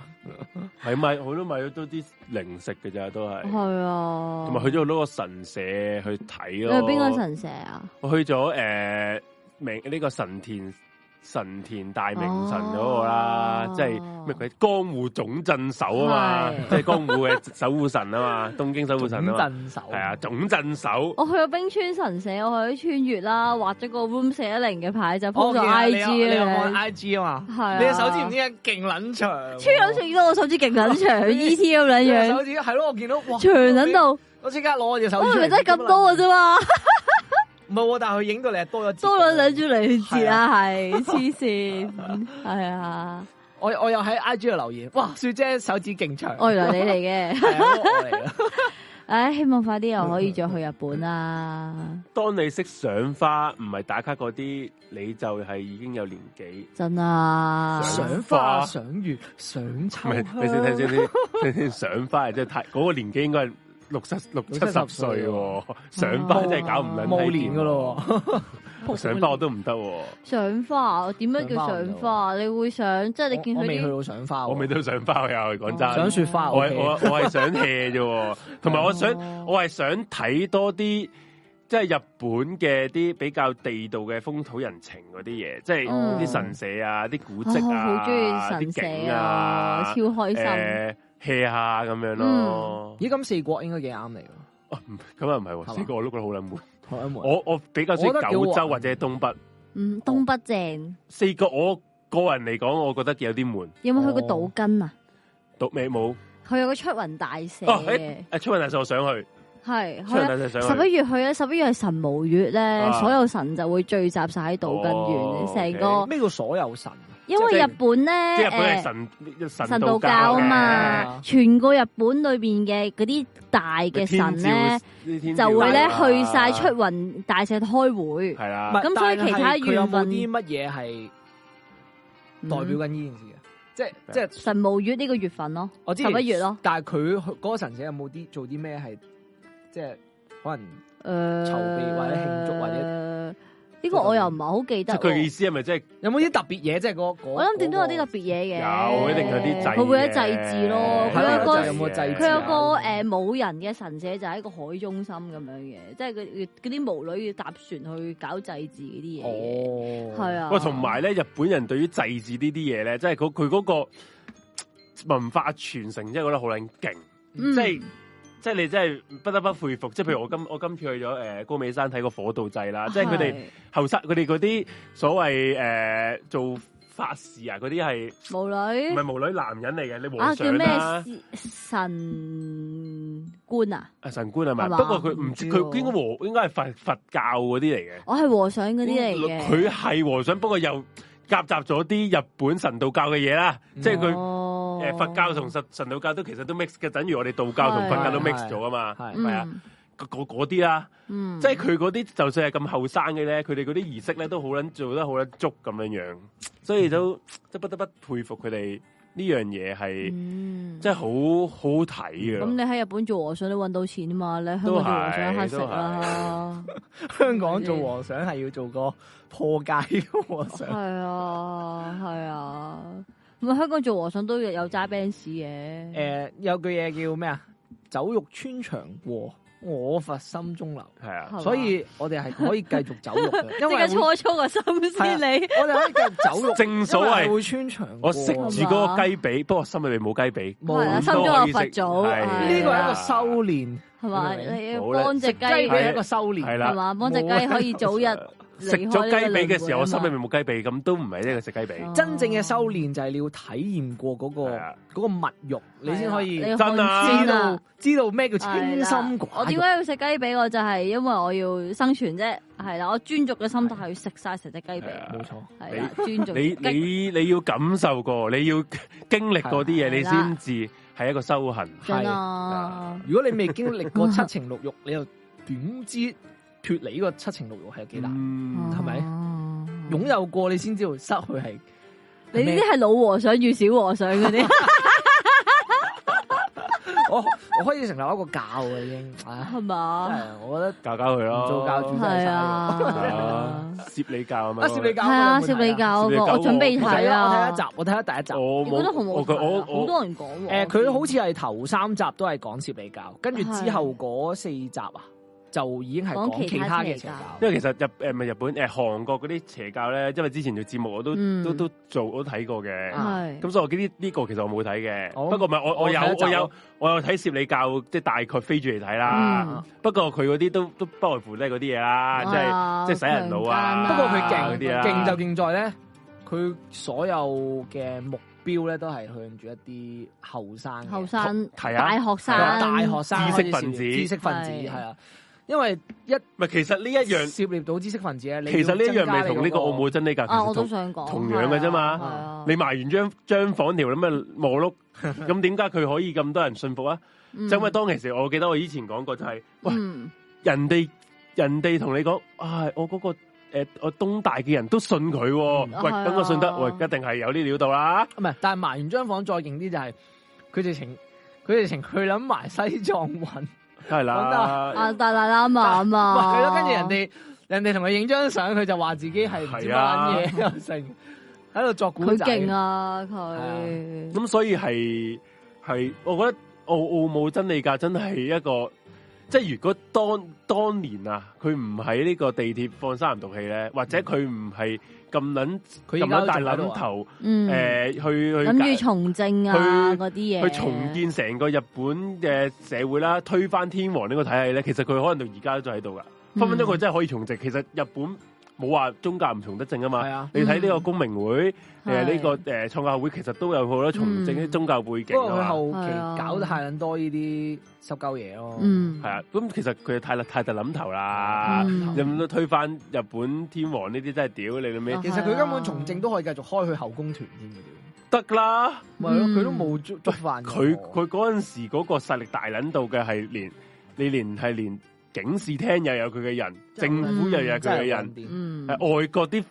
B: 係咪？我都買咗多啲零食嘅咋，都係。
C: 係啊，
B: 同埋去咗嗰個神社去睇
C: 你
B: 咯。
C: 去邊個？神社啊？
B: 我去咗诶明呢個神田神田大明神嗰個啦，
C: 哦
B: 即係咩鬼江户總鎮守啊嘛，
C: 係
B: 即係江户嘅守護神啊嘛，東京守護神啊嘛，
D: 鎮手
B: 係啊，總鎮守。
C: 我去咗冰川神社，我去咗穿越啦，畫咗個 room 四一零嘅牌就 po
D: 我
C: 咗
D: 見啊
C: I
D: 你
C: G
D: 有你有看
C: 啊，
D: I G 啊嘛，
C: 係啊，
D: 你隻手指唔知點解勁撚長，
C: 超有長，我手指勁
D: [laughs]
C: 撚長 E T 咁
D: 你隻
C: 樣樣
D: 手，指係咯，我見到哇
C: 長撚，到，
D: 我即刻攞我隻手
C: 我
D: 指
C: 明
D: 出嚟，啊
C: 明得咁多嘅啫嘛，
D: 唔係喎，但係佢影到你係多咗節啊
C: 多兩兩。轉嚟截啊，係黐線，係啊，
D: 我我又喺 I G 度留言，哇，雪姐手指勁長，
C: 我哦原來你嚟嘅，
D: 係啊我嚟
C: [laughs]
D: 啦。
C: 唉，希望快啲又可以再去日本啊啦，
B: [laughs] 當你識賞花，唔係打卡嗰啲，你就係已經有年紀。
C: 真啊，
D: 賞花、賞月、賞秋
B: 唔係，
D: 香
B: 你先睇先先睇先賞花，即係太嗰個年紀應該係六七六七十歲喎，賞花真係搞唔撚
D: 冇年噶，咯喎，
C: [laughs]
B: 賞花我都唔得喎，
C: 賞花，點樣叫
D: 賞
C: 賞
D: 花
C: 花？你會想，即係你見
D: 我我
C: 佢
D: 未去
C: 啲啊
D: 到賞花喎，
B: 啊我未到賞花又講
D: 哦賞
B: 真，
D: 雪花
B: 我
D: OK，
B: 係我我係想 hea 啫喎，同埋我想
C: 哦
B: 我係想睇多啲。即係日本嘅啲比較地道嘅風土人情嗰啲嘢，即係
C: 嗯
B: 啲神社啊、啲古
C: 啊
B: 蹟
C: 我
B: 啊、
C: 好中意
B: 啲
C: 神社
B: 景啊
C: 超，開心。
B: 誒 hea 下咁樣咯。
C: 嗯
D: 咦，咁四國應該幾啱你喎，
B: 哦唔咁又唔係
D: 係嘛
B: 喎，呢個我都覺得好撚悶。
D: 台灣門
B: 我我比較中意九州或者東北
C: 嗯，東北正，
B: 四個，我個人嚟講，我覺得有啲悶。
C: 有冇去過
B: 哦
C: 島根啊？
B: 讀尾冇
C: 佢有個出雲大社，
B: 哦，喺
C: 係
B: 啊出雲大社我想去，
C: 去
B: 出雲大社想
C: 十
B: 去。
C: 一月去啊！十一月係神無月咧
B: 啊，
C: 所有神就會聚集晒喺島根
B: 哦
C: 縣，成個
B: 我
D: 咩叫所有神？啊
C: 因為日本
B: 即係日本
C: 咧
B: 係神神
C: 神
B: 道
C: 道教啊
D: 嘅
C: 嘛，全個日本裏邊嘅嗰啲大嘅神咧，
B: 咧
C: 就會咧去晒出
B: 係
C: 雲大社開會，
D: 唔
B: 啦
D: 係，
C: 咁所
D: 啊但
C: 以
D: 係
C: 其他
D: 佢有
C: 緣
D: 冇
C: 分
D: 啲乜嘢係代表
C: 嗯
D: 緊呢件事嘅？啊即係即係
C: 神無月呢個月份咯，
D: 我知
C: 十一月咯，
D: 但係佢去嗰個神社有冇啲做啲咩係即係可能
C: 誒，
D: 籌備或者慶祝或者
C: 呢呢個我又唔係好記
B: 即
C: 得
B: 係
C: 喎。
B: 佢嘅意思係咪即係
D: 有冇啲特別嘢？即係嗰嗰
C: 我諗點都有啲特別嘢嘅，
B: 有一定有啲制嘅？啊
C: 佢會有祭祀咯，
D: 係
C: 佢
D: 啦個
C: 有個
D: 有冇祭
C: 佢
D: 祀
C: 有
D: 啊
C: 個誒冇人嘅神社就喺個海中心咁樣嘅，即係佢嗰啲巫女要搭船去搞祭祀嗰啲嘢嘅，
D: 哦，
C: 係啊。
B: 喂，同埋咧，日本人對於祭祀呢啲嘢咧，即係佢佢嗰個文化傳承，真係覺得好撚勁，
C: 嗯
B: 即係即係你真係不得不佩服。即係譬如我今我今次去咗誒、呃高美山睇個火道祭啦，即係佢哋
C: 啊係
B: 後生，佢哋嗰啲所謂誒、呃做法事啊，嗰啲係
C: 巫
B: 唔
C: 女
B: 係巫女男人嚟嘅？你
C: 啊
B: 和
C: 叫
B: 尚
C: 咩
B: 啦、
C: 神官啊？
B: 啊神官係咪？
C: 係嘛
B: 不過佢唔知
C: 唔知喎
B: 佢應該和應該係佛佛教嗰啲嚟嘅。
C: 我係和尚嗰啲嚟嘅，
B: 佢係和尚，不過又夾雜咗啲日本神道教嘅嘢啦，即係佢
C: 佢
B: 誒佛教同神神道教都其實都 mix 嘅，等於我哋道教同佛教都 mix 咗啊嘛，
D: 係
B: 係啊，嗰嗰嗰啲啦，
C: 嗯，
B: 即係佢嗰啲就算係咁後生嘅咧，佢哋嗰啲儀式咧都好撚做得好撚足咁樣樣，所以都即係不得不佩服佢哋呢樣嘢係
C: 嗯
B: 真係好好好睇嘅咯。
C: 咁你喺日本做和尚都搵到錢啊嘛，你喺香港做和尚黑食啦，
D: 香港做和尚係要做個破戒嘅
C: [laughs]
D: 和
C: [laughs] 係
D: 尚，
C: 啊係啊，咁啊香港做和尚都有揸 b a n s 嘅，
D: 誒有句嘢叫咩啊？酒肉穿腸過，我佛心中留。
B: 係啊，
C: 嘛
D: 所以我哋係可以繼續走肉
C: [laughs]
D: 嘅，因
C: 即
D: 為
C: 係
D: 會啊
C: 初粗個心思你，
D: 我哋可以繼續走肉，
B: [laughs] 正所
D: 因為
B: 謂
D: 會穿牆過。
B: 我食住嗰個雞髀，不過心裏面冇雞髀。
D: 冇
C: 係啊心
D: 呢
C: 中有佛祖
D: 個
B: 係
C: 呢
D: 係一個修煉，
C: 係嘛？
D: 明唔明
C: 你要
B: 好咧
C: 幫只雞
D: 雞髀係一個修
B: 系
D: 煉。
B: 啦
C: 係，嘛？幫只雞可以早日
B: [laughs] 食
C: 離
B: 咗
C: 開呢
B: 雞髀嘅
C: 個輪
B: 時候，我
C: 迴啊
B: 心
C: 嘛
B: 裏面冇雞髀，咁都唔係一個食雞髀。
C: 哦
D: 真正嘅修煉就係你要體驗過嗰個
B: 係啊
D: 嗰個物欲，你先可以
C: 係啊你要
B: 真啊
C: 看
D: 知
C: 清
D: 道知道咩叫清心
C: 係啦我
D: 寡
C: 點
D: 欲
C: 解。要食雞髀？我就係因為我要生存啫，係啦，我尊重嘅心態去食晒成只雞髀，
B: 係啊
D: 冇錯，
C: 係啦，尊重
B: 你
C: 雞
B: 你你要感受過，你要經歷過啲嘢，你
C: 係啦
B: 先至係一個修行。
C: 真
D: 係
C: 啊！
D: 如果你未經歷過 [laughs] 七情六欲，你又點知脱離呢個七情六欲係有幾難？
B: 嗯
D: 係咪
C: 哦
D: 擁有過你先知道失去係
C: 你呢啲係老和尚與小和尚嗰
D: [laughs]
C: 啲，
D: 我我可以成立一個教嘅已經，唉
C: 係
D: 真
C: 嘛？
D: 係我覺得
B: 教教佢咯，
D: 唔做教主真係
C: 係
B: 係
C: 啊
B: 啊，，攝理教啊嘛
D: 啊，。攝理教
C: 係啊，
D: 我哋有冇
C: 攝
D: 睇
C: 理教
B: 攝理教
C: 我我準備
D: 我睇
C: 睇
D: 啦
C: 啊，
D: 我睇一集，我
B: 我
C: 你
B: 冇
C: 覺得好唔
B: 我
C: 好睇啊？
B: 我
C: 好
B: 我
C: 多人講喎。
D: 睇。誒，佢好似係頭三集都係講攝理教，跟住之後嗰四集啊，就已經係講
C: 講
D: 其
C: 其
D: 他
C: 他
D: 嘅
C: 嘅
D: 邪教。
B: 因為其實日誒唔係日本誒韓國嗰啲邪教咧，因為之前做節目我都
C: 嗯啊
B: 都都做我都睇過嘅。
C: 係哦
B: 咁所以我呢呢個其實我冇睇嘅，
D: 我
B: 不過唔係我
D: 我
B: 我有
D: 睇一集
B: 我
D: 咯
B: 有我有睇攝理教，即係大概飛住嚟睇啦。
C: 嗯啊
B: 不過佢嗰啲都都不外乎都係嗰啲嘢啦，啊即係
C: 係
B: 即係洗人腦啊
D: 不過佢
B: 嗰
D: 勁
B: 啲啊
D: 勁就勁在咧，佢所有嘅目標咧都係向住一啲後生嘅
C: 後生
B: 係
C: 大
B: 啊。
C: 學
D: 係
C: 生
D: 啊大學生
B: 知識分子
D: 開始涉獵知識分子
C: 係
D: 係啊，因為一
B: 唔係，其實呢一樣，
D: 涉獵到知識分子咧，你
B: 其實呢一樣咪
D: 咪
B: 同呢個澳門真理教其
C: 啊，我
B: 實
C: 都
B: 同
C: 想講
B: 同樣嘅啫嘛
C: 係啊
B: 你埋完張張房條咁嘅磨
C: [laughs]
B: 碌，咁點解佢可以咁多人信服啊？
C: 你
B: 就因為當其時，我記得我以前講過就係，喂，
C: 嗯
B: 人哋人哋同你講，啊，我嗰個。誒，我東大嘅人都信佢喎，
C: 嗯
B: 喂，
C: 係啊
B: 等我信得，喂，一定係有啲料到啦，
D: 唔係，但係埋完張房再勁啲就係佢哋情佢哋情去諗埋西藏揾，
B: 梗係啦，
C: 啊達賴喇嘛
B: [laughs]
C: 啊
B: 哦
D: 哇
C: 嘛，
D: 佢咯，跟住人哋人哋同佢影張相，佢就話自己係唔知乜
B: 係啊
D: 撚嘢又成，喺度作古
C: 佢
D: 仔。
C: 勁！啊
D: 係
C: 佢，
B: 咁所以係係，我覺得澳澳姆真理教真係一個，即係如果當當年啊，佢唔喺呢個地鐵放三人毒氣咧，或者佢唔係咁撚
D: 嗯佢
B: 咁
D: 而家
B: 撚
D: 都仲
B: 大
D: 喺度
B: 諗
D: 啊
B: 頭，誒、
C: 嗯，
B: 去去
C: 諗住
B: 解
C: 從政啊
B: 去
C: 嗰啲嘢，
B: 去重建成個日本嘅社會啦，推翻天皇呢個體系咧，其實佢可能到而家都喺度噶，
C: 嗯
B: 分分鐘佢真係可以重植。其實日本冇話宗教唔重得正啊嘛
D: 係。啊，
B: 你睇呢個公明會，誒
C: 嗯係
B: 呢個誒創教會，其實都有好多重正啲
C: 嗯
B: 宗教背景
D: 不過
B: 啊
D: 佢
B: 嘛。
D: 後
C: 係啊
D: 期搞得太撚多呢啲濕鳩嘢咯。
C: 嗯
B: 係啊，咁其實佢太太特諗頭
D: 啊
B: 啦，
C: 嗯
B: 有咁多推翻日本天皇呢啲真係屌你老味
C: 啊
D: 其實佢根本從政都可以繼續開佢後宮團添嘅，
B: 得啦。
D: 咪係咯，
C: 嗯
D: 佢都冇觸觸犯過
B: 嗯佢佢嗰陣時嗰個實力大撚到嘅係連你連係連警視廳又有佢嘅人，
D: 真係
B: 政府又有佢
D: 真
B: 嘅
D: 係
B: 人
D: 人，癲，
C: 嗯
B: 誒、外國啲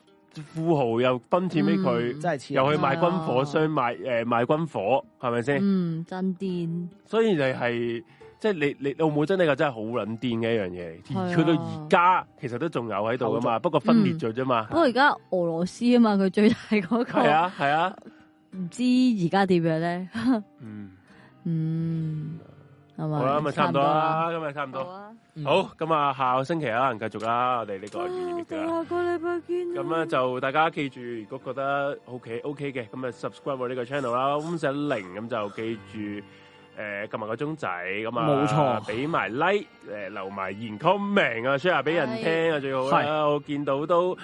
B: 富豪又分錢俾佢，
C: 嗯
D: 真係黐啊
B: 又去買軍火
C: 係嗯
B: 商賣誒、賣軍火，係咪先？
C: 嗯真癲，
B: 所以就係、即係你你澳門真係個真係好撚癲嘅一樣嘢嚟，
C: 係啊嗯
B: 而去到而家其實都仲有喺度噶嘛，不過分裂咗啫嘛。
C: 不過而家俄羅斯啊嘛，佢最大嗰
B: 係
C: 個，
B: 啊係啊，
C: 唔知而家點樣咧？
B: 嗯，
C: 嗯，係咪？
B: 好啦，咁啊差唔多啦，今日差唔
C: 好
B: 多。
C: 啊，
D: 嗯
B: 好，咁啊下個星期可能繼續啦，我哋呢個二月
C: 我
B: 㗎
C: 哋
B: 啦。
D: 啊
C: 下個禮拜見啦。
B: 咁啊咧就大家記住，如果覺得 OK OK 嘅，咁啊 subscribe 我呢個 channel 啦，咁寫零咁就記住誒撳埋個鐘仔咁啊，
D: 冇錯
B: 俾埋 like 誒、留埋言 comment 啊，share 俾人聽啊最好啦，我見到都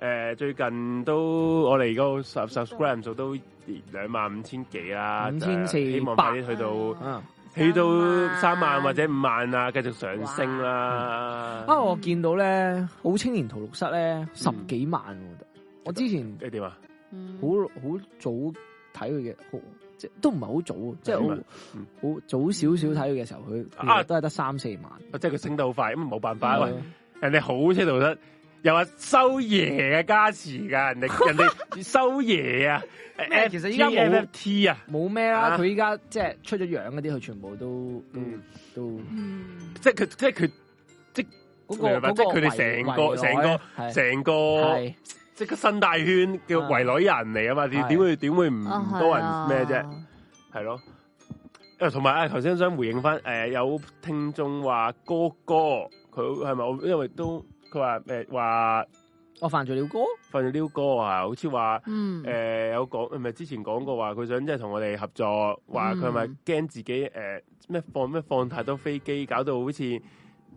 B: 誒、最近都我哋而家 sub subscribe 數都兩萬五千幾啦，
D: 5400
B: 希望快啲去到
D: 嗯
B: 去到三萬或者五萬啊，繼續上升啦。
D: 啊，我見到咧好青年圖錄室咧十幾萬喎，我之前
B: 你點啊？
C: 嗯
D: 好好早睇佢嘅，好即都唔係好早，即係好
B: 嗯
D: 好早少少睇佢嘅時候，佢其
B: 啊
D: 實都係得三四萬。
B: 哦即係佢升得好快，咁啊冇辦法喂
D: 係。
B: 人哋好車道得，又話收爺嘅加持噶，人
D: [laughs]
B: 哋人哋收爺啊，
D: 咩其實依家冇
B: NFT 啊，
D: 冇咩
B: 啊
D: 啦，佢依家即係出咗樣嗰啲，佢全部都都
B: 嗯
D: 都
C: 嗯
B: 即係佢即係佢
D: 嗰個嗰個
B: 明白即係佢哋成個
D: 圍
B: 成
D: 圍
B: 個
D: 內啊係
B: 成個
D: 係
B: 即係個新大圈嘅圍內人嚟啊嘛，點
D: 係
B: 點會點會唔
C: 啊
B: 多人咩？
C: 係
B: 啫？
C: 啊
B: 係咯。誒，同埋啊，頭先想回應翻，誒、有聽眾話哥哥，佢係咪我？因為都佢話誒話
D: 我犯罪了歌，
B: 瞓咗撩哥啊，好似話
C: 嗯，
B: 誒、有講，唔係之前講過話佢想即係同我哋合作，話
C: 嗯
B: 佢係咪驚自己誒咩、放咩放太多飛機，搞到好似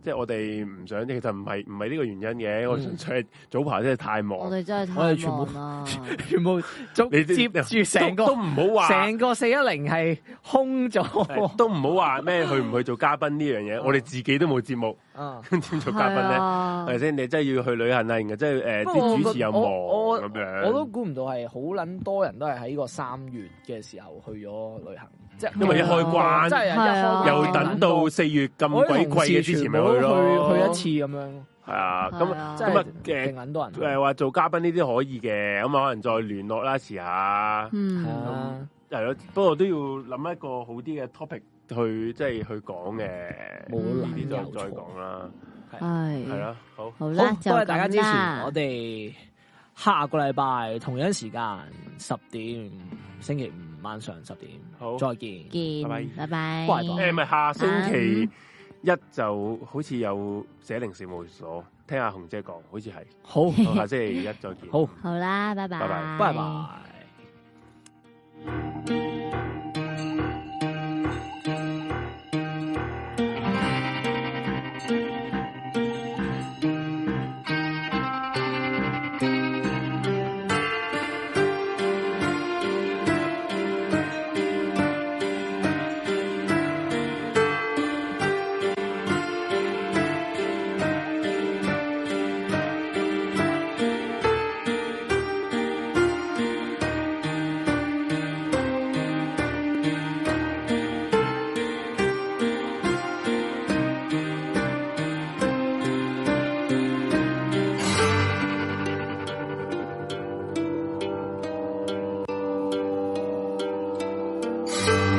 B: 即係我哋唔想，其實唔係唔係呢個原因嘅，我純粹係早排真係太忙
C: 嗯我，哋真係
D: 我
C: 太
D: 哋全部
C: 忙啦。
D: 全部逐
B: 你
D: 接住成
B: 都都
D: 個
B: 唔好話
D: 成個四一零係空
B: 誒
D: 咗。
B: 都唔好話咩去唔去做嘉賓呢樣嘢，我哋自己都冇節目，
D: [laughs] 啊！
B: 點做嘉賓
C: 係
B: 咧？
C: 啊
B: 係咪先？你真係要去旅行啊，然後真係誒
D: 不過我
B: 啲主持又忙
D: 我我
B: 咁樣，
D: 我都估唔到係好撚多人都係喺呢個三月嘅時候去咗旅行，即係
B: 嗯因為一開關
D: 真係一
C: 係啊
D: 開關
B: 又等到四月咁鬼貴嘅之前咪去咯，
D: 我啲同事全部都去去一次咁樣，
B: 係啊，咁
C: 係啊
D: 真
B: 咁啊
D: 係啊
B: 誒
D: 勁撚多人。
B: 誒話做嘉賓呢啲可以嘅，咁可能再聯絡啦，遲下
D: 係
C: 嗯，
D: 啊，
B: 係咯。不過都要諗一個好啲嘅 topic 去即係去講嘅，
D: 冇
B: 呢
D: 理
B: 啲
D: 由
B: 就再講啦。
C: 係
B: 係啦，
D: 哦
B: 好，
C: 好啦
D: 好，，
C: 就
D: 多謝大家
C: 咁
D: 支持
C: 啦
D: 我哋。下個禮拜同樣時間十點，星期五晚上十點，
B: 好
D: 再見。
C: 見，
B: 拜
C: 拜拜，
D: 拜拜
B: 誒咪下星期
C: 嗯
B: 一就好似有寫零事務所，聽下紅姐講，好似係。
C: [laughs]
D: 好， [laughs]
B: 好下星期一再見。
D: 好
C: 好啦，拜拜，
B: 拜拜
D: 拜拜。
H: Hãy subscribe cho kênh Ghiền Mì Gõ Để không bỏ lỡ